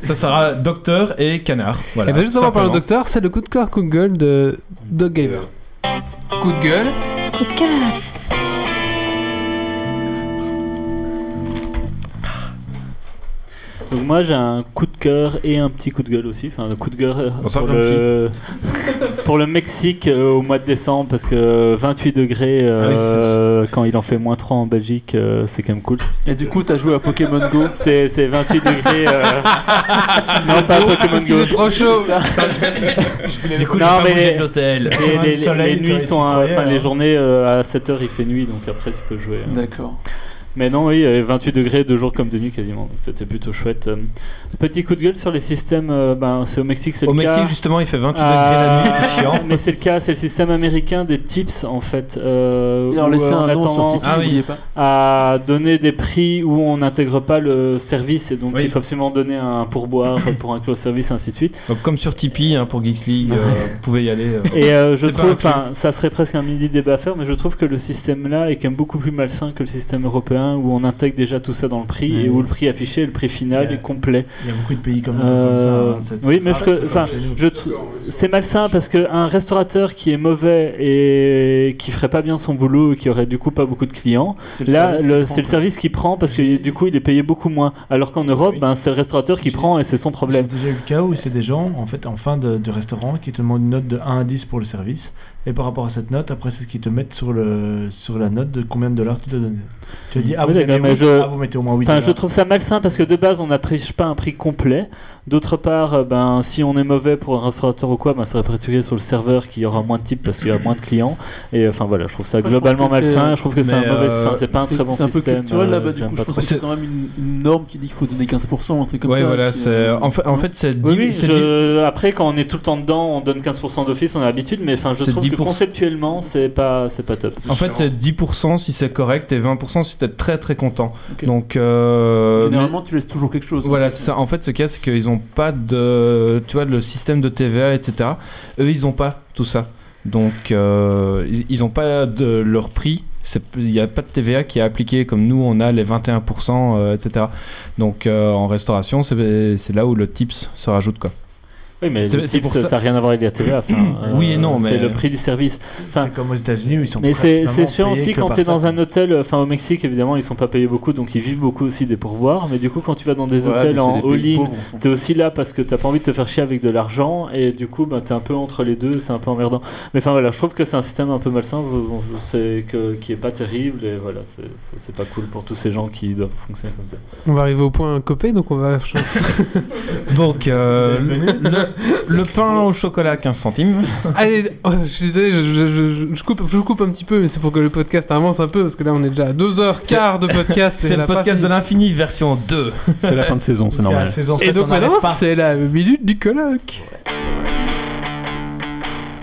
S10: Ça sera Docteur et Canard. Voilà.
S1: Et bien Eh ben, justement, en parlant de
S10: Simplement.
S1: docteur, c'est le coup de cœur, coup de gueule de Doc Gaver. Coup de gueule.
S12: Coup de cœur.
S8: Donc moi j'ai un coup de cœur et un petit coup de gueule aussi. Enfin, un coup de gueule euh,
S10: Bonsoir,
S8: pour, le... pour le Mexique euh, au mois de décembre parce que 28 degrés euh, quand il en fait moins 3 en Belgique, euh, c'est quand même cool.
S6: Et du coup, t'as joué à Pokémon Go.
S8: C'est c'est 28 degrés. euh, non, pas Pokémon
S1: Parce qu'il
S8: Go.
S1: est trop chaud.
S11: Du coup, j'ai
S8: Non,
S11: pas
S8: mais-
S11: bougé de l'hôtel.
S6: Ah,
S8: Les, les-
S10: Le soleil,
S8: les nuits
S10: t'as
S8: sont, à-
S10: essayé,
S8: enfin
S10: hein.
S8: les journées euh, à 7h il fait nuit donc après tu peux jouer. euh.
S6: D'accord.
S8: Mais non, oui, euh, 28 degrés, deux jours comme de nuit quasiment. Donc c'était plutôt chouette. Euh, Petit coup de gueule sur les systèmes. euh, ben, c'est au Mexique, c'est
S10: Au
S8: le cas.
S10: Mexique, justement, il fait 28 degrés la
S8: Ah,
S10: nuit, c'est chiant.
S8: Mais c'est le cas, c'est le système américain des tips en fait. Euh,
S6: Et alors,
S8: où,
S6: laissez
S8: euh, on
S6: un
S8: a
S6: nom sur
S8: tendance
S6: Tipeee,
S10: Ah oui.
S6: n'oubliez pas.
S8: à donner des prix où on n'intègre pas le service et donc il faut absolument donner un pourboire pour inclure le service, ainsi de suite.
S10: Donc, comme sur Tipeee, hein, pour Geeks League, euh, vous pouvez y aller. euh.
S8: Et euh, je
S10: C'est pas
S8: trouve,
S10: inclus.
S8: enfin, ça serait presque un mini débat à faire, mais je trouve que le système là est quand même beaucoup plus malsain que le système européen où on intègre déjà tout ça dans le prix
S10: Ouais.
S8: et où le prix affiché et le prix final
S10: Ouais.
S8: est complet.
S10: Mmh. Il y a beaucoup de pays comme, comme ça.
S8: Euh,
S10: hein, c'est-
S8: oui, mais je,
S10: c'est-
S8: enfin, je tr- c'est malsain parce qu'un restaurateur qui est mauvais et qui ferait pas bien son boulot et qui aurait du coup pas beaucoup de clients,
S6: C'est le
S8: là le-
S6: service qui prend,
S8: c'est le
S6: quoi.
S8: service qui prend parce que du coup il est payé beaucoup moins. Alors qu'en Europe, ben, c'est le restaurateur qui
S10: J'ai-
S8: prend et c'est son
S10: J'ai
S8: problème.
S10: déjà eu le cas où c'est des gens, en fait, en fin de, de restaurant, qui te demandent une note de 1 à 10 pour le service. Et par rapport à cette note, après, c'est ce qu'ils te mettent sur, le, sur la note de combien de dollars tu dois donner. Tu te dis, ah,
S8: Oui,
S10: vous, avez
S8: d'accord, mais
S10: huit,
S8: je-
S10: ah, vous mettez au moins 8
S8: Enfin, je trouve ça malsain parce que de base, on n'apprécie pas un prix complet. D'autre part, euh, ben, si on est mauvais pour un restaurateur ou quoi, ben, ça répertorié sur le serveur qui aura moins de types parce qu'il y a moins de clients. Et euh, enfin voilà, je trouve ça
S6: Moi, je
S8: globalement
S6: pense que c'est-
S8: malsain. Je trouve que c'est un
S10: Mais,
S8: mauvais.
S10: euh,
S8: Enfin, c'est pas un
S6: C'est
S8: très bon
S6: c'est un peu
S8: système.
S6: culturel
S8: euh,
S6: là-bas, du
S8: j'aime
S6: coup,
S8: pas
S6: je
S8: trop.
S6: pense que c'est quand même une, une norme qui dit qu'il faut donner 15%, un truc comme
S10: Ouais,
S6: ça.
S10: voilà,
S6: qui,
S10: c'est.
S6: euh,
S10: En fait, en fait c'est
S8: Oui,
S10: div-
S8: oui,
S10: c'est
S8: je- après, quand on est tout le temps dedans, on donne 15% d'office, on a l'habitude, mais enfin, je
S10: C'est
S8: trouve que
S4: 10%.
S8: conceptuellement, c'est pas, c'est pas top.
S4: En fait, c'est 10% si c'est correct et 20% si t'es très très content.
S8: Ok.
S4: Donc, euh,
S8: Généralement, tu laisses toujours quelque chose. hein,
S4: Voilà, c'est ça. En fait, ce cas, c'est qu'ils n'ont pas de. Tu vois, le système de TVA, etc. Eux, ils n'ont pas tout ça. Donc, euh, ils- ils n'ont pas de leur prix. C'est- Il n'y a pas de TVA qui est appliqué comme nous, on a les 21%, euh, etc. Donc, euh, en restauration, c'est c'est là où le tips se rajoute, quoi.
S8: Oui, mais
S4: C'est-
S8: le
S4: c'est
S8: tips, ça n'a rien à voir avec la TVA. enfin, euh,
S4: Oui et non, mais-
S8: C'est le prix du service. Enfin,
S10: C'est comme aux États-Unis où ils sont
S8: Mais c'est
S10: principalement
S8: c'est sûr
S10: payés
S8: aussi
S10: que
S8: quand
S10: par
S8: t'es
S10: ça.
S8: dans un hôtel, euh, enfin au Mexique évidemment ils sont pas payés beaucoup donc ils vivent beaucoup aussi des pourboires. Mais du coup quand tu vas dans des
S10: Ouais, mais
S8: hôtels
S10: c'est
S8: en
S10: des pays
S8: all-in,
S10: pauvres, en fait.
S8: t'es aussi là parce que t'as pas envie de te faire chier avec de l'argent et du coup ben, t'es un peu entre les deux, c'est un peu emmerdant. Mais enfin voilà, je trouve que c'est un système un peu malsain, vous- vous- c'est que qui est pas terrible et voilà c'est- c'est c'est pas cool pour tous ces gens qui doivent fonctionner comme ça.
S1: On va arriver au point copé, donc on va.
S4: Donc, euh, le, le pain au chocolat, 15 centimes.
S1: Allez, oh, je suis désolé, je, je- je- je coupe, je coupe un petit peu, mais c'est pour que le podcast avance un peu, parce que là on est déjà à 2h15 de podcast. et
S4: C'est
S1: on
S4: le
S1: a pas
S4: podcast
S1: fini.
S4: de l'infini version 2.
S2: C'est la fin de saison, c'est normal.
S1: Et donc maintenant, c'est la minute du colloque.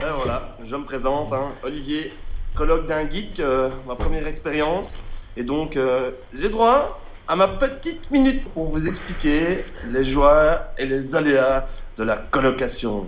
S12: Ben voilà, je me présente, hein, Olivier, colloque d'un geek, euh, ma première expérience. Et donc, euh, j'ai droit à ma petite minute pour vous expliquer les joies et les aléas de la colocation.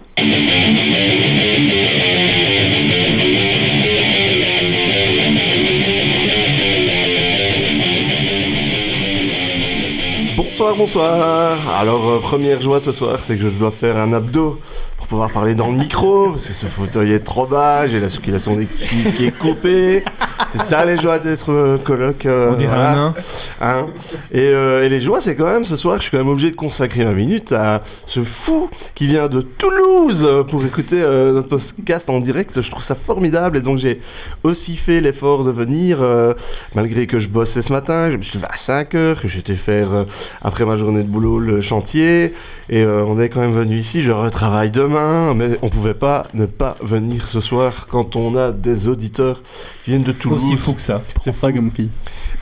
S5: Bonsoir, bonsoir. Alors, euh, première joie ce soir, c'est que je dois faire un abdo pour pouvoir parler dans le micro, parce que ce fauteuil est trop bas, j'ai la circulation des cuisses qui est coupée. C'est ça les joies d'être euh, coloc. euh,
S4: On dirait
S5: voilà.
S4: un nain.
S5: Hein. et, euh, et les joies, c'est quand même ce soir, je suis quand même obligé de consacrer ma minute à ce fou qui vient de Toulouse euh, pour écouter euh, notre podcast en direct. Je trouve ça formidable et donc j'ai aussi fait l'effort de venir, euh, malgré que je bossais ce matin. Je me suis levé à 5 heures, que j'étais faire euh, après ma journée de boulot le chantier et euh, on est quand même venu ici. Je retravaille demain, mais on pouvait pas ne pas venir ce soir quand on a des auditeurs qui viennent de Toulouse.
S4: Aussi fou que ça.
S2: C'est ça, Grumpy.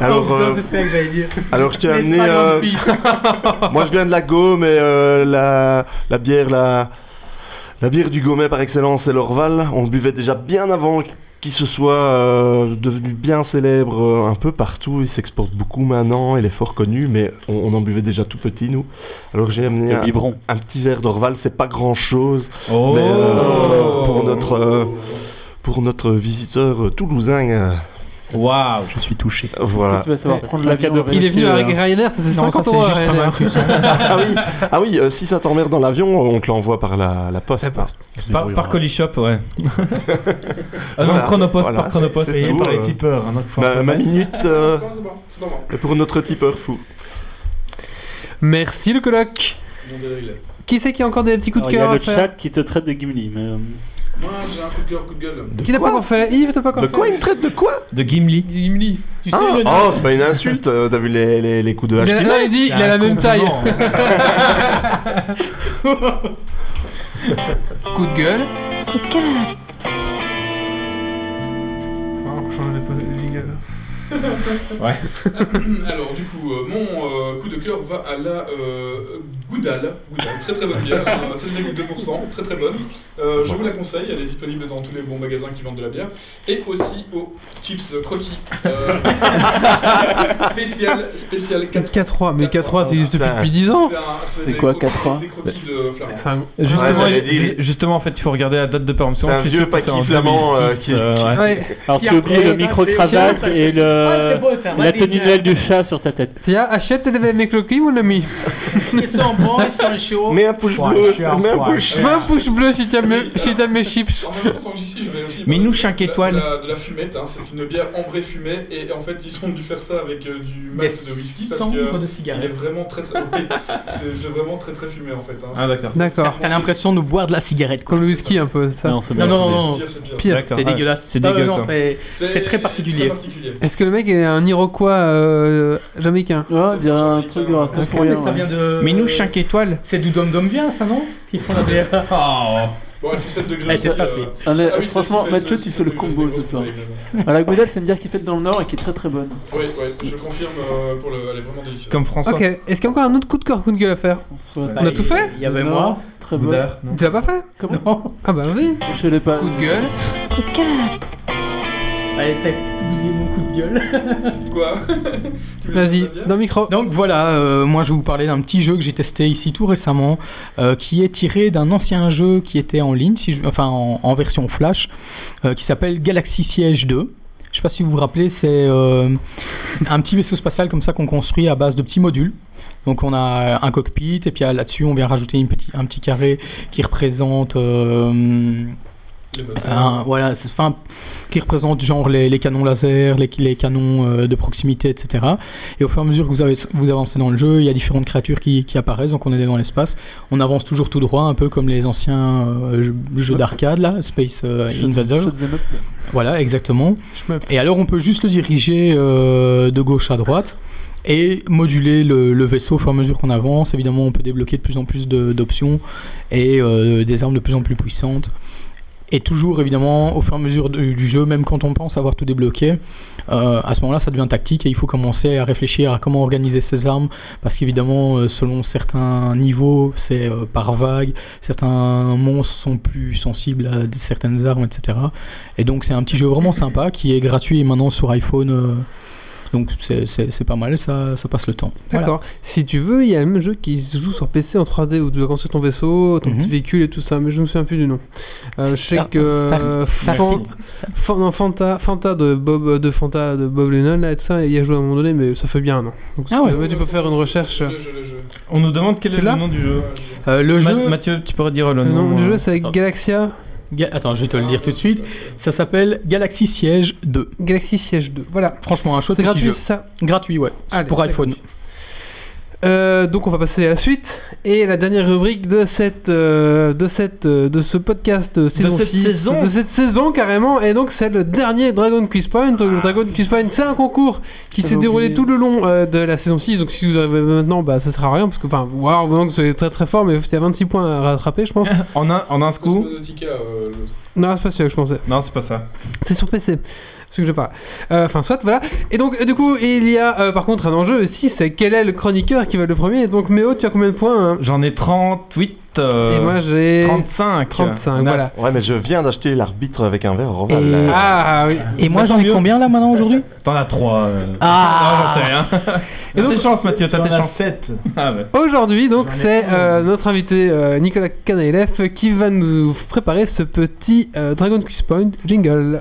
S11: Oh,
S5: Alors, euh,
S11: que j'allais dire.
S5: alors je t'ai
S11: Mais c'est
S5: amené.
S11: pas grave,
S5: euh,
S11: fille.
S5: moi je viens de la Gaume et euh, la, la bière la, la bière du Gomet par excellence c'est l'Orval. On le buvait déjà bien avant qu'il se soit euh, devenu bien célèbre euh, un peu partout. Il s'exporte beaucoup maintenant, il est fort connu, mais on, on en buvait déjà tout petit nous. Alors j'ai amené
S8: C'était
S5: un,
S8: biberon.
S5: un petit verre d'Orval, c'est pas grand chose,
S4: Oh.
S5: mais euh, pour notre euh, pour notre visiteur euh, toulousain. euh,
S4: Waouh.
S2: Je suis touché.
S5: voilà.
S8: Est-ce que tu vas savoir
S1: Ouais,
S8: prendre
S1: c'est
S8: la
S1: un
S8: cadeau
S1: avion, Il est venu
S8: précieux,
S1: avec
S8: hein.
S1: Ryanair, ça c'est
S7: Non, ça,
S1: 50
S7: c'est
S1: euros. à
S7: juste pas
S1: Ryanair.
S7: mal cru, ça.
S5: Ah oui, ah oui euh, si ça t'emmerde dans l'avion, on te l'envoie par la, la poste. Hein.
S4: Par, par Colishop, ouais. ah non,
S5: Voilà,
S4: Chronopost,
S5: voilà,
S4: par Chronopost.
S5: c'est
S10: Payé
S5: tout,
S10: par les
S5: euh,
S10: tipeurs. hein, donc faut un peu
S5: Ma, ma
S10: mettre.
S5: minute
S3: C'est
S5: euh,
S3: bon, c'est bon, c'est normal.
S5: pour notre tipeur fou.
S1: Merci le colloque.
S3: Mon délai, il est.
S1: Qui c'est qui a encore des petits coups
S8: Alors,
S1: de
S8: Il y
S1: cœur
S8: a
S1: à
S8: le
S1: faire
S8: chat qui te traite de Gimli. Mais... euh,
S3: Moi, j'ai un coup de cœur, coup de gueule.
S1: Qui n'a pas encore fait Yves, t'as pas encore
S5: De
S1: fait
S5: quoi il me traite de quoi
S4: De Gimli.
S1: Gimli. Tu sais,
S5: Ah,
S1: René.
S5: Oh, c'est pas une insulte, euh, t'as vu les, les, les coups de hache
S1: il, a,
S5: qu'il
S1: non,
S5: met
S1: il dit, il
S10: C'est
S1: a la
S10: un
S1: même taille.
S10: compliment.
S1: Coup de gueule.
S13: Coup de cœur.
S3: Alors, du coup, euh, mon euh, coup de cœur va à la euh, Goudal. Goudal, Très très bonne bière, hein, 7,2%, très très bonne. Euh, je vous la conseille, elle est disponible dans tous les bons magasins qui vendent de la bière. Et aussi aux chips croquis. euh, spécial, spécial 4
S1: 4-3, mais 4-3 ça existe
S5: Putain.
S1: depuis 10 ans.
S6: C'est quoi, 4-3?
S3: Des croquis de Florence.
S1: C'est un-
S4: Justement,
S5: j'allais
S4: il-
S5: dire.
S4: justement, en fait, il faut regarder la date de péremption.
S5: C'est un
S4: Je suis
S5: vieux
S4: sûr que c'est
S5: paquis
S4: en
S5: flamand, euh,
S4: 2006,
S5: qui-
S4: ouais.
S1: Ouais.
S8: Alors
S11: Qui
S8: tu oublies
S11: après,
S8: le
S11: ça,
S8: micro-cravate
S11: c'est-
S8: et
S11: Ah,
S8: le...
S11: beau ça.
S8: la
S11: vas-y,
S8: tenue de
S11: viens.
S8: l'aile du chat sur ta tête.
S1: Tiens, achète tes mes croquis, mon ami.
S11: Ils sont bons, ils sont chauds.
S5: Mets un push
S10: Ouais,
S5: bleu,
S10: je suis un
S5: mets un
S10: poil.
S5: push.
S1: Je veux un pouce bleu si t'aimes mes, si t'aimes mes chips.
S3: En même temps, tant que j'y suis, je vais aussi.
S4: Mais
S3: parler
S4: nous,
S3: de-
S4: cinq
S3: de la-
S4: étoiles.
S3: De la, de la fumette, hein, c'est une bière ambrée fumée. Et en fait, ils ont dû faire ça avec euh, du
S11: Des
S3: malt de whisky parce que.
S11: cendres de
S3: Il est
S11: cigarettes.
S3: vraiment très très. c'est c'est vraiment très très fumé en fait. Hein.
S4: Ah, d'accord.
S1: D'accord.
S7: T'as l'impression de boire de la cigarette, quoi.
S1: Comme le whisky un peu,
S8: Non,
S1: ça.
S8: on se met
S7: Non,
S8: à
S7: non,
S8: fouler.
S7: non,
S3: C'est
S7: non.
S3: pire, c'est pire.
S7: Pire,
S4: D'accord,
S7: c'est
S4: ouais.
S7: dégueulasse.
S4: C'est
S7: Ah,
S4: dégueu,
S7: non,
S4: quoi.
S7: c'est- c'est très particulier.
S3: très particulier.
S1: Est-ce que le mec est un Iroquois euh, jamaïcain
S8: Ouais, on dirait un truc de Rasta pour
S11: Mais
S8: rien.
S11: ça
S8: ouais.
S11: vient de.
S4: Mais nous, 5 étoiles.
S11: C'est du Dom Dom Vient, ça, non Qui font la bière. Oh.
S3: Bon, elle fait 7 degrés.
S11: Elle était
S3: c'est,
S11: passée.
S3: Ah,
S8: Ah, mais,
S3: oui, ça,
S8: franchement,
S3: c'est-
S8: Mathieu,
S3: c'est-
S8: tu fais le
S3: c'est-
S8: combo
S3: c'est-
S8: ce soir.
S3: c'est-
S8: Alors, la Goudal, c'est une bière qui est faite dans le Nord et qui est très très bonne.
S3: Ouais, ouais, je confirme euh, pour le. Elle est vraiment délicieuse.
S4: Comme François.
S1: Ok, est-ce qu'il y a encore un autre coup de cœur, coup de gueule à faire
S8: François,
S1: On a tout fait
S11: Il y avait
S8: Nord,
S11: moi.
S8: Très bonne.
S10: Boudard, non
S1: Tu l'as pas fait
S8: Comment
S1: Ah bah vas-y.
S8: Je l'ai pas.
S1: Coup de gueule.
S8: Coup
S13: coup de cœur.
S7: Allez, t'as bousillé mon coup de gueule.
S3: Quoi
S7: Vas-y, dans le micro. Donc voilà, euh, moi je vais vous parler d'un petit jeu que j'ai testé ici tout récemment, euh, qui est tiré d'un ancien jeu qui était en ligne, si je- enfin en, en version Flash, euh, qui s'appelle Galaxy Siege 2. Je sais pas si vous vous rappelez, c'est euh, un petit vaisseau spatial comme ça qu'on construit à base de petits modules. Donc on a un cockpit et puis ah, là-dessus on vient rajouter une petit, un petit carré qui représente euh, un- Ah, voilà, c'est- enfin, qui représente genre les, les canons laser, les, les canons euh, de proximité, etc. Et au fur et à mesure que vous, avez, vous avancez dans le jeu, il y a différentes créatures qui, qui apparaissent, donc on est dans l'espace. On avance toujours tout droit, un peu comme les anciens euh, jeux- jeux d'arcade, là, Space euh, Invader. Voilà, exactement. Et alors on peut juste le diriger euh, de gauche à droite et moduler le, le vaisseau au fur et à mesure qu'on avance. Évidemment, on peut débloquer de plus en plus de- d'options et euh, des armes de plus en plus puissantes. Et toujours, évidemment, au fur et à mesure du, du jeu, même quand on pense avoir tout débloqué, euh, à ce moment-là, ça devient tactique et il faut commencer à réfléchir à comment organiser ses armes. Parce qu'évidemment, euh, selon certains niveaux, c'est euh, par vague, certains monstres sont plus sensibles à des- certaines armes, etc. Et donc, c'est un petit jeu vraiment sympa qui est gratuit maintenant sur iPhone. euh, donc, c'est- c'est c'est pas mal, ça, ça passe le temps. Voilà.
S1: D'accord. Si tu veux, il y a le même jeu qui se joue sur PC en 3D où tu dois construire ton vaisseau, ton petit véhicule et tout ça, mais je me souviens plus du nom. Euh, je sais
S7: Mhm. Star-
S1: que
S7: Star-
S1: euh,
S7: Star-
S1: Fan-
S7: Star-
S1: Fan- non, Fanta, Fanta de Bob de Fanta de Bob Lennon là et tout ça, il y a joué à un moment donné, mais ça fait bien un an. Donc,
S7: Ah
S1: si tu
S7: ouais.
S1: veux, tu peux faire une recherche.
S4: On nous demande quel
S1: Tu
S4: est le
S1: l'as
S4: nom du jeu.
S1: Euh,
S4: Ma-
S1: le jeu-
S4: Mathieu, tu peux redire le,
S1: Le nom du
S4: euh,
S1: jeu, c'est Galaxia.
S7: Ga- Attends, je vais te le dire tout de suite. Ça s'appelle Galaxy Siege 2.
S1: Galaxy Siège 2, voilà.
S7: Franchement, un chouette
S1: C'est
S7: petit
S1: gratuit,
S7: jeu.
S1: c'est ça
S7: Gratuit, ouais. C'est
S1: Allez,
S7: pour
S1: c'est
S7: iPhone.
S1: Euh, donc on va passer à la suite et la dernière rubrique de cette euh, de cette euh, de ce podcast euh, saison
S4: cette
S1: 6,
S4: saison
S1: de cette saison carrément et donc c'est le dernier Dragon Quiz Point Donc, le Dragon Quiz Point c'est un concours qui s'est
S6: J'avais
S1: déroulé
S6: oublié.
S1: tout le long euh, de la saison 6 donc si vous arrivez maintenant bah ça sert à rien parce que enfin ou alors vraiment que vous soyez très très fort mais il y a 26 points à rattraper je pense
S4: En un, en un scoop
S3: Nautica, euh, l'autre.
S1: non c'est pas celui que je pensais
S4: Non, c'est pas ça.
S1: c'est sur PC, ce que je parle. Euh, Enfin, soit, voilà. Et donc, euh, du coup, il y a euh, par contre un enjeu aussi, c'est quel est le chroniqueur qui va le premier. Et donc, Méo, tu as combien de points hein
S4: J'en ai 38. euh,
S1: Et moi, j'ai
S4: 35.
S1: 35,
S4: On a- Euh,
S1: voilà.
S5: Ouais, mais je viens d'acheter l'arbitre avec un verre Orval.
S7: Et-
S5: là.
S1: Ah oui.
S7: Et moi, j'en ai combien là maintenant aujourd'hui
S4: T'en as euh. 3.
S7: Ah
S4: Non, j'en sais rien. T'as tes chances, Mathieu, t'as tes chances. 7. Ah ouais.
S1: Aujourd'hui, donc, c'est euh, notre invité euh, Nicolas Canalef qui va nous préparer ce petit euh, Dragon Quiz Point jingle.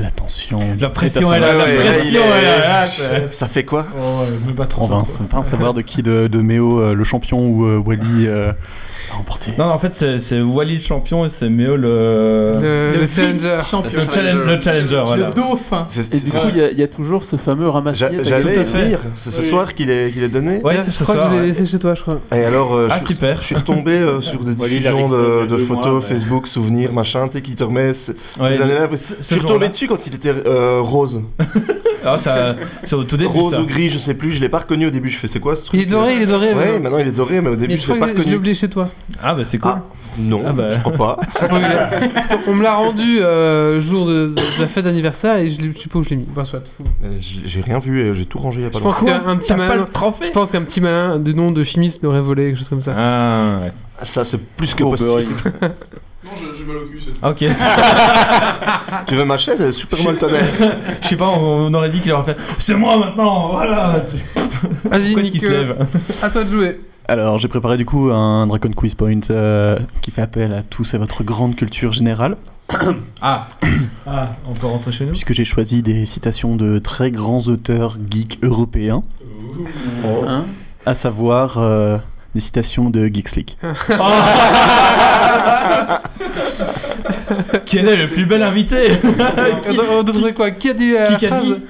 S2: La tension.
S4: La pression est là, la
S2: Ouais, ouais,
S4: pression est
S2: ouais,
S4: Oh, là,
S2: ouais.
S4: là, c'est-
S2: Ça fait quoi
S10: me battre
S2: On va ins- pas savoir de qui de, de Méo, euh, le champion ou euh, Wally euh, a remporté.
S4: Non, non, en fait, c'est- c'est Wally le champion et c'est Méo le.
S1: Le- le Le challenger. vice
S4: Le
S1: champion.
S4: challenger, le challenger, voilà.
S7: dauphin.
S5: C'est-
S8: Et
S5: c'est-
S8: du coup,
S5: c'est-
S8: il y a- il y, a toujours ce fameux ramassage.
S5: J'a- J'allais y venir, c'est ce soir qu'il est, qu'il est donné.
S1: Je crois que je l'ai laissé chez toi, je crois.
S5: Et alors, euh,
S1: Ah,
S5: je, suis,
S1: super.
S5: je suis retombé euh, sur des
S1: Ouais, lui, il
S5: diffusions
S1: arrive
S5: de,
S1: il y a
S5: de
S1: deux
S5: photos,
S1: mois, ouais.
S5: Facebook, souvenirs, machin, tu sais, qui te remet ces
S4: Ouais,
S5: ces années-là.
S4: ce-
S5: Je
S4: ce
S5: suis
S4: jour-là.
S5: retombé dessus quand il était euh, rose.
S4: Ah, ça. C'est au tout début.
S5: Rose
S4: ça.
S5: ou gris, je sais plus, je l'ai pas reconnu au début. Je fais c'est quoi ce truc euh
S1: Il est doré, il est doré,
S5: Ouais,
S1: maintenant.
S5: maintenant il est doré, mais au début
S1: Mais
S5: je
S1: je crois
S5: l'ai pas
S1: que je l'ai
S5: reconnu.
S1: oublié chez toi.
S4: Ah, bah c'est cool.
S5: non,
S4: Ah bah.
S5: je crois pas.
S1: Parce qu'on me l'a rendu euh, jour de, de la fête d'anniversaire et je, l'ai- je sais pas où je l'ai mis. Bon, soit.
S5: Euh, J'ai j'ai rien vu, euh, j'ai tout rangé il y a pas
S1: Je pense
S5: longtemps.
S1: qu'un petit malin, je pense qu'un petit malin de nom de chimiste l'aurait volé, quelque chose comme ça.
S4: Ah,
S5: Ça, c'est plus que
S1: Oh,
S5: possible.
S3: Non, je, je me l'occupe, c'est tout.
S4: Ok.
S5: tu veux ma chaise Elle est super mal tonnée.
S4: Je sais pas, on, on aurait dit qu'il aurait fait. C'est moi maintenant, voilà Pourquoi
S1: Vas-y,
S4: est-ce qu'il se
S1: Nicolas.
S4: lève
S1: À toi de jouer.
S4: Ah,
S2: Alors, j'ai préparé du coup un Dragon Quiz Point euh, qui fait appel à tous et à votre grande culture générale.
S10: Ah. ah, on peut rentrer chez nous
S2: Puisque j'ai choisi des citations de très grands auteurs geeks européens,
S4: Oh.
S8: Hein
S2: à savoir euh, des citations de Geeks League.
S4: Quel est le plus bel invité
S1: On doit- on doit trouver quoi Qui a dit euh, la
S4: Qui a dit
S1: phrase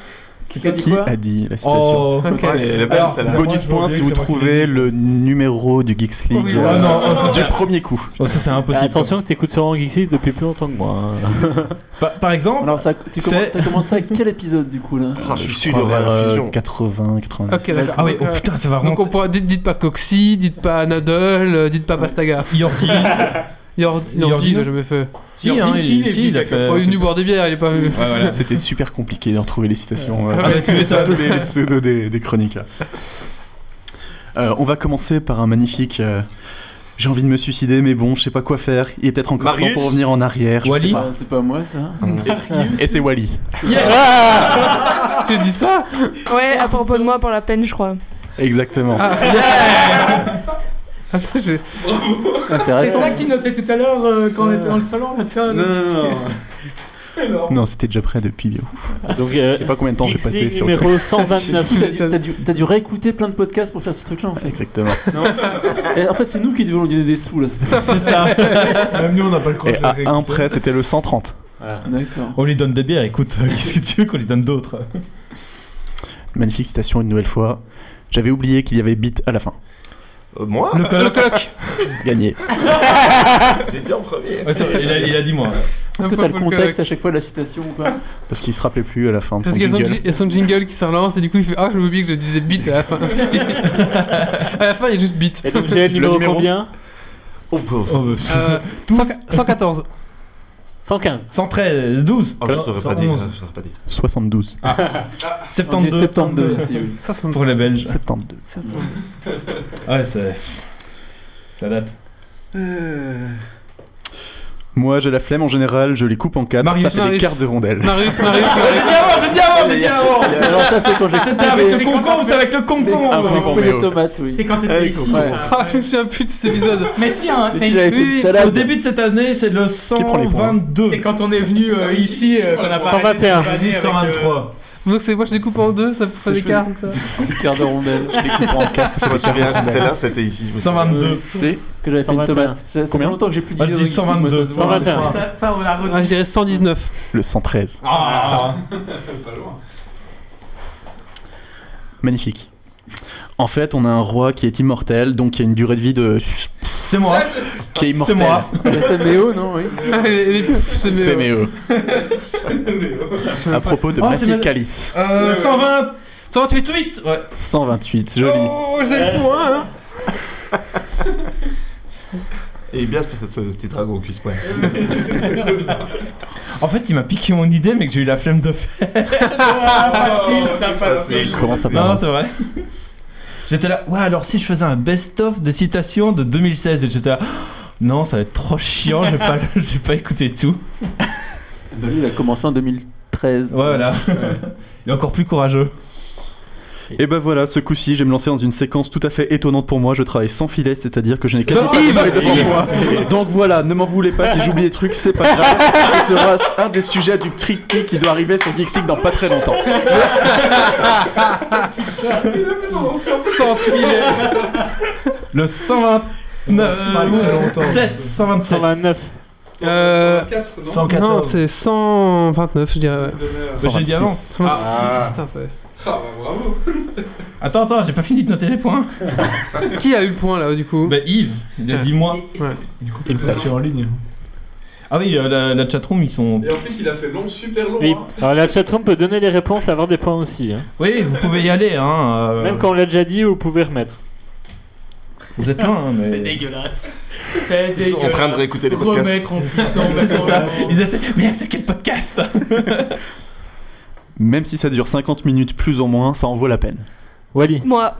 S6: Qui a dit
S2: Qui
S6: quoi
S2: a dit la citation
S4: Oh, ok. Ouais, elle est belle, Alors, celle-là.
S2: Bonus point si vous trouvez le numéro du Geeks League
S4: Oui,
S2: euh,
S4: ah non, oh, ça,
S2: du
S4: c'est-
S2: premier coup.
S4: ça, c'est impossible.
S8: Attention que t'écoutes Laurent Geeksy depuis plus longtemps que moi. hein.
S4: Par, par exemple,
S6: Alors, ça, tu
S4: c'est-
S6: commences, t'as commencé à quel épisode du coup là
S5: Ah, je suis sûr, il y
S2: crois
S5: aura
S2: vers,
S5: la
S2: euh,
S5: fusion.
S2: 80, 90.
S1: Ok, d'accord. Euh,
S4: Ah oui, oh putain, ça va
S1: Donc on pourra, dites, dites pas Coxy, dites pas Nadal, euh, dites pas Pastaga.
S4: Yordi.
S1: Yordi,
S4: Yordi,
S1: il a
S4: non
S1: jamais fait.
S4: Si, hein, il- si, il a fait-
S1: Il est venu boire des bières, il est pas venu.
S2: C'était super compliqué de retrouver les citations.
S1: Ouais.
S2: euh,
S1: Ah ouais, tu m'étonnes.
S2: tous les, les pseudos des, des chroniques. Euh, on va commencer par un magnifique. euh, J'ai envie de me suicider, mais bon, je sais pas quoi faire. Il est peut-être encore
S5: Marius
S2: temps pour revenir en arrière. je sais
S4: Wally
S2: pas.
S6: Ah, C'est pas moi ça
S2: Et c'est Wally.
S1: Tu dis ça
S9: Ouais, à propos de moi pour la peine, je crois.
S2: Exactement.
S1: Ah, ça, j'ai-
S6: Ah, C'est
S7: C'est
S6: récent.
S7: ça que tu notais tout à l'heure euh, quand on était dans le salon là, tiens.
S8: Non, non, non.
S2: Non, c'était déjà prêt depuis. bio.
S8: Donc, euh,
S2: Je sais pas combien de temps j'ai
S8: Geeks
S2: passé
S8: League
S2: sur.
S8: numéro 129.
S6: T'as dû- T'as dû, t'as dû réécouter plein de podcasts pour faire ce truc là en fait.
S2: Exactement.
S6: Et en fait, c'est nous qui devons lui donner des sous là. c'est pas-
S4: c'est ça. Même nous, on n'a pas le
S2: Et
S4: courage de
S2: à
S4: réécouter.
S2: un prêt, c'était le 130.
S6: D'accord.
S4: On lui donne des bières, écoute,
S5: euh,
S4: qu'est-ce que tu veux qu'on lui donne d'autres
S2: Magnifique citation une nouvelle fois. J'avais oublié qu'il y avait bit à la fin.
S5: Euh, moi
S4: Le
S1: Le
S4: colloque
S1: coq
S2: Gagné.
S5: J'ai dit en premier.
S4: Ouais, c'est vrai, il, a, il a dit moi.
S6: Est-ce que t'as le contexte à chaque fois de la citation ou pas
S2: Parce qu'il se rappelait plus à la fin. de
S1: Parce
S2: son
S1: qu'il y a son
S2: jingle.
S1: ji- il y a son jingle qui se relance et du coup il fait Ah, je me que je disais beat à la fin. à la fin, il y a juste beat.
S8: Et donc, j'ai le numéro,
S2: numéro
S8: combien
S5: Oh, pauvre.
S4: Oh,
S1: Euh, 100 114.
S8: 115.
S4: 113, 12,
S5: Ah, je saurais pas dire.
S4: 111,
S5: Je saurais pas dire.
S2: 72.
S1: Ah.
S6: On est
S4: 72,
S6: 72 aussi, oui.
S1: Ça, c'est
S4: Ah. pour les Belges.
S2: 72.
S4: Ouais, c'est. Ça date.
S2: Moi, j'ai la flemme en général, je les coupe en quatre.
S4: Marius,
S2: ça fait des
S1: Marius.
S2: quarts de rondelle.
S1: Marius, Marius, Marius.
S4: j'ai dit avant, j'ai dit avant
S6: Alors, ça, c'est quand j'ai
S4: C'était avec le
S7: C'est
S4: concombre, c'est avec le concombre
S2: Ah, oui,
S6: coupé
S2: Roméo.
S6: les tomates, oui.
S7: C'est quand
S4: Eh,
S7: t'étais ici.
S6: ouais.
S7: ça.
S1: Ah, je me souviens plus de cet épisode.
S7: Mais si, hein,
S6: Mais
S7: c'est
S6: tu l'avais fait
S7: oui,
S6: une
S7: oui,
S4: C'est au
S6: salade.
S4: début de cette année, c'est le
S2: Qui prend les points
S4: 122.
S7: c'est quand on est venu euh, ici euh, qu'on a parlé.
S8: 121.
S7: de l'année avec, euh,
S4: 123.
S1: Donc, c'est moi, je découpe en deux, ça fait des cartes. ça.
S6: Un quart de rondelle.
S2: Je les coupe en quatre,
S5: Je
S2: ça fait
S5: me
S2: des quarts
S5: souviens,
S2: de
S5: j'étais
S2: rondelle.
S5: là, c'était ici. je me souviens.
S4: 122.
S6: Que j'avais fait une
S8: 121.
S6: tomate. Ça ça fait
S2: Combien
S6: longtemps que j'ai plus
S4: Ah,
S6: dit
S4: dis 122.
S8: 121.
S7: Ça, ça, on a
S1: Ah, je
S7: redit.
S1: dirais 119.
S2: Le 113.
S4: Ah
S3: Pas loin.
S2: Magnifique. En fait, on a un roi qui est immortel, donc il y a une durée de vie de.
S4: C'est moi,
S2: qui est
S4: c'est
S2: immortel.
S4: moi.
S6: C'est Méo, non Oui.
S1: Les- les- C'est
S2: C'est
S1: mieux.
S2: Méo. À propos de
S4: Oh, c'est
S2: Massive
S4: Mad-
S2: Calice.
S4: Euh, 120.
S1: 128 tweets
S2: 128, joli.
S1: Oh, j'ai le point hein.
S5: Et bien ce ce petit dragon cuisse poing.
S4: En fait, il m'a piqué mon idée, mais que j'ai eu la flemme de faire.
S7: Ah, facile, ça,
S5: c'est
S7: facile.
S2: Comment ça
S4: Non,
S2: balance
S4: c'est vrai. J'étais là, ouais, alors si je faisais un best-of des citations de 2016, et j'étais là, non, ça va être trop chiant, j'ai pas, j'ai pas écouté tout.
S6: Bah, lui, il a commencé en 2013.
S4: Ouais, voilà. Il est encore plus courageux.
S2: Et ben voilà, ce coup-ci, je vais me lancer dans une séquence tout à fait étonnante pour moi. Je travaille sans filet, c'est-à-dire que je n'ai quasiment
S4: Non,
S2: pas de
S4: il va-
S2: filet devant moi. Donc voilà, ne m'en voulez pas si j'oublie des trucs, c'est pas grave. Ce sera un des sujets du triptyque qui doit arriver sur Geeksig dans pas très longtemps.
S1: Sans filet
S4: Le 129.
S7: Pas très longtemps.
S4: 16, 127.
S8: 129.
S1: Euh,
S3: 114, non
S4: 114.
S1: Non, c'est 129, je dirais. ouais.
S4: Mais j'ai dit avant.
S2: 126.
S1: Ah, putain, c'est-
S3: Ah, bah, bravo.
S4: Attends, attends, j'ai pas fini de noter les points.
S1: Qui a eu le point là du coup
S4: Bah, Yves, il a dit moi.
S1: Ouais.
S4: Du coup, ça sur en ligne. Ah oui, euh, la, la chatroom, ils sont.
S3: Et en plus, il a fait long, super long.
S8: Oui.
S3: hein.
S8: Alors la chatroom peut donner les réponses et avoir des points aussi. hein.
S4: Oui, vous pouvez y aller, hein. euh,
S8: Même quand on l'a déjà dit, vous pouvez remettre.
S4: Vous êtes loin, hein, mais.
S7: C'est dégueulasse. C'est
S5: Ils
S7: dégueulasse.
S5: sont en train de réécouter les podcasts.
S7: Remettre en plus. Non, mais euh,
S4: C'est ça. Ils essaient. Merde, c'est quel podcast
S2: Même si ça dure 50 minutes plus ou moins, ça en vaut la peine.
S8: Wally.
S9: Moi,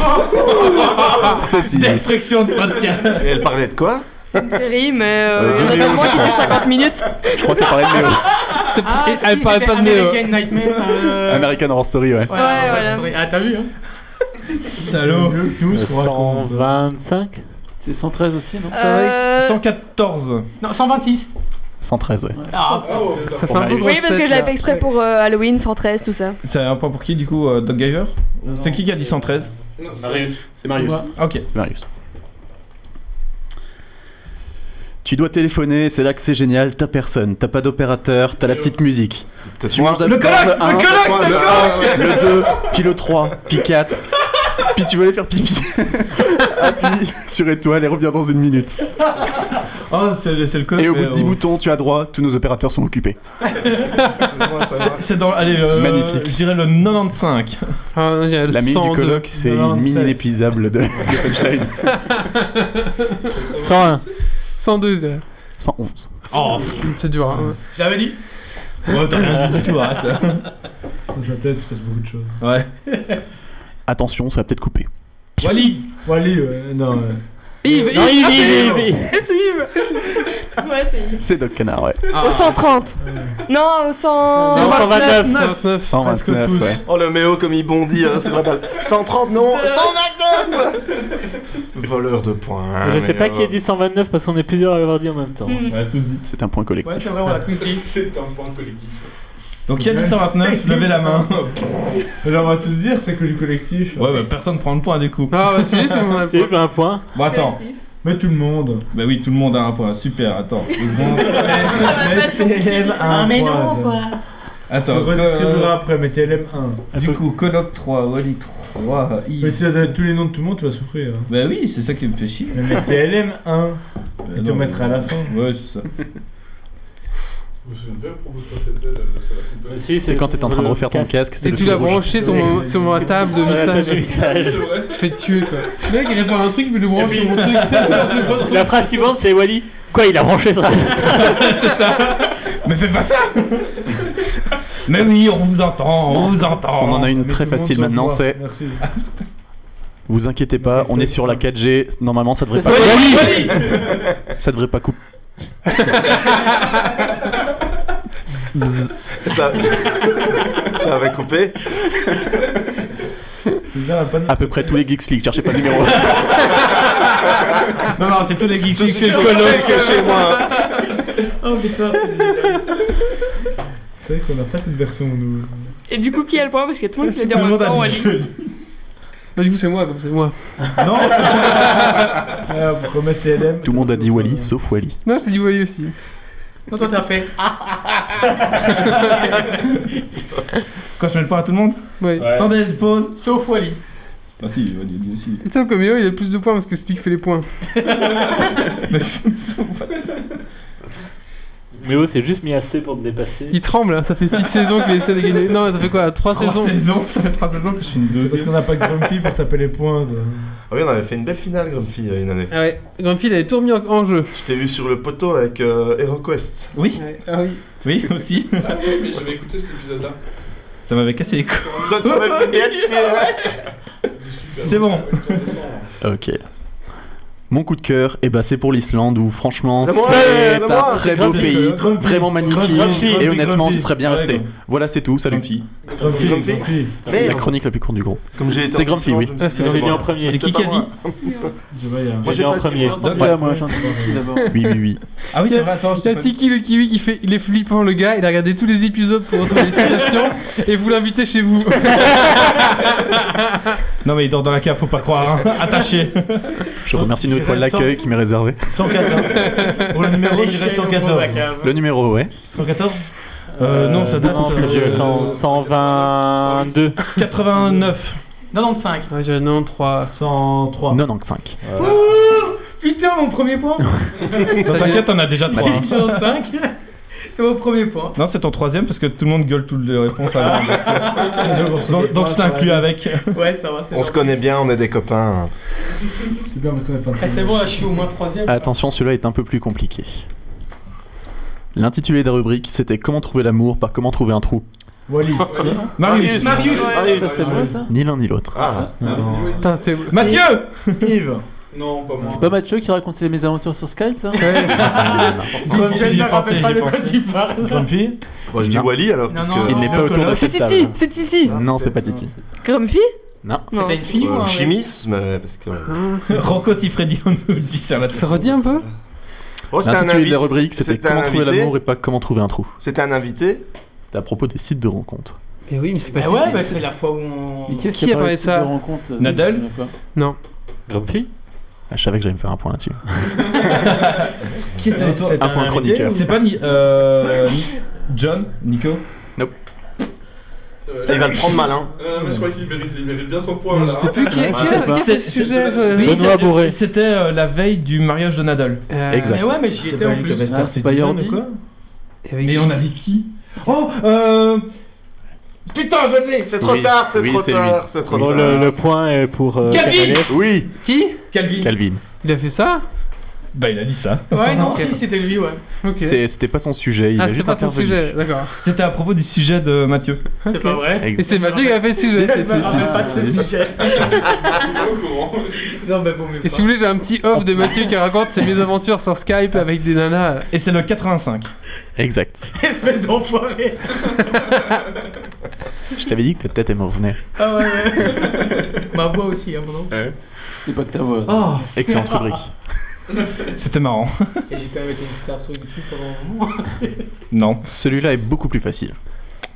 S2: Ah, Stacy.
S7: Destruction de podcast.
S5: Et elle parlait de quoi
S9: une série, mais
S2: Euh,
S9: euh, il y en a
S2: vidéo,
S9: tellement
S2: je
S9: qui
S2: crois.
S9: fait 50 minutes.
S2: Je crois qu'elle parlait de Méo.
S1: C'est-
S7: Ah,
S1: et-
S7: si,
S1: Elle parlait
S7: c'était
S1: pas de Néo.
S7: American Nightmare. euh,
S2: American Horror Story, ouais.
S9: Ouais,
S7: Voilà,
S9: voilà.
S7: sorry. Ah, t'as vu, hein
S4: Salaud
S2: Euh,
S4: News,
S8: 125.
S6: C'est 113 aussi, non
S9: Euh,
S4: 114
S7: Non, 126.
S2: 113, ouais.
S7: Ah,
S3: Bravo.
S1: Ça fait un peu
S2: Oui,
S1: grosse
S9: Oui, parce que
S1: tête,
S9: je l'avais
S1: là.
S9: fait exprès pour euh, Halloween, 113, tout
S4: Oh,
S9: ça.
S4: bah, C'est un point pour qui du coup, euh, Doc Giver C'est qui qui a dit 113
S3: Non, c'est-
S8: Marius.
S3: C'est Marius.
S4: Ah, Ok.
S2: C'est Marius. Tu dois téléphoner, c'est là que c'est génial. T'as personne, t'as pas d'opérateur, t'as la petite musique. Tu manges
S10: Le
S2: d'abord
S10: colloque,
S2: un,
S10: le colloque,
S2: le
S10: c'est
S2: un,
S10: le colloque.
S2: Le 2, puis le 3, puis 4. Puis tu vas aller faire pipi. Appuie sur étoile et reviens dans une minute.
S10: Oh, c'est le, c'est le colloque.
S2: Et au bout de
S10: mais,
S2: 10
S10: oh.
S2: boutons, tu as droit, tous nos opérateurs sont occupés.
S10: C'est- C'est dans. Allez, euh,
S2: Magnifique.
S10: Je dirais le 95.
S1: Ah,
S2: La minute du colloque, c'est une mine inépuisable de, de punchline.
S1: 101. 102. euh.
S2: 111.
S1: Oh, c'est dur. hein.
S11: Je l'avais dit.
S10: Ouais, t'as rien dit du tout, arrête. Dans sa tête, il se passe beaucoup de choses.
S4: Ouais.
S2: Attention, ça va peut-être couper.
S10: Wally Wally, ouais, non. euh. ouais.
S1: Yves,
S10: Non,
S1: Yves,
S10: Yves,
S1: Yves,
S10: Yves,
S1: Yves.
S10: Yves.
S1: Et c'est Yves.
S9: Ouais, c'est Yves.
S2: C'est Doc Canard, ouais.
S9: Au 130. Non, au 100...
S2: 129. 129, ouais.
S5: Oh le méo comme il bondit hein, sur la balle. 130 non 129 Voleur de points.
S2: Ah,
S8: Je sais
S5: mais,
S8: pas
S5: euh,
S8: qui a dit 129 parce qu'on est plusieurs à l'avoir dit en même temps.
S2: Hmm.
S9: Mm.
S2: C'est un point collectif.
S11: C'est vrai, on l'a tous dit.
S3: C'est un point collectif.
S10: Donc il y a du 129, levez la main. Alors on va tous dire, c'est que du collectif. euh,
S4: Ouais, bah personne prend le point du coup.
S1: Ah, bah si, tout le monde a le
S8: Yves a un point.
S4: Bon, attends.
S10: Mais tout le monde.
S4: Bah oui, tout le monde a un point. Super, attends. Deux secondes.
S10: Mais TLM 1.
S11: Ah, mais non, quoi.
S4: Attends.
S10: On redistribuera
S4: euh,
S10: après, mais TLM 1.
S4: Du coup, Colloque 3, Wally 3, Yves.
S10: Mais si ça donne tous les noms de tout le monde, tu vas souffrir. hein.
S4: Bah oui, c'est ça qui me fait chier.
S10: Mais mets TLM 1. Et
S4: Euh,
S10: te
S4: non,
S10: mettre à
S4: mais-
S10: la fin.
S4: Ouais, c'est ça.
S3: Je me souviens bien pourquoi toi, cette zèle, euh, ça l'a coupé.
S2: C'est quand t'es en train de refaire ton casque, c'était
S1: Et
S2: le
S1: tu
S2: fil
S1: l'as
S2: rouge.
S1: branché sur,
S8: Oui.
S1: mon, sur ma table de
S8: Sur la table de
S1: message.
S8: mixage.
S1: Je fais tuer quoi. Le mec il répare un truc, mais il le
S8: Et
S1: branche
S8: puis-
S1: sur mon truc.
S8: La phrase suivante, c'est Wally. Quoi, il a branché ça
S10: Mais fais pas ça Mais oui, on vous entend, on vous entend.
S2: On en a une très
S10: tout le monde
S2: facile
S10: sauf
S2: maintenant,
S10: moi.
S2: c'est-
S10: Merci.
S2: Vous inquiétez pas, on est sur la 4G. Normalement, ça devrait pas. Ça devrait pas couper. Bzz.
S5: Ça, ça avait coupé.
S10: C'est bizarre, elle a pas de-
S2: À peu près tous les Geeks League, cherchez pas le numéro.
S10: Non, non, c'est euh, tous les geeks
S5: Tous
S10: chez le
S5: ceux
S10: colloque.
S5: qui sont chez moi.
S1: Oh putain, c'est
S10: C'est vrai qu'on n'a pas cette version, nous.
S9: Et du coup, qui a le point Parce qu'il y a tout le monde qui l'a dit
S10: Tout
S9: en
S10: le
S9: même
S10: monde a
S9: temps,
S10: dit
S9: Wally.
S10: joli.
S1: Bah, du coup, c'est moi, comme c'est moi.
S10: Non Ah, pour remettre TLM.
S2: Tout le monde a dit Wally, sauf Wally.
S1: Non, c'est du Wally aussi.
S11: Non, toi, t'as fait.
S10: Quand je mets le point à tout le monde
S1: Ouais.
S10: Attendez, une pause.
S11: Sauf Wally.
S4: Bah si, Wally lui aussi.
S1: Et tiens, comme Yo, il a plus de points parce que c'est lui qui fait les points.
S8: Mais oh, c'est juste mis assez pour me dépasser.
S1: Il tremble, hein, ça fait 6 saisons qu'il essaie de gagner. Non, ça fait quoi 3
S10: Trois
S1: saisons
S10: saisons, ça fait 3 saisons que je suis une deuxième. C'est parce qu'on n'a pas Grumpy pour taper les points. toi.
S5: Ah oui, on avait fait une belle finale, Grumpy, il y a une année.
S1: Ah ouais, Grandfield avait tout remis en, en jeu.
S5: Je t'ai vu sur le poteau avec euh, HeroQuest.
S4: Oui,
S1: Ouais, ah oui.
S4: oui, aussi.
S3: Ah oui, mais j'avais écouté cet épisode-là.
S4: Ça m'avait cassé les couilles.
S5: Ça t'aurait fait bien chier.
S3: C'est super.
S4: C'est bon.
S3: Le temps descend, hein.
S2: Ok. Mon coup de cœur, eh ben c'est pour l'Islande où franchement
S5: C'est moi,
S2: c'est
S5: c'est
S2: un
S5: moi,
S2: très
S5: c'est
S2: beau
S10: Grumpy,
S2: pays,
S10: Grumpy,
S2: vraiment
S10: Grumpy,
S2: magnifique et
S10: Grumpy,
S2: honnêtement
S10: Grumpy.
S2: j'y serais bien
S10: Ouais,
S2: resté.
S10: Grumpy.
S2: Voilà c'est tout, salut.
S4: Grumpy.
S10: Grumpy,
S5: Grumpy.
S10: Grumpy.
S2: La
S5: Merde.
S2: chronique la plus courte du groupe.
S5: Comme j'ai été
S2: C'est
S5: en
S2: Grumpy,
S5: mission,
S2: oui.
S5: je me suis
S8: Ah,
S5: dit,
S8: c'est lui
S5: moi.
S8: en premier.
S4: C'est qui qui a dit
S10: Je vais y aller.
S5: Moi,
S8: Moi,
S5: j'ai
S8: j'ai
S5: pas
S8: en
S5: dit
S8: premier.
S5: moi.
S8: Doc,
S4: Ouais.
S8: là, moi, j'en ai pensé d'abord.
S2: Oui oui oui.
S10: Ah oui,
S1: c'est
S10: c'est
S1: vrai,
S10: vrai, attends.
S1: Il y a Tiki le Kiwi qui fait. Il est flippant le gars, il a regardé tous les épisodes pour retrouver les citations et vous l'invitez chez vous.
S10: Non, mais il dort dans la cave, faut pas croire. hein. Attaché.
S2: Je remercie une autre fois
S10: Intéressant.
S2: l'accueil qui m'est réservé.
S10: 114. Pour le numéro, je dirais 114.
S2: Le numéro ouais.
S10: 114 Euh, non, ça date.
S8: Non,
S10: ça-
S8: c'est
S10: euh,
S8: vieux. 122.
S10: 89.
S11: 95.
S1: Ouais, j'ai 93.
S10: 103.
S2: 95.
S11: Putain, mon premier point.
S10: Non, t'inquiète, on a déjà 3.
S11: 95. C'est mon premier point.
S4: Non, c'est ton troisième parce que tout le monde gueule toutes les réponses avant.
S7: Ah,
S10: Donc, donc je t'inclus avec.
S11: Ouais, ça va, c'est
S5: On se
S11: gentil.
S5: connaît bien, on est des copains.
S10: C'est bien, maintenant,
S11: Eh, C'est bon, là, je suis au moins troisième.
S2: Attention, celui-là est un peu plus compliqué. L'intitulé de la rubrique, c'était Comment trouver l'amour par comment trouver un trou.
S10: Wally.
S4: Marius.
S11: Marius.
S5: Marius.
S8: C'est vrai ça
S2: Ni l'un ni l'autre.
S5: Ah,
S1: Putain, c'est.
S10: Mathieu Yves
S3: Non, pas moi.
S8: C'est pas Mathieu qui racontait mes aventures sur Skype, ça
S1: Ouais.
S11: Je
S10: J'y
S11: ne
S10: ai
S11: me
S10: pensé,
S11: rappelle pas de
S10: j'y ai
S11: quoi
S10: pensé.
S11: tu parles.
S10: Grumpy
S5: Moi, je dis
S2: Non.
S5: Wally alors,
S11: Non,
S5: parce
S11: non,
S5: que.
S2: Il n'est pas
S10: Le
S2: autour de
S10: colloque.
S9: C'est
S2: cette table.
S9: Titi, c'est Titi.
S2: Non, c'est pas Titi.
S9: Grumpy
S2: Non.
S9: Non.
S11: C'était une fille ou un
S5: Euh,
S11: mec
S5: Chimisme, euh, parce que.
S10: Mmh. Rocco Siffredi, on nous dit ça
S1: Ça redit un peu
S5: Oh, c'était un
S2: L'intitulé de
S5: invité.
S2: la rubrique, c'était
S5: C'était un
S2: Comment trouver
S5: invité.
S2: l'amour et pas comment trouver un trou.
S5: C'était un invité.
S2: C'était à propos des sites de rencontres.
S1: Mais oui, Eh mais c'est pas
S11: Bah
S1: Titi.
S11: ouais, bah, c'est la fois où on.
S8: Mais qu'est-ce
S1: Qui
S8: qui
S1: a
S8: a
S1: parlé
S8: parlé
S1: de ça
S8: de rencontre
S4: Nadal
S1: Non.
S8: Grumpy
S2: Ah, je savais que j'allais me faire un point là-dessus.
S10: Qui était autour
S4: C'est
S10: Un point
S4: invité
S10: chroniqueur.
S4: ou- C'est pas Ni- euh, Ni- John Nico
S2: Nope.
S5: Il va le prendre mal, hein.
S3: Euh, mais je crois qu'il mérite, il mérite bien son point. Oh là.
S4: Oui, c'était- C'était euh, la veille du mariage de Nadal.
S1: Euh, Exact. mais ouais, mais j'y
S4: C'est
S1: étais
S4: pas
S1: en
S4: lui qui
S1: plus.
S4: avait
S1: Ah,
S4: Star
S1: c'est pas
S4: Citizen
S1: Jordi.
S4: ou quoi
S1: Et avec
S4: Mais
S1: qui
S4: on avait qui Oh euh... Putain, je l'ai
S5: C'est trop tard, c'est trop tard, c'est
S2: Oh,
S5: trop
S8: Bon,
S5: tard.
S8: le, le point est pour. euh,
S4: Calvin
S8: Cavalier.
S5: Oui
S1: Qui
S4: Calvin.
S2: Calvin.
S1: Il a fait ça
S4: Bah, il a dit ça.
S11: Ouais, non,
S1: Ok.
S11: si, c'était lui, ouais.
S1: Ok.
S2: C'est- C'était pas son sujet, il
S1: Ah,
S2: a
S1: c'était
S2: juste
S1: pas son
S2: intervenu.
S1: sujet, d'accord.
S4: C'était à propos du sujet de Mathieu.
S11: C'est pas vrai.
S1: Et c'est Mathieu qui a fait le sujet.
S11: Je me rappelle
S4: Ah,
S11: pas de ce sujet. Non, mais bon, mais.
S1: Et si vous voulez, j'ai un petit off de Mathieu qui raconte ses mésaventures sur Skype avec des nanas.
S4: Et c'est le 85.
S2: Exact.
S11: Espèce d'enfoiré.
S2: Je t'avais dit que ta tête elle me revenait.
S11: Ah ouais, ouais. Ma voix aussi, hein, pardon.
S6: C'est pas que ta voix.
S4: Oh.
S2: Excellente rubrique.
S4: C'était marrant.
S11: Et j'ai quand même été une star sur YouTube pendant un moment. c'est-
S4: Non.
S2: Celui-là est beaucoup plus facile.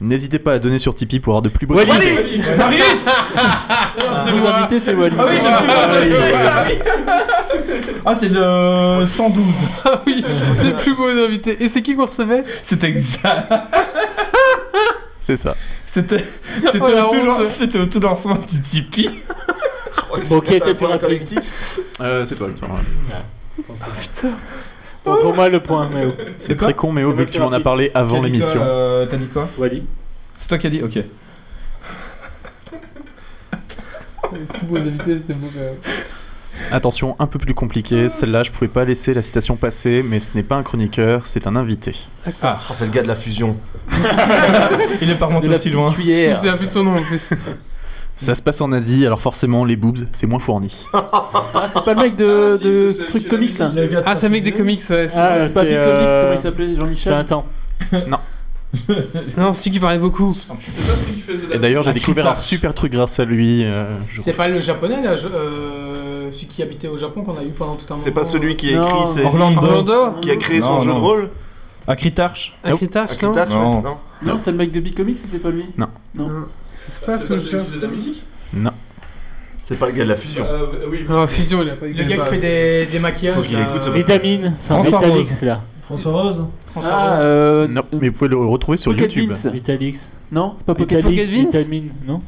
S2: N'hésitez pas à donner sur Tipeee pour avoir de plus beaux
S11: Walid
S2: invités.
S4: Marius
S11: Non, Ah, c'est
S6: Vous
S11: moi.
S6: invitez, c'est Walid.
S11: Ah oui,
S4: Ah,
S11: depuis
S4: oui.
S1: Ah, c'est le 112. Ah oui, des plus beaux invités. Et c'est qui qu'on recevait
S4: C'était exact.
S2: C'est ça.
S4: C'était c'était
S1: Oh, la
S4: au tout
S1: honte.
S4: lan- c'était au tout lancement du Tipeee.
S8: Bon, qui était pour la collective
S2: Euh, c'est toi, il me semble.
S8: Bon, Pour moi, le point, mais.
S2: C'est très con, mais oh,
S8: C'est
S2: vu
S8: moi
S2: que
S8: qui
S2: tu m'en as
S8: rapide.
S2: parlé avant
S4: Qui a dit quoi,
S2: l'émission.
S4: euh, T'as dit quoi
S8: Wally.
S4: C'est toi qui as dit Ok.
S1: Les plus beaux invités, c'était beau quand même.
S2: Attention, un peu plus compliqué. Celle-là, je pouvais pas laisser la citation passer, mais ce n'est pas un chroniqueur, c'est un invité.
S4: Ah,
S5: oh, c'est le gars de la fusion.
S4: Il est pas remonté aussi loin.
S1: Je me souviens plus de son nom en plus.
S2: Ça se passe en Asie, alors forcément, les boobs, c'est moins fourni.
S6: Ah, c'est pas le mec de,
S3: Ah, si,
S6: de
S3: c'est celui
S6: trucs
S3: qui
S6: comics là.
S1: Ah, c'est un mec des comics, ouais. c'est
S8: Ah,
S1: ça.
S8: c'est.
S6: Pas Bill Comics, comment
S8: euh,
S6: il s'appelait Jean-Michel
S8: Jonathan.
S1: Non, celui qui parlait beaucoup.
S3: C'est pas celui qui faisait la.
S2: Et d'ailleurs, j'ai
S3: Ah,
S2: découvert un
S3: Kitas.
S2: super truc grâce à lui. euh, je-
S11: C'est pas le japonais, là, je- euh, celui qui habitait au Japon qu'on a eu pendant tout un moment. euh.
S5: C'est pas celui qui a
S6: Non.
S5: écrit, c'est
S4: Orlando.
S1: Orlando
S5: qui a créé son
S4: Non,
S5: jeu de
S4: non.
S5: rôle
S4: À Critarch
S1: Un Kitarch, non
S5: Akita,
S4: Non.
S5: non.
S6: Non, c'est le mec de Big Comics ou c'est pas lui
S2: Non.
S6: Non.
S1: C'est
S3: Ah,
S1: pas
S3: C'est pas
S1: ce
S3: celui
S1: jeu.
S3: qui faisait de la musique
S2: Non.
S5: C'est pas le gars de la fusion.
S3: Euh, Oui,
S1: Non, Fusion, il a pas eu
S11: Le gars qui fait des, des maquillages.
S5: Faut qu'il
S11: là,
S5: écoute ce
S11: euh,
S8: Vitamine. Enfin,
S4: François
S8: Vitalix, là.
S10: François Rose
S11: François
S6: Ah,
S11: Rose.
S6: euh.
S2: Non, mais vous pouvez le retrouver sur
S6: Pocket
S2: YouTube.
S6: Vince.
S8: Vitalix.
S6: Non, c'est pas Pocket
S8: Vitalix,
S1: Pocket Vince
S8: Vitamine, non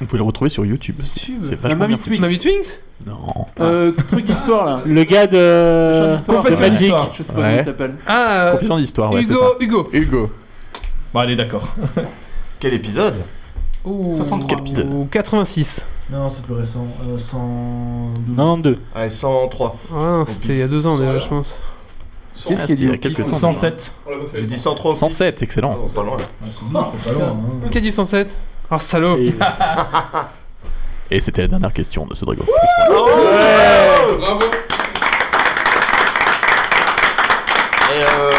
S2: Vous pouvez le retrouver sur YouTube. C'est vachement bien.
S6: Mamie
S2: foutu.
S6: Twix.
S1: Mamie Twinks
S2: Non.
S6: Euh,
S3: Ah,
S6: truc d'histoire là.
S8: Le gars
S6: Machin
S8: de.
S6: d'histoire.
S8: de
S4: Confession
S8: Magic.
S4: d'histoire.
S6: Je sais pas comment
S2: Ouais.
S6: il s'appelle.
S1: Ah, euh,
S2: Confession d'histoire, ouais, c'est ça.
S1: Hugo, Hugo.
S2: Hugo.
S4: Bah, allez, d'accord.
S5: Quel épisode
S1: Ou
S11: 63.
S1: Oh, quel épisode Ou 86.
S10: Non, c'est plus récent. Euh, 112.
S8: 92.
S5: Ah, 103.
S1: Ah non, c'était il y a deux ans déjà, je pense.
S3: Sans-
S2: Ah, c'était il y a
S1: hein.
S2: quelques temps.
S4: 107.
S3: On l'a pas fait.
S5: J'ai dit 103.
S2: 107, excellent.
S5: C'est pas loin. là.
S10: Ah, 112, c'est pas loin. hein.
S1: Qui a dit 107
S10: Ah,
S1: Oh salaud
S8: Et-
S2: Et c'était la dernière question de ce Dragon.
S1: Oh,
S3: Bravo
S5: Et euh,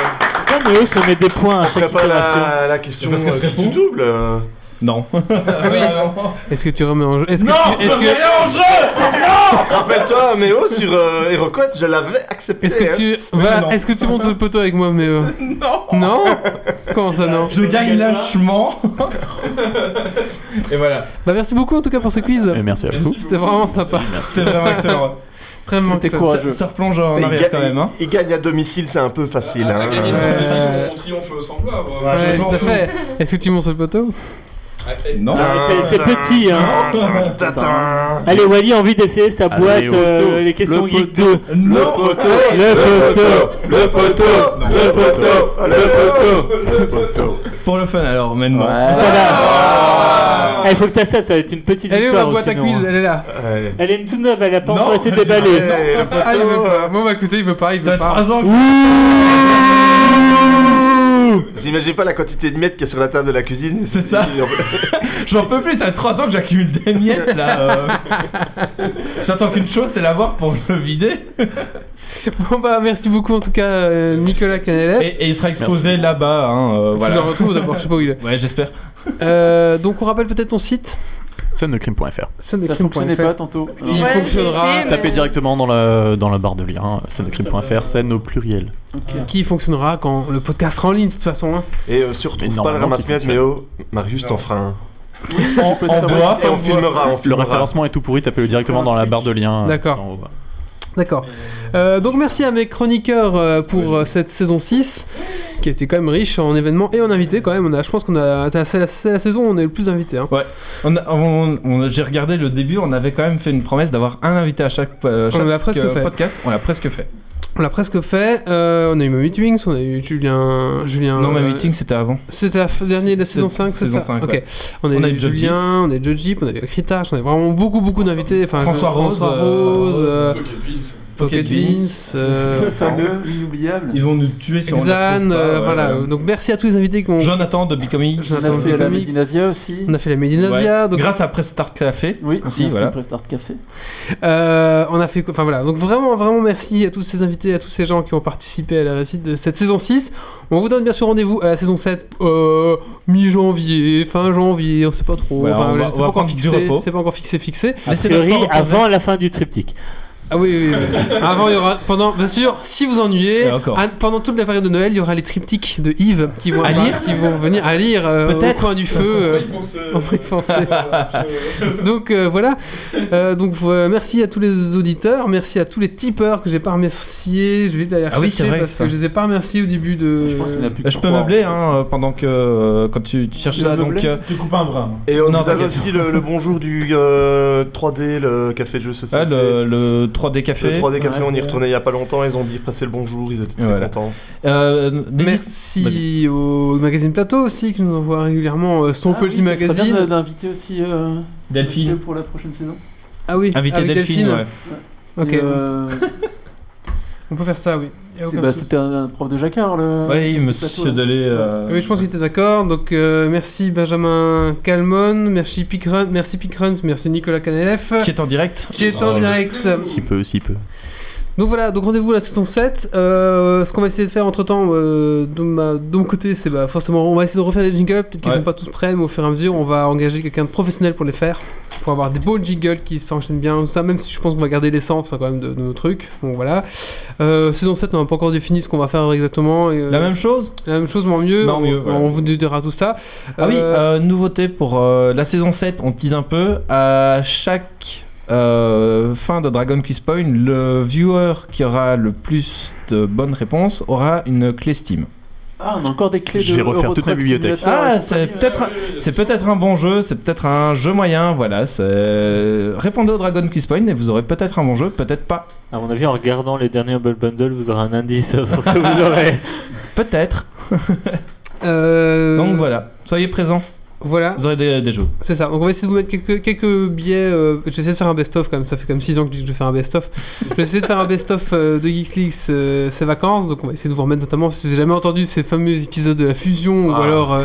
S8: Pourquoi Méo se met des points à
S5: on ferait
S8: chaque
S5: pas
S8: itération
S5: la, la question
S10: Parce qu'elle
S5: euh,
S10: se
S5: qui
S10: répond.
S5: tu doubles euh,
S4: Non.
S1: Est-ce que tu remets en jeu Est-ce que
S4: Non,
S1: tu, est-ce que,
S5: Rappelle-toi, Méo, sur euh, HeroQuest, je l'avais accepté.
S1: est-ce que
S5: hein.
S1: tu
S4: mais euh, non.
S1: vas, est-ce que tu montes sur le poteau avec moi mais non non comment ça non
S4: Je gagne lâchement. Et voilà.
S1: bah merci beaucoup en tout cas pour ce quiz
S2: Et merci à vous.
S1: c'était vraiment sympa
S4: C'était vraiment excellent.
S1: vraiment
S6: C'était
S1: excellent.
S6: courageux.
S4: Ça, ça replonge en
S5: Il
S4: arrière
S5: gagne-
S4: quand même. Hein.
S5: il, il gagne à domicile, c'est un peu facile.
S3: À- à
S5: hein.
S3: gagner
S1: ça.
S3: sans
S1: Euh,
S3: délire, on triomphe semblable.
S4: Ouais.
S1: Ouais,
S4: je m'en
S1: tout à
S4: fous.
S1: fait. Est-ce que tu montes sur le poteau
S4: Non.
S8: Ah, c'est- C'est petit, hein.
S5: Tin, tin, tin.
S8: Allez, Wally a envie d'essayer sa
S2: Allez,
S8: boîte,
S2: au
S8: euh,
S2: dos.
S8: les questions
S2: Le
S8: Geek 2.
S5: Le
S4: Non.
S5: poteau,
S8: Le
S5: le poteau, le poteau,
S4: Ah,
S5: le poteau, le poteau.
S4: Pour le fun alors, mais non.
S8: Ça va. Ah, Il faut que ta step, ça va être une petite
S1: elle est où la
S8: victoire.
S1: boîte à
S8: sinon,
S1: quiz
S8: hein.
S1: elle est là
S5: Ouais.
S8: Elle est toute neuve, elle a pas
S4: Non,
S8: encore été
S4: j'ai-
S8: déballée.
S5: Eh, le
S1: ah il veut
S5: poteau.
S1: pas bon bah écoutez il veut pas il
S4: Ça
S1: veut
S4: fait
S1: pas
S4: 3 ans que
S5: Vous imaginez pas la quantité de miettes qu'il y a sur la table de la cuisine
S4: C'est ça. J'en peux plus, ça fait 3 ans que j'accumule des miettes là. euh. J'attends qu'une chose, c'est l'avoir pour le vider.
S1: bon bah merci beaucoup en tout cas euh, Nicolas Canelef
S4: Et, et il sera exposé là-bas, hein, euh,
S1: Faut que je
S4: voilà.
S1: le retrouve d'abord je sais pas où il est
S4: Ouais, j'espère.
S1: Euh, donc on rappelle peut-être ton site
S2: Scènedecrime.fr.
S6: Ça fonctionnait pas tantôt.
S1: Il
S9: Ouais,
S1: fonctionnera.
S9: j'ai essayé, mais-
S2: Tapez directement dans la, dans la barre de lien, scènedecrime.fr, scène au pluriel.
S1: qui fonctionnera quand le podcast sera en ligne de toute façon hein.
S5: Et euh, surtout,
S2: Mais
S5: pas le
S2: normalement,
S5: ramasse-miettes,
S2: qu'il
S5: mais oh, Marius t'en fera un.
S4: En, en bois.
S5: Et on filmera, on
S2: Le
S5: filmera.
S2: référencement est tout pourri, tapez-le directement dans la barre de lien.
S1: D'accord.
S2: En haut.
S1: D'accord. Euh, donc merci à mes chroniqueurs euh, pour euh, cette saison 6 qui était quand même riche en événements et en invités quand même. On a, je pense qu'on a, t'as- c'est la, c'est la saison où on est le plus invité. hein.
S4: Ouais. On a- on- on- J'ai regardé le début, on avait quand même fait une promesse d'avoir un invité à chaque, euh,
S1: On
S4: chaque,
S1: l'a presque
S4: euh,
S1: fait.
S4: podcast. On l'a presque fait.
S1: On l'a presque fait. Euh, on a eu Mamie Twinks, on a eu Julien. Julien
S4: non, ma
S1: euh,
S4: meeting c'était avant.
S1: C'était la f- dernière de la saison
S4: c'est-
S1: 5, c'est
S4: saison
S1: ça
S4: cinq,
S1: Ok.
S4: ouais.
S1: On a,
S4: On a
S1: eu
S4: eu Joe
S1: Julien, on a eu Joe Jeep, on a eu Critage, on a eu vraiment beaucoup beaucoup d'invités. Enfin,
S4: François Rose, euh,
S1: Rose, euh,
S3: Pocket Vince.
S1: Pocket
S4: Pocket
S1: Vince,
S4: Vince,
S1: euh,
S6: Le fameux, inoubliable.
S4: Ils vont nous tuer si on la
S1: Xan,
S4: retrouve pas,
S1: euh,
S4: ouais.
S1: voilà. Donc merci à tous les invités qui ont.
S4: Jonathan de Bicomics.
S1: Jonathan
S6: On a fait la
S1: Comics.
S6: Medinasia aussi.
S1: On a fait la Medinasia.
S4: Ouais.
S1: donc-
S4: Grâce à Prestart Café.
S6: Oui,
S4: aussi,
S6: merci
S4: voilà.
S6: pour le Start Café.
S1: Euh, on a fait quoi Enfin voilà, donc vraiment, vraiment merci à tous ces invités, à tous ces gens qui ont participé à la réussite de cette saison 6. On vous donne bien sûr rendez-vous à la saison 7, euh, mi-janvier, fin janvier, on sait pas trop.
S4: Voilà,
S1: Enfin,
S4: on va-
S1: c'est
S4: on
S1: pas
S4: va
S1: encore
S4: prendre du
S1: fixé,
S4: repos.
S1: c'est pas encore fixé, fixé.
S8: A priori, avant la fin du triptyque.
S1: Ah oui, oui, oui. Avant, il y aura. Pendant, bien sûr, si vous ennuyez,
S4: Et encore.
S1: à- pendant toute la période de Noël, il y aura les triptyques de Yves qui vont,
S4: À lire
S1: qui vont venir à lire euh,
S4: Peut-être.
S1: au coin du feu. euh, on va y penser. donc euh, voilà. Euh, donc euh, merci à tous les auditeurs, merci à tous les tipeurs que j'ai pas remerciés. Je vais aller
S4: Ah oui,
S1: rechercher
S4: c'est vrai,
S1: parce
S4: ça.
S1: que je les ai pas remerciés au début de. Je pense qu'il
S6: a plus.
S4: Je peux meubler hein, euh, pendant que euh, quand tu, tu cherches ça. Donc, euh,
S10: Tu coupes un bras.
S5: Et on
S4: Non,
S5: nous
S4: pas
S5: avait
S4: question.
S5: aussi le, le bonjour du euh, 3D, le café de jeu
S4: ah,
S5: société.
S4: le, le 3D
S5: Le
S4: Café.
S5: 3D café, on y
S4: Ouais.
S5: retournait il y a pas longtemps, ils ont dit passer le bonjour, ils étaient très
S4: Voilà.
S5: contents.
S4: Euh, n'hésite- Vas-y.
S1: Merci au magazine Plateau aussi qui nous envoie régulièrement euh, son
S6: Ah
S1: petit
S6: oui, ça serait
S1: magazine.
S6: bien d'inviter aussi euh,
S4: Delphine.
S6: monsieur pour la prochaine saison.
S1: Ah oui,
S4: Invité
S1: avec
S4: Delphine,
S6: Ouais.
S1: Ok.
S6: Et, euh,
S1: On peut faire ça, oui. Y a
S6: c'est-
S1: aucun
S6: bah,
S1: souci.
S6: C'était un, un prof de Jacquard, le.
S4: Oui,
S6: le
S4: monsieur
S6: plateau, là.
S4: Delay.
S3: euh,
S1: Oui, je pense qu'il était d'accord. Donc, euh, merci Benjamin Calmon, merci Picruns, merci Picruns, merci Nicolas Canelef,
S4: Qui est en direct.
S1: qui est en
S2: Oh.
S1: direct.
S2: Si peu, si peu.
S1: Donc voilà, donc rendez-vous à la saison 7. Euh, ce qu'on va essayer de faire entre temps, de, ma- de mon côté, c'est bah, forcément, on va essayer de refaire des jingles. Peut-être qu'ils
S4: Ouais.
S1: sont pas tous prêts, mais au fur et à mesure, on va engager quelqu'un de professionnel pour les faire. Pour avoir des beaux jingles qui s'enchaînent bien, tout ça, même si je pense qu'on va garder l'essence hein, quand même de, de nos trucs. Donc voilà. Euh, saison 7, on n'a pas encore défini ce qu'on va faire exactement. et, euh,
S4: La même chose
S1: la même chose, mais en mieux.
S4: Mais en
S1: on,
S4: mieux, voilà.
S1: on vous dira tout ça.
S4: Ah oui,
S1: Euh,
S4: euh, nouveauté pour euh, la saison 7, on tease un peu. À chaque euh, fin de Dragon Quest Point, le viewer qui aura le plus de bonnes réponses aura une clé Steam.
S6: Ah, on a encore des clés de.
S2: Je vais refaire
S6: Euro
S2: toute ma
S6: Truck
S2: bibliothèque.
S6: Simulator.
S4: Ah, c'est peut-être un, c'est peut-être un bon jeu, c'est peut-être un jeu moyen, voilà. c'est- Répondez au Dragon Quest Point et vous aurez peut-être un bon jeu, peut-être pas.
S8: À mon avis, en regardant les derniers Humble Bundle, vous aurez un indice sur ce que vous aurez.
S4: Peut-être.
S1: euh,
S4: Donc voilà, soyez présents,
S1: Voilà,
S4: vous aurez des, des
S6: Mmh.
S4: jeux.
S1: c'est ça. Donc on va essayer de vous mettre quelques, quelques billets. euh, je vais essayer de faire un best-of quand même. Ça fait comme 6 ans que je dis que je vais faire un best-of. je vais essayer de faire un best-of euh, de Geeks League euh, ces vacances. Donc on va essayer de vous remettre notamment, si vous avez jamais entendu ces fameux épisodes de la fusion ou
S5: Ah.
S1: alors euh,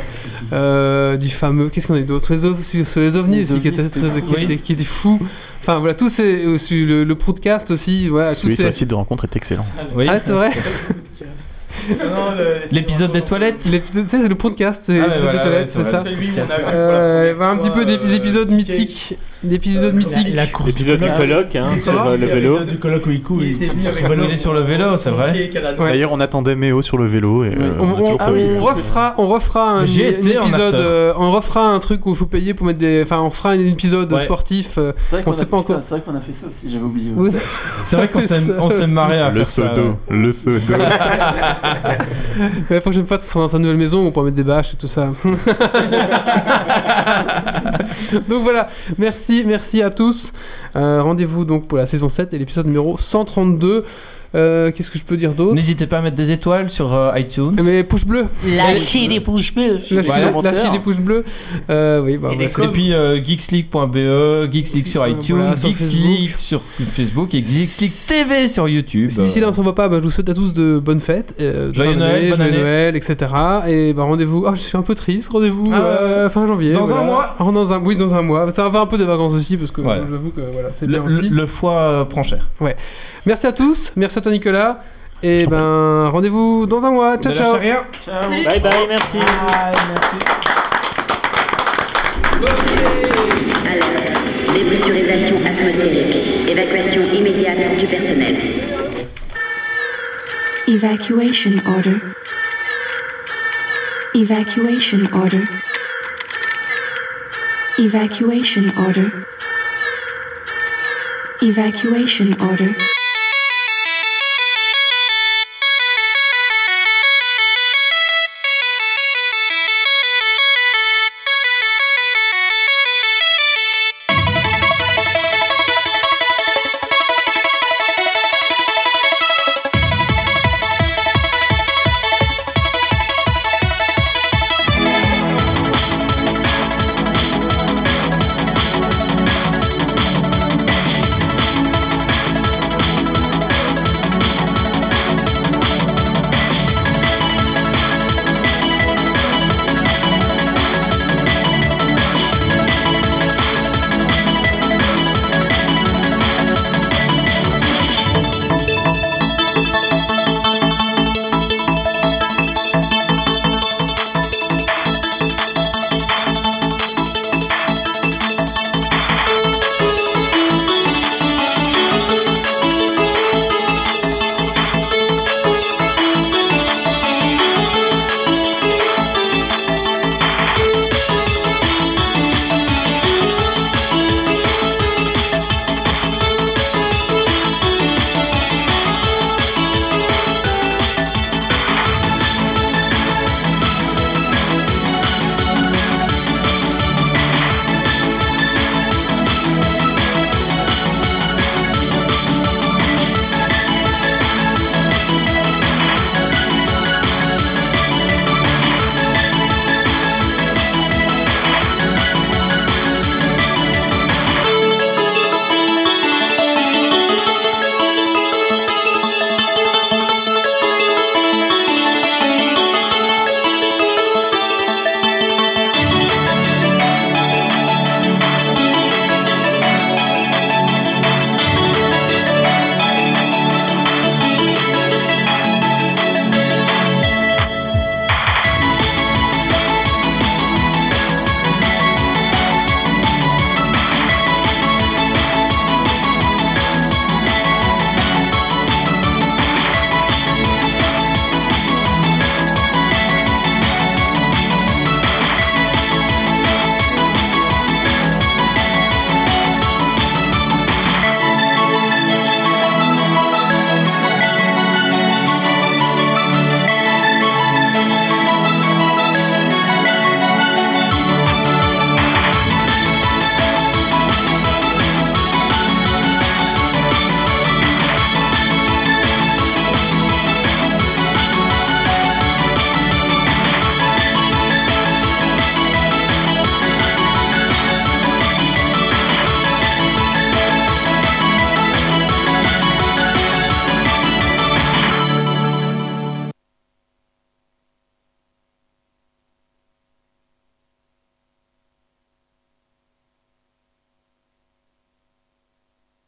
S1: euh, du fameux. Qu'est-ce qu'on a eu d'autre les ov- sur, sur les ovnis
S6: Les
S1: aussi, qui
S6: ovnis,
S1: était
S6: c'était
S1: très-
S6: fou.
S1: qui était- qui était fou. Enfin voilà, tous ces. euh, sur le, le podcast aussi. Voilà, tous
S2: Celui sur
S1: ces.
S2: le site de rencontre est excellent.
S4: Oui.
S1: Ah, c'est vrai
S11: Non, le-
S4: L'épisode des toilettes.
S1: L'épisode- Tu sais, c'est le podcast, c'est
S4: Ah, mais
S1: l'épisode
S4: voilà,
S1: des toilettes,
S4: ouais,
S1: c'est
S4: c'est
S1: ça.
S4: vrai,
S11: celui où on a vu pour la
S1: Euh,
S11: première
S1: bah, un petit
S11: fois,
S1: peu des
S11: euh,
S1: épisodes
S11: Ticket.
S1: mythiques. D'épisodes
S11: La-
S1: mythiques.
S11: la course
S8: L'épisode du colloque, hein,
S1: Nicolas,
S8: sur euh, le
S11: il y avait
S8: vélo.
S11: ça
S10: Du colloque au Iku,
S11: Il
S10: il-
S11: était venu avec
S4: Bonne
S11: son-
S4: année sur le vélo, c'est
S11: son
S4: vrai.
S11: pied canadien.
S1: Ouais.
S2: D'ailleurs, on attendait Méo sur le vélo et euh,
S1: On,
S2: on a
S1: on-
S2: toujours pas
S1: on
S2: eu.
S1: refera, on refera un,
S4: J'y
S1: un
S4: étais en
S1: épisode,
S4: after.
S1: euh, on refera un truc où il faut payer pour mettre des, enfin on refera un épisode
S4: Ouais.
S1: sportif. euh,
S6: C'est vrai qu'on
S1: On sait
S6: a-
S1: pas encore.
S6: putain, c'est vrai qu'on a fait ça aussi, j'avais oublié.
S1: où-
S4: C'est vrai qu'on s'est on s'est marré à
S2: Le
S4: faire ça, ouais.
S2: pseudo, le pseudo.
S1: La prochaine fois, ce sera dans sa nouvelle maison, on pourra mettre des bâches et tout ça. donc voilà, merci, merci à tous. Euh, Rendez-vous donc pour la saison 7 et l'épisode numéro 132. Euh, Qu'est-ce que je peux dire d'autre
S4: N'hésitez pas à mettre des étoiles sur euh, iTunes.
S1: Mais pouce bleu
S11: Lâcher des pouces bleus.
S1: Lâchez,
S4: Voilà.
S1: lâchez des pouces bleus. Euh, oui, bah,
S11: Et
S1: voilà,
S11: des
S1: c'est-
S4: Et puis euh, geeksleague.be, Geeksleague E, sur
S1: E, Voilà,
S4: iTunes,
S1: sur
S4: Geeksleague sur Facebook et Geeksleague TV sur YouTube.
S1: Si d'ici là on s'en voit pas, bah, je vous souhaite à tous de bonnes fêtes, euh, de
S4: Joyeux
S1: fin
S4: Noël,
S1: d'année,
S4: bonne
S1: joyeux
S4: année.
S1: Noël, etc. Et bah, rendez-vous. Ah, je suis un peu triste. Rendez-vous
S4: Ah,
S1: euh, fin janvier.
S4: dans un
S1: voilà.
S4: mois.
S1: Ah, dans un, oui, dans un mois. Ça va faire un peu des vacances aussi parce que
S4: Voilà.
S1: euh, j'avoue que voilà, c'est
S4: le,
S1: bien aussi.
S4: le- le foie euh, prend cher.
S1: Merci à tous. Merci à toi Nicolas. Et ben rendez-vous dans un mois. Ciao
S4: Ne
S1: ciao.
S4: lâchez rien.
S6: Ciao.
S9: Salut.
S8: Bye bye, merci.
S11: Ah, merci.
S13: Alerte. Dépressurisation atmosphérique. Évacuation immédiate du personnel.
S14: Evacuation order. Evacuation order. Evacuation order. Evacuation order.